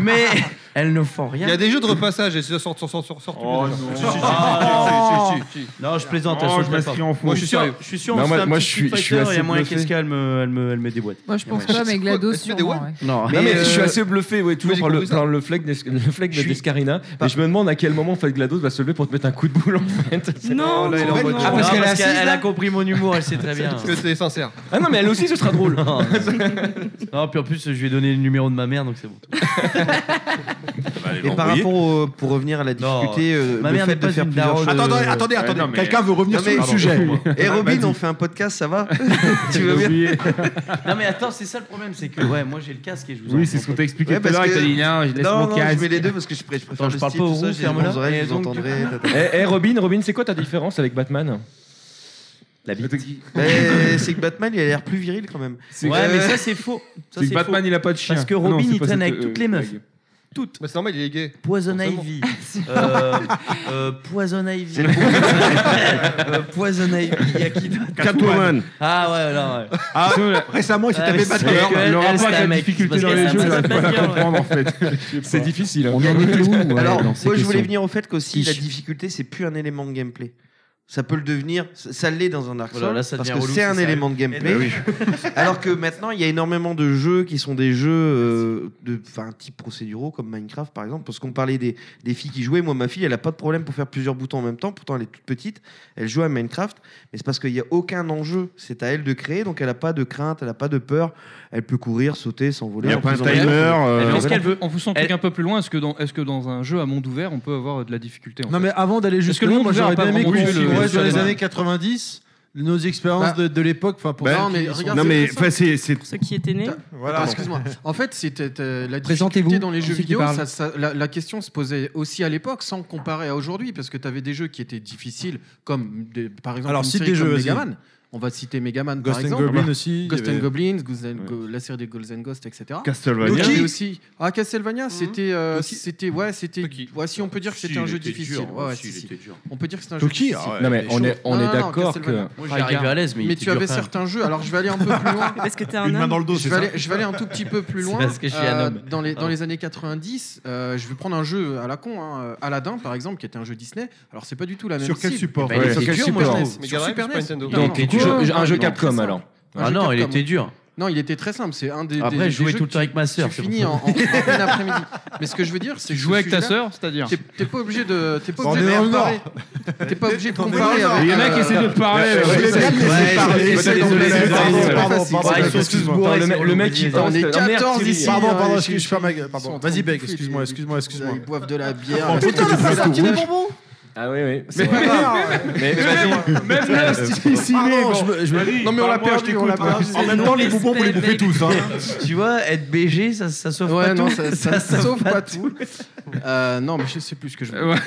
Mais elles ne font rien.
Il y a des jeux de repassage et ça sort, sort, sort, sort, sort.
Oh,
tous les
non.
jours.
Ah,
Si, si, si, si, si, si, si.
Non, je plaisante.
Oh,
elles sont
je
très
m'inscris
fortes.
en faux.
Moi, je suis
Non,
sûr. Je suis sûr.
moi-
on se fait un
moi,
petit
je suis-
Street
je suis
Fighter,
assez
Il y a moyen
bluffé.
qu'est-ce qu'elle me, elle me, elle me déboîte.
Moi, je pense
Il y a
pas, mais GLaDOS,
Est-ce qu'il y a des
sûrement,
one
ouais.
moyen. Non,
Non, mais
euh,
je suis assez bluffé, ouais, toujours par le, par le flag des- le flag de Descarina. Mais je me demande à quel moment en fait, GLaDOS va se lever pour te mettre un coup de boule en fait.
Non,
Là, il est en mode-
Ah, parce qu'elle a- elle a compris mon humour, elle sait très bien.
Parce que c'est sincère.
Ah non, mais elle aussi, ce sera drôle.
Non, non, puis en plus, je lui ai donné le numéro de ma mère, donc c'est bon. Bah,
Et par rapport au, pour revenir à la difficulté, euh,
ma
le
mère
fait
n'est
de
pas
faire
une
plusieurs
daronne.
jeux-
Attendez, attendez,
euh, Ouais,
attendez,
non, mais-
quelqu'un veut revenir
Non,
sur le
mais-
sujet.
Pardon, excuse-moi. Et
Bah,
Robin,
dis.
on fait un podcast, ça va Tu veux bien
non, mais attends, c'est ça le problème, c'est que ouais, moi j'ai le casque et je vous
Oui,
entends
c'est ce qu'on
pas.
t'a expliqué Ouais, tout à l'heure, parce que- il t'a dit, non, je laisse
Non,
mon
non,
casque.
je mets les deux
parce que je pré- je préfère le
Attends, je parle
style,
pas au
tout ça,
roux,
j'ai les
ferme-la.
bonnes oreilles,
Et
vous
donc, du
entendrez,
coup-
tata.
Eh, eh, Robin, Robin, c'est quoi ta différence avec Batman La bite.
Mais Eh, c'est que Batman, il a l'air plus viril quand même.
Ouais, mais ça c'est faux. Ça,
c'est que
faux.
Batman, il a pas de chien. Ah
Parce que
Non,
Robin,
c'est
il
pas
traîne
cette,
avec toutes
euh,
les meufs.
blague.
Toutes.
c'est normal, il est gay.
Poison
Forcément.
Ivy. Euh, euh, Poison Ivy.
C'est le bon.
Euh, Poison Ivy. Il y a qui d'autre
Catwoman.
Ah ouais, non, ouais.
Ah, récemment, il s'est
Ah,
tapé
mais
Batman.
c'est que
Le
elle,
rapport
c'est
avec
un
la
mec,
difficulté
parce
dans
que
les
ça
jeux,
m'a
j'arrive
tapé
pas à
la gueule,
comprendre,
ouais.
en fait. hein.
C'est difficile.
On en était où, ouais,
Alors,
dans
moi,
ces
je voulais
questions
venir au fait qu'aussi, la difficulté, c'est plus un élément de gameplay. Ça peut le devenir, ça ça l'est dans un Dark Souls,
Voilà, là, ça
parce que
devient relou,
c'est
ça,
un
ça
élément de
arrive.
gameplay.
Eh
Alors que maintenant, il y a énormément de jeux qui sont des jeux euh, de, enfin, type procéduraux, comme Minecraft par exemple. Parce qu'on parlait des, des filles qui jouaient. Moi, ma fille, elle a pas de problème pour faire plusieurs boutons en même temps. Pourtant, elle est toute petite. Elle joue à Minecraft, mais c'est parce qu'il n'y a aucun enjeu. C'est à elle de créer, donc elle a pas de crainte, elle a pas de peur. Elle peut courir, sauter, s'envoler.
Il y a
en
pas un
faisant-
timer, euh,
Mais
Elle-
est-ce qu'elle veut- On vous sent un peu plus loin. Est-ce que, dans, est-ce que dans un jeu à monde ouvert, on peut avoir de la difficulté en
Non,
fait
mais avant d'aller
Est-ce
jusque
que le
là,
monde
moi
ouvert
j'aurais
a pas
bien aimé qu'on
vraiment
se
eu le-
voit dans les
le-
années 90, nos expériences de, de l'époque. enfin, Pour
Ben,
ceux
non,
qui
mais
sont-
regarde, Non, mais, enfin, c'est- c'est- Pour
ceux qui étaient nés.
Pardon.
Voilà, excuse-moi. En fait, c'était euh, la
Présentez-vous,
difficulté dans les
c'est
jeux
qui
vidéo.
parle.
ça- ça- la, la question se posait aussi à l'époque, sans comparer à aujourd'hui, parce que tu avais des jeux qui étaient difficiles, comme des- par exemple
Alors,
une
cite
série
des jeux,
comme
vas-y.
Megaman. On va citer Megaman
Ghost
par
and
exemple.
Goblin aussi, il
Ghost
y avait-
and Goblins, Ghost and Go- la série des Ghosts and Ghosts, etc.
Castlevania.
Donc, il y
Toki.
avait aussi. Ah,
Mhm.
Castlevania, c'était, euh, c'était, ouais, c'était. Ouais, si on peut dire que c'était un jeu difficile. Ouais, ouais, si, si. On peut dire que c'est un jeu
Toki,
difficile.
ah ouais. Non, mais on est- on est d'accord que-
Castlevania.
Moi, j'y arrivais à l'aise, mais il
Mais
était
tu
dur
avais
quand même.
certains jeux. Alors, je vais aller un peu plus loin.
Parce que t'es un Une homme. main dans le dos,
Je
c'est
vais
ça
aller- je vais aller un tout petit peu plus
C'est
loin.
parce que je suis un homme.
Dans les dans
Pardon.
les années 90, euh, je vais prendre un jeu à la con, hein, euh, Aladdin par exemple, qui était un jeu Disney. Alors, c'est pas du tout la même.
Sur quel
cible.
support
Eh ben, il
Ouais.
était
Sur quel
dur, moi, je
support
l'ai- Sur
Mega Drive,
Super
Super
NES.
Nintendo.
Non,
Donc,
non,
tu-
non,
un jeu
non,
Capcom,
très simple.
alors.
Un
Ah
jeu
non, il
Capcom.
était dur.
Non, il était très simple. C'est un des.
Après,
des-
je jouais
des jeux
tout le
que tu-
temps avec ma sœur,
Tu
c'est
finis
pour
en,
ça.
en une après-midi. Mais ce que je veux dire, c'est que
jouais
ce
avec ta
sujet-là,
sœur, c'est-à-dire
t'es- T'es pas obligé de. T'es pas
On
obligé
est
de
dans le
comparer.
Nord.
T'es pas obligé de
On est dans le
comparer
Nord.
avec.
Les mecs
euh,
essaient de te parler,
euh,
ouais.
je les
Ouais,
aime,
je-
laissez
ouais,
parler,
je-
laissez
désolé,
parler,
désolé,
laissez parler,
désolé, désolé.
pardon,
Ils sont
pardon,
tous
excuse-moi.
bourrés,
Pardon,
c'est
le mec qui
obligé.
parle,
On est
merde,
14
celui-ci.
ici.
Pardon,
Ils
pardon,
sont
excuse, je ferme ma gueule,
Ils
Pardon, vas-y,
sont en train
Beck,
de
excuse-moi, excuse-moi, excuse-moi.
Ils boivent de la bière.
Oh, putain,
Ils
mais
boivent
c'est un petit
rouge.
bonbon.
Ah oui, oui.
Mais pas grave.
Mais
Mais
vas-y.
Euh,
même là, si- si-
ah
Pardon,
mais bon.
je me- je me-
Vas-y, parle-moi, je t'écoute. hein.
En même temps, les bonbons,
vous les bouffez tous, hein.
Tu vois, être BG, ça, ça sauve
Ouais,
pas
non,
tout.
ça, ça, sauve pas tout. Euh, non, mais je sais plus ce que je veux dire.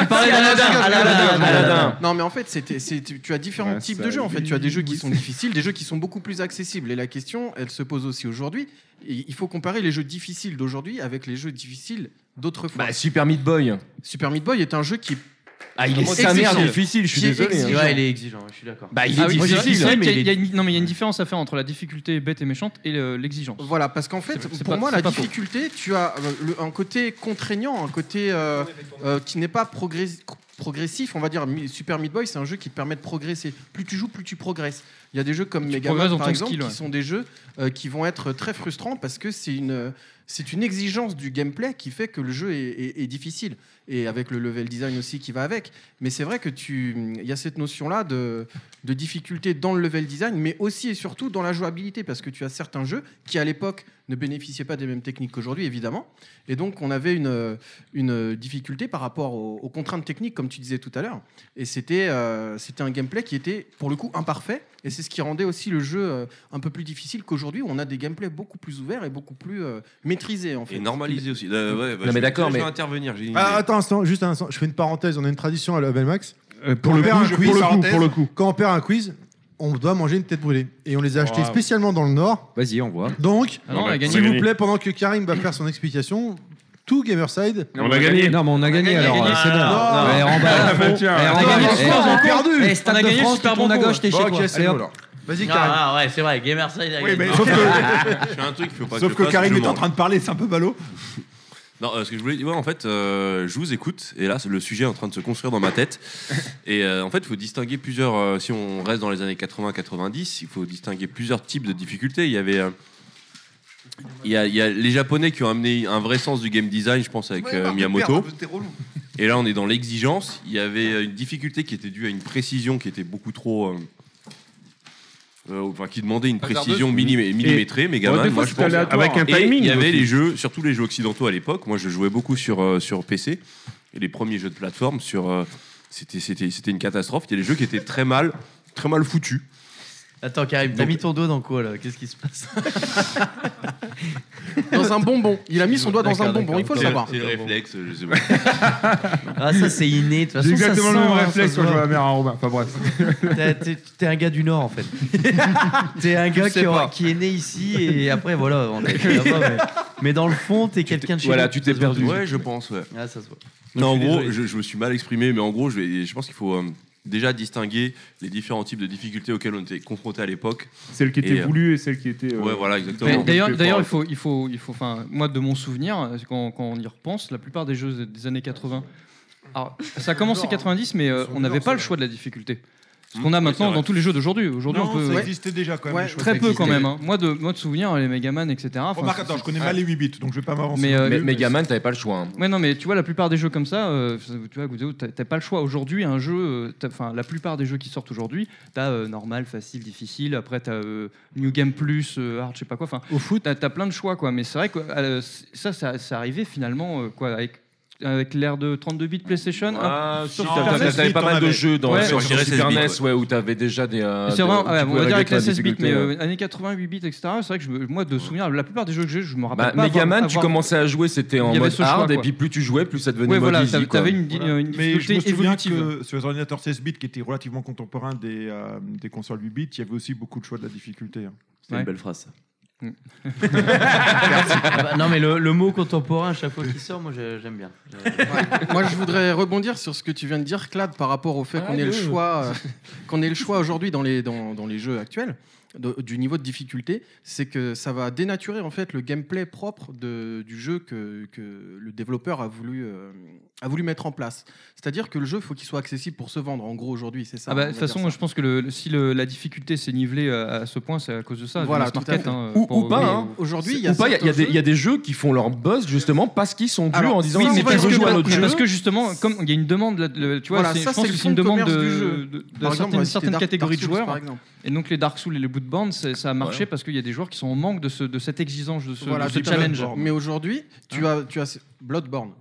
Tu parlais d'Aladin, Aladin, Aladin.
Non, mais en fait, c'était, c'est- tu tu as différents
Ouais,
types
ça
de jeux. En fait,
lui,
tu as des jeux qui sont difficiles, des jeux qui sont beaucoup plus accessibles. Et la question, elle se pose aussi aujourd'hui. Et Il faut comparer les jeux difficiles d'aujourd'hui avec les jeux difficiles d'autrefois.
Bah, Super Meat Boy.
Super Meat Boy est un jeu qui.
Ah, il est sa mère difficile, je suis
Qui est
désolé, hein.
exigeant.
Ouais, il est
exigeant, je suis d'accord.
Bah, il est
Ah oui, c'est vrai,
difficile,
c'est vrai
mais
qu'il y a-
il
il y a une- Non, mais il y a une différence à faire entre la difficulté bête et méchante et euh, l'exigence.
Voilà, parce qu'en fait, pour moi, la difficulté, tu as euh, le- un côté contraignant, un côté euh, euh, qui n'est pas progrès- progressif. On va dire Mi- Super Meat Boy, c'est un jeu qui te permet de progresser. Plus tu joues, plus tu progresses. Il y a des jeux comme
progresses
Megaman,
dans
par
ton
exemple,
skill,
qui
ouais.
sont des jeux euh, qui vont être très frustrants parce que c'est une, c'est une exigence du gameplay qui fait que le jeu est, est- est difficile. Et avec le level design aussi qui va avec. Mais c'est vrai que tu, il y a cette notion-là de, de difficulté dans le level design, mais aussi et surtout dans la jouabilité, parce que tu as certains jeux qui à l'époque ne bénéficiaient pas des mêmes techniques qu'aujourd'hui, évidemment. Et donc on avait une, une difficulté par rapport aux, aux contraintes techniques, comme tu disais tout à l'heure. Et c'était euh, c'était un gameplay qui était pour le coup imparfait. Et c'est c'est ce qui rendait aussi le jeu euh, un peu plus difficile qu'aujourd'hui où on a des gameplays beaucoup plus ouverts et beaucoup plus euh, maîtrisés en fait.
Et normalisé aussi. Euh, ouais, bah,
Non,
je-
mais d'accord,
je vais
mais-
intervenir. j'ai une idée.
Ah, attends, un instant, juste un instant. Je fais une parenthèse. On a une tradition à la Level Max.
Euh, pour
Quand
le
on perd
coup,
un
je-
quiz,
pour le coup,
parenthèse,
pour le coup.
Quand on perd un quiz, on doit manger une tête brûlée. Et on les a achetés
Wow.
spécialement dans le Nord.
Vas-y, on voit.
Donc,
Ah non, on a gagné.
s'il
On a
vous
gagné.
plaît, pendant que Karim va faire son explication, tout Gamerside.
On a gagné. Non, mais on a gagné, alors,
gagné.
c'est bon.
Ah,
Ouais,
non.
on bat la faute.
tiens.
Ouais, on a
Non,
gagné.
non,
Eh,
non,
on a
non,
perdu.
non.
Eh, Stade de France, tu tournes à gauche, t'es chez
Bon,
toi.
ok, c'est
Allez,
bon,
hop.
alors.
Vas-y,
Karim.
Ah ouais, c'est vrai, Gamerside a
Oui,
gagné.
mais sauf que,
Je fais un truc, faut pas que
sauf
je
que
fasse,
Karim
je
est
le
en
mange.
train de parler, c'est un peu ballot.
Non, euh, ce que je voulais dire, ouais, en fait, euh, je vous écoute, et là, c'est- le sujet est en train de se construire dans ma tête. Et euh, en fait, il faut distinguer plusieurs. euh, si on reste dans les années 80-90, il faut distinguer plusieurs types de difficultés. Il y avait. euh, il y, a, il y a les Japonais qui ont amené un vrai sens du game design, je pense, avec euh, Miyamoto. Et là, on est dans l'exigence. Il y avait une difficulté qui était due à une précision qui était beaucoup trop. euh, euh, enfin, qui demandait une
Hasardeuse.
précision millima-
Et-
millimétrée, mais gamin,
Ouais, des fois,
moi je
c'était
pense.
aléatoire. Avec un
Et
timing
Il y avait
aussi.
les jeux, surtout les jeux occidentaux à l'époque. Moi, je jouais beaucoup sur, euh, sur PC. Et les premiers jeux de plateforme, sur, euh, c'était, c'était, c'était une catastrophe. Il y a des jeux qui étaient très mal, très mal foutus.
Attends, Karim, t'as mis ton doigt dans quoi là Qu'est-ce qui se passe
Dans un bonbon. Il a mis son doigt dans un
D'accord,
bonbon, il faut le
C'est-
savoir.
C'est le réflexe, je sais pas.
Ah, ça c'est inné. De toute façon,
J'ai
ça
exactement
sent,
le même
hein,
réflexe
ça se
quand je vois
voit.
la mère à Robin. Enfin bref.
T'es- T'es t'es un gars du Nord en fait. T'es un
Tu
gars
sais
qui, aura-
pas.
qui est né ici et après voilà, on est là-bas, mais, mais dans le fond, t'es quelqu'un de chez
Voilà,
nous.
tu
Ça
t'es
se voit
perdu.
tout de
Ouais,
suite.
je pense, ouais.
Ah, ça se voit.
Non, en
je suis
gros,
désolé.
je, je me suis mal exprimé, mais en gros, je, vais- je pense qu'il faut euh, déjà distinguer les différents types de difficultés auxquelles on était confrontés à l'époque.
Celle qui était
euh,
voulue et celle qui était. euh,
Ouais, voilà,
Mais
exactement.
D'ailleurs, d'ailleurs, il faut, il faut, il faut. Enfin, moi, de mon souvenir, quand, quand on y repense, la plupart des jeux des années 80. Alors, ça a
hein.
commencé 90, mais euh, on n'avait pas le choix de la difficulté. Ce qu'on
Mmh.
a
Oui,
maintenant
c'est vrai.
dans tous les jeux d'aujourd'hui. Aujourd'hui,
Non,
on peut.
ça existait déjà, quand même,
Ouais,
les choses.
très
Ça
peu quand
existait.
même. hein. Moi, de, moi, de souvenir, les Megaman, etc. enfin,
Remarque,
c'est-
attends, je connais
c'est-
mal les 8 bits, donc je vais pas m'avancer.
Mais, euh,
non
mais-
plus,
mais Gamin,
t'avais pas le choix. hein.
Ouais, non, mais tu vois, la plupart des jeux comme ça, euh, tu vois, Guzzo, t'as t'as pas le choix. Aujourd'hui, un jeu, euh, t'as- enfin, la plupart des jeux qui sortent aujourd'hui, t'as euh, normal, facile, difficile, après t'as euh, New Game Plus, euh, hard, je sais pas quoi. Enfin,
au foot,
t'as t'as plein de choix, quoi. Mais c'est vrai que euh, c- ça, ça, ça arrivait finalement, euh, quoi, avec. Avec l'ère de 32 bits PlayStation.
Ah,
hop,
si,
sur
t'as-
Super
t'as-
NES,
t'avais pas
t'en
mal de
avais.
jeux dans
Ouais.
sur
Ouais.
sur Super
Ouais.
NES, ouais, où t'avais déjà des. euh,
C'est vraiment,
des-
ouais,
tu
on
pouvais
va dire
régler
avec
ta
la 16 bits,
difficulté,
mais
ouais.
euh, années 80, 8 bits, etc. C'est vrai que je me- moi, de souvenir, la plupart des jeux que j'ai, je me rappelle pas.
Bah,
avoir-
Megaman, tu
avoir-
commençais à jouer, c'était en
Il y avait
mode
ce choix,
hard, et
quoi.
puis plus tu jouais, plus ça devenait
Ouais,
mode
voilà,
easy.
t'avais-
quoi.
Ah, t'avais une-
Voilà.
une
Mais je me
difficulté
souviens
évolutive.
que sur les ordinateurs 16 bits qui étaient relativement contemporains des, euh, des consoles 8 bits, il y avait aussi beaucoup de choix de la difficulté. hein.
C'était une belle phrase.
Mm.
Ah bah, non, mais le, le mot contemporain, à chaque fois qu'il sort, moi je- j'aime bien.
Eh
Moi, je voudrais rebondir sur ce que tu viens de dire, Clad, par rapport au fait qu'on ait
Allez.
le choix, euh, qu'on ait le choix aujourd'hui dans les dans, dans les jeux actuels de- du niveau de difficulté, c'est que ça va dénaturer en fait le gameplay propre de- du jeu que, que le développeur a voulu euh, a voulu mettre en place. C'est-à-dire que le jeu, faut qu'il soit accessible pour se vendre. En gros, aujourd'hui, c'est ça.
Ah bah,
on
de
va
toute
dire
façon,
ça.
moi, je pense que le- le- si le- la difficulté s'est nivelée euh, à ce point, c'est à cause de ça. du
Voilà,
mass
tout à
market,
fait.
hein,
Ou,
pour-
ou pas,
oui.
hein.
Aujourd'hui,
C'est-
il y a
ou pas, il y, a
certains
des- il y a des jeux qui font leur buzz justement parce qu'ils sont durs
Alors,
en disant
oui,
si
mais
tu
parce,
veux
que,
jouer à notre
parce
jeu-
que justement, comme il y a une demande, là, le- tu vois,
Voilà,
c'est-
ça,
je pense
c'est
que
le
c'est
fond
une
de
demande
commerce
de,
du jeu.
de- de
Par exemple, on va
certaines,
citer
certaines
Dark-
catégories
Dark
de
Souls,
joueurs.
par exemple.
et donc les Dark Souls et les Bloodborne, c'est- ça a marché parce qu'il y a des joueurs qui sont en manque de, ce, de cette exigence, de ce,
Voilà,
de ce
du
challenge.
Bloodborne. Mais aujourd'hui, tu as, tu as Bloodborne.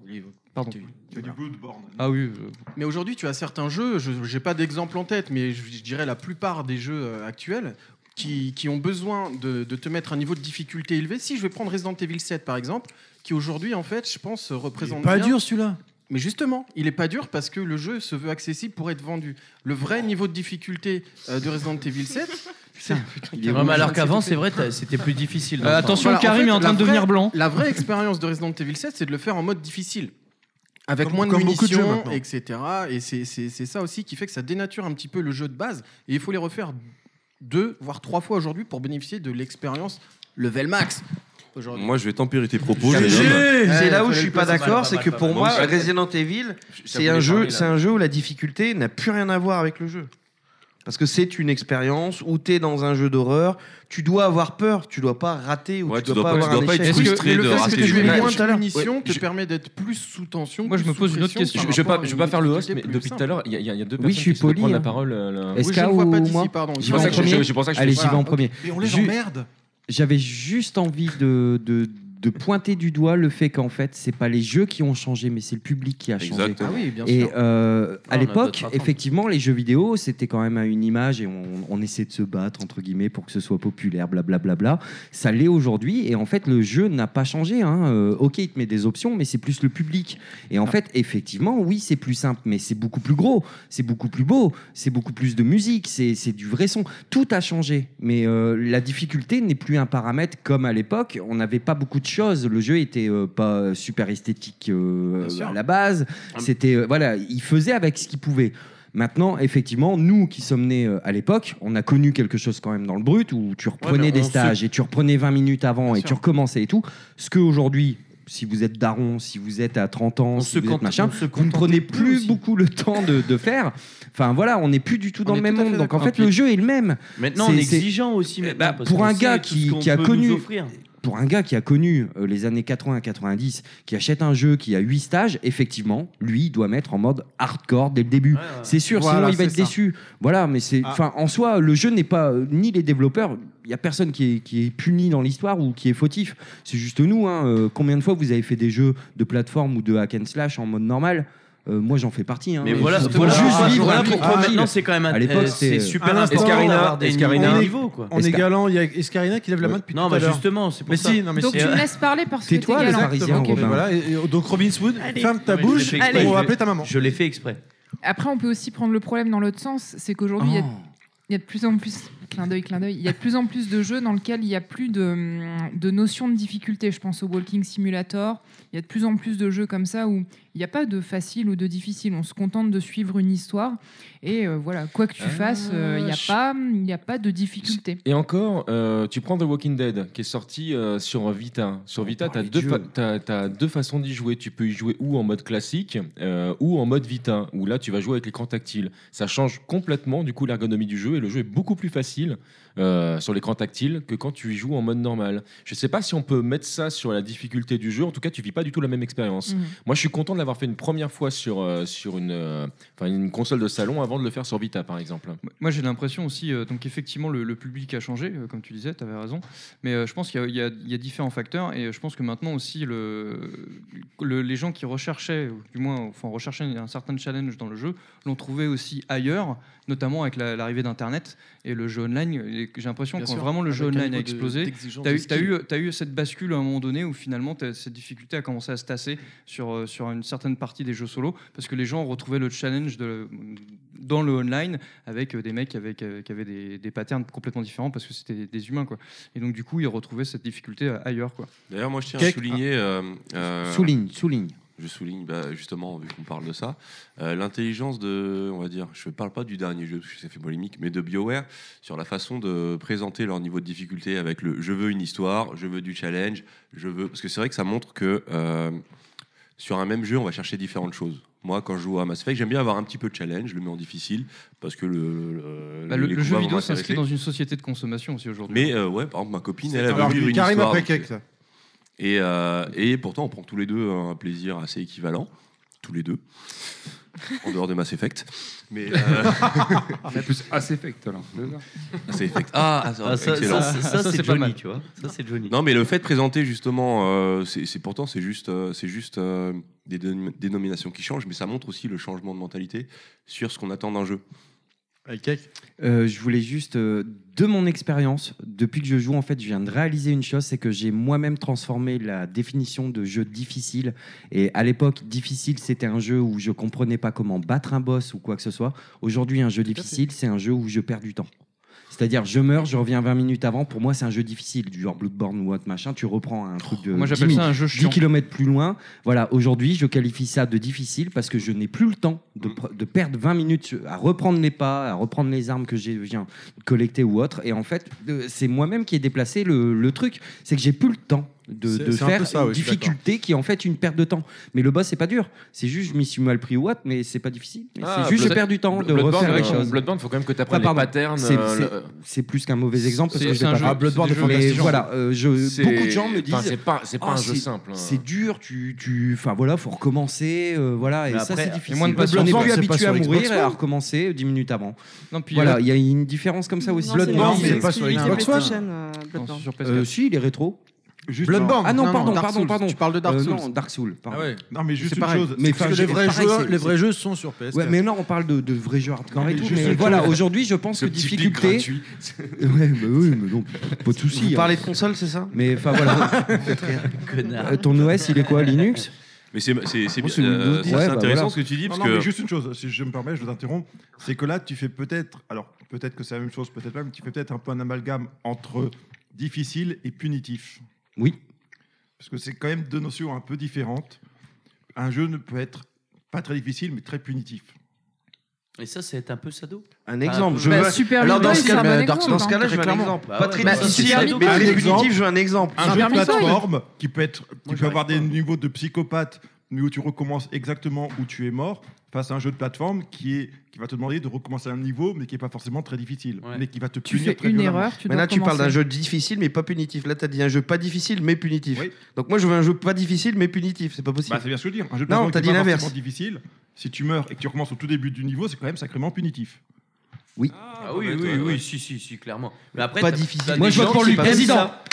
Pardon.
Tu du
Bloodborne.
Ah oui.
Mais aujourd'hui, tu as certains jeux, je n'ai pas d'exemple en tête, mais je, je dirais la plupart des jeux euh, actuels qui, qui ont besoin de, de te mettre un niveau de difficulté élevé. Si je vais prendre Resident Evil 7 par exemple, qui aujourd'hui, en fait, je pense, euh, représente.
pas
bien-
dur celui-là.
mais justement, il est pas dur parce que le jeu se veut accessible pour être vendu. Le vrai niveau de difficulté euh, de Resident Evil 7, c'est.
il est Ouais, mais alors qu'avant, c'est vrai, t'as- c'était plus
Euh,
difficile.
Voilà,
Voilà,
en fait, la vraie-
blanc.
La vraie expérience de Resident Evil 7, c'est de le faire en mode difficile. Avec
Comme-
moins de
comme beaucoup de jeux
munitions,
maintenant.
etc. Et c'est- c'est c'est ça aussi qui fait que ça dénature un petit peu le jeu de base. Et il faut les refaire deux, voire trois fois aujourd'hui pour bénéficier de l'expérience level max. Aujourd'hui.
Moi, je vais tempérer tes propos.
J'ai-
je-
j'ai-
C'est
Ouais,
là où
fallait
je suis
le
pas
placer.
d'accord,
Mal,
c'est
mal,
que
mal,
pour
mal.
moi,
Donc, ça-
Resident Evil, c'est
voulais
un jeu,
parler, là.
c'est un jeu où la difficulté n'a plus rien à voir avec le jeu. Parce que c'est une expérience où tu es dans un jeu d'horreur, tu dois avoir peur, tu dois pas rater ou
Ouais,
tu, dois pas, avoir un échec.
le fait que tu
Ouais,
aies moins
tout à l'heure.
de munitions
Ouais.
te permet d'être plus sous tension.
Moi, je
plus
me pose
sous
une autre
pression
question.
par
Je vais pas,
rapport à
je vais
une
pas faire le host,
difficulté
mais
plus
depuis tout à
simple.
l'heure, il y, a- il y a il y a deux
Oui,
personnes
je suis
qui souhaitent prendre
poli,
la
hein.
parole. euh, là.
Est-ce Oui, je qu'à- ne vois pas d'ici, pardon.
C'est pour ça que je- c'est pour ça que je
Allez,
fais
j'y vais
ça.
en premier.
Et on les
Ju-
emmerde.
J'avais juste envie de, de,
de pointer du doigt le fait qu'en fait, c'est pas les jeux qui ont changé, mais c'est le public qui a changé.
Exactement. Ah oui, bien
et
sûr.
euh,
Ah, on
à
a
l'époque,
d'autres attentes.
effectivement, les jeux vidéo, c'était quand même à une image et on, on essayait de se battre, entre guillemets, pour que ce soit populaire, blablabla. Ça l'est aujourd'hui et en fait, le jeu n'a pas changé. hein. Euh, ok, il te met des options, mais c'est plus le public. Et en fait, effectivement, oui, c'est plus simple, mais c'est beaucoup plus gros, c'est beaucoup plus beau, c'est beaucoup plus de musique, c'est c'est du vrai son. Tout a changé, mais euh, la difficulté n'est plus un paramètre comme à l'époque. On n'avait pas beaucoup de choses. Le jeu était euh, pas euh, super esthétique euh, à la base.
Ah,
C'était euh, voilà, il faisait avec ce qu'il pouvait. Maintenant, effectivement, nous qui sommes nés euh, à l'époque, on a connu quelque chose quand même dans le brut où tu reprenais
mais
des
on se-
stages et tu reprenais 20 minutes avant
Bien
et
sûr.
tu recommençais et tout. Ce que aujourd'hui, si vous êtes daron, si vous êtes à 30 ans, si
se
vous êtes
contente-
machin,
on se
vous ne prenez plus beaucoup le temps de, de faire. Enfin voilà, on n'est plus du tout dans
On
le
est
même
tout à fait
monde. Donc en
d'accord.
fait, le jeu est le même.
Maintenant,
C'est-
on est
c'est-
exigeant aussi. maintenant,
bah,
parce
pour
qu'on
un
sait
gars
tout ce
qui,
qu'on
qui a
peut nous
connu
offrir.
pour un gars qui a connu euh, les années 80-90 qui achète un jeu qui a 8 stages effectivement lui il doit mettre en mode hardcore dès le début c'est sûr
Voilà,
sinon il va
c'est
être
ça.
déçu voilà mais c'est
Ah.
enfin en soi le jeu n'est pas euh, ni les développeurs il y a personne qui est, qui est puni dans l'histoire ou qui est fautif c'est juste nous hein, euh, combien de fois vous avez fait des jeux de plateforme ou de hack and slash en mode normal Euh, moi j'en fais partie hein.
Mais
Euh,
voilà-
juste
voilà-
juste
voilà
vivre un
pourquoi
truc
maintenant,
tranquille.
c'est quand même un-
à l'époque
euh,
c'était
c'est super important d'avoir des niveaux.
on est-
Niveau, quoi.
On est
Esca-
galant, il y a Escarina qui lève la main depuis
Non,
tout à
mais
l'heure.
justement, c'est pour
mais
ça.
Si, non, mais
Donc
si.
tu me laisses parler parce que t'es
Tais-toi, le
galant.
Parisien,
Ok.
Robin. Voilà, et- et donc Robin Wood,
Allez.
ferme ta
Non, mais je l'ai
bouche
fait
et
exprès.
on va
Je-
appeler ta maman.
Je l'ai fait exprès.
Après, on peut aussi prendre le problème dans l'autre sens, c'est qu'aujourd'hui, il y a-
Oh.
il y, a de plus en plus, clin d'œil, clin d'œil, il y a de plus en plus de jeux dans lesquels il n'y a plus de, de notion de difficulté. Je pense au Walking Simulator, il y a de plus en plus de jeux comme ça où il n'y a pas de facile ou de difficile, on se contente de suivre une histoire, et euh, voilà, quoi que tu fasses, euh, il n'y a, pas- il n'y a pas de difficulté.
Et encore, euh, tu prends The Walking Dead qui est sorti euh, sur Vita. Sur Vita, tu as, deux fa- t'as- t'as deux façons d'y jouer. Tu peux y jouer ou en mode classique euh, ou en mode Vita, où là tu vas jouer avec l'écran tactile. Ça change complètement du coup l'ergonomie du jeu et le jeu est beaucoup plus facile euh, sur l'écran tactile que quand tu y joues en mode normal. Je sais pas si on peut mettre ça sur la difficulté du jeu. En tout cas, tu vis pas du tout la même expérience.
Mhm.
Moi, je suis content de l'avoir fait une première fois sur, euh, sur une, euh, enfin, une console de salon avant de le faire sur Vita, par exemple.
Moi, j'ai l'impression aussi, euh, donc effectivement, le, le public a changé, euh, comme tu disais, tu avais raison, mais euh, je pense qu'il y, a- il y a- il y a différents facteurs, et euh, je pense que maintenant aussi, le, le- les gens qui recherchaient, ou du moins, enfin, recherchaient un certain challenge dans le jeu, l'ont trouvé aussi ailleurs, notamment avec la- l'arrivée d'Internet et le jeu online. Et J'ai l'impression
Bien
quand
sûr,
vraiment le jeu
avec un
online a
niveau de-
explosé,
d'exigence
tu as,
de
eu, t'as
skill.
eu- t'as eu cette bascule à un moment donné où finalement, t'as- cette difficulté a commencé à se tasser sur, euh, sur une certaine partie des jeux solo, parce que les gens ont retrouvé le challenge de, dans le online avec euh, des mecs avec, euh, qui avaient des, des patterns complètement différents parce que c'était des, des humains quoi. Et donc du coup ils retrouvaient cette difficulté euh, ailleurs quoi.
D'ailleurs, moi, je tiens à
Quelque-
souligner. euh, euh,
Souligne, souligne.
Je souligne, bah, justement, vu qu'on parle de ça, euh, l'intelligence de, on va dire, je ne parle pas du dernier jeu, parce que ça fait polémique, mais de BioWare, sur la façon de présenter leur niveau de difficulté avec le je veux une histoire, je veux du challenge, je veux. Parce que c'est vrai que ça montre que euh, sur un même jeu, on va chercher différentes choses. Moi, quand je joue à Mass Effect, j'aime bien avoir un petit peu de challenge, je le mets en difficile, parce que le. le-
Bah, le,
les
le
combats
jeu
vont
vidéo
m'intéresser.
s'inscrit dans une société de consommation aussi aujourd'hui.
Mais euh, ouais, par exemple, ma copine,
C'est
elle
un
a vu
jeu
une
Karim
histoire.
après Cake, ça.
Et, euh, et pourtant, on prend tous les deux un plaisir assez équivalent. Tous les deux. En dehors de Mass Effect. Mais. euh,
C'est plus assez effect alors.
Mass Effect. Ah, ah,
Ah, ça-
excellent.
ça- ça, Ça, c'est c'est pas Johnny, mal. tu vois. Ça, c'est Johnny.
Non, mais le fait de présenter justement, euh, c'est c'est- pourtant c'est juste, euh, c'est juste euh, des dénom- dénominations qui changent, mais ça montre aussi le changement de mentalité sur ce qu'on attend d'un jeu.
Euh, je voulais juste, euh, de mon expérience, depuis que je joue, en fait, je viens de réaliser une chose, c'est que j'ai moi-même transformé la définition de jeu difficile. Et à l'époque, difficile, c'était un jeu où je comprenais pas comment battre un boss ou quoi que ce soit. Aujourd'hui, un jeu difficile, c'est un jeu où je perds du temps. C'est-à-dire, je meurs, je reviens 20 minutes avant. Pour moi, c'est un jeu difficile, du genre Bloodborne ou autre machin. Tu reprends un truc de
Moi,
10,
j'appelle ça un jeu
10
chiant.
kilomètres plus loin. Voilà, aujourd'hui, je qualifie ça de difficile parce que je n'ai plus le temps de,
Mm.
pr- de perdre 20 minutes sur- à reprendre les pas, à reprendre les armes que j'ai viens collecter ou autre. Et en fait, euh, c'est moi-même qui ai déplacé le, le truc. C'est que j'ai plus le temps de,
C'est-
de
c'est un peu
faire
ça,
une
oui, je suis
difficulté qui est en fait une perte de temps. Mais le boss, c'est pas dur. C'est juste, je m'y suis mal pris ou autre, mais c'est pas difficile. Mais
Ah,
c'est juste, je
Blood-
perds du temps de
Bloodborne,
refaire les
euh,
choses.
Bloodborne, faut quand même que t'apprennes les
pardon.
patterns,
C'est-
euh,
c'est-
le-
C'est plus qu'un mauvais exemple parce
C'est-
que
c'est
j'ai
un
pas
jeu-
fait.
Ah, Bloodborne, c'est
Mais
fantastique.
voilà, euh, je,
C'est-
beaucoup de gens me disent.
enfin, c'est pas- c'est pas
Ah,
un jeu
c'est-
simple, hein.
C'est dur, tu, tu, enfin voilà, faut recommencer, euh, voilà, et
Mais
ça
après,
c'est
et
difficile.
moins de
on
patience,
n'est
c'est
plus
pas
habitué
sur
à mourir
Xbox
et à
One.
recommencer 10 minutes avant.
Non, puis,
voilà,
euh,
il y a une différence comme ça aussi.
Non, c'est euh, Bloodborne,
mais
c'est pas sur Xbox One.
Euh, si, il est rétro.
Juste
Bloodborne.
un-
Ah non, pardon,
Dark
pardon,
Souls.
pardon.
Tu parles de Dark
Euh,
Souls.
non, Dark Souls, pardon.
Ah ouais. Non, mais juste
C'est
une
pareil.
chose.
Mais
Parce
enfin,
que les
c'est
vrais
pareil,
jeux-
c'est-
les vrais
c'est-
jeux sont sur PS4.
Ouais, mais là, on parle de, de vrais jeux hardcore et
Mais
tout.
juste
Mais
une
voilà,
chose.
aujourd'hui, je pense
Le
que
petit pic
difficulté.
gratuit.
ouais, bah oui, mais non, pas de souci.
Vous
hein.
parlez de console, c'est ça
Mais enfin voilà.
Faites rien.
Euh, Ton OS, il est quoi, Linux
Mais c'est c'est- c'est
Moi,
bien,
c'est Windows
euh,
10.
c'est
Ouais, bah
intéressant
voilà.
ce que tu dis. Parce
non,
que...
non, mais juste une chose, si je me permets, je vous interromps, c'est que là, tu fais peut-être, alors peut-être que c'est la même chose, peut-être pas, mais tu fais peut-être un peu un amalgame entre difficile et punitif.
Oui.
Parce que c'est quand même deux notions un peu différentes. Un jeu ne peut être pas très difficile, mais très punitif.
Et ça, c'est un peu sado. Ah, bah,
Un
Enfin,
exemple,
peu-
je veux-
Alors, dans ce cas-
mais
dans ce cas-là,
je veux un exemple.
Bah
Pas
ouais.
très
Bah,
difficile,
si,
mais
mais
très
un
punitif,
exemple.
je veux un exemple. Un jeu de
Permis-toi, oui.
plateforme qui peut être, qui peut avoir des niveaux de psychopathe, mais où tu recommences exactement où tu es mort, face à un jeu de plateforme qui est qui va te demander de recommencer un niveau, mais qui est pas forcément très difficile, mais qui va te punir très violemment.
mais là, tu parles d'un jeu difficile mais pas punitif. Là, tu as dit un jeu pas difficile mais punitif. Donc moi, je veux un jeu pas difficile mais punitif. C'est pas possible.
Bah, c'est bien ce que je veux dire. Un jeu de
non,
plateforme
t'as
qui est
dit
pas
l'inverse.
forcément difficile. Si tu meurs et que tu recommences au tout début du niveau, c'est quand même sacrément punitif.
Oui.
Ah oui, oui, oui, si, si, si, clairement. Mais après,
Pas
t'as-
difficile.
t'as
Moi,
des
je vote
gens
pour
qui
lui,
aiment
président.
ça.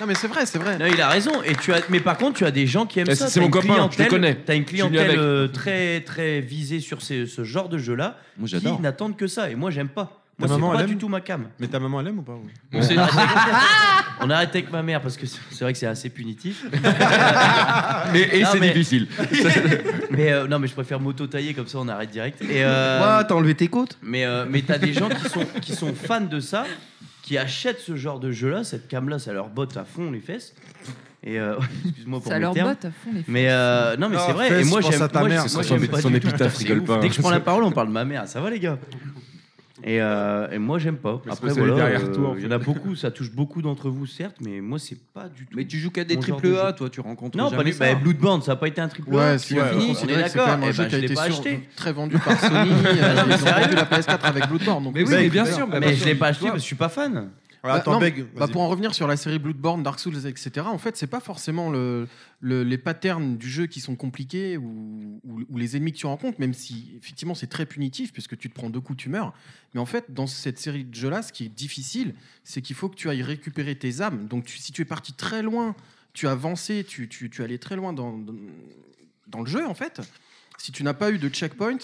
Non, mais c'est vrai, c'est vrai.
Non, il a raison. Et tu as, mais par contre, tu as des gens qui aiment
Eh,
ça.
c'est
T'as
mon
une
copain, je le
clientèle-
connais.
T'as une
Je suis venu
clientèle
avec.
euh, très, très visée sur ces- ce genre de jeu-là.
Moi,
qui
j'adore.
n'attendent que ça. Et moi, j'aime pas. Moi,
Ta
c'est
maman,
pas
elle
du
aime
tout ma cam.
Mais ta maman, elle aime ou pas oui
Bon, c'est- on arrête avec ma mère parce que c'est c'est vrai que c'est assez punitif.
Mais- et
Non,
c'est difficile.
mais euh, non, mais je préfère m'auto-tailler comme ça, on arrête direct. Et euh,
euh,
Ouah, t'as enlevé tes côtes
Mais, euh, mais t'as des gens qui sont, qui sont fans de ça, qui achètent ce genre de jeu-là, cette cam-là, ça leur botte à fond les fesses. Et euh, excuse-moi pour
Ça
le
leur
terme.
botte à fond les fesses.
Mais euh, non, mais
Ah,
c'est vrai.
fesses,
et moi,
pense
j'aime
à ta
moi,
mère,
c'est-
son-
moi, j'aime
son-
pas
son
du tout.
épitaphe
C'est
rigole
ouf.
pas.
Dès que je prends la parole, on parle de ma mère. Ça va, les gars et, euh, et moi, j'aime pas.
Mais c'est
Après,
parce qu'elle est
voilà,
derrière
euh,
toi, en fait.
il y en a beaucoup, ça touche beaucoup d'entre vous, certes, mais moi, c'est pas du tout.
Mais tu joues qu'à des
mon genre
triple
de
A,
jeu.
toi, tu rencontres
Non,
jamais
pas du
ça.
bah, Bloodborne, ça a pas été un triple A.
Ouais, si on
on est
considère que c'est
d'accord.
quand même
Eh
un jeu
ben,
qui
je
a
l'ai
été
pas
sur-
acheté.
très vendu par Sony. euh,
Non, mais
Ils ont
sérieux.
vendu la PS4 avec Bloodborne. donc-
Mais oui, mais bien sûr, mais je l'ai pas acheté parce que je suis pas fan.
Bah, non, bah, pour en revenir sur la série Bloodborne, Dark Souls, etc., en fait, c'est pas forcément le, le- les patterns du jeu qui sont compliqués ou, ou- ou les ennemis que tu rencontres, même si effectivement c'est très punitif puisque tu te prends deux coups, tu meurs. Mais en fait, dans cette série de jeux-là, ce qui est difficile, c'est qu'il faut que tu ailles récupérer tes âmes. Donc, tu- si tu es parti très loin, tu as avancé, tu, tu, tu es allé très loin dans, dans, dans le jeu, en fait, si tu n'as pas eu de checkpoint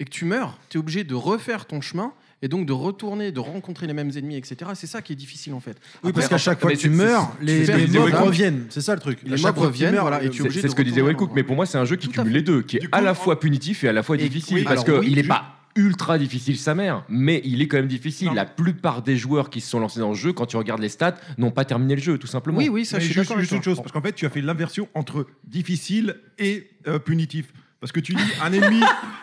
et que tu meurs, tu es obligé de refaire ton chemin et donc de retourner, de rencontrer les mêmes ennemis, etc. C'est ça qui est difficile en fait.
Oui, parce
Après,
qu'à chaque fois
Ah, mais
que tu
c'est-
meurs,
c'est-
les,
c'est-
les
c'est-
mobs
c'est-
reviennent. C'est ça le truc.
Les
À chaque
mobs
fois que tu
reviennent,
meurs,
voilà, et
le-
tu es
euh, C'est
obligé
c'est
de
ce que disait
retourner
Wellcook, mais pour moi, c'est un jeu qui cumule les deux, qui est à la fois punitif et à la fois difficile.
oui,
parce
alors
qu'il
oui,
n'est
ju-
pas ultra difficile, sa mère, mais il est quand même difficile. La plupart des joueurs qui se sont lancés dans le jeu, quand tu regardes les stats, n'ont pas terminé le jeu, tout simplement.
Mais juste, juste une chose, parce qu'en fait, tu as fait l'inversion entre difficile et euh, punitif. Parce que tu dis un ennemi,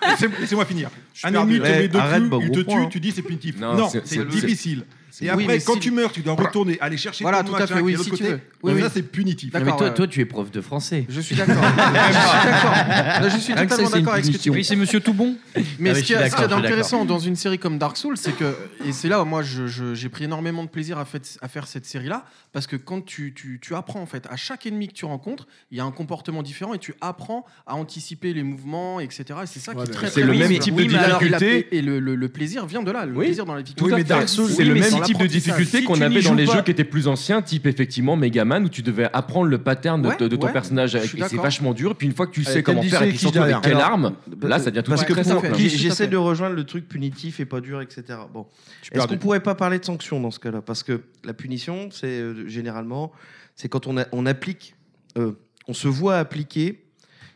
Laissez- laissez-moi finir. Je suis Un perdu. ennemi te Ouais, met deux arrête, coups, bah, il gros te point, tue, hein. tu dis c'est punitif. Non, Non, c'est- c'est- c'est difficile. c'est- Et oui, mais après, quand si- tu meurs, tu dois retourner, aller chercher Voilà, ton tout à fait, machin oui, qui est de si l'autre tu côté. veux. Oui, Donc oui. ça, c'est punitif.
Non, mais toi, toi, tu es prof de français.
Je suis d'accord. je suis d'accord. Là, Je suis
Rien que ça,
totalement
c'est une
d'accord avec ce que tu
punition.
dis.
Oui, c'est monsieur
Toubon.
Ah, mais
Mais ce
je
qui
suis
est ce
d'accord,
qu'il y a
je suis
d'intéressant
d'accord.
dans une série comme Dark Souls, c'est que, et c'est là, où moi, je- je- j'ai pris énormément de plaisir à, fait- à faire cette série-là, parce que quand tu, tu- tu apprends, en fait, à chaque ennemi que tu rencontres, il y a un comportement différent et tu apprends à anticiper les mouvements, etc. Et c'est ça qui est très très
c'est le
bien.
même type de
Oui, mais alors,
difficulté.
la- Et le, le- le plaisir vient de là, le plaisir dans la victoire.
Tout à fait. c'est le même type de difficulté qu'on avait dans les jeux qui étaient plus anciens, type effectivement Megaman, où tu devais apprendre le pattern de,
Ouais,
de- de ton
ouais,
personnage.
je
Et
suis
c'est
d'accord.
vachement dur. Et puis une fois que tu
Avec quel
sais comment faire et que tu
dispositif
sens
derrière.
avec quelle
Alors,
arme,
bah,
là ça devient tout
parce
Parce
de suite
que
très simple.
pour- j'ai- j'essaie de rejoindre le truc punitif et pas dur, etc. Bon, est-ce
perds
qu'on
du-
pourrait pas parler de sanction dans ce cas-là Parce que la punition, c'est euh, généralement, c'est quand on, a- on applique, euh, on se voit appliquer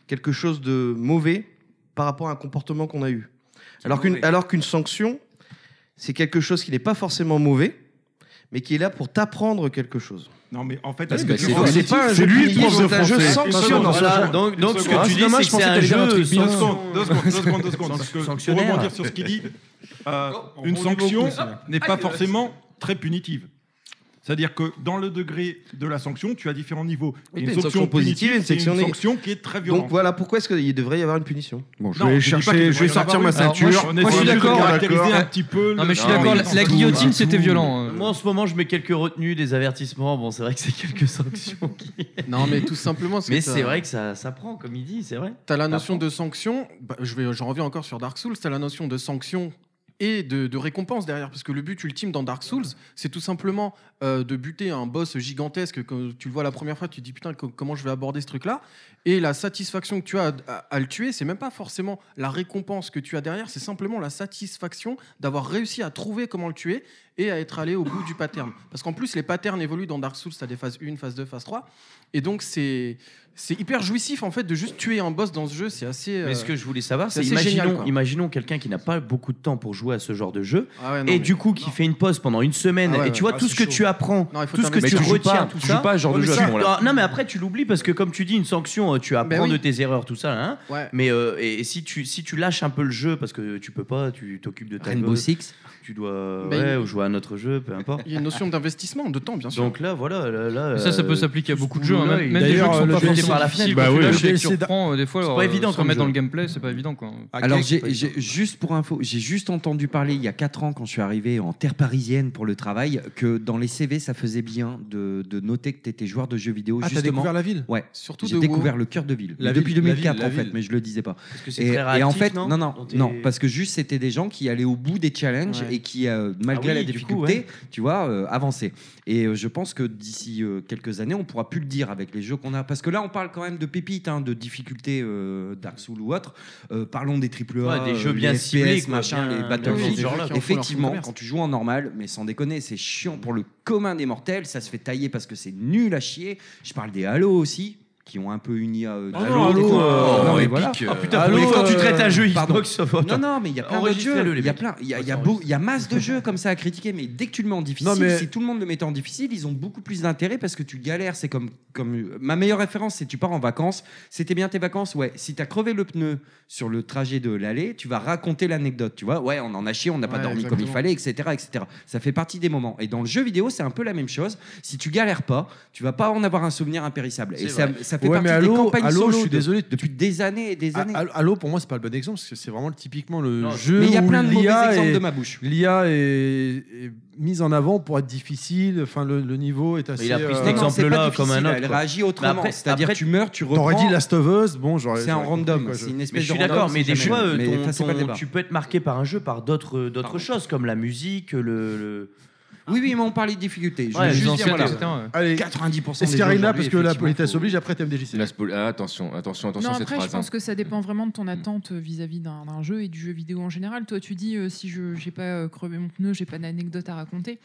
quelque chose de mauvais par rapport à un comportement qu'on a eu. Alors qu'une
mauvais.
alors qu'une sanction, c'est quelque chose qui n'est pas forcément mauvais, mais qui est là pour t'apprendre quelque chose.
Non, mais en fait,
Parce
oui,
que
mais
c'est-
tu vois,
c'est pas un jeu punitif, c'est un jeu sanctionnant.
Voilà,
Donc- donc, ce que
seconde.
tu dis, c'est que c'est un
Deux
jeu
secondes,
sans-
deux secondes, deux secondes, deux secondes, deux secondes. Parce que Pour Sanctionnaire. rebondir sur ce qu'il dit, euh, on une rebondit sanction beaucoup, ça. n'est Ah, pas il forcément très punitive. C'est-à-dire que dans le degré de la sanction, tu as différents niveaux.
Oui,
Et
mais une sanction positive et une
c'est
sanction
une
négative.
sanction qui est très violente.
Donc voilà pourquoi est-ce qu'il devrait y avoir une punition.
Bon, je
Non,
vais
je dis pas
chercher,
qu'il
je vais
devrait y
sortir ma
avoir- Alors,
ceinture.
moi, je- moi, je suis d'accord, caractériser un petit peu
Non, mais je suis
d'accord, la- la guillotine, c'était
hein.
violent, euh.
Moi, en ce moment, je mets quelques retenues, des avertissements. Bon, c'est vrai que c'est quelques sanctions. qui-
Non, mais tout simplement, c'est
Mais
que t'as-
c'est vrai que ça, ça prend, comme il dit, c'est vrai.
T'as la notion de sanction, bah, je vais, j'en reviens encore sur Dark Souls, t'as la notion de sanction et de, de récompense derrière. Parce que le but ultime dans Dark Souls, c'est tout simplement euh, de buter un boss gigantesque. Quand tu le vois la première fois, tu te dis putain, co- comment je vais aborder ce truc-là Et la satisfaction que tu as à, à- à le tuer, c'est même pas forcément la récompense que tu as derrière, c'est simplement la satisfaction d'avoir réussi à trouver comment le tuer et à être allé au bout du pattern. Parce qu'en plus, les patterns évoluent dans Dark Souls, tu as des phases 1, phase 2, phase 3. Et donc, c'est c'est hyper jouissif en fait de juste tuer un boss dans ce jeu. C'est assez. euh,
Mais ce que je voulais savoir,
c'est
c'est
assez génial,
imaginons,
quoi.
imaginons quelqu'un qui n'a pas beaucoup de temps pour jouer à ce genre de jeu
Ah ouais, non,
et
mais-
du coup qui fait une pause pendant une semaine
Ah ouais,
et tu vois
ouais,
tout
c'est
ce que
chaud.
tu apprends,
Non, il faut
tout ce
terminer.
que
Mais
tu
tu joues
retiens,
pas-
tout
tu
ça.
joues pas à ce genre de
mais
jeu à ce
tu-
moment-là.
Ah, Non mais après tu l'oublies parce que comme tu dis une sanction, euh, tu apprends
Bah oui.
de tes erreurs tout ça. hein.
Ouais.
Mais euh, et et si tu si tu lâches un peu le jeu parce que tu peux pas, tu t'occupes de ta
Rainbow
gueule,
Six.
tu dois
Bah,
ouais,
il-
ou jouer à un autre jeu, peu importe.
Il y a une notion d'investissement, de temps, bien sûr.
Donc là voilà là, là,
Ça, ça
euh,
peut s'appliquer à
tout
beaucoup
ce
de jeux, hein,
boulot-là,
même,
il-
même des jeux qui sont pas
jeté
forcément
par la
difficiles, Bah
fenêtre.
quand tu lâches et que tu
C'est-
reprends, euh, des fois,
c'est
alors,
pas
euh,
évident
se
comme
remettre dans
jeu.
le gameplay, c'est pas évident. Quoi.
Alors, j'ai, j'ai- juste pour info, j'ai juste entendu parler il y a 4 ans, quand je suis arrivé en terre parisienne pour le travail, que dans les CV, ça faisait bien de, de noter que tu étais joueur de jeux vidéo.
Ah, t'as
justement.
découvert la ville
Ouais.
Surtout
j'ai
de
découvert
WoW.
le cœur de ville.
La
Mais depuis
ville, la
2004,
ville, la
en fait,
ville.
mais je le disais pas. Parce
que c'est
et,
très
et en
réactif,
fait,
non
non, non,
Dans tes-
non, parce que juste, c'était des gens qui allaient au bout des challenges
Ouais.
et qui, euh, malgré
Ah oui,
la
du coup,
difficulté,
ouais.
tu vois, euh, avançaient. Et euh, je pense que d'ici euh, quelques années, on pourra plus le dire avec les jeux qu'on a. Parce que là, on parle quand même de pépites, hein, de difficultés euh, Dark Souls ou autre. Euh, parlons des triple A, euh,
Ouais, des jeux
les
bien
FPS,
ciblés, quoi,
machin,
bien-
les
bien
Battlefield.
ce genre-là, quoi.
Effectivement,
Faut leur
quand tu joues en normal, mais sans déconner, c'est chiant pour le commun des mortels. Ça se fait tailler parce que c'est nul à chier. Je parle des Halo aussi. Qui ont un peu une IA. euh,
Oh
d'Halo,
non,
des
Halo,
fois.
euh,
Non, mais
épique,
voilà.
euh, Ah, putain, pour les- quand tu traites un jeu
pardon.
Xbox, ça va,
Non, non, mais il y a plein d'autres jeux.
Enregistrez-le, les
Il y a
mecs.
plein, il y a, il y a beau- il y a masse de jeux comme ça à critiquer, mais dès que tu le mets en difficile,
Non, mais-
si tout le monde le mettait en difficile, ils ont beaucoup plus d'intérêt parce que tu galères. C'est comme, comme euh, ma meilleure référence, c'est tu pars en vacances. C'était bien tes vacances, ouais. Si t'as crevé le pneu sur le trajet de l'allée, tu vas raconter l'anecdote. Tu vois, ouais, on en a chié, on n'a pas
Ouais,
dormi comme il
exactement.
fallait, etc., etc. Ça fait partie des moments. Et dans le jeu vidéo, c'est un peu la même chose. Si tu galères pas, tu vas pas en avoir un souvenir impérissable. Et
C'est
ça,
vrai.
ça fait
Ouais,
partie
mais
des
Halo-
campagnes
Halo,
solo
je suis
de-
désolé,
depuis des années et des
Ah,
années.
Halo- Halo, pour moi, c'est pas le bon exemple parce que c'est vraiment le- typiquement le jeu.
Mais il y a
où
plein de mauvais
l'IA
exemples
est-
de ma bouche.
L'IA est, est mise en avant pour être difficile. Enfin, le, le niveau est assez.
Bah, il a pris cet
euh,
exemple-là comme un autre, quoi. Mais après- après-
T'aurais
T'aurais
dit
dit
Last of Us, bon, j'aurais.
C'est un random, c'est une
Mais
espèce
je
de
suis
random.
d'accord, mais
c'est
des
jamais-
fois, euh,
mais
ton-
enfin, c'est pas le
ton-
débat.
tu peux être marqué par un jeu par d'autres d'autres choses comme la musique, le. le-
Oui, oui, mais on parlait de difficultés.
Ouais, les anciennes,
voilà.
etc., ouais.
Allez,
90%
Est-ce
des
qu'il y a
gens
là, parce
aujourd'hui,
que la
effectivement,
politesse oblige, après TMDJC.
La spol- ah, attention, attention, attention
non,
à cette
après,
phrase.
je pense
hein.
que ça dépend vraiment de ton attente euh, vis-à-vis d'un d'un jeu et du jeu vidéo en général. Toi, tu dis, euh, si je j'ai pas euh, crevé mon pneu, j'ai pas d'anecdote à raconter.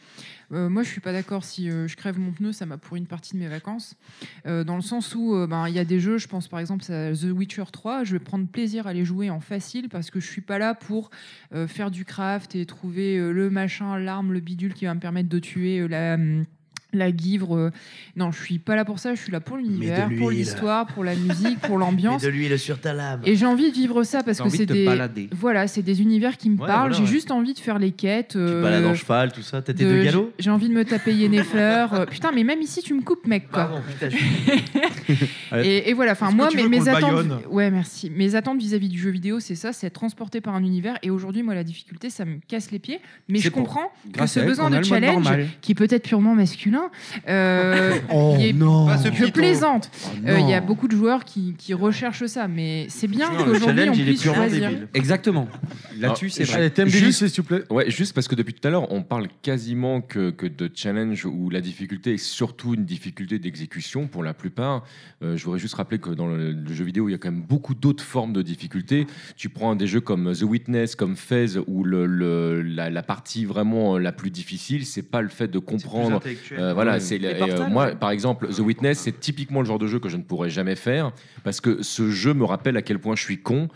Euh, moi, je suis pas d'accord. Si euh, je crève mon pneu, ça m'a pourri une partie de mes vacances. Euh, dans le sens où, euh, ben, il y a des jeux, je pense par exemple à The Witcher 3, je vais prendre plaisir à les jouer en facile parce que je suis pas là pour euh, faire du craft et trouver euh, le machin, l'arme, le bidule qui va me permettre de tuer euh, la. hum, la guivre, euh. non, je suis pas là pour ça, je suis là pour l'univers, pour
l'huile.
l'histoire, pour la musique, pour l'ambiance.
Mets de l'huile sur ta lame.
Et j'ai envie de vivre ça parce
T'as
que
envie
c'est
de te
des
balader.
voilà, c'est des univers qui me
Ouais,
parlent.
voilà,
j'ai
ouais.
juste envie de faire les quêtes. euh,
balades en cheval, tout ça. T'étais de galop
J'ai envie de me taper Yennefer. euh, putain, mais même ici tu me coupes, mec. Quoi. et, et voilà. Enfin,
Est-ce que
moi,
tu
mes,
veux qu'on
mes
le
attentes.
baïonne
Ouais, merci. Mes attentes vis-à-vis du jeu vidéo, c'est ça, c'est être transporté par un univers. Et aujourd'hui, moi, la difficulté, ça me casse les pieds. Mais
C'est
je
pour-
comprends que
grâce
ce
à elle
besoin
qu'on a
de
le mode
challenge,
normal.
qui est peut-être purement masculin, euh,
Oh
il est-
non. Pas ce
je
pitot.
plaisante.
Oh
Euh, Il y a
non.
beaucoup de joueurs qui, qui recherchent ça, mais c'est bien
Non, le
qu'aujourd'hui on
challenge, il est
puisse
purement
choisir.
débile. Exactement. Là-dessus,
Alors,
c'est
je-
vrai. Allez, thème
Ah, juste-
délice, s'il te plaît.
Ouais, juste parce que depuis tout à l'heure, on parle quasiment que, que de challenge où la difficulté est surtout une difficulté d'exécution pour la plupart. Euh, je voudrais juste rappeler que dans le, le jeu vidéo, il y a quand même beaucoup d'autres formes de difficultés. Tu prends des jeux comme The Witness, comme Fez, où le, le- la, la partie vraiment euh, la plus difficile, c'est pas le fait de comprendre.
intellectuel.
Euh, voilà,
Ouais.
c'est
Les
et, euh,
Portal,
moi,
ouais.
par exemple, The Witness, c'est typiquement le genre de jeu que je ne pourrais jamais faire parce que ce jeu me rappelle à quel point je suis con.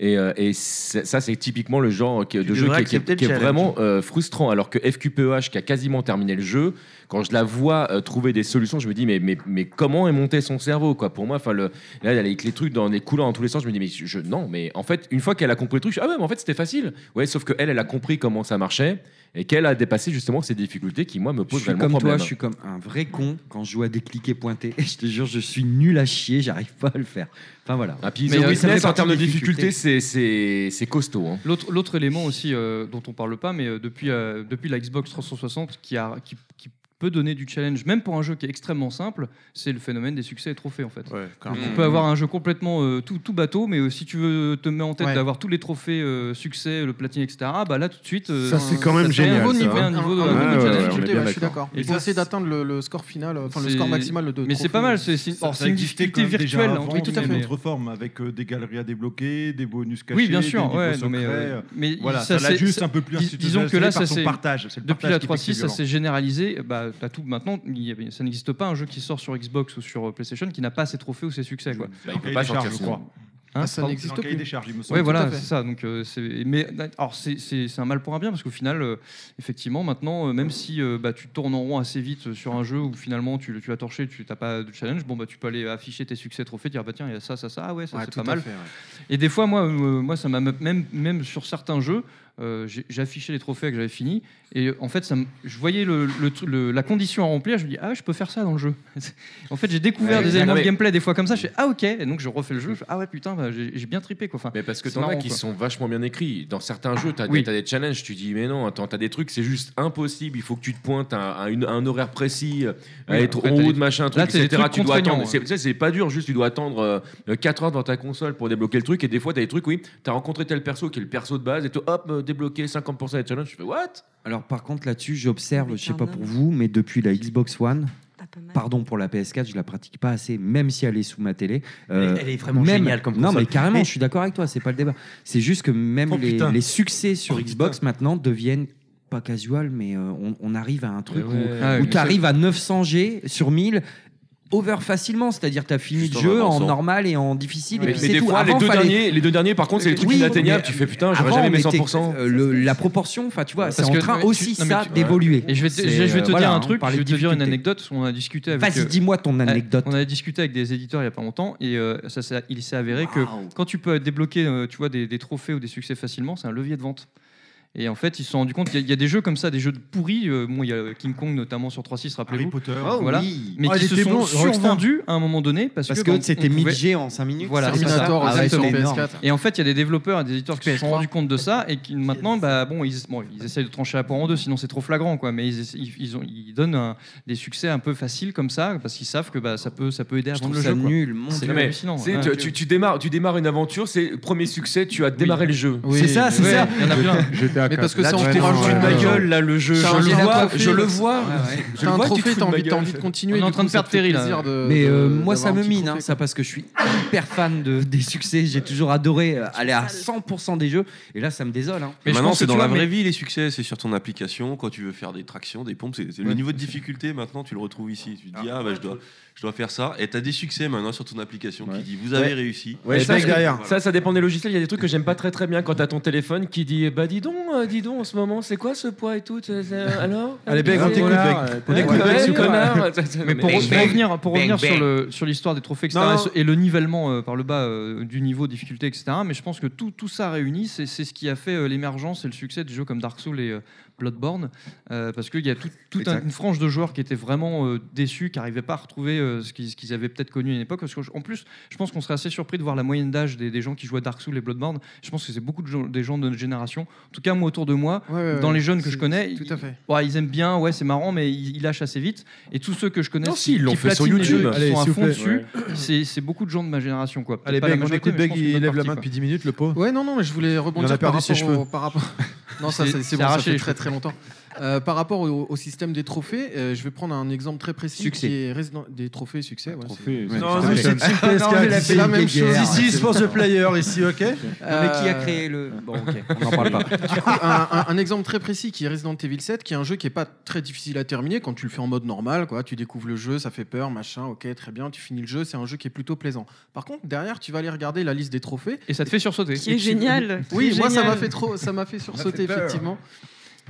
Et, euh, et c'est- ça, c'est typiquement le genre qui- de jeu
devrais
qui, qui-
accepter le
qui est
challenge.
vraiment euh, frustrant. Alors que FQPEH, E qui a quasiment terminé le jeu, quand je la vois euh, trouver des solutions, je me dis, mais, mais, mais comment est monté son cerveau quoi Pour moi, enfin, le, là, avec les trucs dans les couleurs dans tous les sens, je me dis, mais je, je- non, mais en fait, une fois qu'elle a compris le truc, je dis, ah ouais, mais en fait, c'était facile. Ouais, sauf qu'elle, elle a compris comment ça marchait et qu'elle a dépassé justement ces difficultés qui, moi, me
Je
posent
suis
vraiment
comme
problème.
toi, je suis comme un vrai con quand je joue à des cliquets pointés. Et je te jure, je suis nul à chier, j'arrive pas à le faire. Enfin voilà.
Ah, puis
Mais, euh,
The
ça fait
Witness, en
partie
termes de
des
difficulté,
difficultés.
c'est- c'est c'est costaud. hein.
L'autre, l'autre élément aussi euh, dont on parle pas, mais euh, depuis, euh, depuis la Xbox 360 qui, a, qui, qui peut donner du challenge, même pour un jeu qui est extrêmement simple, c'est le phénomène des succès et trophées en fait.
clairement.
on peut avoir un jeu complètement euh, tout, tout bateau, mais euh, si tu veux te mettre en tête
Ouais.
d'avoir tous les trophées, euh, succès, le platine, etc., bah là tout de suite. euh,
Ça, c'est quand même
te fait
génial,
Un
ça,
niveau, niveau-
hein.
un niveau de-
Ah,
un niveau de
ouais, ouais,
challenge.
on est bien
je suis d'accord.
Et
Il faut
ça,
essayer d'atteindre le, le score final, euh, enfin le
c'est-
score maximal de.
Mais c'est pas mal, c'est c'est-
Ça
c'est une
existait
difficulté
quand même déjà
virtuelle. hein.
hein.
avant,
entre
oui, tout à
guillemets,
fait.
mais-
Autre forme avec euh, des galeries à débloquer, des bonus cachés,
Oui, bien sûr,
des niveaux
ouais,
secrets,
non, mais, euh,
euh,
mais
voilà,
ça,
ça
c'est-
l'ajuste
ça-
un peu plus.
dis- Disons que là, ça
c'est
c'est
le partage. c'est le
depuis
partage
la
qui fait que c'est
3.6, ça
violent.
s'est généralisé. Bah, t'as tout maintenant. il y a- Ça n'existe pas un jeu qui sort sur Xbox ou sur euh, PlayStation qui n'a pas ses trophées ou ses succès. Quoi.
Bah, il peut Dans le pas cahier des sortir charges, sinon. je crois. Ah, ça
Hein, Pardon
n'existe Dans le cahier plus. des charges, il me semble.
Ouais,
Tout à
voilà,
fait.
c'est ça. Donc, euh, c'est- mais alors c'est- c'est c'est un mal pour un bien parce qu'au final, euh, effectivement, maintenant, euh, même si euh, bah, tu tournes en rond assez vite euh, sur un jeu où finalement tu, tu as torché, tu n'as pas de challenge, bon bah tu peux aller afficher tes succès trophées, dire bah tiens il y a ça, ça, ça, ah ouais ça
Ouais,
c'est
tout
pas
à
mal.
fait, ouais.
Et des fois, moi, euh, moi ça m'a même, même sur certains jeux, euh, j'ai- j'affichais les trophées que j'avais finis. Et en fait, ça me- je voyais le, le tru- le- la condition à remplir. Je me dis, ah, je peux faire ça dans le jeu. en fait, j'ai découvert
Ouais,
des
mais-
éléments de
mais-
gameplay des fois comme ça. Je fais, ah, ok. Et donc, je refais le jeu. je fais, ah, ouais, putain, bah, j'ai j'ai bien trippé. Quoi. Enfin,
Mais parce que
c'est
t'en as
marrant,
qui
quoi.
sont vachement bien écrits. Dans certains jeux, t'as
Oui.
des, t'as des challenges, tu dis mais non, attends, t'as des trucs, c'est juste impossible, il faut que tu te pointes à, à une- à un horaire précis, euh, à
Oui, bah,
être
après,
en
t'as
haut
des-
de machin, un
là,
truc,
t'as des
etc.
trucs
Tu dois
contraignants, hein.
attendre. C'est- tu sais, C'est pas dur, juste tu dois attendre 4 heures dans ta console pour débloquer le truc. Et des fois, t'as des trucs, oui, t'as rencontré tel perso qui est le perso de base, et toi, hop, euh, débloquer 50% des challenges, tu fais what
Alors par contre là-dessus, j'observe, je sais pas pour vous, mais depuis la Xbox One, pardon pour la PS4, je la pratique pas assez, même si elle est sous ma télé. euh,
Elle est vraiment géniale comme
Non
console.
mais carrément,
Mais-
je suis d'accord avec toi, c'est pas le débat. C'est juste que même
Oh,
les,
putain.
les succès sur Xbox maintenant deviennent pas casual, mais euh, on, on arrive à un truc
Ouais,
où,
ouais. Ah,
où
oui,
tu arrives à 900 G sur 1000 over facilement, c'est-à-dire tu as fini
Juste
le
en
jeu en
avançant.
normal et en difficile.
Mais,
et puis
mais
c'est
des
tout.
fois,
Avant,
les, deux
fallait-
derniers, les deux derniers, par contre, c'est les trucs
Oui,
inatteignables,
mais
tu fais putain, j'aurais
avant,
jamais mes
mais t'es-
100%.
euh, le- la proportion, enfin tu vois,
Parce
c'est en
que-
train
mais tu-
aussi
non, mais
ça
tu-
d'évoluer.
Et je vais te,
C'est,
je vais te
euh,
dire
voilà,
un
on
truc,
parlait
je vais
de
te dire une
difficulté.
anecdote. parce qu'on a discuté avec.
Vas-y,
euh,
dis-moi ton
euh,
anecdote.
On a discuté avec des éditeurs il y a pas longtemps et euh, ça, ça- il s'est avéré que quand tu peux débloquer, euh, tu vois, des, des trophées ou des succès facilement, c'est un levier de vente. Et en fait, ils se sont rendus compte qu'il y, a- il y a des jeux comme ça, des jeux de pourris. euh, bon, il y a King Kong notamment sur 3.6, rappelez-vous.
Potter.
Oh
voilà.
oui.
Mais
Ah,
qui
il
se
était
sont
bon, Rockstar.
survendus à un moment donné parce,
Parce
que,
que
on-
c'était
on pouvait-
1000G en cinq minutes,
Voilà,
c'est
c'est
Terminator
ça.
aussi
Ah ouais,
sur
c'est
PS4.
énorme. Et en fait, il y a des développeurs et des éditeurs qui se sont rendus compte de ça et qui maintenant, bah, bon, ils, bon, ils essayent de trancher la poire en deux, sinon c'est trop flagrant, quoi. Mais ils, essa- ils, ils ont- ils donnent un- des succès un peu faciles comme ça parce qu'ils savent que bah, ça, peut, ça peut aider à vendre le
trouve
jeu.
ça
quoi.
nul, mon
c'est
Dieu. Mais
hallucinant.
c'est-
Ouais.
tu, tu- tu démarres, tu démarres une aventure, c'est le premier succès, tu as démarré le jeu.
Oui. C'est ça, c'est Ouais, ça. il y en a plein.
J'étais
Mais parce que
là,
ça,
tu
on
t'es
prend
foutu
un
de ma
jeu.
gueule, là, le jeu.
Ça,
Je le
c'est un
vois,
trophée,
je le
là. Ouais,
vois.
ouais.
Je
T'as
le
un
vois, tu te
trophée,
fous de
t'as
ma
envie- t'as
gueule.
envie de continuer, On est du en train coup, de ça perdre te fait Terry, là. plaisir de-
Mais
de-
euh, moi, ça
d'avoir un
me
petit
mine,
trophée,
hein, ça, parce que je suis hyper fan de, des succès. J'ai toujours adoré euh, aller à 100% des jeux. Et là, ça me désole. hein.
maintenant, c'est dans la vraie vie les succès, c'est sur ton application. Quand tu veux faire des tractions, des pompes, c'est c'est le
Ouais.
niveau de difficulté. Maintenant, tu le retrouves ici. Tu te dis, ah, bah, je dois, je dois faire ça. Et tu as des succès maintenant sur ton application qui dit, vous avez
Ouais.
réussi.
Ouais,
Et
ça,
ça,
ça-
voilà.
ça, ça dépend des logiciels. Il y a des trucs que j'aime pas très très bien quand t'as ton téléphone qui dit bah dis donc, euh, dis donc en ce moment c'est quoi ce poids et tout euh, euh, Alors
Allez, Beg, on
Ouais,
t'écoute, Beg.
ouais,
On écoute,
ouais,
Beg,
ouais,
ce connard.
connard.
Mais pour,
Beg,
pour
Beg.
revenir, pour
Beg,
revenir sur
Beg.
le- sur l'histoire des trophées, etc.,
Non,
et
non.
ce- et le nivellement euh, par le bas euh, du niveau, difficulté, etc., mais je pense que tout, tout ça réuni, c'est c'est ce qui a fait euh, l'émergence et le succès des jeux comme Dark Souls et euh, Bloodborne, euh, parce qu'il y a tout- toute un-
Exact.
une frange de joueurs qui étaient vraiment euh, déçus, qui n'arrivaient pas à retrouver euh, ce qu'ils ce qu'ils avaient peut-être connu à une époque. Parce qu'en plus, je pense qu'on serait assez surpris de voir la moyenne d'âge des, des gens qui jouaient à Dark Souls et Bloodborne. Je pense que c'est beaucoup de gens, des gens de notre génération. En tout cas, moi, autour de moi,
ouais,
dans
ouais.
les jeunes que je
C'est-
connais,
tout à fait.
Ouais, ils aiment bien, ouais, c'est marrant, mais ils, ils lâchent assez vite. Et tous ceux que je connais,
Non,
qui-
si, ils l'ont
qui
fait sur
platinent les
YouTube.
jeux, qui
Allez,
sont à
s'il vous
fond
plaît.
dessus.
Ouais.
C'est c'est beaucoup de gens de ma génération, quoi. Peut-être
Allez,
pas la
Beg, on
majorité,
écoute
mais je
Beg,
pense une
il
bonne
lève la
partie,
main
quoi.
depuis 10 minutes, le pot.
Ouais, non, non, mais je voulais
Il en
rebondir
a
par
perdu
rapport,
ses cheveux.
au, par rapport. Non, ça,
C'est-
c'est
c'est
c'est bon, ça
arraché
fait
les
très
cheveux.
très longtemps. Euh, par rapport au, au système des trophées, euh, je vais prendre un exemple très précis
Succès.
qui est Resident- des trophées succès. ouais,
Trophées,
c'est-
Non,
c'est-
c'est Team PS4,
c'est la même chose.
Si, si, c'est pour ce player ici, ok
Euh, Du coup, un, Bah, un- un exemple très précis qui est Resident Evil 7, qui est un jeu qui est pas très difficile à terminer quand tu le fais en mode normal, quoi. Tu découvres le jeu, ça fait peur, machin, ok, très bien, tu finis le jeu, c'est un jeu qui est plutôt plaisant. Par contre, derrière, tu vas aller regarder la liste des trophées.
Et ça te fait sursauter. Qui
Et
est
tu-
génial, qui
Oui,
est
moi, ça
génial.
m'a fait trop, ça m'a fait sursauter,
Ça fait peur.
effectivement.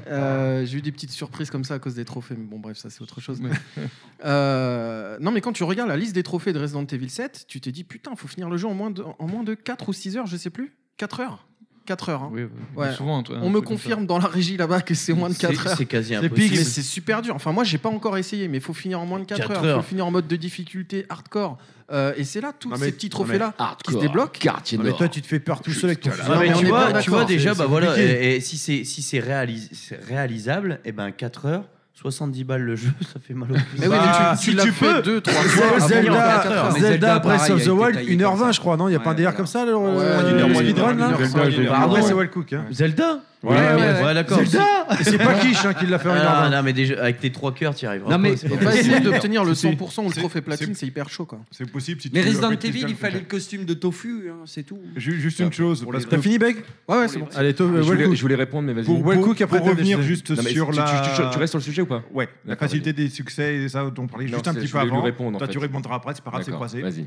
Euh, j'ai eu des petites surprises comme ça à cause des trophées, mais bon, bref, ça c'est autre chose. Euh, non, mais quand tu regardes la liste des trophées de Resident Evil 7, tu t'es dit putain, faut finir le jeu en moins de, en moins de 4 ou 6 heures, je sais plus. 4 heures 4 heures. hein. Ouais.
souvent un truc- un
On me
truc comme ça.
confirme dans la régie là-bas que c'est moins de
C'est-
4 heures.
c'est quasi
C'est
impossible.
pique, mais c'est super dur. Enfin, moi, j'ai pas encore essayé, mais il faut finir en moins de 4,
Quatre
heures.
heures.
faut finir en mode de difficulté hardcore. Euh, et c'est là, tous
Non, mais-
ces petits
non,
trophées-là
mais
qui se
hardcore,
débloquent.
quartier
Non, mais toi, tu te fais peur tout seul avec ton
Putain,
fusil.
là,
Mais on
mais on
est pas
est pas
d'accord.
bah
d'accord.
Tu vois déjà,
C'est-
bah
c'est
voilà,
compliqué.
eh
et, et si c'est si c'est réalis- c'est réalisable, et ben 4 heures,
70 balles le jeu, ça fait mal au Bah, pouce.
Eh oui, mais tu- tu l'as fait deux, trois fois avant de faire
Zelda,
quatre heures. Zelda, Breath of the Wild, 1h20, je crois, non Il n'y a pas un délire comme ça, le le speedrun, là Pardon, c'est Wild Cook. hein.
Zelda
Ouais, ouais, ouais.
ouais, d'accord.
Zelda Et c'est pas Quiche, hein, qui l'a fait en
Ah,
1h20.
Non, mais déjà, avec tes trois cœurs, tu y arriveras.
Non, mais
pas, c'est pas
essayer
possible.
d'obtenir le
C'est-
100% ou le trophée platine, c'est hyper chaud. quoi.
C'est possible si
Mais Resident Evil, il fallait le costume de tofu, hein, c'est tout.
Ju- Juste une chose. parce
T'as
que-
fini, Beg
Ouais, ouais, c'est bon.
Allez, toi,
Je
Wild
voulais-
Cook.
je voulais répondre, mais vas-y.
Pour Wild Cook, après,
pour
t'as
revenir
décidé.
juste
Non, mais
sur
tu-
la.
tu- tu- tu restes sur le sujet ou pas
Ouais, la
D'accord,
facilité des succès et ça dont on parlait
Non,
juste un
c'est-
petit
je
peu
voulais lui
avant.
répondre, en
Toi,
fait.
tu répondras après, c'est pas grave, c'est
D'accord,
croisé.
vas-y.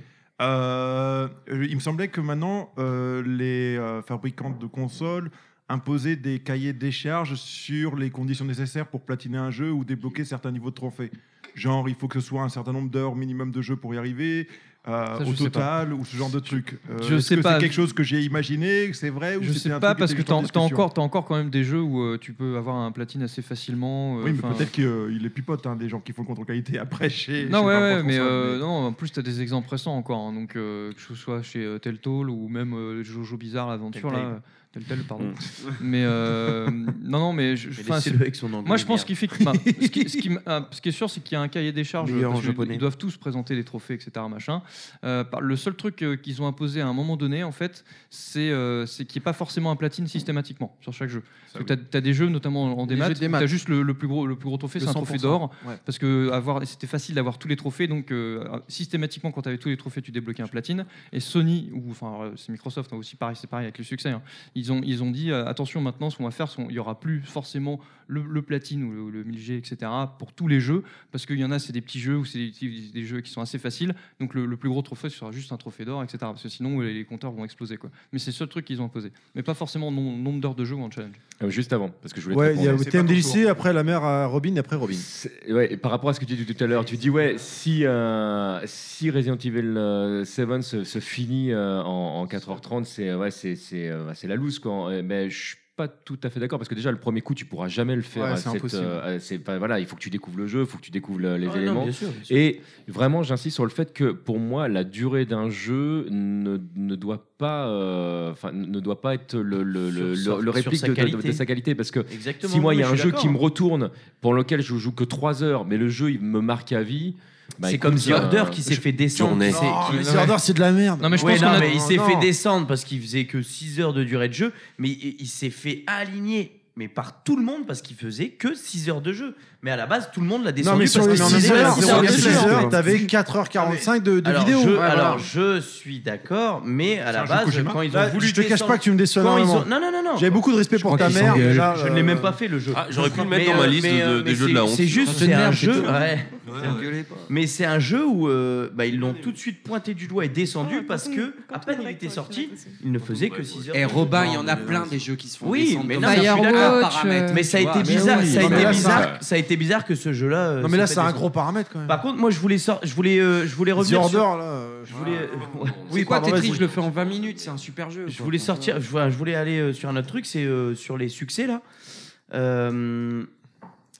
Euh, il me semblait que maintenant, euh, les euh, fabricants de consoles imposaient des cahiers des charges sur les conditions nécessaires pour platiner un jeu ou débloquer certains niveaux de trophées. Genre, il faut que ce soit un certain nombre d'heures minimum de jeu pour y arriver, euh,
Ça, je
au
sais pas.
total, ou ce genre de truc. Euh,
Je
est-ce
sais
que
pas.
C'est quelque chose que j'ai imaginé, que c'est vrai ou
Je
c'était
sais
un
pas
truc qui
parce
était
que
juste
t'as
en
t'as
discussion
encore, t'as encore quand même des jeux où euh, tu peux avoir un platine assez facilement. euh,
Oui, mais
enfin-
peut-être qu'il euh, il les pipote, hein, des gens qui font le contrôle qualité après chez.
Non,
chez
ouais,
Power
ouais,
Console,
mais, euh, non, en plus, tu as des exemples récents encore. hein, donc, euh, que ce soit chez euh, Telltale ou même euh, Jojo Bizarre, l'aventure, là.
Telltale.
euh, Telltale, pardon.
Mm.
mais euh, non, non, mais. je-
Mais
enfin,
laissez-le
c'est-
avec son anglais,
Moi, je pense
merde.
qu'il fait. que- bah, ce, qui, ce qui m- ah, ce qui est sûr, c'est qu'il y a un cahier des charges.
Meilleur
parce
en
qu'ils-
japonais.
Ils doivent tous présenter des trophées, etc. Machin. Euh, par- le seul truc euh, qu'ils ont imposé à un moment donné, en fait, c'est euh, c'est qu'il n'y ait pas forcément un platine systématiquement sur chaque jeu. Parce que tu as des jeux, notamment en
Les
démat,
jeux de démat.
tu as juste le, le plus gros, le plus gros trophée,
Le
c'est un trophée
100%,
d'or.
ouais.
Parce que avoir, c'était facile d'avoir tous les trophées, donc euh, systématiquement, quand tu avais tous les trophées, tu débloquais un platine. Et Sony, ou enfin, euh, c'est Microsoft hein, aussi, pareil, c'est pareil avec le succès. hein. Ils, ont, ils ont dit euh, attention, maintenant, ce qu'on va faire, c'est qu'on- il n'y aura plus forcément le, le platine ou le, le 1000G, etc., pour tous les jeux, parce qu'il y en a, c'est des petits jeux ou c'est des, petits- des jeux qui sont assez faciles. Donc le, le plus gros trophée sera juste un trophée d'or, etc., parce que sinon, les, les compteurs vont exploser. Quoi. Mais c'est le seul truc qu'ils ont imposé. Mais pas forcément nom- nombre d'heures de jeu ou en challenge.
Euh, Juste avant, parce que je voulais te
Ouais, il y a
répondre.
TMDLC, après la mère à Robin, et après Robin.
C'est- ouais, et par rapport à ce que tu dis tout à l'heure, tu dis ouais, si, euh, si Resident Evil euh, 7 se, se finit euh, en, en 4h30, c'est ouais, c'est c'est, euh, c'est la loose quoi. Euh, Mais je suis pas tout à fait d'accord parce que déjà le premier coup, tu pourras jamais le faire.
Ouais,
à
c'est
cette,
impossible.
euh, à- c'est pas- voilà, il faut que tu découvres le jeu, il faut que tu découvres le- les
Ouais, non,
éléments.
bien sûr, bien sûr.
Et vraiment, j'insiste sur le fait que pour moi, la durée d'un jeu ne, ne doit pas, euh, enfin, ne doit pas être le, le, le,
Sur sa-
le- le
sur
réplique
sa
de, de- de- de
qualité.
sa qualité parce que
Exactement,
si moi
non,
il y a
mais
un
je suis
jeu qui
d'accord.
me retourne pour lequel je joue que 3 heures, mais le jeu il me marque à vie. bah,
C'est
écoute,
comme The
euh,
Order qui s'est
je-
fait descendre,
Journée.
qui s'est-
Oh,
Non, qui- mais
The Order, c'est de la merde.
Non, mais je
Ouais,
pense
non,
qu'on a-
mais il s'est
Non.
fait descendre parce qu'il faisait que 6 heures de durée de jeu, mais il, il s'est fait aligner mais par tout le monde parce qu'il faisait que 6 heures de jeu. Mais à la base, tout le monde l'a descendu
Non, mais sur
parce
les
qu'il faisait
6
que
heures,
six
sur les
de jeu,
six
en
heures,
fait.
t'avais 4h45 de, de
alors,
vidéo.
Je,
Ouais, voilà.
alors je suis d'accord, mais à la
un jeu
base,
Kojima.
quand ils ont
Là,
voulu
je te cache
descendre-
pas que tu me déçonnes
quand ils
énormément.
ont- Non, non, non, non.
J'avais beaucoup de respect
Je
pour
crois
ta
qu'ils
mère,
s'engagent.
mais là,
Je ne l'ai même
euh,
pas fait le jeu.
Ah, j'aurais pu le
Mais,
mettre dans
euh,
ma liste
mais,
de-
euh,
des
mais
jeux de la
c'est-
honte.
C'est juste,
Raton
c'est un
Merde,
jeu.
putain.
ouais.
Ouais,
C'est un-
gueulez pas.
Mais c'est un jeu où euh, bah, ils l'ont tout de suite pointé du doigt et descendu parce que à peine il était sorti, il ne faisait que 6 heures.
Et
de jeu.
Robin, il y en a plein des jeux qui se font
Oui,
descendre
mais
comme
non,
ça.
mais je suis
Firewatch,
d'accord.
euh, Paramètre.
Mais ça a
tu vois,
été
mais
bizarre,
oui.
ça a
Non, mais
été
là, ça-
bizarre, ça a été bizarre que ce jeu-là. euh,
Non, mais là,
s'est
c'est
fait
un
descendre.
gros paramètre quand même.
Par contre, moi, je voulais sor- je voulais, euh, je voulais
The
revenir sur.
Order, là, euh,
Je voulais. euh, ouais.
Oui, quoi,
pardon,
Tetris,
vas-y.
je le fais en 20 minutes, c'est un super jeu.
Je
quoi.
voulais sortir, je voulais, je voulais aller euh, sur un autre truc, c'est euh, sur les succès là.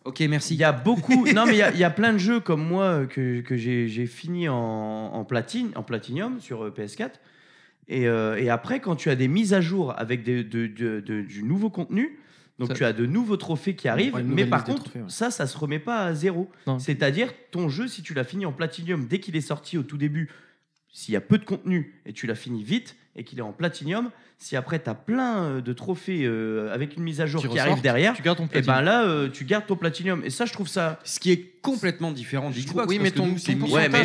ok, merci.
Il y a beaucoup, non mais il y a- il y, a plein de jeux comme moi euh, que, que j'ai j'ai fini en, en platine, en platinium sur euh, PS4. Et, euh, et après, quand tu as des mises à jour avec des- de- de- de- du nouveau contenu, donc
Ça-
tu as de nouveaux trophées qui arrivent,
Ouais, une
mais
nouvelle
par
liste des
contre,
trophées, ouais.
ça, ça se remet pas à zéro. C'est-à-dire, ton jeu, si tu l'as fini en platinium dès qu'il est sorti au tout début, s'il y a peu de contenu et tu l'as fini vite et qu'il est en platinium, si après tu as plein euh, de trophées euh, avec une mise à jour
Qui
qui,
ressortent,
arrive derrière,
tu gardes ton
et ben
platine.
là euh, tu gardes ton platinium. Et ça, je trouve ça.
Ce qui est complètement différent d'Xbox.
Oui, mais ton- ton pourcentage
mais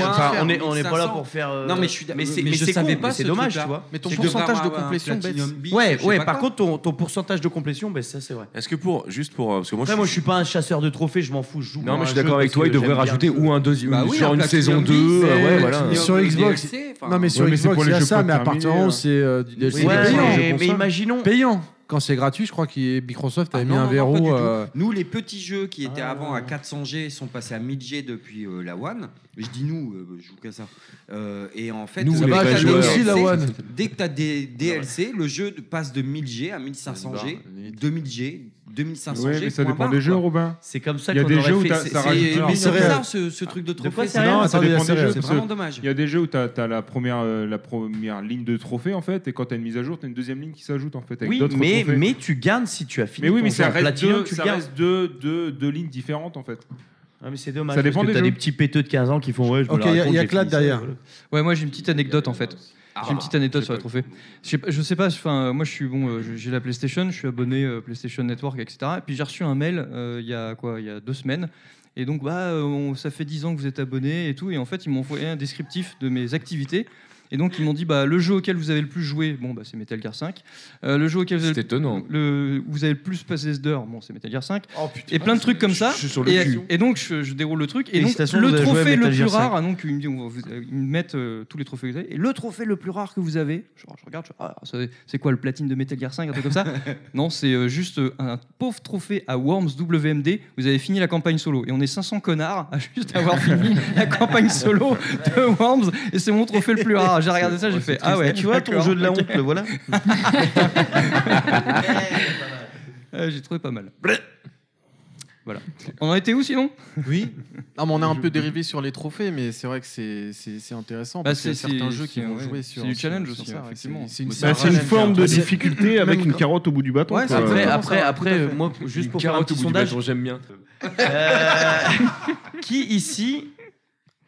est
enfin,
différent. Euh,
Non, mais je suis
mais c'est- mais
je
c'est
savais
con,
pas
mais c'est hein.
ce
dommage,
truc-là.
tu vois. Mais ton
C'est que
pourcentage de
devrais avoir un
complétion baisse.
Platinum Beat,
Ouais,
je sais
ouais,
pas
par
quoi.
contre, ton, ton pourcentage de complétion, ben, ça c'est vrai.
Est-ce que pour, juste pour. euh, Parce que moi,
Après,
je
moi je suis pas un chasseur de trophées, je m'en fous, je joue.
Non,
pour
mais
un
je suis
jeu
d'accord avec
parce
toi, il
que
devrait
j'aime bien
rajouter
le jeu.
ou un deuxième,
Bah oui,
genre
un
une
Platinum
saison
Beat,
2.
c'est-
ouais,
Et
voilà.
sur Xbox, non mais sur
Ouais, mais c'est
Xbox
pour
il
les
y a
jeux
ça,
pas
mais à partir
terminés,
du moment où
euh.
c'est euh, du DLC
Ouais,
payant.
mais-
je
mais
console.
imaginons-
payant. Quand c'est gratuit, je crois que Microsoft avait mis
Non,
un
non, non, pas du
verrou.
tout.
euh,
Nous, les petits jeux qui étaient avant à 400G sont passés à 1000G depuis euh, la One. Je dis nous, euh, je joue qu'à ça. Euh, et en fait,
Nous,
dès
les
que
vrais
t'as des
joueurs.
DLC,
Aussi la One.
Dès que tu as des DLC, le jeu passe de 1000G à 1500G, 2000G, 2500
Ouais,
G.
mais ça
point
dépend
barre,
des jeux,
quoi.
Robin.
C'est comme ça
Il y a
qu'on
des
aurait
jeux où
fait-
t'as-
c'est-
ça
c'est-
rajoute-
mais
Non,
c'est
attendez,
bizarre,
attendez.
ce- ce truc de
De
trophée,
quoi
c'est
ça
rien.
Non, ça
Attendez,
dépend
c'est
des jeux.
vraiment
parce que
dommage.
Il y a des jeux où tu as, la première euh, la première ligne de trophée en fait, et quand tu as une mise à jour, tu as une deuxième ligne qui s'ajoute en fait avec
Oui,
d'autres
mais,
trophées.
mais tu gagnes si tu as fini.
Mais oui,
ton
mais
jeu
ça
en
reste,
platinum,
deux,
tu
ça
gagnes.
reste deux, deux, deux lignes différentes en fait.
Ah, mais c'est dommage.
Ça dépend
parce que
des
t'as
jeux.
des petits péteux de 15 ans qui font ouais, je me
Ok,
la
y a-
raconte,
y a
j'ai
que là
fini ça,
derrière.
voilà.
Ouais, moi j'ai une petite anecdote en fait. J'ai une petite anecdote sur les trophées. Je sais pas, je sais pas, enfin, euh, moi je suis bon, euh, je- j'ai la PlayStation, je suis abonné euh, PlayStation Network, etc. Et puis j'ai reçu un mail euh, il y a quoi, il y a deux semaines. Et donc bah, euh, on- ça fait 10 ans que vous êtes abonné et tout. Et en fait ils m'ont envoyé un descriptif de mes activités. Et donc ils m'ont dit bah le jeu auquel vous avez le plus joué, bon bah c'est Metal Gear 5. Euh, le jeu auquel vous avez, le- le- vous avez le plus passé d'heures, bon c'est Metal Gear 5.
Oh,
et plein de trucs comme ça.
le
et,
cul.
et donc je, je déroule le truc. Et donc
Félicitations, vous
le
avez joué à
trophée le
Metal
plus
Gear 5.
rare, ah, donc ils me, disent, on va vous- ils me mettent euh, tous les trophées que vous avez. Et le trophée le plus rare que vous avez, je, je regarde, je fais, Ah, ça- c'est quoi le platine de Metal Gear 5, un truc comme ça Non, c'est euh, juste euh, un pauvre trophée à Worms WMD. Vous avez fini la campagne solo. Et on est 500 connards à juste avoir fini la campagne solo de Worms. Et c'est mon trophée le plus rare. J'ai regardé ça, j'ai fait Ah ouais,
tu vois ton
d'accord,
jeu de la
ok.
honte, le voilà.
Euh, j'ai trouvé pas mal. Voilà. On en était où sinon
Oui. Ah, mais on a un peu dérivé sur les trophées, mais c'est vrai que c'est- c'est c'est intéressant.
Bah,
parce qu'il y a
c'est-
certains
c'est-
jeux qui
c'est-
vont
ouais.
jouer
C'est
sur.
du
sur-
challenge
sur
aussi,
ça, ouais,
effectivement.
C'est une,
Bah,
c'est
Bah,
un
c'est une
challenge,
forme
quoi.
de difficulté avec une carotte au bout du bâton. quoi.
après, après, après, euh, moi, juste
Une
pour faire un
carotte
petit
au bout du
sondage.
bâton, j'aime bien.
Euh, qui ici,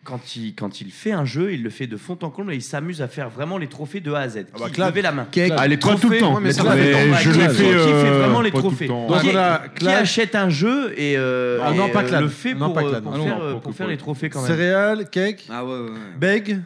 quand il, quand il fait un jeu, il le fait de fond en comble et il s'amuse à faire vraiment les trophées de A à Z. Qui
Clap.
levez la main.
Clap. Ah, les Pas trophées, tout le temps.
Mais
mais
ça
ça fait
fait
longtemps.
je
Je l'ai
qui,
fait,
qui fait
euh,
vraiment les
pas tout le
trophées.
temps.
Qui,
Donc voilà,
qui
Clap.
achète un jeu et, euh,
Ah, non,
et,
pas
euh,
Clap.
le fait
Non,
pour,
pas
euh,
Clap.
pour
Ah non,
faire,
non,
euh,
pour
pour faire les trophées quand même.
Céréales, cake,
Ah ouais, ouais, ouais.
bag.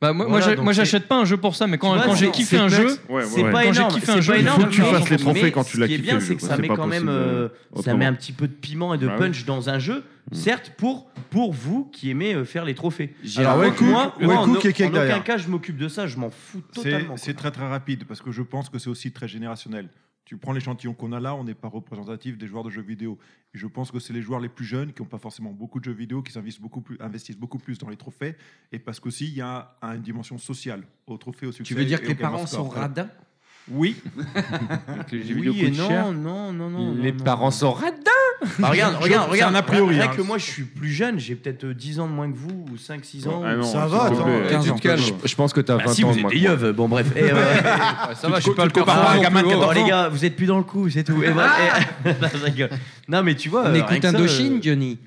Bah, moi, moi, j'ai- moi, j'achète pas un jeu pour ça, mais quand,
Tu vois,
quand j'ai
c'est-
kiffé
c'est pas-
un jeu,
ouais, ouais,
quand
ouais.
j'ai
C'est pas
kiffé un
énorme,
jeu,
c'est pas
il faut que
énorme,
tu fasses
mais
les trophées
mais
quand tu l'as
Ce qui est
kiffé,
bien,
le
c'est
jeu,
que
quoi.
ça
C'est
met
pas
quand même,
possible,
euh,
euh,
ça met un
autrement.
petit peu de piment et de
Bah Mm.
punch dans un jeu. Certes, pour pour vous qui aimez euh, faire les trophées.
J'ai un
Alors que
Waycook-
moi, moi, en, en
Waycook et Cake
aucun
derrière.
cas, je m'occupe de ça. Je m'en fous
C'est
totalement. quoi.
c'est très très rapide parce que je pense que c'est aussi très générationnel. Tu prends l'échantillon qu'on a là, on n'est pas représentatif des joueurs de jeux vidéo. Et je pense que c'est les joueurs les plus jeunes qui n'ont pas forcément beaucoup de jeux vidéo, qui s'investissent beaucoup plus, investissent beaucoup plus dans les trophées. Et parce qu'aussi, il y a un- une dimension sociale au trophée, au succès.
Tu veux dire
et
que
au
les
gain
parents
au
sont
score.
radins
Oui.
les jeux vidéo coûtent cher. Les
parents sont radins
Bah, regarde,
Je-
regarde,
c'est
regarde.
un a priori,
Rien
hein.
que moi, je suis plus jeune. J'ai peut-être euh, 10 ans de moins que vous, ou 5-6 ans.
Ah
ou-
non, Ça s'il va, te attends, plaît. eh,
15
tu
ans.
te calmes. Je- je pense que t'as
Bah
20
si,
ans
vous
de
êtes
moins
des
que moi.
yeux, bon bref. Eh, euh,
Ouais, ça va, je suis pas le
compares
copain
à
non plus,
de-
hein.
Oh, les gars, vous êtes plus dans le coup, c'est tout. Eh, bref, eh, non, je rigole. Non, mais tu vois.
Ah On
euh,
écoute
rien que ça,
Indochine,
euh,
Johnny.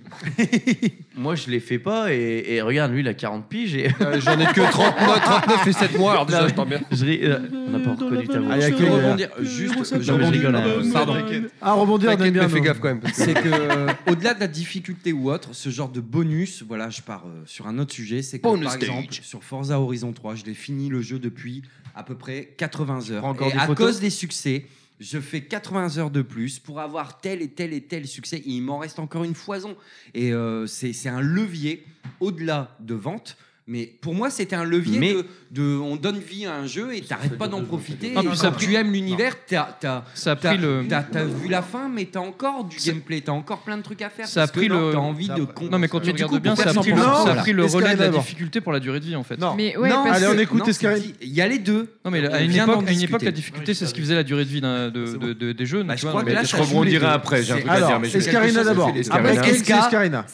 Moi, je les fais pas, et, et regarde, lui, il a 40 piges. et-
Euh, j'en ai que 39, 39 et 7 mois, alors déjà,
Non,
je t'emmerde.
je ris- euh, on n'a pas reconnu ta voix.
Allez,
Je
accueille,
peux
euh,
rebondir.
euh,
Juste,
Juste,
je rigole. hein, Pardon.
Ah, rebondir, on aime bien,
Fais
nous.
gaffe quand même. parce que-
C'est que, euh, au-delà de la difficulté ou autre, ce genre de bonus, voilà, je pars euh, sur un autre sujet, c'est que
Bonus
par
stage.
exemple, sur Forza Horizon 3, je l'ai fini le jeu depuis à peu près 80 heures.
prends encore
et
des
à
photos
cause des succès, je fais 80 heures de plus pour avoir tel et tel et tel succès. Et il m'en reste encore une foison. Et euh, c'est c'est un levier au-delà de vente. Mais pour moi, c'était un levier
Mais-
de, de- On donne vie à un jeu et t'arrêtes pas d'en profiter.
Ah,
et
puis ça-
quand tu aimes l'univers, t'as t'as-
Ça a
t'as-
pris le-
t'as- t'as vu la fin, mais t'as encore du gameplay, t'as encore plein de trucs à faire.
ça a
parce que
pris
non,
le.
T'as envie
ça-
de.
Non, mais quand tu regardes bien, ça a pris, ça a pris le relais de la difficulté pour la durée de vie en fait.
Non,
Mais ouais, Non, parce allez, on que- écoute
Escarine. Il y a les deux.
Non, mais
On
à une,
vient
époque,
d'en
à une époque,
discuter.
la difficulté, c'est ce qui faisait la durée de vie d'un- de- de- de- des jeux. donc, tu vois,
crois
non,
que là,
mais-
ça joue les deux. C'est- alors, Escarina d'abord. Après, Esca,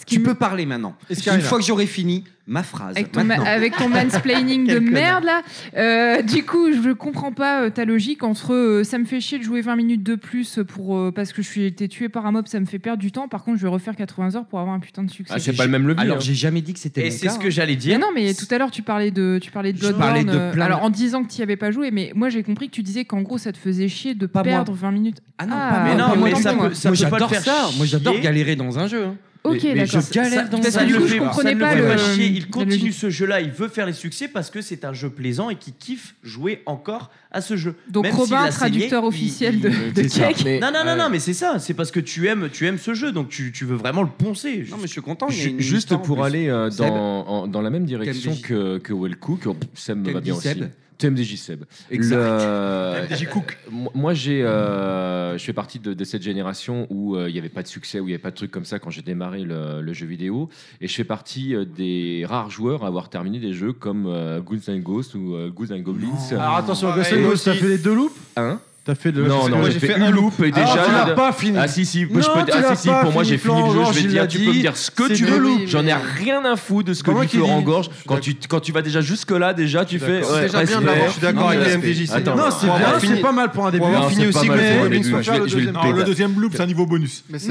tu peux parler maintenant.
Escarina.
Une fois que j'aurai fini ma phrase.
Avec ton, ma-
maintenant.
avec ton mansplaining de
Quel connard.
merde là, Euh, du coup je comprends pas euh, ta logique entre euh, ça me fait chier de jouer 20 minutes de plus pour euh, parce que je suis été tué par un mob, ça me fait perdre du temps. Par contre je vais refaire 80 heures pour avoir un putain de succès.
Ah, j'ai pas
le même levier,
Alors,
hein.
j'ai jamais dit que c'était
Et
mon
c'est
cas,
ce
hein.
que j'allais
Mais
dire.
non, mais tout à l'heure, tu parlais de, tu parlais de
Je parlais
Bloodborne.
de
euh,
plein de-
Alors, en disant que tu n'y avais pas joué, mais moi, j'ai compris que tu disais qu'en gros, ça te faisait chier de
moi.
perdre 20 minutes. Ah non,
mais non, mais ça
moi.
peut, ça
Moi,
peut pas
j'adore
le faire
ça.
ça. Moi, j'adore galérer dans un jeu. hein.
Ok,
Mais- mais
d'accord.
Je galère dans
Parce
un
que du
jeu.
coup, je comprenais pas le-
chier.
la
Il continue
logique.
ce jeu-là, il veut faire les succès parce que c'est un jeu plaisant et qu'il kiffe jouer encore à ce jeu.
Donc,
Même
Robin,
s'il a
traducteur
saigné,
officiel
il-
de-
il-
de
c'est ça.
Cake. Mais-
Non, non, non,
ouais.
non, mais c'est ça. C'est parce que tu aimes, tu aimes ce jeu, donc tu, tu veux vraiment le poncer. Non, mais
je suis content.
Ju- Juste pour aller euh, dans, en- dans la même direction
KMDJ.
que, que Will Cook, oh, Sam me va
KMDJ
bien aussi.
Seb.
TMDJ Seb.
Exact.
Le-
KMDJ Cook.
Moi- Moi, j'ai, euh, je fais partie de, de cette génération où euh, il n'y avait pas de succès, où il n'y avait pas de trucs comme ça quand j'ai démarré le, le jeu vidéo. Et je fais partie euh, des rares joueurs à avoir terminé des jeux comme euh, Guns N' Ghosts ou euh, Goose and Goblins.
Alors attention, Ghost and Ghost, t'as fait les deux loops T'as
Hein
T'as fait de
Non, non, j'ai fait une loupe et déjà.
n'as pas fini.
Ah si, si,
Non,
moi, je peux-
tu
ah,
l'as
si, si,
pas
pour moi,
fini,
j'ai fini le jeu,
Florent
je vais
Georges,
dire,
il
tu
l'a
peux me
dit.
dire ce que
C'est
tu
de
veux.
loupe.
J'en ai
Mais-
rien à foutre de ce que
Comment
dit
qu'il
Florent
dit
Gorge. Quand tu, quand tu vas déjà jusque-là, déjà, tu fais.
C'est
ouais,
déjà bien de
respect.
l'avoir fini.
Non, mais respect. Attends,
Non, c'est
on va
bien,
finir.
c'est pas mal pour un début.
Non,
On
c'est
finit
pas
aussi
mal
que
pour
les
un début.
Robins
Je vais-
Patel,
je vais le
deuxième.
péter.
loop, c'est un niveau bonus.
Mais
Non,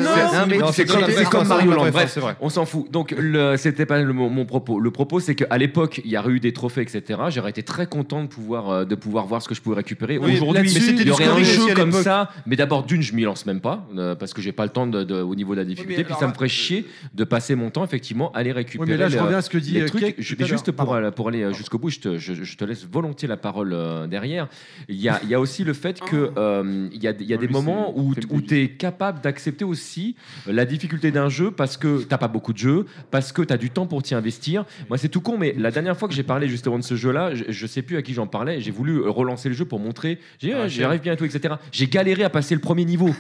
mais c'est comme, c'est comme Mario Land. Bref,
c'est vrai.
on s'en fout. Donc, le- c'était pas le- mon, mon propos. Le propos, c'est qu'à l'époque, il y aurait eu des trophées, etc. J'aurais été très content de pouvoir, euh, de pouvoir voir ce que je pouvais récupérer.
Oui,
Aujourd'hui,
là-dessus,
il y
du
aurait un
scoring aussi
jeu
à
comme
l'époque.
ça. Mais d'abord, d'une, je m'y lance même pas euh, parce que j'ai pas le temps de, de- au niveau de la difficulté. puis ça me ferait chier de passer mon temps, effectivement, à aller récupérer.
Oui, mais là, je
les-
reviens à ce que dit,
les
euh,
trucs.
Cake tout
Ju-
à l'heure.
juste pour, aller- pour aller euh, jusqu'au bout, je te, je- je te laisse volontiers la parole euh, derrière. Il y a, il y a aussi le fait que euh, il y a, il y a des moments où, tu es capable d'accepter aussi euh, la difficulté d'un jeu parce que t'as pas beaucoup de jeux, parce que tu as du temps pour t'y investir. Moi, c'est tout con, mais la dernière fois que j'ai parlé justement de ce jeu-là, je, je sais plus à qui j'en parlais, j'ai voulu euh, relancer le jeu pour montrer, j'ai dit, Ah, j'y arrive bien et tout, etc. J'ai galéré à passer le premier niveau.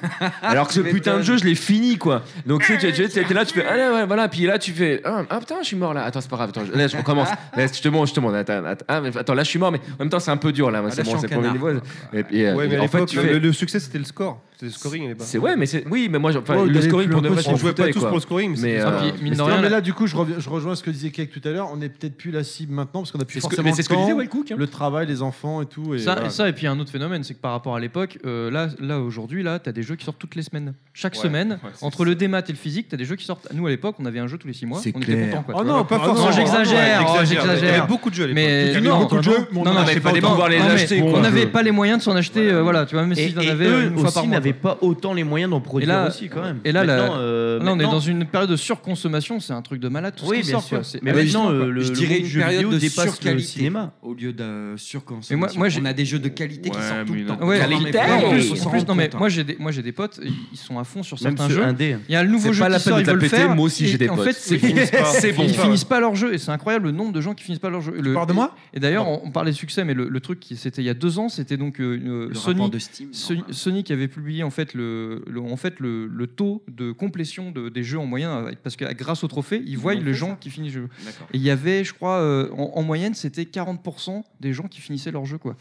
Alors que ce
Tu
putain de
m'étonnes.
jeu, je l'ai fini, quoi. Donc, tu sais, tu- tu- t'es là, tu fais, ah, là, ouais, voilà, puis là, tu fais, ah, ah, putain, je suis mort là. Attends, c'est pas grave, attends, je, là, je recommence. Là, je te montre, je te montre. Attends, attends, ah, mais attends, là, je suis mort, mais en même temps, c'est un peu dur, là.
là,
c'est
je
bon,
suis
c'est le
en
premier niveau.
canard.
Et, puis, euh,
Ouais, mais à
en fait,
l'époque,
tu fais.
le, le succès, c'était le score. C'était le scoring à l'époque.
C'est ouais, mais c'est oui, mais moi, j'en- enfin,
Ouais, au
le
début,
scoring pour
un
de
peu,
vrai,
on jouait pas tous pour le scoring, mais
mais
c'était
euh,
ça.
mais
Puis, mine
c'était-
Non, mais là, du coup, je, reviens- je rejoins ce que disait Cake tout à l'heure. On est peut-être plus la cible maintenant parce qu'on a plus
C'est ce que-
forcément
mais c'est ce que
le temps,
disait Wellcook, hein.
le travail, les enfants et tout. Et
ça,
voilà.
et ça, et puis un autre phénomène, c'est que par rapport à l'époque, euh, là, là aujourd'hui, là, t'as des jeux qui sortent toutes les semaines. Chaque
Ouais,
semaine,
ouais, c'est
entre le démat et le physique, t'as des jeux qui sortent. Nous, à l'époque, on avait un jeu tous les 6 mois.
C'est
on
clair.
était contents, quoi.
Oh non, pas
Ah
forcément.
J'exagère,
Ouais,
oh,
t'exagères.
j'exagère.
Il y avait beaucoup de jeux à l'époque.
Mais
Il y avait
non,
beaucoup de
toi,
jeux, mais on
non,
en
non,
achetait
mais
pas
fallait
autant.
pouvoir les
Non, mais
acheter,
bon,
quoi. On
euh,
n'avait pas les moyens de s'en acheter, euh, voilà, tu vois, même
Et,
si j'en
et
avais
eux
une fois par
aussi
mois,
n'avaient
quoi.
pas autant les moyens d'en produire aussi quand même.
Et là, la-
Maintenant, euh,
là, on est
maintenant-
dans une période de surconsommation, c'est un truc de malade. Tout ce
Oui,
qui
bien
sort,
sûr.
quoi. C'est
Mais maintenant,
hallucinant,
euh,
quoi.
le-
Je dirais
monde
une
du jeu
période
vidéo
de
dépasse le
surqualité
cinéma.
au lieu de
Et moi-
surconsommation.
moi, j'ai-
on a des jeux de qualité qui sortent tout le temps.
Ouais,
Ça,
en
les
plus-
perd,
en
on
plus,
s'en
en
rend
plus, non, mais
compte,
moi
hein.
j'ai des, moi j'ai des potes, ils- ils sont à fond sur
Même
certains
ceux
jeux.
indés.
Il y a le nouveau
C'est
jeu
pas
qui
la peine
sort,
de
ils
te la
veulent le
péter,
faire.
moi aussi, j'ai
et
des
en
potes.
fait, c'est
Ils finissent pas.
c'est-
Ils finissent
ils
pas.
finissent pas leur jeu et c'est incroyable le nombre de gens qui finissent pas leur jeu. Le-
Tu parles de moi
Et d'ailleurs, on, on parlait de succès, mais le, le truc qui c'était il y a deux ans, c'était donc euh, une-
Le
Sony,
rapport de Steam,
Sony, Sony qui avait publié en fait le, le- en fait le, le taux de complétion de- des jeux en moyenne euh, parce que grâce au trophée, ils voient
ont
les
fait
gens
ça
qui finissent le jeu.
D'accord.
Et il y avait, je crois, euh, en, en moyenne, c'était 40% des gens qui finissaient leur jeu quoi.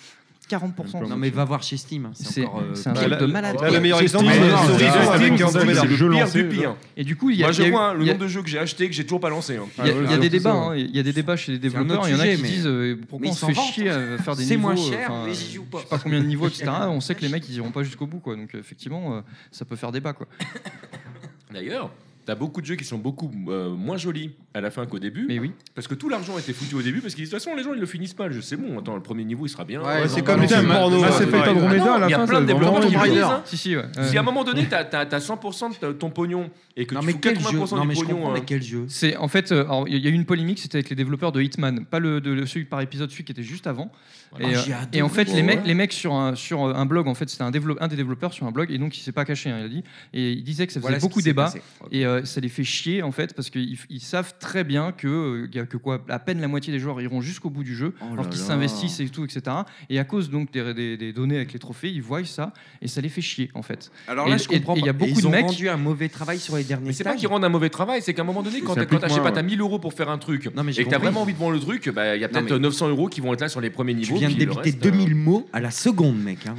40%.
Non, mais va voir chez Steam. hein,
C'est
C'est encore. euh,
c'est un
pire.
truc de malade.
Bah,
Là, le meilleur
C'est
exemple,
Steam,
c'est
c'est Steam,
Steam, avec
c'est Steam,
un scandale.
c'est
Le pire
lancé,
du pire.
Et du coup, il y a,
Moi, je
il y a eu-
vois hein, le
il y a-
nombre de jeux que j'ai acheté que j'ai toujours pas lancé. hein.
il y a, il y a
Ah,
des
ouais,
débats,
c'est
hein.
ça.
il y a des débats chez les
C'est un autre
développeurs. Il y en a
sujet,
qui
mais-
disent euh,
mais
pourquoi
ils
on se fait
s'en vantent.
chier à faire des
C'est
niveaux.
moins cher,
enfin,
mais j'y joue pas.
Je sais pas combien de niveaux, etc. On sait que les mecs ils iront pas jusqu'au bout, quoi. Donc effectivement, euh, ça peut faire débat, quoi.
D'ailleurs, t'as beaucoup de jeux qui sont beaucoup euh, moins jolis à la fin qu'au début.
Mais oui.
Parce que tout l'argent a été foutu au début parce qu'ils disent de toute façon les gens ils le finissent pas. Je sais bon, attends le premier niveau il sera bien.
Ouais,
Ouais,
c'est
non,
comme
non,
les films porno,
Ah,
ouais,
c'est
c'est
pas
pareil.
drôle.
Ah
Mais
non,
non, Il y
à
a
la fin,
plein de
ça
développeurs
devient
qui
Tomb
le disent.
Raider.
hein.
Si, si, ouais.
Si à un moment donné t'as t'as- t'as 100% de ton pognon et que
Non,
tu
mais
fous
quel jeu
80%
Non,
du
mais je
pognon.
comprends,
euh,
mais quel jeu
C'est en fait, euh, alors, il y a eu une polémique, c'était avec les développeurs de Hitman, pas le de, le- celui par épisode celui qui était juste avant.
Voilà.
et,
Ah, j'ai
euh,
adoré.
et en fait, les
Ouais.
mecs, les mecs sur un sur un blog, en fait, c'était un, développe- un des développeurs sur un blog, et donc il s'est pas caché, hein, il a dit, et il disait que ça faisait
Voilà ce
beaucoup
qui s'est
débat,
passé.
et euh, ça les fait chier en fait, parce qu'ils ils savent très bien que euh, y a que quoi, à peine la moitié des joueurs iront jusqu'au bout du jeu, alors
Oh là
qu'ils
là.
s'investissent et tout, etc. Et à cause donc des, des- des données avec les trophées, ils voient ça, et ça les fait chier en fait.
Alors
Et-
là, je
et-
comprends.
et Il y a
pas.
beaucoup
ils
de
ont
mecs.
rendu un mauvais travail sur les derniers.
Mais c'est pas
stages.
qu'ils rendent un mauvais travail, c'est qu'à un moment donné, quand
Ça
t'as-
pique
quand t'as, je
moins,
sais pas,
ouais.
t'as 1000 euros pour faire un truc
Non, mais j'ai
et que t'as
compris.
vraiment envie de voir le truc, bah, il y a
Non,
peut-être
mais-
900 euros qui vont être là sur les premiers
Tu
niveaux.
viens de
puis le
débiter
reste, euh,
2000 mots à la seconde, mec. hein.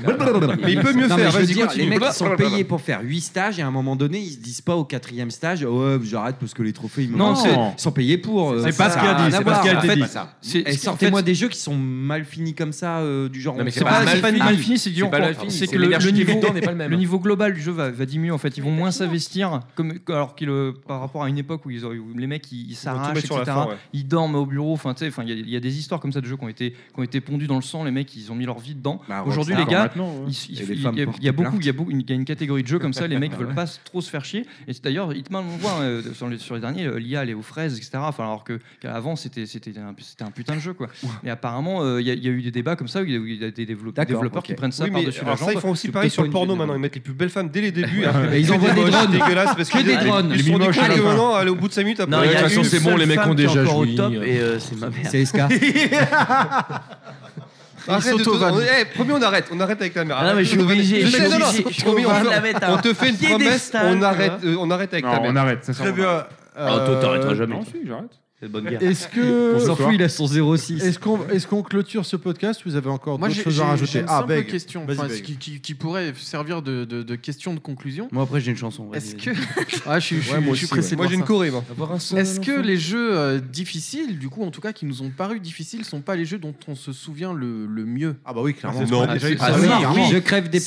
Mais il peut mieux
Non,
faire,
mais je veux
vas-y,
dire,
continue.
les mecs qui sont
Blablabla.
payés pour faire 8 stages et à un moment donné, ils se disent pas au quatrième stage, ouais, j'arrête parce que les trophées, ils me
Non,
manquent.
c'est-
Ils sont payés pour. euh,
C'est pas
ça
ce qu'il a
a
dit,
rien
c'est
à
pas ce
voir.
qu'il a
En fait,
dit.
c'est ça.
C'est-
Et
c'est-
sortez-moi
en fait-
des jeux qui sont mal finis comme ça, euh, du genre.
Non, mais
on
c'est
fait
pas,
un
c'est pas mal
fini.
fini, c'est du
C'est pas
encore.
mal fini,
C'est
c'est
que le,
l'énergie
le
qui est
niveau,
dedans n'est pas le même.
le niveau global du jeu va, va diminuer en fait. Ils vont moins s'investir, comme alors que le- par rapport à une époque où, ils auraient- où les mecs ils ils s'arrachent,
tomber sur
etc.
la fin, ouais.
Ils dorment au bureau. Enfin, tu sais, enfin, il y, a- il y a des histoires comme ça de jeux qui ont été qui ont été pondus dans le sang. Les mecs, ils ont mis leur vie dedans.
Bah,
Aujourd'hui, les
Rockstar,
gars,
maintenant, ouais.
ils-
Et
ils-
les
il y a-
femmes
il y a
portent
beaucoup,
plainte.
il y a beaucoup, une- il y a une catégorie de jeux comme ça. Les mecs
Bah
veulent
ouais.
pas se- trop se faire chier. Et c'est d'ailleurs, Hitman, on le voit euh, sur les, sur les derniers, euh, l'IA elle est aux fraises, etc. Enfin, alors que qu'avant c'était c'était un, c'était un putain de jeu quoi. Mais apparemment, euh, il y, a- il y a eu des débats comme ça où il y a, où il y a des dévelop-
D'accord,
développeurs qui
ok.
prennent ça
Oui, mais
par-dessus la
alors
jambe.
ça, ils font aussi
C'est
pareil
peut-être
sur
pas
le
une-
porno maintenant. Ils mettent les plus belles femmes dès les débuts.
Ouais.
après,
Mais ils
que
envoient des
moches,
drones.
dégueulasses, parce
Que des
ils-
drones.
Ils
Les
sont
mimoches à la
décollés
fin.
maintenant. allez, Au bout de 5 minutes, après.
Non, il y a
une
une
seule
seule
femme
femme qui est encore au top
euh,
et euh, c'est ma mère.
C'est SK. Arrête de te-
s'auto-vannent.
Eh, promis, on arrête. On arrête avec ta mère.
Ah non, mais je suis
Arrête de-
obligé,
Je
je suis
sais, non, non,
obligé.
c'est- promis, on
On
fait-
la met à
on te fait une
piédestal,
promesse.
tu
On
vois.
arrête. euh, On arrête avec
Non,
ta mère. Euh,
on arrête, ça, ça,
Très
on
bien.
arrête. Ah, toi, t'arrêteras jamais,
Non,
toi.
si, j'arrête.
Cette bonne guerre.
Est-ce que.
On s'en fout, il a son 06.
Est-ce qu'on est qu'on clôture ce podcast ou vous avez encore
Moi,
d'autres
j'ai
choses à
j'ai-
rajouter
j'ai une
Ah,
simple
Beg.
question
Vas-y,
enfin,
Beg.
ce qui, qui- qui pourrait servir de, de- de question de conclusion.
Moi, après, j'ai une chanson.
Est-ce que. Ah, je suis, je
Ouais,
suis-
moi
je suis
aussi,
pressé.
ouais. Moi,
de voir
j'ai une
ça.
choré, moi. Avoir un seul
Est-ce que
enfant.
les jeux euh, difficiles, du coup, en tout cas, qui nous ont paru difficiles, sont pas les jeux dont on se souvient le, le mieux
Ah, bah oui,
clairement.
Non. Ah, oui, oui.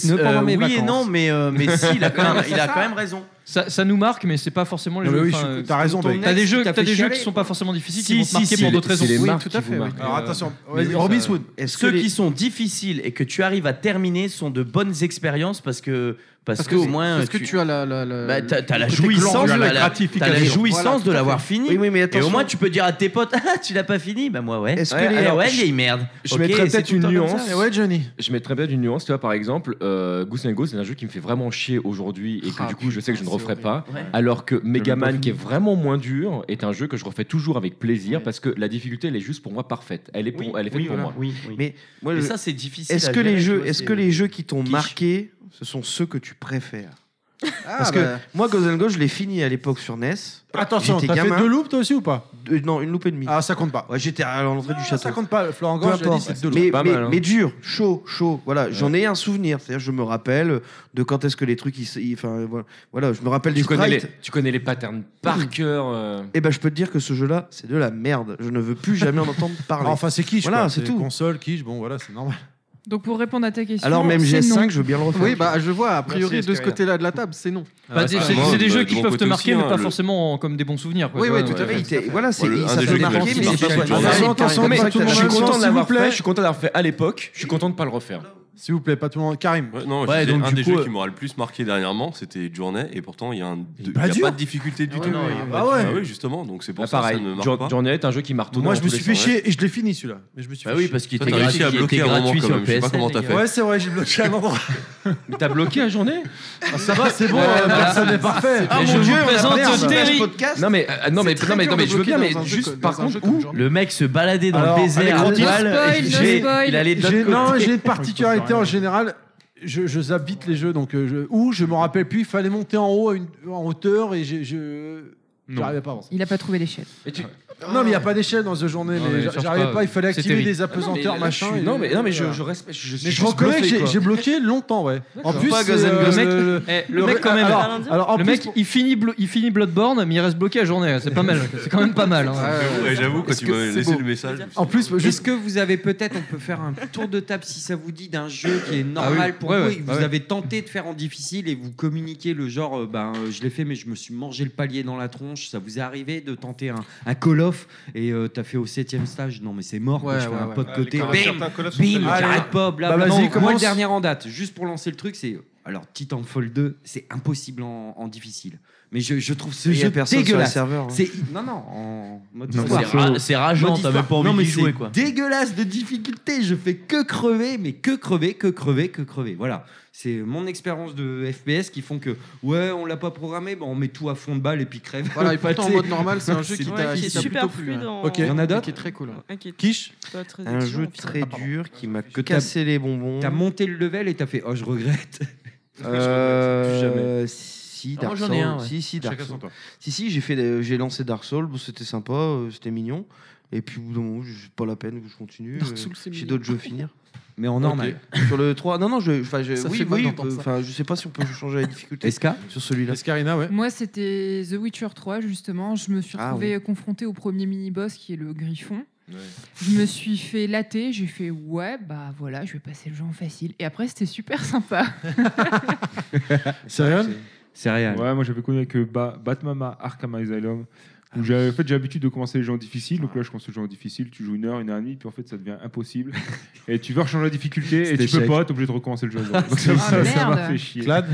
Euh, Oui et non, mais, euh, mais si, il a quand même, il a quand même raison.
Ça, ça nous marque, mais c'est pas forcément les
Non, mais
jeux.
oui,
enfin,
je suis-
euh,
t'as raison,
ton
mec.
T'as des jeux,
T'as
t'as
fait
des jeux
chialer.
qui sont pas forcément difficiles,
Si,
qui vont te
si,
marquer
si,
pour
les-
d'autres
c'est
raisons.
les marques
tout à
qui
fait.
vous
oui.
marquent. Mais
Euh,
oui, ça-
est-ce
Ceux
que les-
qui sont difficiles et que tu arrives à terminer sont de bonnes expériences parce que parce, que, au moins
parce que tu as la, la, la-
bah, t'as, t'as la
le côté
jouissance,
glanduleux,
de la, la- t'as la jouissance
Voilà, tout
de
à
l'avoir
fait.
fini.
Oui, oui, mais
et au
attention.
moins, tu peux dire à tes potes, ah, tu l'as pas fini Bah moi, ouais.
Est-ce que
ouais,
les-
alors, ouais,
je-
vieille merde.
Je
Ok,
mettrais
c'est
peut-être
tout le
une
temps comme
nuance.
ça.
Johnny.
Je mettrais peut-être une nuance. Tu vois, par exemple, euh, Goose and Goose, c'est un jeu qui me fait vraiment chier aujourd'hui et que du coup, je sais que je ne referai pas.
Ouais.
Alors que
pas
Megaman,
fini.
qui est vraiment moins dur, est un jeu que je refais toujours avec plaisir parce que la difficulté, elle est juste pour moi parfaite. Elle est, pour, elle est faite
oui,
pour
voilà,
moi.
oui, oui. Mais moi, je-
Est-ce que les jeux, est-ce que les jeux qui t'ont
quiche.
marqué, ce sont ceux que tu préfères
bah.
Parce que moi, Gozen Go, je l'ai fini à l'époque sur NES.
Attention,
J'étais
t'as fait
gamin.
deux loops toi aussi ou pas
Deux- Non, une loupe et demie.
Ah, ça compte pas. Ah,
Ouais, j'étais à l'entrée du château.
Ça compte pas, Florent
Peu
Gorge, j'ai dit
importe.
c'est deux
mais,
loops.
mais-
hein.
mais dur, chaud, chaud. Voilà, j'en ai un souvenir. C'est-à-dire, je me rappelle de quand est-ce que les trucs, ils, se- ils- enfin, voilà. voilà, je me rappelle
Tu
du
connais, les,
sprite.
tu connais les patterns par cœur. euh.
Eh ben, je peux te dire que ce jeu-là, c'est de la merde. Je ne veux plus jamais en entendre parler.
Ah, Enfin, c'est quiche.
Voilà,
quoi.
c'est tout.
Console, quiche, bon, voilà, c'est normal.
Donc pour répondre à ta question.
Alors, même
c'est non.
GS5, je veux bien le refaire.
Oui, bah, je vois, a priori,
Merci,
de ce
Escaria.
côté-là de la table, c'est non.
Bah, c'est, c'est- c'est des jeux qui peuvent te marquer,
hein,
mais pas
forcément
forcément en- comme des bons souvenirs. quoi,
Oui,
tu
oui,
vois,
tout à
ouais.
fait, tout à fait.
Voilà,
c'est- Voilà, un ça des peut jeux qui marquer, marque, mais c'est c'est pas pas-
Attention,
Allez, Karim,
attention, mais
Karim,
je suis
Karim,
content de
s'il
l'avoir
vous plaît.
fait, je suis content d'avoir fait à l'époque, je suis content de ne pas le refaire.
S'il vous plaît, pas tout le monde. Karim.
Non,
Ouais,
je disais,
donc,
un
du
des
coup,
jeux
euh,
qui m'aura le plus marqué dernièrement, c'était Journey, et pourtant il y a, un, il
pas
y a
dur.
pas de difficulté du
Ah
tout.
ouais, il y a pas
Ah
de-
ouais.
Ah
oui, justement, donc c'est pour
Bah,
ça
pareil,
que ça ne me marque
Jour-
pas.
Journey est un jeu qui martonne.
Moi,
dans
je me
tous
suis fait
les sens, ouais.
chier et je l'ai fini celui-là. Mais je me suis
Bah
fait
oui,
chier.
parce qu'il
Toi,
était
t'as réussi
gratuit,
à
il
bloquer
était
un moment
gratuit
quand
sur
même, je sais pas
PSN,
comment t'as
les
fait.
gars.
Ouais, c'est vrai, j'ai bloqué un endroit.
Mais t'as bloqué à journée
Ah, ça va, c'est bon, euh, personne n'est parfait.
Ah,
Et
mon
je vous
Dieu, on a
présente
perdu un
Terry.
vache podcast. Non, mais, euh, non, mais, non, mais, non, mais je veux bien, mais juste par contre, où
Le mec se baladait dans le désert. à poil, et j'ai- Il allait de
J'ai-
l'autre
Non,
côté.
j'ai une particularité en général. Je, je zappe vite les jeux, donc euh, je- ou je me rappelle plus. Il fallait monter en haut, à une- en hauteur, et j'ai- je j'arrivais pas à avancer.
Il a pas trouvé l'échelle.
Non, mais il n'y a pas d'échelle dans ce journée.
Non,
mais
mais
j'a-
cherche
j'arrivais
pas,
pas. Il fallait
c'est
activer
terrible.
des
Ah non,
apesanteur
mais là,
machin.
je suis-
et-
non, mais- non, mais je-
voilà.
je respecte- je- je suis
mais je
juste
reconnais que
bluffé,
j'ai-
quoi.
j'ai bloqué longtemps, ouais. En plus,
Pas
c'est,
Guns N'
euh,
Ghosts.
le-
le mec, eh, le mec quand même.
Alors, alors, en
le
plus,
mec, il finit, Blo- il finit Bloodborne, mais il reste bloqué à journée. C'est pas mal. C'est quand même pas mal. hein.
Ah, Ouais, j'avoue, quand
Est-ce
tu
que
m'as
c'est
laissé
beau
le message. je me suis
En plus,
est-ce que vous avez peut-être, on peut faire un tour de table si ça vous dit d'un jeu qui est normal
Ah oui.
pour
Ouais,
vous
ouais,
et que
ouais.
vous avez tenté de faire en difficile et vous communiquez le genre, euh, ben euh, je l'ai fait mais je me suis mangé le palier dans la tronche. Ça vous est arrivé de tenter un, un call off et euh, t'as fait au septième stage, non mais c'est mort, quoi,
Ouais,
je fais
ouais,
un
ouais.
pas de
Ah,
côté,
les Call of- certains
bim,
Call of sont
bim,
très
j'arrête
bien. Bah,
pas, blablabla.
vas-y,
Non, moi le
commence.
dernier en date, juste pour lancer le truc, c'est alors Titanfall 2, c'est impossible en, en difficile. Mais je, je trouve ce
Il y a
jeu
personne sur
dégueulasse.
les serveurs, hein.
C'est non non en mode
Non,
histoire.
c'est ra- c'est rageant,
Mode
t'as
histoire.
même pas envie
Non, mais
d'y
c'est
jouer, quoi.
Dégueulasse de difficulté, je fais que crever, mais que crever, que crever, que crever. Voilà, c'est mon expérience de FPS qui font que ouais, on l'a pas programmé, bon, on met tout à fond de balle et puis crève.
Voilà, et pourtant, en
Pâté.
mode normal, c'est un jeu qui
Ouais,
t'a-
qui
qui
est
t'a
super
plutôt plu,
fluide
ouais.
en-
Ok.
Il y en a d'autres
Qui est très cool.
Ouais, qui est-
Quiche
pas très
Un
exigeant,
jeu
au
très
final. Ah,
dur qui m'a
Que t'as-
cassé les bonbons.
T'as monté le level et t'as fait oh je regrette.
Euh, si,
Ah, moi,
Dark
j'en
Souls.
ai un, ouais.
Si, si,
Chacun
Dark
son
Souls.
tour.
Si, si, j'ai fait, des- j'ai lancé Dark Souls, bon, c'était sympa, euh, c'était mignon. Et puis, au bout d'un moment, j'ai- pas la peine que je continue.
Dark
euh,
Souls, c'est
J'ai
mignon.
d'autres jeux à finir.
Mais en normal.
Ok. Sur le 3, non, non, je, enfin, je,
Ça
oui,
fait mal
oui,
d'entendre
euh,
ça.
enfin, je sais pas si on peut changer la difficulté.
Esca
Sur celui-là.
Escarina, ouais.
Moi, c'était The Witcher 3, justement. Je me suis
Ah,
retrouvée
oui.
confrontée au premier mini-boss qui est le griffon. Je me suis fait latter, j'ai fait ouais, bah voilà, je vais passer le jeu en facile. Et après, c'était super sympa.
Sérieux
Sérieux.
Ouais, moi j'avais connu avec euh, Ba- Batmama Arkham Asylum.
Ah,
Où j'avais- en fait, j'ai l'habitude de commencer les gens difficiles. Donc là, je commence le jeu en difficile. Tu joues une heure, une heure et demie, puis en fait, ça devient impossible. Et tu veux rechanger la difficulté et
C'était
tu peux
chèque.
pas, t'es obligé de recommencer le jeu. à zéro. Donc
Ah,
ça, ça- ça m'a
merde.
fait chier.
Clad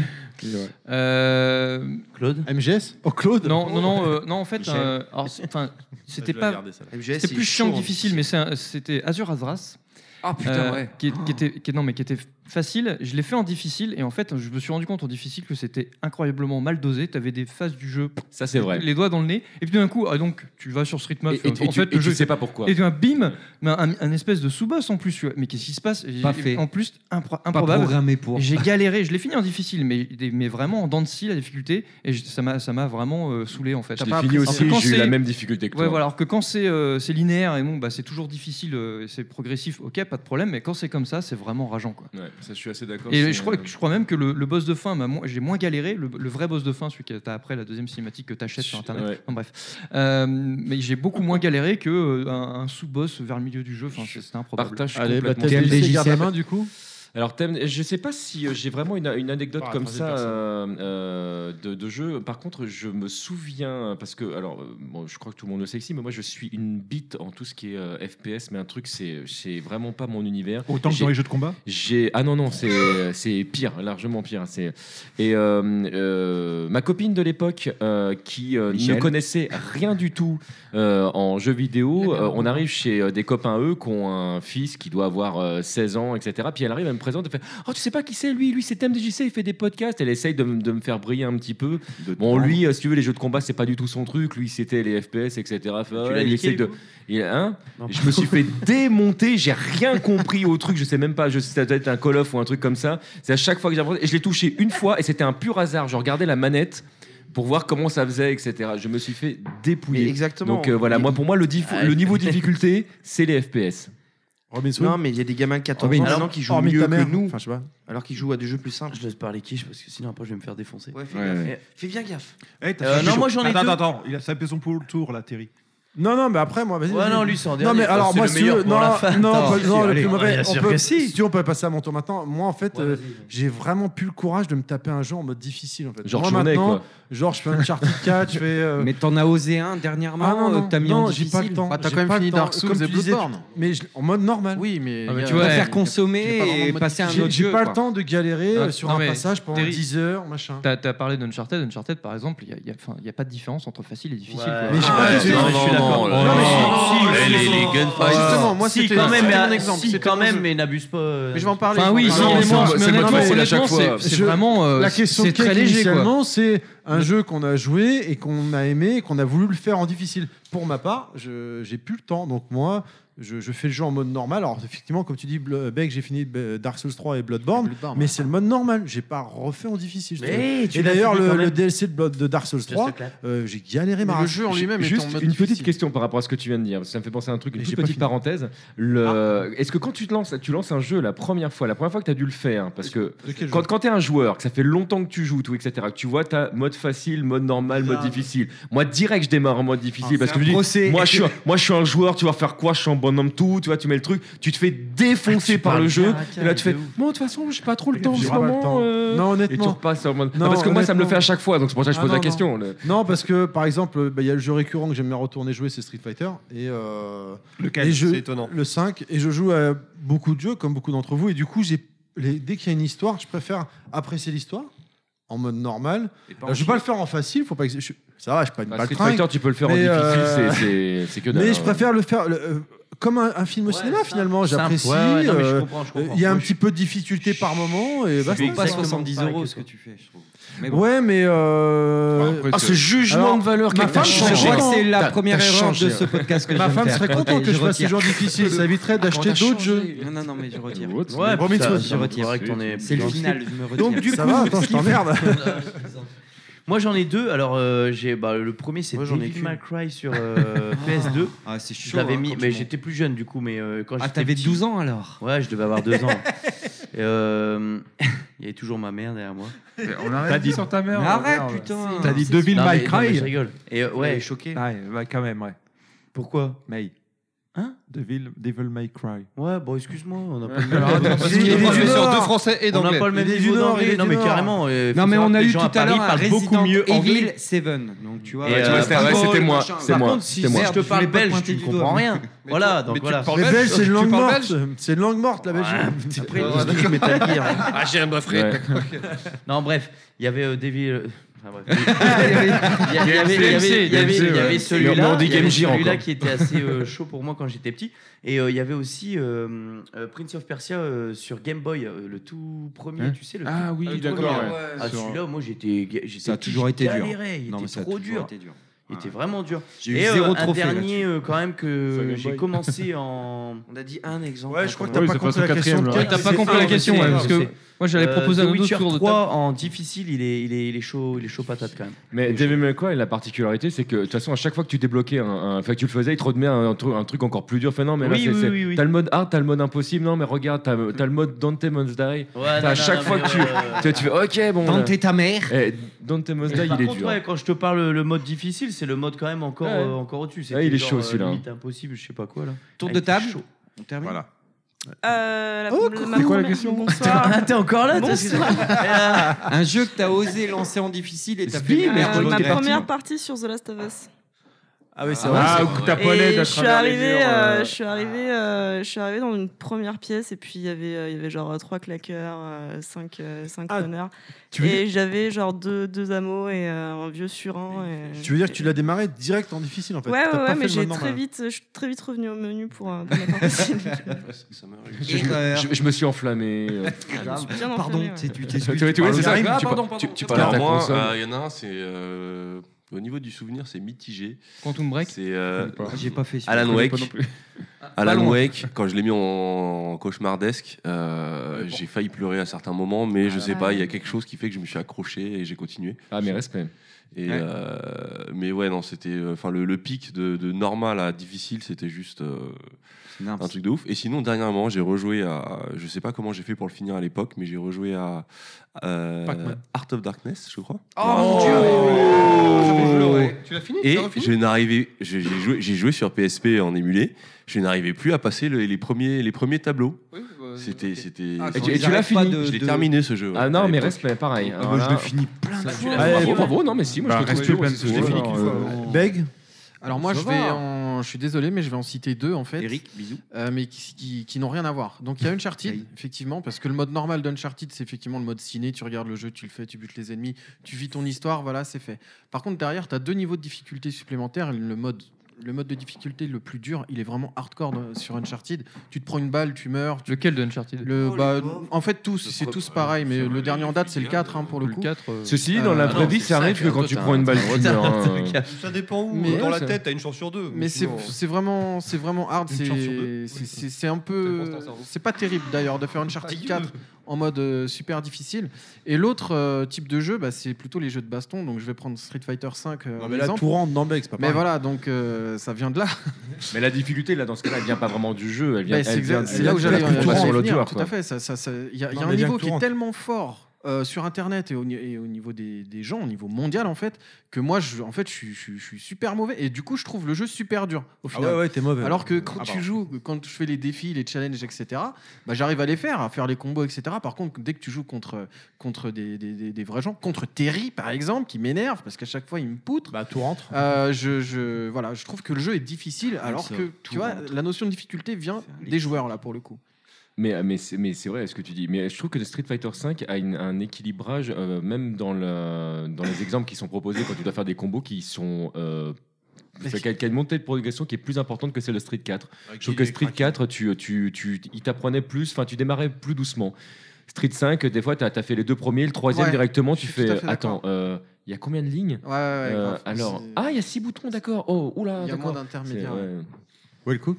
Et ouais.
Claude
MGS Oh, Claude
Euh, Non, non, non, euh, non en fait,
Michel.
euh, alors, c'est- enfin, c'était
je vais la
pas.
garder, celle-là. MGS,
C'était
il est
plus chiant
chaud, hein.
difficile, mais c'est un- c'était Azur Azras. Ah putain, ouais. Qui, est- qui était, qui est- non, mais qui était facile. Je l'ai fait en difficile et en fait, je me suis rendu compte en difficile que c'était incroyablement mal dosé. Tu avais des phases du jeu.
Ça, c'est vrai.
Les doigts dans le nez. Et puis d'un coup, ah, donc tu vas sur Street Map.
Et- et tu- et tu- et tu sais pas pourquoi.
Et tu vois, bim, mais un, un espèce de sous-boss en plus. tu vois. Mais qu'est-ce qui se passe
Pas
Et-
fait.
En plus, impro-
Pas
improbable.
programmé pour.
J'ai galéré. Je l'ai fini en difficile, mais, mais vraiment en dents de scie la difficulté. Et je- ça m'a ça m'a vraiment euh, saoulé en fait.
Je
T'as
l'ai
pas
fini
apprécié.
aussi,
Alors que
j'ai eu
quand
la
c'est-
même difficulté que
Ouais,
toi.
voilà, alors que quand c'est euh, c'est linéaire et bon, bah, c'est toujours difficile, euh, et c'est progressif, ok, pas de problème, mais quand c'est comme ça, c'est vraiment rageant. Quoi.
Ouais, ça, je suis assez d'accord.
Et
c'est-
je crois,
euh,
je crois même que le, le boss de fin, m'a moins- j'ai moins galéré, le, le vrai boss de fin, celui que t'as après la deuxième cinématique que t'achètes sur internet.
ouais.
Enfin, bref. Euh, mais j'ai beaucoup moins galéré que euh, un, un sous-boss vers le milieu du jeu, enfin, c'est- c'était improbable.
Partage
bah,
complètement. Alors, thème- je sais pas si euh, j'ai vraiment une, Ah, une anecdote
Ah,
Par la
comme
troisième
ça
personne.
euh, euh, de, de jeu. Par contre, je me souviens, parce que, alors, euh, bon, je crois que tout le monde le sait ici, mais moi, je suis une bite en tout ce qui est euh, FPS, mais un truc, c'est c'est vraiment pas mon univers.
Autant que dans
J'ai-
les jeux de combat
j'ai ah non non c'est c'est pire largement pire c'est et euh, euh, ma copine de l'époque euh, qui euh, ne
Michel.
connaissait rien du tout euh, en jeux vidéo euh, on arrive chez euh, des copains eux qui ont un fils qui doit avoir euh, 16 ans etc puis elle arrive elle me présente elle fait oh tu sais pas qui c'est lui lui c'est TMDJC il fait des podcasts elle essaye de, m- de me faire briller un petit peu bon lui euh, si tu veux les jeux de combat c'est pas du tout son truc lui c'était les FPS etc Fait,
l'as
ouais, il
niqué,
essaye
du
de
coup
il, hein je me suis fait démonter, j'ai rien compris au truc, je sais même pas, je sais, ça doit être un Call of ou un truc comme ça. C'est à chaque fois que j'ai approché- et je l'ai touché une fois et c'était un pur hasard. Je regardais la manette pour voir comment ça faisait, etc. Je me suis fait dépouiller.
Mais exactement.
Donc euh, voilà, moi pour moi le, dif-
Ouais.
le niveau de difficulté, c'est les FPS.
Non, mais il y a des gamins de 14
Hormis-
ans
Ah alors,
maintenant qui jouent
hormis
mieux
ta
que
mère.
nous.
Enfin,
je sais pas. Alors qu'ils jouent à des jeux plus simples.
Je laisse parler quiche parce que sinon après je vais me faire défoncer.
Ouais,
fais,
fais gaffe.
gaffe.
Fais bien gaffe.
Eh, t'as
Euh,
fait
non,
chaud.
moi, j'en ai
Attends,
deux.
attends, attends.
Il a sapé son pour le tour là, Terry.
Non, non, mais après, moi, vas-y.
Ouais,
vas-y.
non, lui, c'est en
Non,
dernier.
mais alors,
C'est
moi,
le
si tu veux-
meilleur pour
non,
la fin.
non,
Attends,
pas-
si,
non, le
allez.
plus
Ouais,
mauvais.
bien
on
sûr
peut-
que si.
si. tu veux, on peut passer à mon tour maintenant. Moi, en fait, euh, j'ai vraiment plus le courage de me taper un jeu en mode difficile. En fait.
Genre
Moi,
Journée,
maintenant,
quoi.
genre, je fais Uncharted 4, je fais. euh,
Mais t'en as osé un dernièrement,
Ah non,
euh,
non,
que t'as mis en
non, j'ai
difficile.
pas le temps.
Bah, t'as
J'ai
quand même
pas
fini
le temps.
Dark Souls
Comme
et
tu disais,
Bloodborne. Eh
tu- Mais je- en mode normal.
Oui, mais.
Ah, mais
euh,
tu vois,
je préfère
j'ai-
consommer
j'ai pas vraiment
et
le mode
passer à un
difficile.
autre
J'ai
jeu,
pas
quoi.
le temps de galérer euh,
Ah,
sur
non,
un
mais
passage pendant
Terry,
10 heures, machin.
T'as as parlé d'Uncharted, Uncharted par exemple, il n'y a, il y a- enfin, il y a pas de différence entre facile et difficile. quoi.
Mais j'ai pas Ouais, dit- non, non, non,
Non, mais si, si, si, Ah, si.
Ah, Justement, moi,
si,
c'était-
quand même,
c'était
mais,
mon exemple,
Si,
c'était
quand
mon
même,
jeu.
mais n'abuse pas. euh,
Mais je vais en parler.
Enfin,
je vais
oui,
en parler.
non, mais moi,
mais
c'est
honnêtement,
votre
honnêtement,
facile à chaque
c'est-
fois.
c'est
Je-
vraiment, euh,
la
la
question
question
de Kate, initialement,
initialement, c'est un jeu qu'on a joué et qu'on a aimé et qu'on a voulu le faire en difficile. Pour ma part, je j'ai plus le temps, donc moi. Je, je fais le jeu en mode normal. Alors, effectivement, comme tu dis, Bl- Beck, j'ai fini euh, Dark Souls 3 et Bloodborne, mais c'est le mode normal. J'ai pas refait en difficile. je te
Mais
jure.
tu
Et
l'as
d'ailleurs,
fini
le,
quand même.
le DLC de, Blood- de Dark Souls 3, euh, j'ai galéré ma race.
Ju- Juste une petite question par rapport à ce que tu viens de dire. parce que Ça me fait penser à un truc, une toute petite parenthèse.
Ah.
Le... Est-ce que quand tu te lances, tu lances un jeu la première fois, la première fois que tu as dû le faire, hein, parce que
quel
quand, quand tu es un joueur, que ça fait longtemps que tu joues, tout, etc., que tu vois, tu as mode facile, mode normal, mode difficile. Moi, direct, je démarre en mode difficile
Ah,
parce
c'est
que
un
je me dis,
procès.
moi je, suis, un- moi, je suis un joueur, tu vas faire quoi Je suis un bonhomme tout, tu vois, tu mets le truc, tu te fais défoncer par
parles
le jeu,
bien, tiens,
et là, tu
mais
fais,
de ouf.
bon, de toute façon, j'ai pas trop le temps en
J'ai
ce
pas le
moment.
temps.
euh,
Non,
Et tu
honnêtement.
repasses en mode.
Non,
Ah, parce que moi, ça me le
honnêtement.
fait à chaque fois, donc c'est pour ça que je
Ah,
pose
non,
la
non.
question. le-
Non, parce que par exemple, bah, il y a le jeu récurrent que j'aime bien retourner jouer, c'est Street Fighter. Et, euh,
Lequel
et je-
C'est étonnant.
Le 5. Et je joue à beaucoup de jeux, comme beaucoup d'entre vous. Et du coup, j'ai les- dès qu'il y a une histoire, je préfère apprécier l'histoire en mode normal.
en
Alors, je vais pas le faire en facile, faut pas que je- je- ça va, je suis pas une
Bah,
balle
Street
tringue,
Fighter, tu peux le faire en
mais,
difficile,
euh,
c'est- c'est- c'est que dalle,
Mais je
hein.
préfère le faire. le- euh, Comme un, un film au cinéma, finalement,
simple.
j'apprécie.
Ouais, ouais, non, mais je
euh,
comprends, je comprends.
Il y a un
Moi,
petit peu de difficulté par moment. Et
bah, C'est
basta,
pas
simplement.
70 euros ce que tu fais, je trouve. Mais bon.
Ouais, mais. Euh...
Ah, après, ce c'est- jugement de valeur
ma
que t'as
femme serait
changé. Je crois que
contente-
c'est la
t'as-
première
t'as
erreur
changé,
de
ouais.
ce podcast que je
Ma
viens de
femme
faire.
serait contente
Ok,
que
je
je fasse ces
retire.
genres difficiles. Ça éviterait
Ah,
d'acheter
quand t'as
d'autres jeux.
changé. Non, non, non, mais je retire.
Ouais, mais
ça,
ça,
je retire.
c'est vrai que t'en es-
C'est le
Ah,
final, je me retire.
Donc du
Ça
coup,
va, attends,
ce
je
qui fait-
t'emmerde.
Moi j'en ai deux. Alors euh, j'ai bah, le premier c'est
Moi, j'en ai
Devil
qu'une.
May Cry sur euh, PS2.
Ah, c'est
Je
chaud,
l'avais
hein,
mis,
quand
mais
tu
j'étais plus jeune du coup. Mais euh, quand
Ah,
j'étais
t'avais
petit-
12 ans, alors
Ouais, je devais avoir 2 ans. Et, euh, Il y a toujours ma mère derrière moi.
on arrête T'as dit- sur ta mère, hein,
Mais
on
arrête
regarde.
putain.
T'as dit Devil
Non,
May
mais- non,
Cry.
mais Je rigole. Et euh, ouais,
Ouais.
choqué.
Ouais, bah, quand même, ouais.
Pourquoi
May.
Hein
Devil, Devil May Cry.
Ouais, bon, excuse-moi, on n'a pas
Alors, attends, parce que je parle sur deux français et
On
d'anglais.
n'a pas le même
Il est du
niveau
Nord, il
d'anglais.
est
Non,
du
mais
Nord.
carrément. euh, faut
Non, mais
savoir
on
que
a
les
eu tout
gens
à l'heure
Paris
un
parlent
Resident
beaucoup mieux
Evil
anglais.
7. Donc tu vois,
Et, euh, par
Paintball,
contre,
machin.
Par contre, si
Merde,
je te
voulais
parle
pas
belge,
pointer
tu ne
du doigt.
comprends rien. Voilà, donc voilà.
Les Belges, c'est une langue morte. C'est une langue morte, la Belgique. hein.
Après, ils disent Metal Gear.
Ah, j'ai un
Ouais. non, bref, il y avait euh, Devil, Enfin, bref. Il y avait- il y avait- il y avait- il y avait- il y avait celui-là il y avait celui-là qui était assez euh, chaud pour moi quand j'étais petit. Et euh, il y avait aussi euh, euh, Prince of Persia euh, sur Game Boy, euh, le tout premier,
Hein
tu sais. Le
Ah
tout-
oui,
le tout
d'accord,
premier.
ouais.
Ah,
Sur-
celui-là, moi j'étais. ga- j'étais
Ça a
petit,
toujours été dur.
galérais, Il
Non, mais
était
ça a
trop
toujours
dur.
été dur.
Il était vraiment dur.
J'ai eu
Et, euh,
zéro
un
trophée
dernier
là-dessus.
euh, quand même
Sur Game
que j'ai
Boy.
commencé en.
On a dit un exemple.
Ouais, je crois
que t'as Oui, pas c'est compris
la question de T'as pas compris la question, ouais, parce que moi, j'allais proposer un
Euh, The
autre
Witcher
tour de
3 en difficile, il est, il est, il est chaud, il est chaud patate quand même.
Mais Devil May Cry, la particularité, c'est que de toute façon, à chaque fois que tu débloquais un, un- enfin, que tu le faisais, il te remet un, un truc, un truc encore plus dur. Fait non, mais là,
Oui,
c'est-
oui,
c'est-
oui, oui.
t'as le mode hard, t'as le mode impossible. Non, mais regarde, t'as, t'as le mode Dante Must Die. T'as
non,
à
non,
chaque
non,
fois
mais
que tu,
ouais,
tu, tu fais, ok, bon.
Dante
là.
ta mère.
Eh, Dante Must Die,
Mais par
il est
contre,
dur. hein.
ouais, quand je te parle le mode difficile, c'est le mode quand même encore,
Ouais.
euh, encore au-dessus.
Ouais, il
C'était
est chaud,
genre, euh,
celui-là.
Limite impossible, je sais pas quoi là.
Tour
Ah,
de
il était
table.
chaud. On termine. Voilà.
Euh, la- ma
c'est quoi la
première-
question
Bonsoir.
Ah, t'es encore là, toi,
Bonsoir.
Un jeu que t'as osé lancer en difficile et t'as
Sbi,
fait.
euh, mais
merde,
Euh,
l'autre
ma
est parti.
première partie sur The Last of Us.
Ah oui, c'est
Ah,
vrai.
ah,
c'est
coup
vrai.
de taponnet
Et
à
je suis
travers les
arrivée,
murs,
euh,
euh,
je suis arrivée, euh, je suis arrivée dans une première pièce et puis il y avait, euh, il y avait genre euh, trois claqueurs, euh, cinq, euh, cinq honneurs.
Ah, tu veux
Et
dire-
j'avais genre deux, deux hameaux et euh, un vieux surin. et-
Tu veux dire que tu l'as démarré direct en difficile en fait
Ouais,
T'as
ouais,
pas
ouais,
fait
mais
le
j'ai
mode
très
normal.
vite, euh, je suis très vite revenue au menu pour, euh, pour ma part possible.
Je, je- je me suis enflammé.
Ah,
euh.
Bien
Pardon,
enfermée, ouais.
tu- tu
t'excuses,
Tu- tu-
tu
ouais,
parles
c'est ça.
au
Tu-
Karim,
tu-
pardon,
tu-
pardon.
tu parles à
Alors
ta
moi,
console.
euh, il y en a un, c'est euh, au niveau du souvenir, c'est mitigé.
Quantum Break
C'est euh,
J'ai pas fait celui-là.
Alan
Je connais
Wake.
pas non plus. Ah, pas
Alan
loin.
Wake, quand je l'ai mis en cauchemardesque, euh, j'ai failli pleurer à certains moments, mais je sais pas, il y a quelque chose qui fait que je me suis accroché et j'ai continué.
Ah, mais respect.
Et
Ouais.
euh, mais ouais, non, c'était. euh, Enfin, le, le pic de, de normal à difficile, c'était juste euh, un truc de ouf. Et sinon, dernièrement, j'ai rejoué à. Je sais pas comment j'ai fait pour le finir à l'époque, mais j'ai rejoué à. euh,
Pac-Man.
Art of Darkness, je crois.
Oh, mon Dieu, oui,
Oh.
oui, oui. Ça fait jouer, ouais. Ah, Tu l'as fini Tu
Et
l'as refini
je n'arrivais. je- J'ai joué, j'ai joué sur PSP en émulé. Je n'arrivais plus à passer le- les, premiers, les premiers tableaux.
bah,
C'était. c'était.
Ah,
Et tu, et tu l'as fini
Je l'ai terminé ce jeu. ouais,
Ah non,
à
mais
l'époque.
respect, pareil. hein,
Ah,
Alors
moi, je
là-
l'ai fini plein de
Ça,
fois.
ah,
Ouais.
Bravo, bravo, non, mais si, moi
Bah,
je te
respect,
trouve
plein
bien.
de fois. Je l'ai fini qu'une
hein.
fois.
Beg
Alors moi,
Ça
je
va.
vais en- je suis désolé, mais je vais en citer deux en fait. Eric, bisous. mais qui, qui- qui n'ont rien à voir. Donc il y a Uncharted, effectivement, parce que le mode normal d'Uncharted, c'est effectivement le mode ciné. Tu regardes le jeu, tu le fais, tu butes les ennemis, tu vis ton histoire, voilà, c'est fait. Par contre, derrière, tu as deux niveaux de difficulté supplémentaires. Le mode le mode de difficulté le plus dur, il est vraiment hardcore de- sur Uncharted. Tu te prends une balle, tu meurs. tu-
Lequel de Uncharted
le, bah, En fait, tous, c'est tous pareil, mais le dernier en date, c'est le 4 hein, pour le, coup.
Ceci, dans la
Euh,
vraie vie, ça arrive que quand tu prends une balle, tu meurs. hein.
Ça dépend où.
Mais-
dans la
Ouais,
tête, t'as une chance sur deux.
Mais c'est
sinon-
c'est vraiment, c'est vraiment hard.
Une
C'est
chance sur deux.
c'est- c'est- c'est un peu, c'est pas terrible d'ailleurs de faire une Uncharted 4 en mode euh, super difficile. Et l'autre euh, type de jeu, bah, c'est plutôt les jeux de baston. Donc je vais prendre Street Fighter 5.
Non, mais là, tout rentre dans le bec, c'est pas pareil.
Mais voilà, donc euh, ça vient de là.
Mais la difficulté, là, dans ce cas-là, elle vient pas vraiment du jeu. Elle vient,
Mais Bah, c'est
elle vient-
exact-
elle
c'est là où
vient
j'allais
plutôt
j'allais
sur
en
l'audio.
venir, Tout à fait. ça- ça- ça- Il y a, il y a
Non,
un
mais bien
niveau
que
qui
tout
est
rentre.
tellement fort euh, sur Internet et au, ni- et au niveau des, des gens, au niveau mondial en fait, que moi, je, en fait, je, suis- je suis- je suis super mauvais. Et du coup, je trouve le jeu super dur. Au
Ah
final.
ouais, ouais, t'es mauvais.
Alors que
Ah
quand
bah.
tu joues, quand je fais les défis, les challenges, etc., bah, j'arrive à les faire, à faire les combos, etc. Par contre, dès que tu joues contre, contre des, des- des- des vrais gens, contre Terry par exemple, qui m'énerve parce qu'à chaque fois il me poutre. euh,
Bah tout rentre.
je, je- voilà, je trouve que le jeu est difficile
Ah,
alors
ça,
que
tout
tu vois, la notion de difficulté vient des joueurs là pour le coup.
Mais, euh, mais, c'est, mais c'est vrai ce que tu dis. Mais je trouve que Street Fighter V a une- un équilibrage, euh, même dans, le, dans les exemples qui sont proposés, quand tu dois faire des combos qui sont. euh,
qui-
qui a- qui a une montée de progression qui est plus importante que celle de Street 4.
Ouais,
Je trouve
qui
que
est
Street 4, tu, tu, tu, il t'apprenait plus, enfin, tu démarrais plus doucement. Street 5, des fois, tu as fait les deux premiers, le troisième
Ouais,
directement,
je
tu
suis tout à
fais.
fait d'accord.
Attends, euh, il y a combien de lignes
Ouais, ouais, ouais,
Euh,
grave.
Alors,
C'est-
ah, il y a six boutons, d'accord. Oh, oula,
Il y a moins
d'accord.
d'intermédiaires,
C'est-
ouais.
ouais.
Well Cook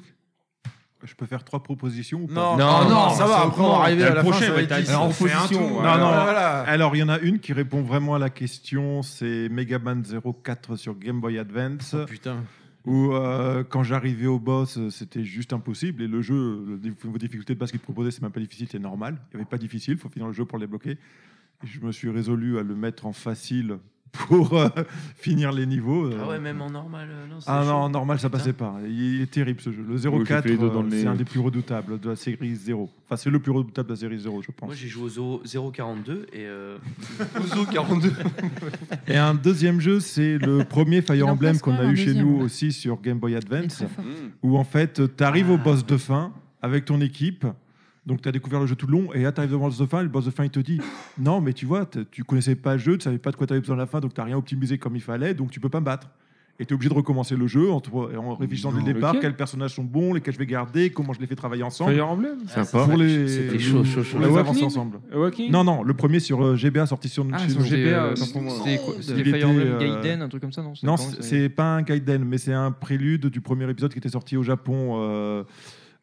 Je peux faire trois propositions ou pas
Non, Non, non, non, ça ça va, va, après, on va arriver à la fin, ça va être dix.
Alors,
On fait un
proposition,
tour,
non,
voilà.
non.
Voilà.
Alors, il y en a une qui répond vraiment à la question, c'est Mega Man 04 sur Game Boy Advance.
Oh, putain.
Où euh, quand j'arrivais au boss, euh, c'était juste impossible. Et le jeu, le dif- vos difficultés de base qu'il te proposait, c'est même pas difficile, c'est normal. Il n'y avait pas difficile, il faut finir le jeu pour le débloquer. Et je me suis résolu à le mettre en facile pour euh, finir les niveaux.
Ah
Euh,
ouais, même en normal, euh, non, c'est
ah
chaud.
non, normal, ça
Putain.
passait pas. Il est terrible ce jeu. Le
Oui, j'ai
04,
fait les deux dans le
euh, c'est
nez.
un des plus redoutables de la série 0. Enfin, c'est le plus redoutable de la série 0, je pense.
Moi j'ai joué au Zoro- 042 et. Euh...
Ozo 42.
Et un deuxième jeu, c'est le premier
Il
Fire
en
Emblem
place
qu'on
quoi,
a
un
eu chez
deuxième,
nous
là
aussi sur Game Boy Advance,
très fort. Mm.
où en fait, tu arrives au boss de fin avec ton équipe. Donc, tu as découvert le jeu tout le long, et là, tu arrives devant le boss de fin, le boss de fin, il te dit Non, mais tu vois, t- tu connaissais pas le jeu, tu savais pas de quoi tu avais besoin à la fin, donc tu rien optimisé comme il fallait, donc tu peux pas me battre. Et tu es obligé de recommencer le jeu en, te- en réfléchissant dès le
Non,
départ
lequel
quels personnages sont bons, lesquels je vais garder, comment je les fais travailler ensemble.
Fire Emblem
Sympa. Pour les,
Ah, C'était chaud, chaud, chaud.
pour les avancer
Awakening
ensemble.
Awakening
Non, non, le premier sur euh, GBA sorti sur
Ah,
chez
sur
nous.
GBA,
Euh,
euh,
sur-
c'était quoi
il
C'était Fire Emblem
était, euh,
Gaiden, un truc comme ça, non C'était
Non,
comment,
c'est-
ça
c'est pas un Gaiden, mais c'est un prélude du premier épisode qui était sorti au Japon. euh,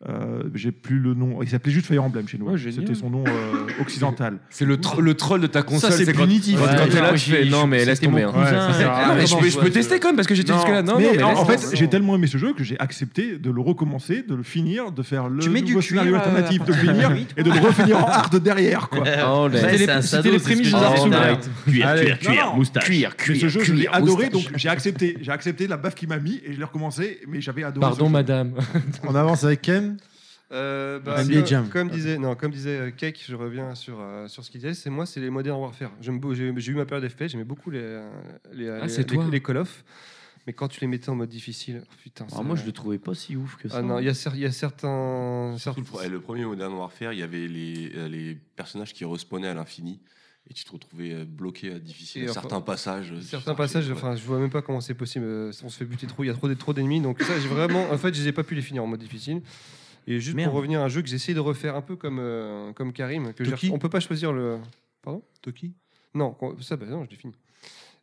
euh, J'ai plus le nom. Il s'appelait juste Fire Emblem chez nous.
Ouais, génial.
C'était son nom euh, occidental.
C'est le, tro- le troll de ta console.
c'est
quand-
punitif.
Quand,
Ouais,
quand t'es là,
moi,
tu
j'ai-
fais non, mais laisse
c'était
tomber.
mon
hein.
cousin. Ouais, c'est ça.
Ah, mais je peux, je peux tester quand même parce que j'étais jusque là. Non,
mais
non, mais
en,
laisse
en fait,
tomber.
j'ai tellement aimé ce jeu que j'ai accepté de le recommencer, de le finir, de faire le
Tu mets du
nouveau
cuir,
scénario
euh,
alternatif,
à
de le
partir de
finir
huit,
et de le refinir en hard derrière. Quoi.
Oh, là. C'était les- c'était les prémices de Dark Souls. Cuir,
Allez.
cuir,
Non,
cuir,
non.
moustache. Cuir,
Mais ce
cuir,
jeu, je l'ai
cuir,
adoré,
moustache.
donc j'ai accepté. J'ai accepté la baffe qu'il m'a mis et je l'ai recommencé, mais j'avais adoré.
Pardon,
ce jeu.
madame.
On avance avec Ken.
Euh, bah,
NBA
comme,
Jam.
comme disait, non, comme disait euh, Cake, je reviens sur, euh, sur ce qu'il disait. C'est moi, c'est les Modern Warfare. J'aime beau- J'ai j'ai eu ma période FPS, j'aimais beaucoup les, euh, les, euh,
Ah,
les-
c'est
les-
toi.
les Call of. Mais quand tu les mettais en mode difficile, oh, putain.
Ah,
ça-
moi, je le trouvais pas si ouf que ça.
Ah non, il y, a cer- il y a certains.
Surtout
certains-
le, pro- eh, le premier Modern Warfare, il y avait les, euh, les personnages qui respawnaient à l'infini et tu te retrouvais euh, bloqué à difficile.
Et
à
enfin,
certains passages. euh,
Certains passages, enfin, je vois même pas comment c'est possible. euh, On se fait buter trop, il y a trop, d- trop d'ennemis. Donc ça, j'ai vraiment, en fait, je les ai pas pu les finir en mode difficile. Et juste
Merde.
pour revenir à un jeu que j'essaie de refaire un peu comme, euh, comme Karim, que j'ai-
Toki
on peut pas choisir le. Pardon Toki Non, qu'on- ça, bah non, je l'ai fini.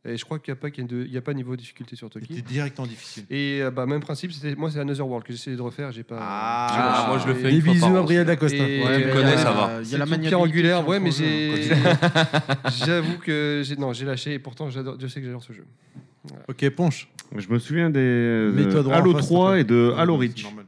Et je crois qu'il n'y a, pas- qu'il y a de- il y a pas niveau de difficulté sur Toki.
T'es direct en difficile.
Et euh, bah, même principe, c'était- moi c'est Another World que j'essayais de refaire, j'ai pas. j'ai
Ah,
pas-
moi, je le
et-
fais une Des fois bisous par an, à Brian Dacosta.
Et-
Ouais,
et
mais
il y a
connais, ça
la-
va.
Il
Il
y
y
a
a
la manière
la maniabilité
angulaire,
entre
ouais, mais
jeux, hein,
j'ai. J'avoue que j'ai non, j'ai lâché et pourtant j'adore, je sais que j'adore ce jeu.
Ok, ponche.
Je me souviens des euh,
Mets-toi droit en
Halo
face,
3 et de Halo
c'est
Reach.
normal.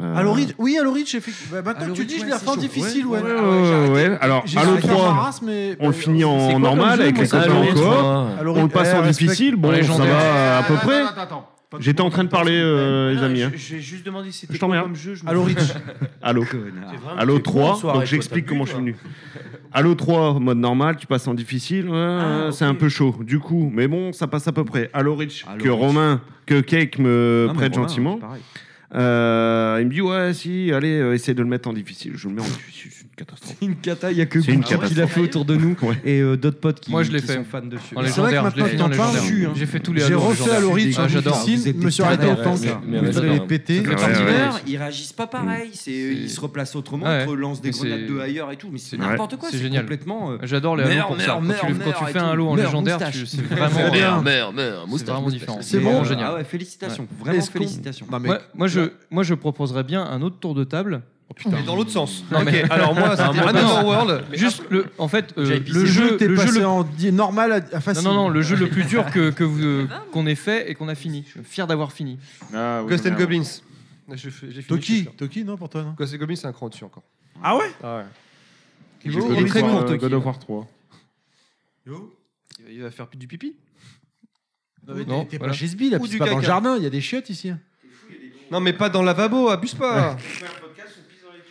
Euh,
Halo Reach, oui, Halo Reach, j'ai fait- bah, maintenant
Halo
que tu
Reach,
dis, je
ouais,
l'ai
c'est
refait en
chaud.
difficile,
Ouais,
ouais.
ouais,
Ah
ouais, j'ai
ouais,
arrêté.
alors,
J'ai
Halo
arrêté à
3,
Maras, mais-
on le finit en
comme
normal
jeu,
avec
moi,
les
ça
copains
me fait
encore.
rire.
On le passe en
Eh, respect-
difficile, bon,
Ouais, j'en
ça
ai-
va à peu
Attends,
près.
attends, attends.
J'étais en train de parler, euh, les amis. hein.
J'ai juste demandé si c'était
Je
quoi
t'emmerde.
comme jeu. je me
Halo
suis-
Reach. Halo.
T'es vraiment-
Halo
t'es con en
3,
soirée,
donc
toi,
j'explique
t'as hein.
comment
bu,
je suis
toi.
venu. Halo 3, mode normal, tu passes en difficile, ouais,
Ah,
ouais, c'est un peu chaud, du coup. Mais bon, ça passe à peu près. Halo Reach, que
Reach.
Romain, que Cake me
Non, mais
prête
Romain,
gentiment.
c'est pareil.
Euh, il me dit, ouais, si, allez, euh, essaye de le mettre en difficile. Je le mets en difficile, c'est une catastrophe.
Une cata, il y a que
C'est une
Gucci qui l'a
catastrophe.
fait autour de nous
Ouais.
et euh, d'autres potes qui,
Moi, je l'ai
qui
fait.
sont fans de ce
En légendaire, je l'ai fait en légendaire.
hein.
J'ai fait tous les
J'ai
Halo
refait
légendaires.
Halo Reach
Ah,
en
j'adore. Vous
difficile,
êtes
je me suis
des
arrêté en
tarés,
tank.
ouais, mais
Je
j'adore.
l'ai pété.
Ça fait
Ouais,
partie
ouais,
des-
ouais.
Hum.
Il réagissent pas pareil, c'est ils se replacent autrement,
Ouais.
ils relancent des
Mais
grenades
c'est-
de ailleurs et tout, mais c'est
Ouais.
n'importe quoi,
C'est
c'est
génial.
complètement. euh,
J'adore les Halo
meurs,
pour ça.
meurs,
Quand
meurs,
tu- quand
meurs
tu
et
fais un
tout.
Halo en
Meurs,
légendaire,
moustache.
tu- c'est vraiment-
Meurs,
meurs, meurs, moustache,
C'est vraiment
moustache.
différent.
C'est bon.
Ah ouais, félicitations, vraiment
Est-ce qu'on-
félicitations.
moi, moi, je, moi, je proposerais bien un autre tour de table. Oh,
Mais dans l'autre sens.
Non, mais-
Ok, alors moi, c'était
Non, mais-
Another World.
Mais Juste, le, en fait, euh,
J'avais pissé.
le jeu,
t'es
le jeu
passé
le-
en di- normal à- à
non,
facile.
non, non, le jeu le plus dur que, que vous, euh,
Ah,
qu'on ait fait et qu'on a fini. Je suis fier d'avoir fini.
oui, Ghost and merde. Goblins. J'ai fait- j'ai fini, je suis
Toki,
sûr.
Toki, non, pour toi, non
Ghost and Goblins, c'est un cran dessus encore.
Ah ouais
Il
Yo,
est
euh,
très court, Toki.
God of War 3.
Il va faire du pipi
Non, mais t'es- t'es pas chez Sbi, là, puis c'est pas dans le jardin, il y a des chiottes ici. hein.
Non, mais pas dans le lavabo, abuse pas.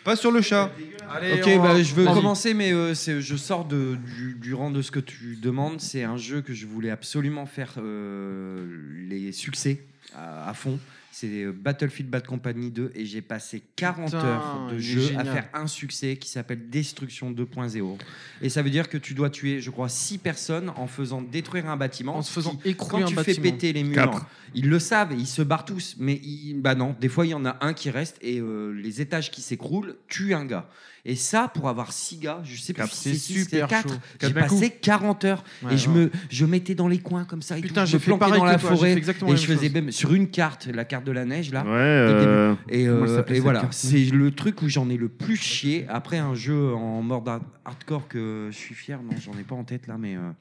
Pas sur le chat.
Allez,
Ok,
on va-
bah, je veux-
on va commencer, mais euh, c'est- je sors de- du, du rang de ce que tu demandes. C'est un jeu que je voulais absolument faire euh, les succès à, à fond. C'est euh, Battlefield Bad Company 2 et j'ai passé 40
Putain,
heures de
il est
jeu à
génial.
faire un succès qui s'appelle Destruction 2.0. Et ça veut dire que tu dois tuer, je crois, 6 personnes en faisant détruire un bâtiment. En se faisant
écrouler
quand
un
tu
bâtiment.
fais péter les murs,
Quatre.
ils le savent, ils se barrent tous, mais ils- bah non, des fois il y en a un qui reste et euh, les étages qui s'écroulent tuent un gars. Et ça, pour avoir six gars, je sais plus
Quatre,
si
c'est
c'est
super
4,
chaud. Quatre
j'ai
d'un
passé
coup.
40 heures
Ouais,
et je
ouais.
me je mettais dans les coins comme ça. Et
Putain,
tout. Je
j'ai
me
fait
planquais
pareil
dans
que
la
toi, j'ai
forêt
fait exactement
et
la
je
même
faisais
chose.
même sur une carte, la carte de la neige là.
Ouais,
au début.
euh,
Et,
comment
euh,
elle s'appelle
et
cette
voilà,
carte
c'est le truc où j'en ai le plus chié après un jeu en mode hard- hardcore que je suis fier. Non, j'en ai pas en tête là, mais euh,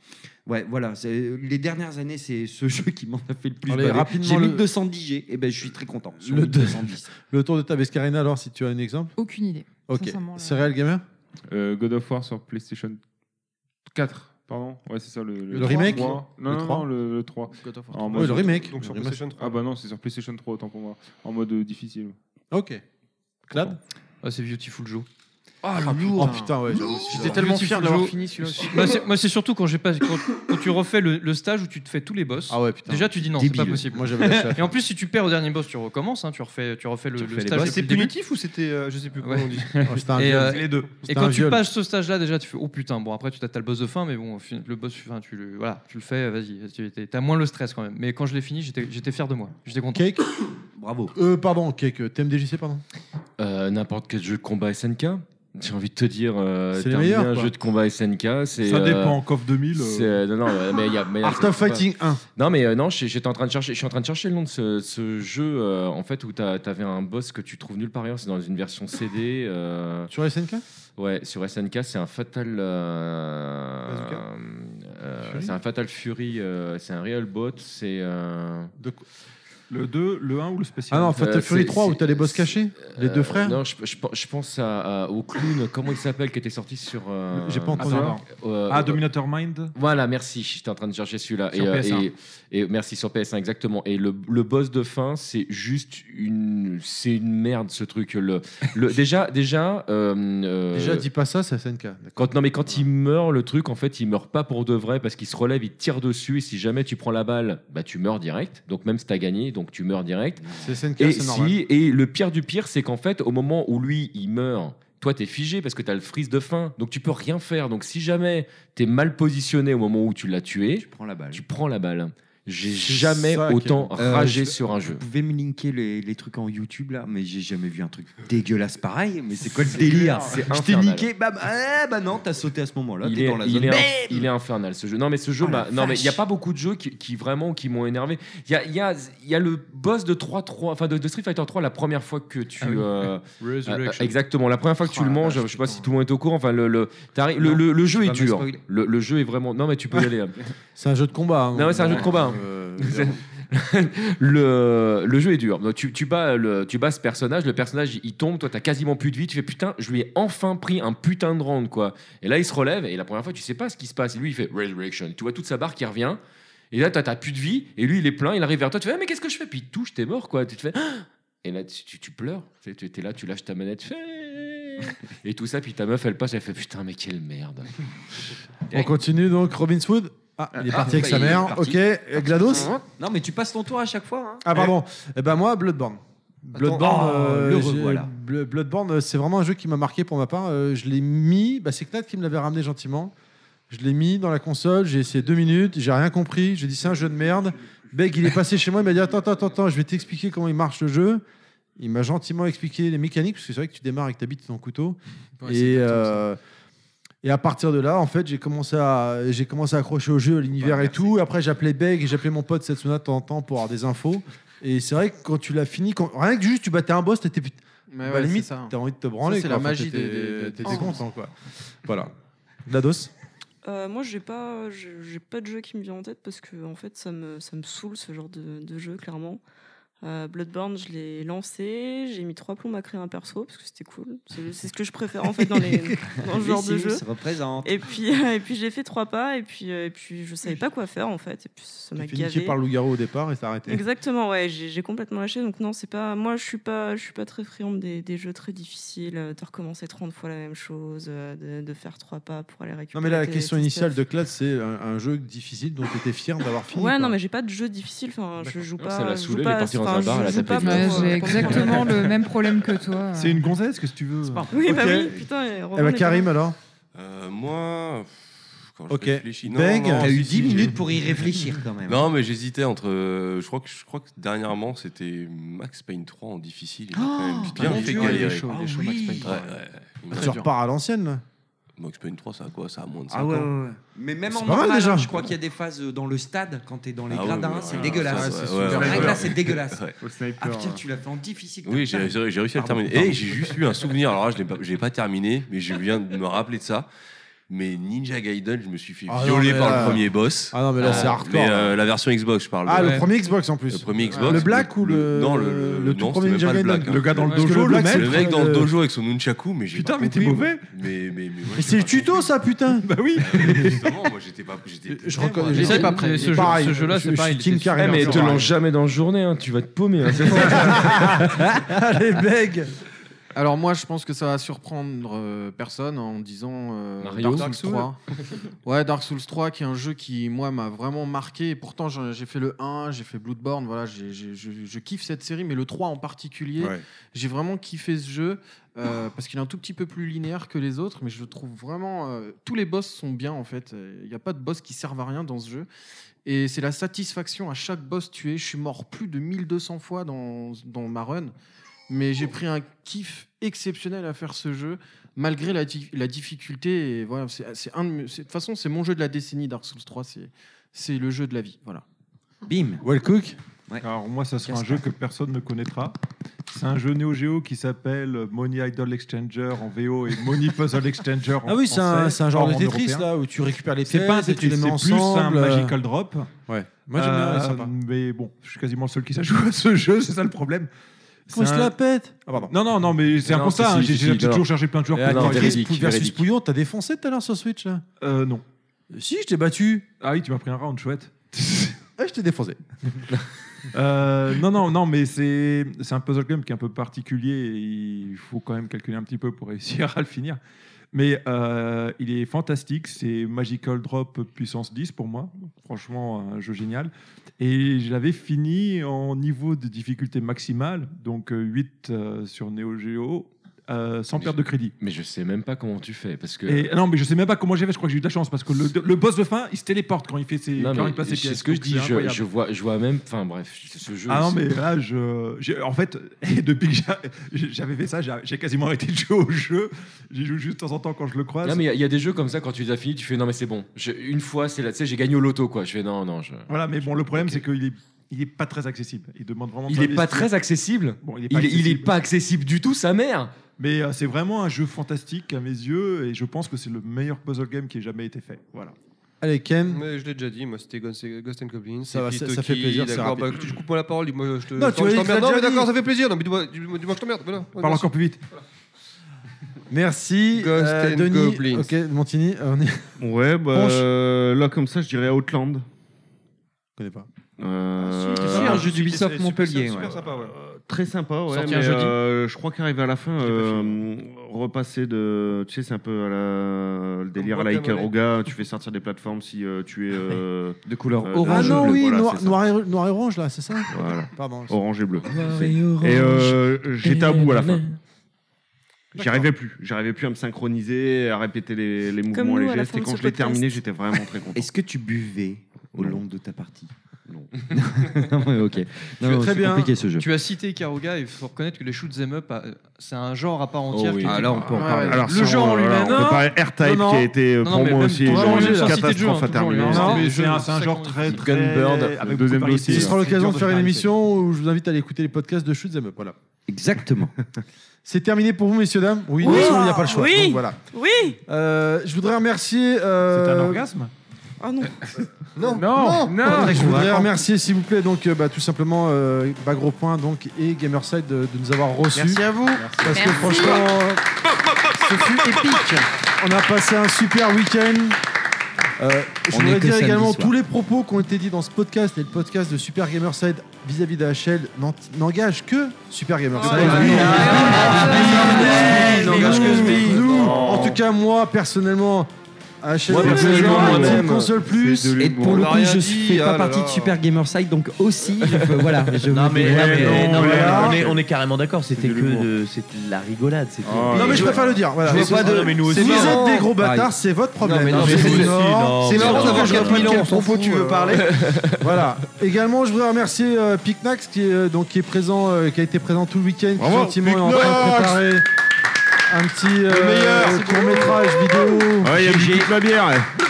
ouais, voilà. c'est- Les dernières années, c'est ce jeu qui m'en a fait le plus.
Allez,
baver.
rapidement,
J'ai
le-
1210 G et ben je suis très content. sur
Le, deux-
1210.
le tour de table Escarina, alors, si tu as un exemple
Aucune idée.
Ok.
sincèrement, là.
Serial Gamer
Euh, God of War sur PlayStation 4, pardon. Ouais, c'est ça le,
Le remake
trois.
Le
Non, non,
trois
non, le, le 3.
God of War trois. Ouais, le remake.
Donc sur
Le remake.
PlayStation 3. Ah bah non, c'est sur PlayStation 3, autant pour moi. En mode euh, difficile.
Ok. Clad
Ah, c'est Beautiful Joe.
Ah, le lourd. putain, ouais. J'étais tellement
Petit
fier d'avoir
Foujo.
fini celui-là. aussi.
Bah, c'est- Moi, c'est surtout quand, j'ai pas, quand, quand tu refais le, le stage où tu te fais tous les boss.
Ah ouais, putain.
Déjà, tu dis non, c'est
Débile.
pas possible.
Moi, j'avais la chatte.
Et en plus, si tu perds au dernier boss, tu recommences, hein, tu refais, tu refais le, le
les boss.
stage. depuis
C'est
le début.
punitif ou c'était, euh, je sais plus comment on dit
Ouais.
Oh, c'était un
et,
viol.
euh,
C'est les deux.
Et
C'était
quand
un
tu
viol.
passes ce stage-là, déjà, tu fais oh putain. Bon, après, tu t'as t'as le boss de fin, mais bon, au final, le boss, enfin, tu le, voilà, tu le fais. Vas-y, tu- t'es- t'as moins le stress quand même. Mais quand je l'ai fini, j'étais j'étais fier de moi. J'étais content.
Cake.
Bravo.
Euh, pardon, Cake, euh, TMDJC, pardon.
Euh, N'importe quel jeu de combat SNK. J'ai envie de te dire, euh,
C'est les
terminer
meilleurs,
un
quoi.
jeu de combat SNK, c'est.
Ça dépend,
KOF 2000. Non, non, euh, mais il y a. mais-
Art of Fighting 1.
Non, mais euh, non, j'ai- j'étais en train de chercher. Je suis en train de chercher le nom de ce, ce jeu euh, en fait où t'as- t'avais un boss que tu trouves nulle part ailleurs. C'est dans une version CD.
Sur SNK.
Ouais, sur SNK, c'est un Fatal. euh, euh, c'est un Fatal Fury. euh, c'est un Real Bot. C'est. euh,
Le 2, le 1 ou le spécial
Ah non, Fatal
Euh,
Fury
c'est-
3 où
c'est-
t'as les boss cachés,
c'est-
les
euh,
deux frères.
Non, je, je pense- je pense à, à- au clown, comment il s'appelle, qui était sorti sur. euh,
J'ai pas entendu.
Attends, euh,
Ah,
euh,
Dominator Mind
Voilà, merci. J'étais en train de chercher celui-là.
Sur
et, euh,
PS1.
et- et merci sur PS1, exactement. Et le, le boss de fin, c'est juste une, c'est une merde ce truc. Le, le- déjà, déjà. euh, euh,
Déjà, dis pas ça, c'est SNK.
quand, non mais quand il meurt, le truc, en fait, il meurt pas pour de vrai parce qu'il se relève, il tire dessus et si jamais tu prends la balle, bah tu meurs direct. Donc même si t'as gagné, donc tu meurs direct.
C'est SNK,
Et,
c'est
si-
normal.
et le pire du pire, c'est qu'en fait, au moment où lui, il meurt, toi, t'es figé parce que t'as le freeze de fin. Donc, tu peux rien faire. Donc, si jamais t'es mal positionné au moment où tu l'as tué, tu prends la balle. J'ai jamais
ça qui est
autant
bon.
ragé
Euh, je-
sur un jeu.
Vous pouvez me linker les, les trucs en YouTube là, mais j'ai jamais vu un truc dégueulasse pareil. Mais c'est quoi le délire
C'est
Je t'ai
infernal.
niqué, bam, ah, bah non, t'as sauté à ce moment-là,
Il
t'es
est,
dans la
il
zone.
est inf-
Bam
il est infernal ce jeu. Non mais ce jeu,
Oh, la
bah, non mais il y a
vache.
pas beaucoup de jeux qui, qui vraiment qui m'ont énervé. Il y a, il y, a, il y a le boss de 3 3 enfin de, de Street Fighter 3 la première fois que tu
Ah oui.
euh,
Resurrection.
euh, exactement la première fois que
Oh,
tu le manges. je sais pas si tout le monde est au courant. Enfin le le t'arrives- le,
Non,
le- le
tu
jeu est
vas me
dur.
spoiler.
Le, le jeu est vraiment non mais tu peux y aller. hein.
C'est un jeu de combat. hein.
Non, mais c'est un jeu de combat. hein. le, le jeu est dur. Donc, tu, tu bats le, tu bats ce personnage, le personnage il tombe, toi t'as quasiment plus de vie, tu fais putain, je lui ai enfin pris un putain de round quoi. Et là il se relève et la première fois tu sais pas ce qui se passe. Et lui il fait Resurrection. Tu vois toute sa barre qui revient. Et là t'as t'as plus de vie et lui il est plein, il arrive vers toi, tu fais Ah, mais qu'est-ce que je fais Puis il touche, t'es mort quoi. Tu te fais Ah et là tu, tu- tu pleures, Tu- tu es là, tu lâches ta manette, tu fais et tout ça. Puis ta meuf elle passe, elle fait putain mais quelle merde.
On continue donc, Robinsood. Ah, il est
Ah,
parti avec
bah,
sa
il est
mère.
parti. Ah.
Ok, Et Eh, euh, GLaDOS
Hein
Non, mais tu passes ton tour à chaque fois. hein.
Ah, pardon. Eh ben, moi, Bloodborne. Bloodborne,
Oh,
euh,
le
j'ai-
revoilà.
Bl- Bloodborne, euh, c'est vraiment un jeu qui m'a marqué pour ma part. Euh, je l'ai mis, bah, c'est Knat qui me l'avait ramené gentiment. Je l'ai mis dans la console, j'ai essayé deux minutes, j'ai rien compris. J'ai dit c'est un jeu de merde. Beg, il est passé chez moi, il m'a dit attends, attends, attends, attends, je vais t'expliquer comment il marche le jeu. Il m'a gentiment expliqué les mécaniques, parce que c'est vrai que tu démarres avec ta bite et ton couteau.
Ouais,
et, euh, et à partir de là, en fait, j'ai commencé à j'ai commencé à accrocher au jeu, à l'univers et tout. Après, j'appelais Beg et j'appelais mon pote Setsuna de temps en temps pour avoir des infos. Et c'est vrai que quand tu l'as fini, quand, rien que juste tu battais un boss, t'étais putain.
Mais
bah,
ouais,
limite,
c'est ça. hein.
t'as envie de te
Ça,
branler.
c'est
quoi.
la
Enfin,
magie
t'étais-
des- des-
T'étais
des
content,
combats.
quoi. Voilà. Dados
Euh, moi, j'ai pas, j'ai j'ai pas de jeu qui me vient en tête parce que en fait, ça me, ça me saoule ce genre de, de jeu, clairement. Euh, Bloodborne, je l'ai lancé, j'ai mis trois plombes à créer un perso parce que c'était cool. C'est c'est ce que je préfère en fait dans, les, dans ce genre de
Les Sims
jeu.
se représentent.
Et puis, et puis j'ai fait trois pas et puis, euh, et puis je savais pas quoi faire en fait. Et puis ça m'a
T'es fini
gavé.
tué par le loup-garou au départ et t'as arrêté.
Exactement, ouais, j'ai j'ai complètement lâché. Donc non, c'est pas, moi, je suis pas, je suis pas très friande des, des jeux très difficiles, euh, de recommencer 30 fois la même chose, euh, de, de faire trois pas pour aller récupérer.
Non, mais là, la
tes-
question
tes
initiale
stuff.
de Clad, c'est un, un jeu difficile dont t'étais fier d'avoir fini.
Ouais,
quoi.
non, mais j'ai pas de jeu difficile. Enfin, je joue pas.
ça l'a
je joue
saoulé,
pas-
elle est partie dans
enfin,
un
je
bar, elle a
joue
tapé
pas
du poing.
pour-
Ouais, j'ai
pour-
Exactement le même problème que toi.
C'est une gonzesse, qu'est-ce que tu veux
Oui, bah
Ok.
oui, putain. et
Eh
Robin
ben,
est
Karim,
pas là.
alors
Euh, moi, pff, quand je
Ok.
réfléchis, non,
Beg,
non,
t'as eu
si,
10
si,
minutes
j'ai-
pour y réfléchir, quand même.
Non, mais j'hésitais entre. euh, je crois que je crois que dernièrement c'était Max Payne 3 en difficile. Il m'a quand même bien
mon
fait
Dieu,
galérer. Ah
Oh, il est chaud, il est chaud, Max Payne 3.
Ouais, ouais, il m'a
Tu
fait dur.
repars à l'ancienne, là.
Max Payne 3, ça a quoi Ça a moins de 5
Ah ouais, ouais,
ans.
ouais. Mais même
C'est
en
pas mal,
normal,
déjà.
hein, je crois qu'il y a des phases euh, dans le stade quand t'es dans les
Ah ouais,
gradins,
ouais,
c'est
ouais, ouais,
dégueulasse.
ouais, ouais,
Rien
ouais,
que là,
ouais.
c'est dégueulasse.
Ouais.
Le sniper, Ah putain, tu l'as fait en difficile.
Oui, j'ai j'ai- j'ai réussi à le
Pardon,
terminer.
pardon.
Et j'ai juste eu un souvenir. Alors là, je l'ai pas- je l'ai pas terminé, mais je viens de me rappeler de ça. Mais Ninja Gaiden, je me suis fait
Ah non,
violer
mais
par
là-
le premier boss.
Ah non, mais là, c'est hardcore,
Mais
là.
euh, la version Xbox, je parle.
Ah, le premier Xbox en plus.
Le premier Xbox.
Ah, le black ou le-
Non, le, le,
le tout
non,
premier
c'était même pas
Ninja
le black. hein.
Gaiden. Le gars dans le
Parce que
dojo, le
black, c'est le
maître,
mec dans le
euh,
dojo avec son nunchaku, mais j'ai pas
mais t'es
compris,
mauvais.
moi. Mais mais mais.
Mais c'est le tuto, ça, putain Bah oui
Justement, moi, j'étais pas. J'étais.
Je
moi.
reconnais.
Mais c'est pas
prêt.
ce jeu- ce jeu-là, c'est pareil, il était
Eh, mais te lance jamais dans la journée, hein, tu vas te paumer. hein, c'est ça.
Allez, beg
Alors moi, je pense que ça va surprendre euh, personne en disant euh,
Mario.
Dark Souls 3. ouais, Dark Souls 3, qui est un jeu qui, moi, m'a vraiment marqué. Et pourtant, j'en- j'ai fait le 1, j'ai fait Bloodborne, voilà, j'ai- j'ai- je, je kiffe cette série, mais le 3 en particulier,
Ouais.
j'ai vraiment kiffé ce jeu. euh, parce qu'il est un tout petit peu plus linéaire que les autres, mais je le trouve vraiment. euh, tous les boss sont bien en fait. Il n'y a pas de boss qui servent à rien dans ce jeu. Et c'est la satisfaction à chaque boss tué. Je suis mort plus de 1200 fois dans, dans ma run. Mais j'ai pris un kiff exceptionnel à faire ce jeu, malgré la, di- la difficulté. Et voilà, c'est c'est un de mes- c'est- de toute façon, c'est mon jeu de la décennie, Dark Souls 3. C'est- C'est le jeu de la vie. Voilà.
Bim. Well Cook. Alors moi, ça sera un jeu que personne ne connaîtra. C'est un jeu Neo Geo qui s'appelle Money Idol Exchanger en VO et Money Puzzle Exchanger en
Ah oui, c'est un,
français,
c'est un genre
or
de
en
Tetris
européen.
là où tu récupères les pièces
C'est pas un
et tu
Tetris,
les
c'est
mets
plus un
ensemble. euh.
Magical Drop.
Ouais. Moi, j'aime bien,
Euh,
c'est sympa.
Mais bon, je suis quasiment le seul qui sait jouer à ce jeu, c'est ça le problème.
Qu'on
C'est
se
un-
la pète
Ah, pardon. Non, non, non, mais c'est un
Non,
constat.
si,
hein,
si,
J'ai
si,
j'ai
si,
toujours
Ah, non.
cherché plein de joueurs
Et attends,
pour
Tetris versus Pouillon, t'as défoncé tout à l'heure sur Switch là
Euh, non.
Si, je t'ai battu.
Ah oui, tu m'as pris un round, chouette.
Ah, je t'ai défoncé.
Euh, non, non, non, mais c'est c'est un puzzle game qui est un peu particulier. et il faut quand même calculer un petit peu pour réussir à le finir. Mais euh, il est fantastique. C'est Magical Drop puissance 10 pour moi. Franchement, un jeu génial. Et je l'avais fini en niveau de difficulté maximale, donc euh, 8 euh, sur Neo Geo, euh, sans perte de crédit.
Mais je sais même pas comment tu fais parce que.
Et, euh, non, mais je sais même pas comment j'ai fait. Je crois que j'ai eu de la chance parce que le, le boss de fin, il se téléporte quand il fait ses,
Non,
quand
mais
il passe ses
c'est
pièces,
ce que je
donc
dis.
c'est
Je,
incroyable.
je vois, je vois même. Enfin bref, ce jeu.
Ah non,
c'est-
mais là, je, j'ai- en fait, depuis que j'a- j'avais fait ça, j'a- j'ai quasiment arrêté de jouer au jeu. J'y joue juste de temps en temps quand je le croise.
Non, mais il y a- il y, a des jeux comme ça quand tu les as finis, tu fais non mais c'est bon. Je- une fois, c'est là. Tu sais, j'ai gagné au loto quoi. Je fais non, non. Je...
Voilà, mais bon, le problème, c'est qu'il est, il est pas très accessible. Il demande vraiment. de
Il est pas
s'investir.
très accessible.
Bon, il
il, est
est pas
il est pas accessible du tout, sa mère.
Mais euh, c'est vraiment un jeu fantastique à mes yeux, et je pense que c'est le meilleur puzzle game qui ait jamais été fait. Voilà.
Allez, Ken.
Mais je l'ai déjà dit, moi c'était Ghost Ghost and Goblins.
Ça
c'est
va, ça- ça
Hitoki,
fait plaisir, c'est
D'accord, bah,
rapide.
tu coupes moi la parole, dis-moi, je te.
Non,
attends,
tu
je
l'as dit,
t'emmerde. Non,
tu l'as
mais d'accord,
dit.
ça fait plaisir. Non, mais dis-moi, dis-moi, dis-moi que je t'emmerde. Voilà.
Parle encore
plus vite.
Merci.
Ghost
euh,
and
Denis.
Goblins.
Ok, Montini. euh, on est-
Ouais, bah,
Ponche.
euh, là, comme ça, je dirais Outland.
Je connais pas.
Euh,
un jeu d'Ubisoft Montpellier,
Super
ouais.
sympa, ouais.
Très sympa, ouais.
Sorti
mais,
un jeudi.
euh, je crois qu'arrivé à la fin, euh, repasser de. Tu sais, c'est un peu à la- le délire à la
guacamole.
Ikaruga. Tu fais sortir des plateformes si euh, tu es.
Ah
euh,
De couleur
euh,
orange. Ah
jaune,
non,
bleu,
oui,
voilà,
noir,
c'est ça.
noir et, noir et orange là, c'est ça
Voilà.
Pardon.
Orange et bleu.
Noir
C'est-
et
Et,
orange.
euh, j'étais à bout à la fin.
D'accord.
J'y arrivais plus. J'arrivais plus à me synchroniser, à répéter les, les
Comme
mouvements,
nous, à
les
la
gestes.
fin
Et
de
quand
ce
je l'ai
podcast.
terminé, j'étais vraiment très content.
Est-ce que tu buvais au long de ta partie
Non.
Non, mais ok. Non, non, c'est compliqué ce jeu.
Tu as cité Ikaruga et il faut reconnaître que les shoot 'em up, euh, c'est un genre à part entière.
oui.
qui-
Ah, là, on peut en parler. Alors,
le
ça,
genre en
on-
lui-même.
voilà, on peut parler Airtype qui a été, euh, pour
mais
moi
même
aussi,
tout
une
le genre,
une
sans citer de
catastrophe
jeu, hein,
à
tout le genre,
terminer.
lui-même.
Non, mais
le
c'est
jeu,
un- c'est un
ça
genre
compte.
très, très- Gunbird, avec
Avec
beaucoup de
deuxième
variété.
Ce sera l'occasion
Dur
de
de
faire une
généraliser.
émission où je vous invite à aller écouter les podcasts de Shoot 'em Up. Voilà.
Exactement.
C'est terminé pour vous, messieurs, dames Oui,
Oui.
de toute façon, il n'y a pas le choix.
Oui.
donc voilà.
Oui.
Euh, je voudrais remercier. euh,
C'est un orgasme
Ah non.
Non,
non, non.
Je voudrais
Convaincant.
remercier, s'il vous plaît, donc euh, bah, tout simplement euh, Bagro Point donc et Gamerside de, de nous avoir reçus.
Merci à vous.
Parce
Merci.
que franchement, euh, ce fut épique. On a passé un super week-end. Euh, je
On
voudrais
était
dire
samedi
également
soir.
tous les propos qui ont été dits dans ce podcast et le podcast de Super Gamerside vis-à-vis d'HL n'en- n'engage que Super Gamerside. Nous, en tout cas, moi, personnellement, à HL,
Moi,
je
personnellement,
ne
moi-même.
console plus.
Et pour le coup, je fais pas partie de Super
Gamerside, donc aussi, je
Euh,
peux- voilà. Je
Non,
me-
mais, non, mais-
Ouais,
non, mais
voilà.
on, est, on est carrément d'accord, c'était que de, c'était de la rigolade. c'était-
Ah. non mais je préfère le dire. Voilà.
Je vois pas de-
Vous
c'est marrant.
êtes des gros
Pareil.
bâtards, c'est votre problème.
Non, mais non, mais
c'est
nous aussi, non, mais non.
d'avoir
Je vois pas
compris
de
quel
quel
propos
propos tu veux parler.
voilà. Également, je voudrais remercier euh, Picnax qui est euh, donc qui est présent, euh, qui a été présent tout le week-end, qui
Bravo,
gentiment est en train de
Picnax
préparer un petit euh,
meilleur, c'est
court métrage vidéo.
Ouais, il y a du toute la bière. ouais.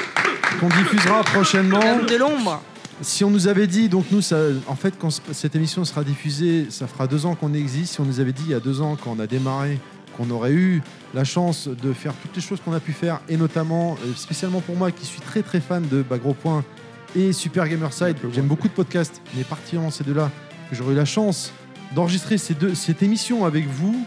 qu'on diffusera prochainement.
de l'ombre.
Si on nous avait dit, donc nous, ça, en fait, quand ce- cette émission sera diffusée, ça fera deux ans qu'on existe. Si on nous avait dit il y a deux ans, quand on a démarré, qu'on aurait eu la chance de faire toutes les choses qu'on a pu faire, et notamment, euh, spécialement pour moi qui suis très très fan de bah, Gros Point et Super Gamerside, j'aime beaucoup de podcasts, mais particulièrement ces deux-là, que j'aurais eu la chance d'enregistrer ces deux, cette émission avec vous,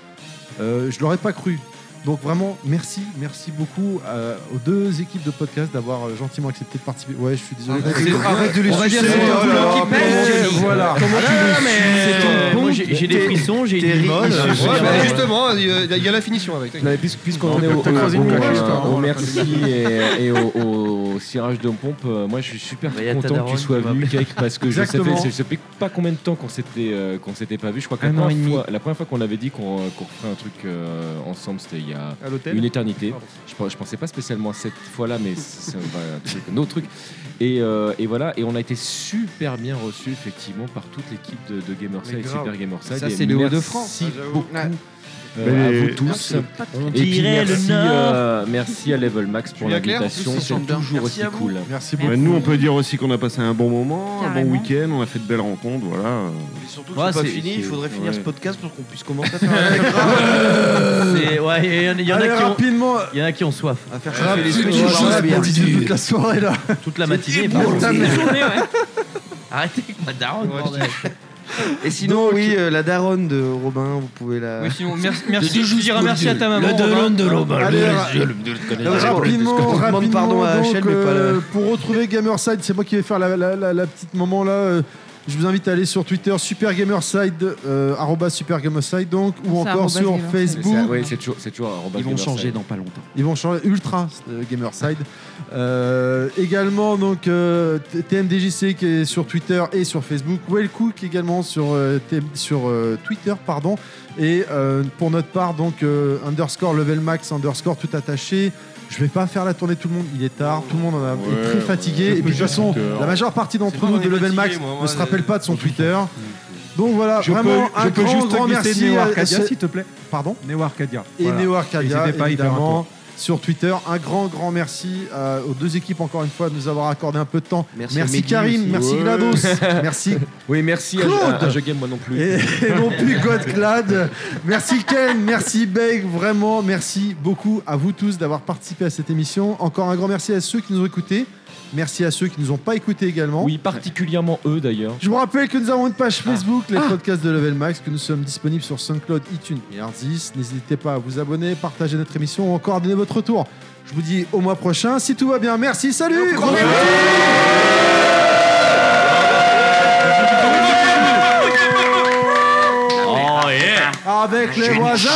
euh, je l'aurais pas cru. Donc vraiment, merci, merci beaucoup euh, aux deux équipes de podcast d'avoir euh, gentiment accepté de participer. Ouais, je suis désolé.
Arrête de les sucer. Oh là là, mais voilà. Comment tu
Ah,
les suces, ton
Moi, j'ai j'ai des frissons, j'ai des molle.
Ouais, bah, justement, il y a- il y a la finition avec.
Non, mais puis- Puisqu'on en est au, au- au- au merci et, et au, au cirage de pompe, euh, moi je suis super
Bah, y a ta
content que
daronne
tu sois
qui
venu,
m'appelle.
Kek, parce que je savais,
Exactement.
je savais pas combien de temps qu'on s'était euh, qu'on s'était pas vu. Je crois que la
Un an et
première,
demi.
fois, la première fois qu'on avait dit qu'on euh, qu'on referait un truc euh, ensemble, c'était il y a
À l'hôtel
une éternité. Je, pens- je pensais pas spécialement à cette fois-là, mais c'est c'est un vrai truc, un autre truc. Et, euh, et voilà, et on a été super bien reçus effectivement par toute l'équipe de, de
Mais
Gamerside,
grave.
Super Gamerside.
Ça,
et
c'est les Hauts-de-France,
merci
Ah,
hein, j'avoue.
beaucoup
Ouais.
euh,
Mais
à vous
les-
tous.
On
Et puis,
dirait le
merci,
Nord.
euh, merci à Level Max pour
Julia Claire,
l'invitation.
en plus,
C'est
c'est Chandler.
toujours
Merci
aussi
à vous.
cool.
Merci
Bah, nous, on peut dire aussi qu'on a passé un bon moment, un
Carrément.
bon week-end, on a fait de belles rencontres, voilà. surtout
Surtout que c'est pas fini, il faudrait finir ce podcast pour qu'on puisse commencer à faire
Euh.
C'est- ouais, il y en a- il y en a
Allez,
qui ont-
rapidement.
Il y en a qui ont soif.
À faire
chauffer les
Rapidement,
trucs,
je
voilà,
suis
bien.
habitué toute la soirée, là.
Toute la matinée,
une
pardon.
putain de
C'est-
journée, ouais.
Arrêtez avec ma daronne, bordel.
Et sinon, oui, euh, la daronne de Robin, vous pouvez la.
Oui, sinon, merci- merci, je dirais merci à ta maman,
La
Robin.
daronne de Robin.
Allez,
le-
ra-
le- le- le- le- le-
rapidement,
le- le- le-
rapidement,
demande pardon à
donc,
Hachel, mais pas
euh,
la.
pour retrouver Gamerside, c'est moi qui vais faire la, la- la- la petite moment là. euh, je vous invite à aller sur Twitter supergamerside, euh, arroba supergamerside donc, ou
C'est
encore
arrobas
sur
Gamerside.
Facebook.
C'est- ouais, c'est toujours- c'est toujours arrobas Ils vont Gamerside. changer dans pas longtemps.
Ils vont changer ultra euh, Gamerside. Euh, également donc euh, T- TMDJC qui est sur Twitter et sur Facebook. Wellcook également sur euh, T- sur euh, Twitter pardon. Et euh, pour notre part donc euh, underscore level max underscore tout attaché. Je vais pas faire la tournée de tout le monde, il est tard, tout le monde en a, est très
ouais.
fatigué.
Je peux
Et puis de toute
juste
façon,
Twitter.
la majeure partie d'entre nous de Level Max ne se rappelle pas de son Twitter. Donc voilà,
Je
vraiment
peux-
un
je peux
grand,
juste
grand
glisser
merci.
Neo
à- à
Arcadia,
ce-
s'il te plaît.
Pardon
Neo Arcadia.
et
Voilà.
Neo Arcadia
N'hésitez pas à y faire un
évidemment
tour.
sur Twitter. Un grand, grand merci euh, aux deux équipes encore une fois de nous avoir accordé un peu de temps. Merci,
à Mehdi
Karim,
aussi.
merci
Ouais.
Glados, merci
Oui, merci à-
Claude.
à, à Je Game, moi non plus.
et, et non plus God Clad. Merci Ken, merci Beg, vraiment merci beaucoup à vous tous d'avoir participé à cette émission. Encore un grand merci à ceux qui nous ont écoutés. Merci à ceux qui nous ont pas écoutés également.
Oui, particulièrement eux d'ailleurs.
Je vous rappelle que nous avons une page Facebook, les podcasts de Level Max, que nous sommes disponibles sur SoundCloud, iTunes et Artis. N'hésitez pas à vous abonner, partager notre émission ou encore donner votre retour. Je vous dis au mois prochain, si tout va bien. Merci, salut
Oh yeah
Avec les voisins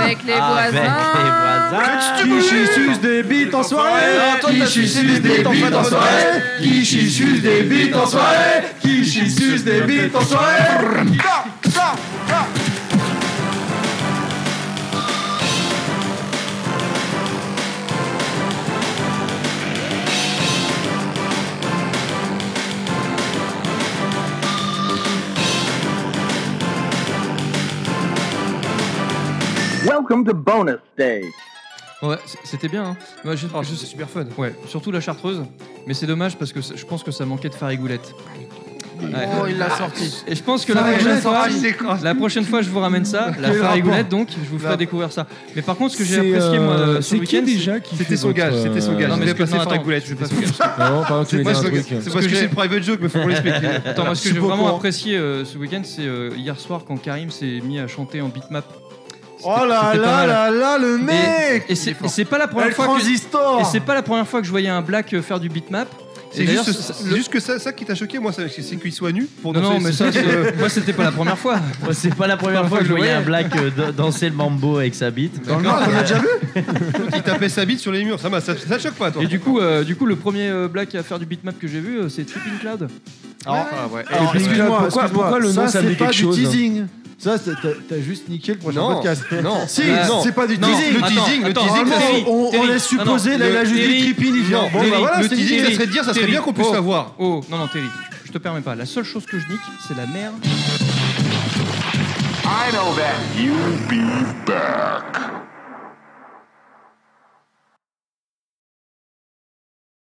Avec les voisins
Qui suce des bites en soirée Qui suce des bites en soirée Qui suce des bites en soirée Qui suce des bites en soirée
Welcome to bonus stage.
Ouais, c- c'était bien. Hein. Moi, je, c'est super fun. Ouais, surtout la chartreuse. Mais c'est dommage parce que c- je pense que ça manquait de farigoulette. Ouais.
Oh, il l'a sorti.
Et je pense que la prochaine,
Farigoulette,
fois,
ah, c'est quoi
la prochaine fois, je vous ramène ça, la
Quel
farigoulette.
rapport
Donc, je vous ferai
Là.
découvrir ça. Mais par contre, ce que j'ai
C'est,
apprécié, moi,
euh,
sur
c'est
le
qui
week-end,
déjà qui C'était fait son votre, gage, c'était son euh, gage.
Non,
Il
mais
a
ce que-
passé
non, attends,
farigoulette,
je
je
vais
vais
pas
passer
son gage.
Non, pardon, tu C'est voulais pas dire un ce truc. gage. C'est parce que c'est private joke, mais faut qu'on l'explique.
Attends, moi,
Je
ce
suis
que j'ai
pas au
vraiment
courant.
apprécié euh, ce week-end, c'est euh, hier soir quand Karim s'est mis à chanter en bitmap.
Oh là
C'était
là
pas mal.
là là, le
Et-
mec
Et, c'est et c'est pas la première
El
fois
transistor
que et c'est pas la première fois que je voyais un black euh, faire du bitmap. Et
C'est
d'ailleurs,
juste,
ça-
c'est juste que ça, ça qui t'a choqué, moi, c'est c'est qu'il soit nu pour
Non, non, mais ça,
c'est-
c'est- moi, c'était pas la première fois.
Moi, c'est pas la première fois que je voyais un black euh, da- danser le mambo avec sa bite. Euh,
Dans le Nord, on a déjà vu Il tapait sa bite sur les murs, ça, m'a- ça, ça te choque pas, toi
Et du coup, euh, du coup, le premier euh, black à faire du bitmap que j'ai vu, euh, c'est Tripping Cloud.
Ah, ah, ouais.
Alors,
Et
excuse-moi,
pourquoi-
excuse-moi,
pourquoi le nom,
ça,
ça me
c'est
dit
pas
quelque
du
chose hein
teasing. Ça, c'est- t'as t'as juste niqué le prochain
Non,
podcast.
non.
si,
Euh,
c'est pas du
non,
teasing.
le teasing, le teasing,
Normalement,
Terry,
on, on
Terry.
laisse
Non, non,
supposer, là, il a juste
Terry,
dit tripping, il dit,
non,
bon, bah
Terry,
voilà,
le
c'est dit,
teasing,
ça serait de dire, ça serait
Terry.
bien qu'on puisse
Oh,
la
voir.
Oh, non, non, Terry, je te permets pas. La seule chose que je nique, c'est la mère.
I know that.
You'll be back.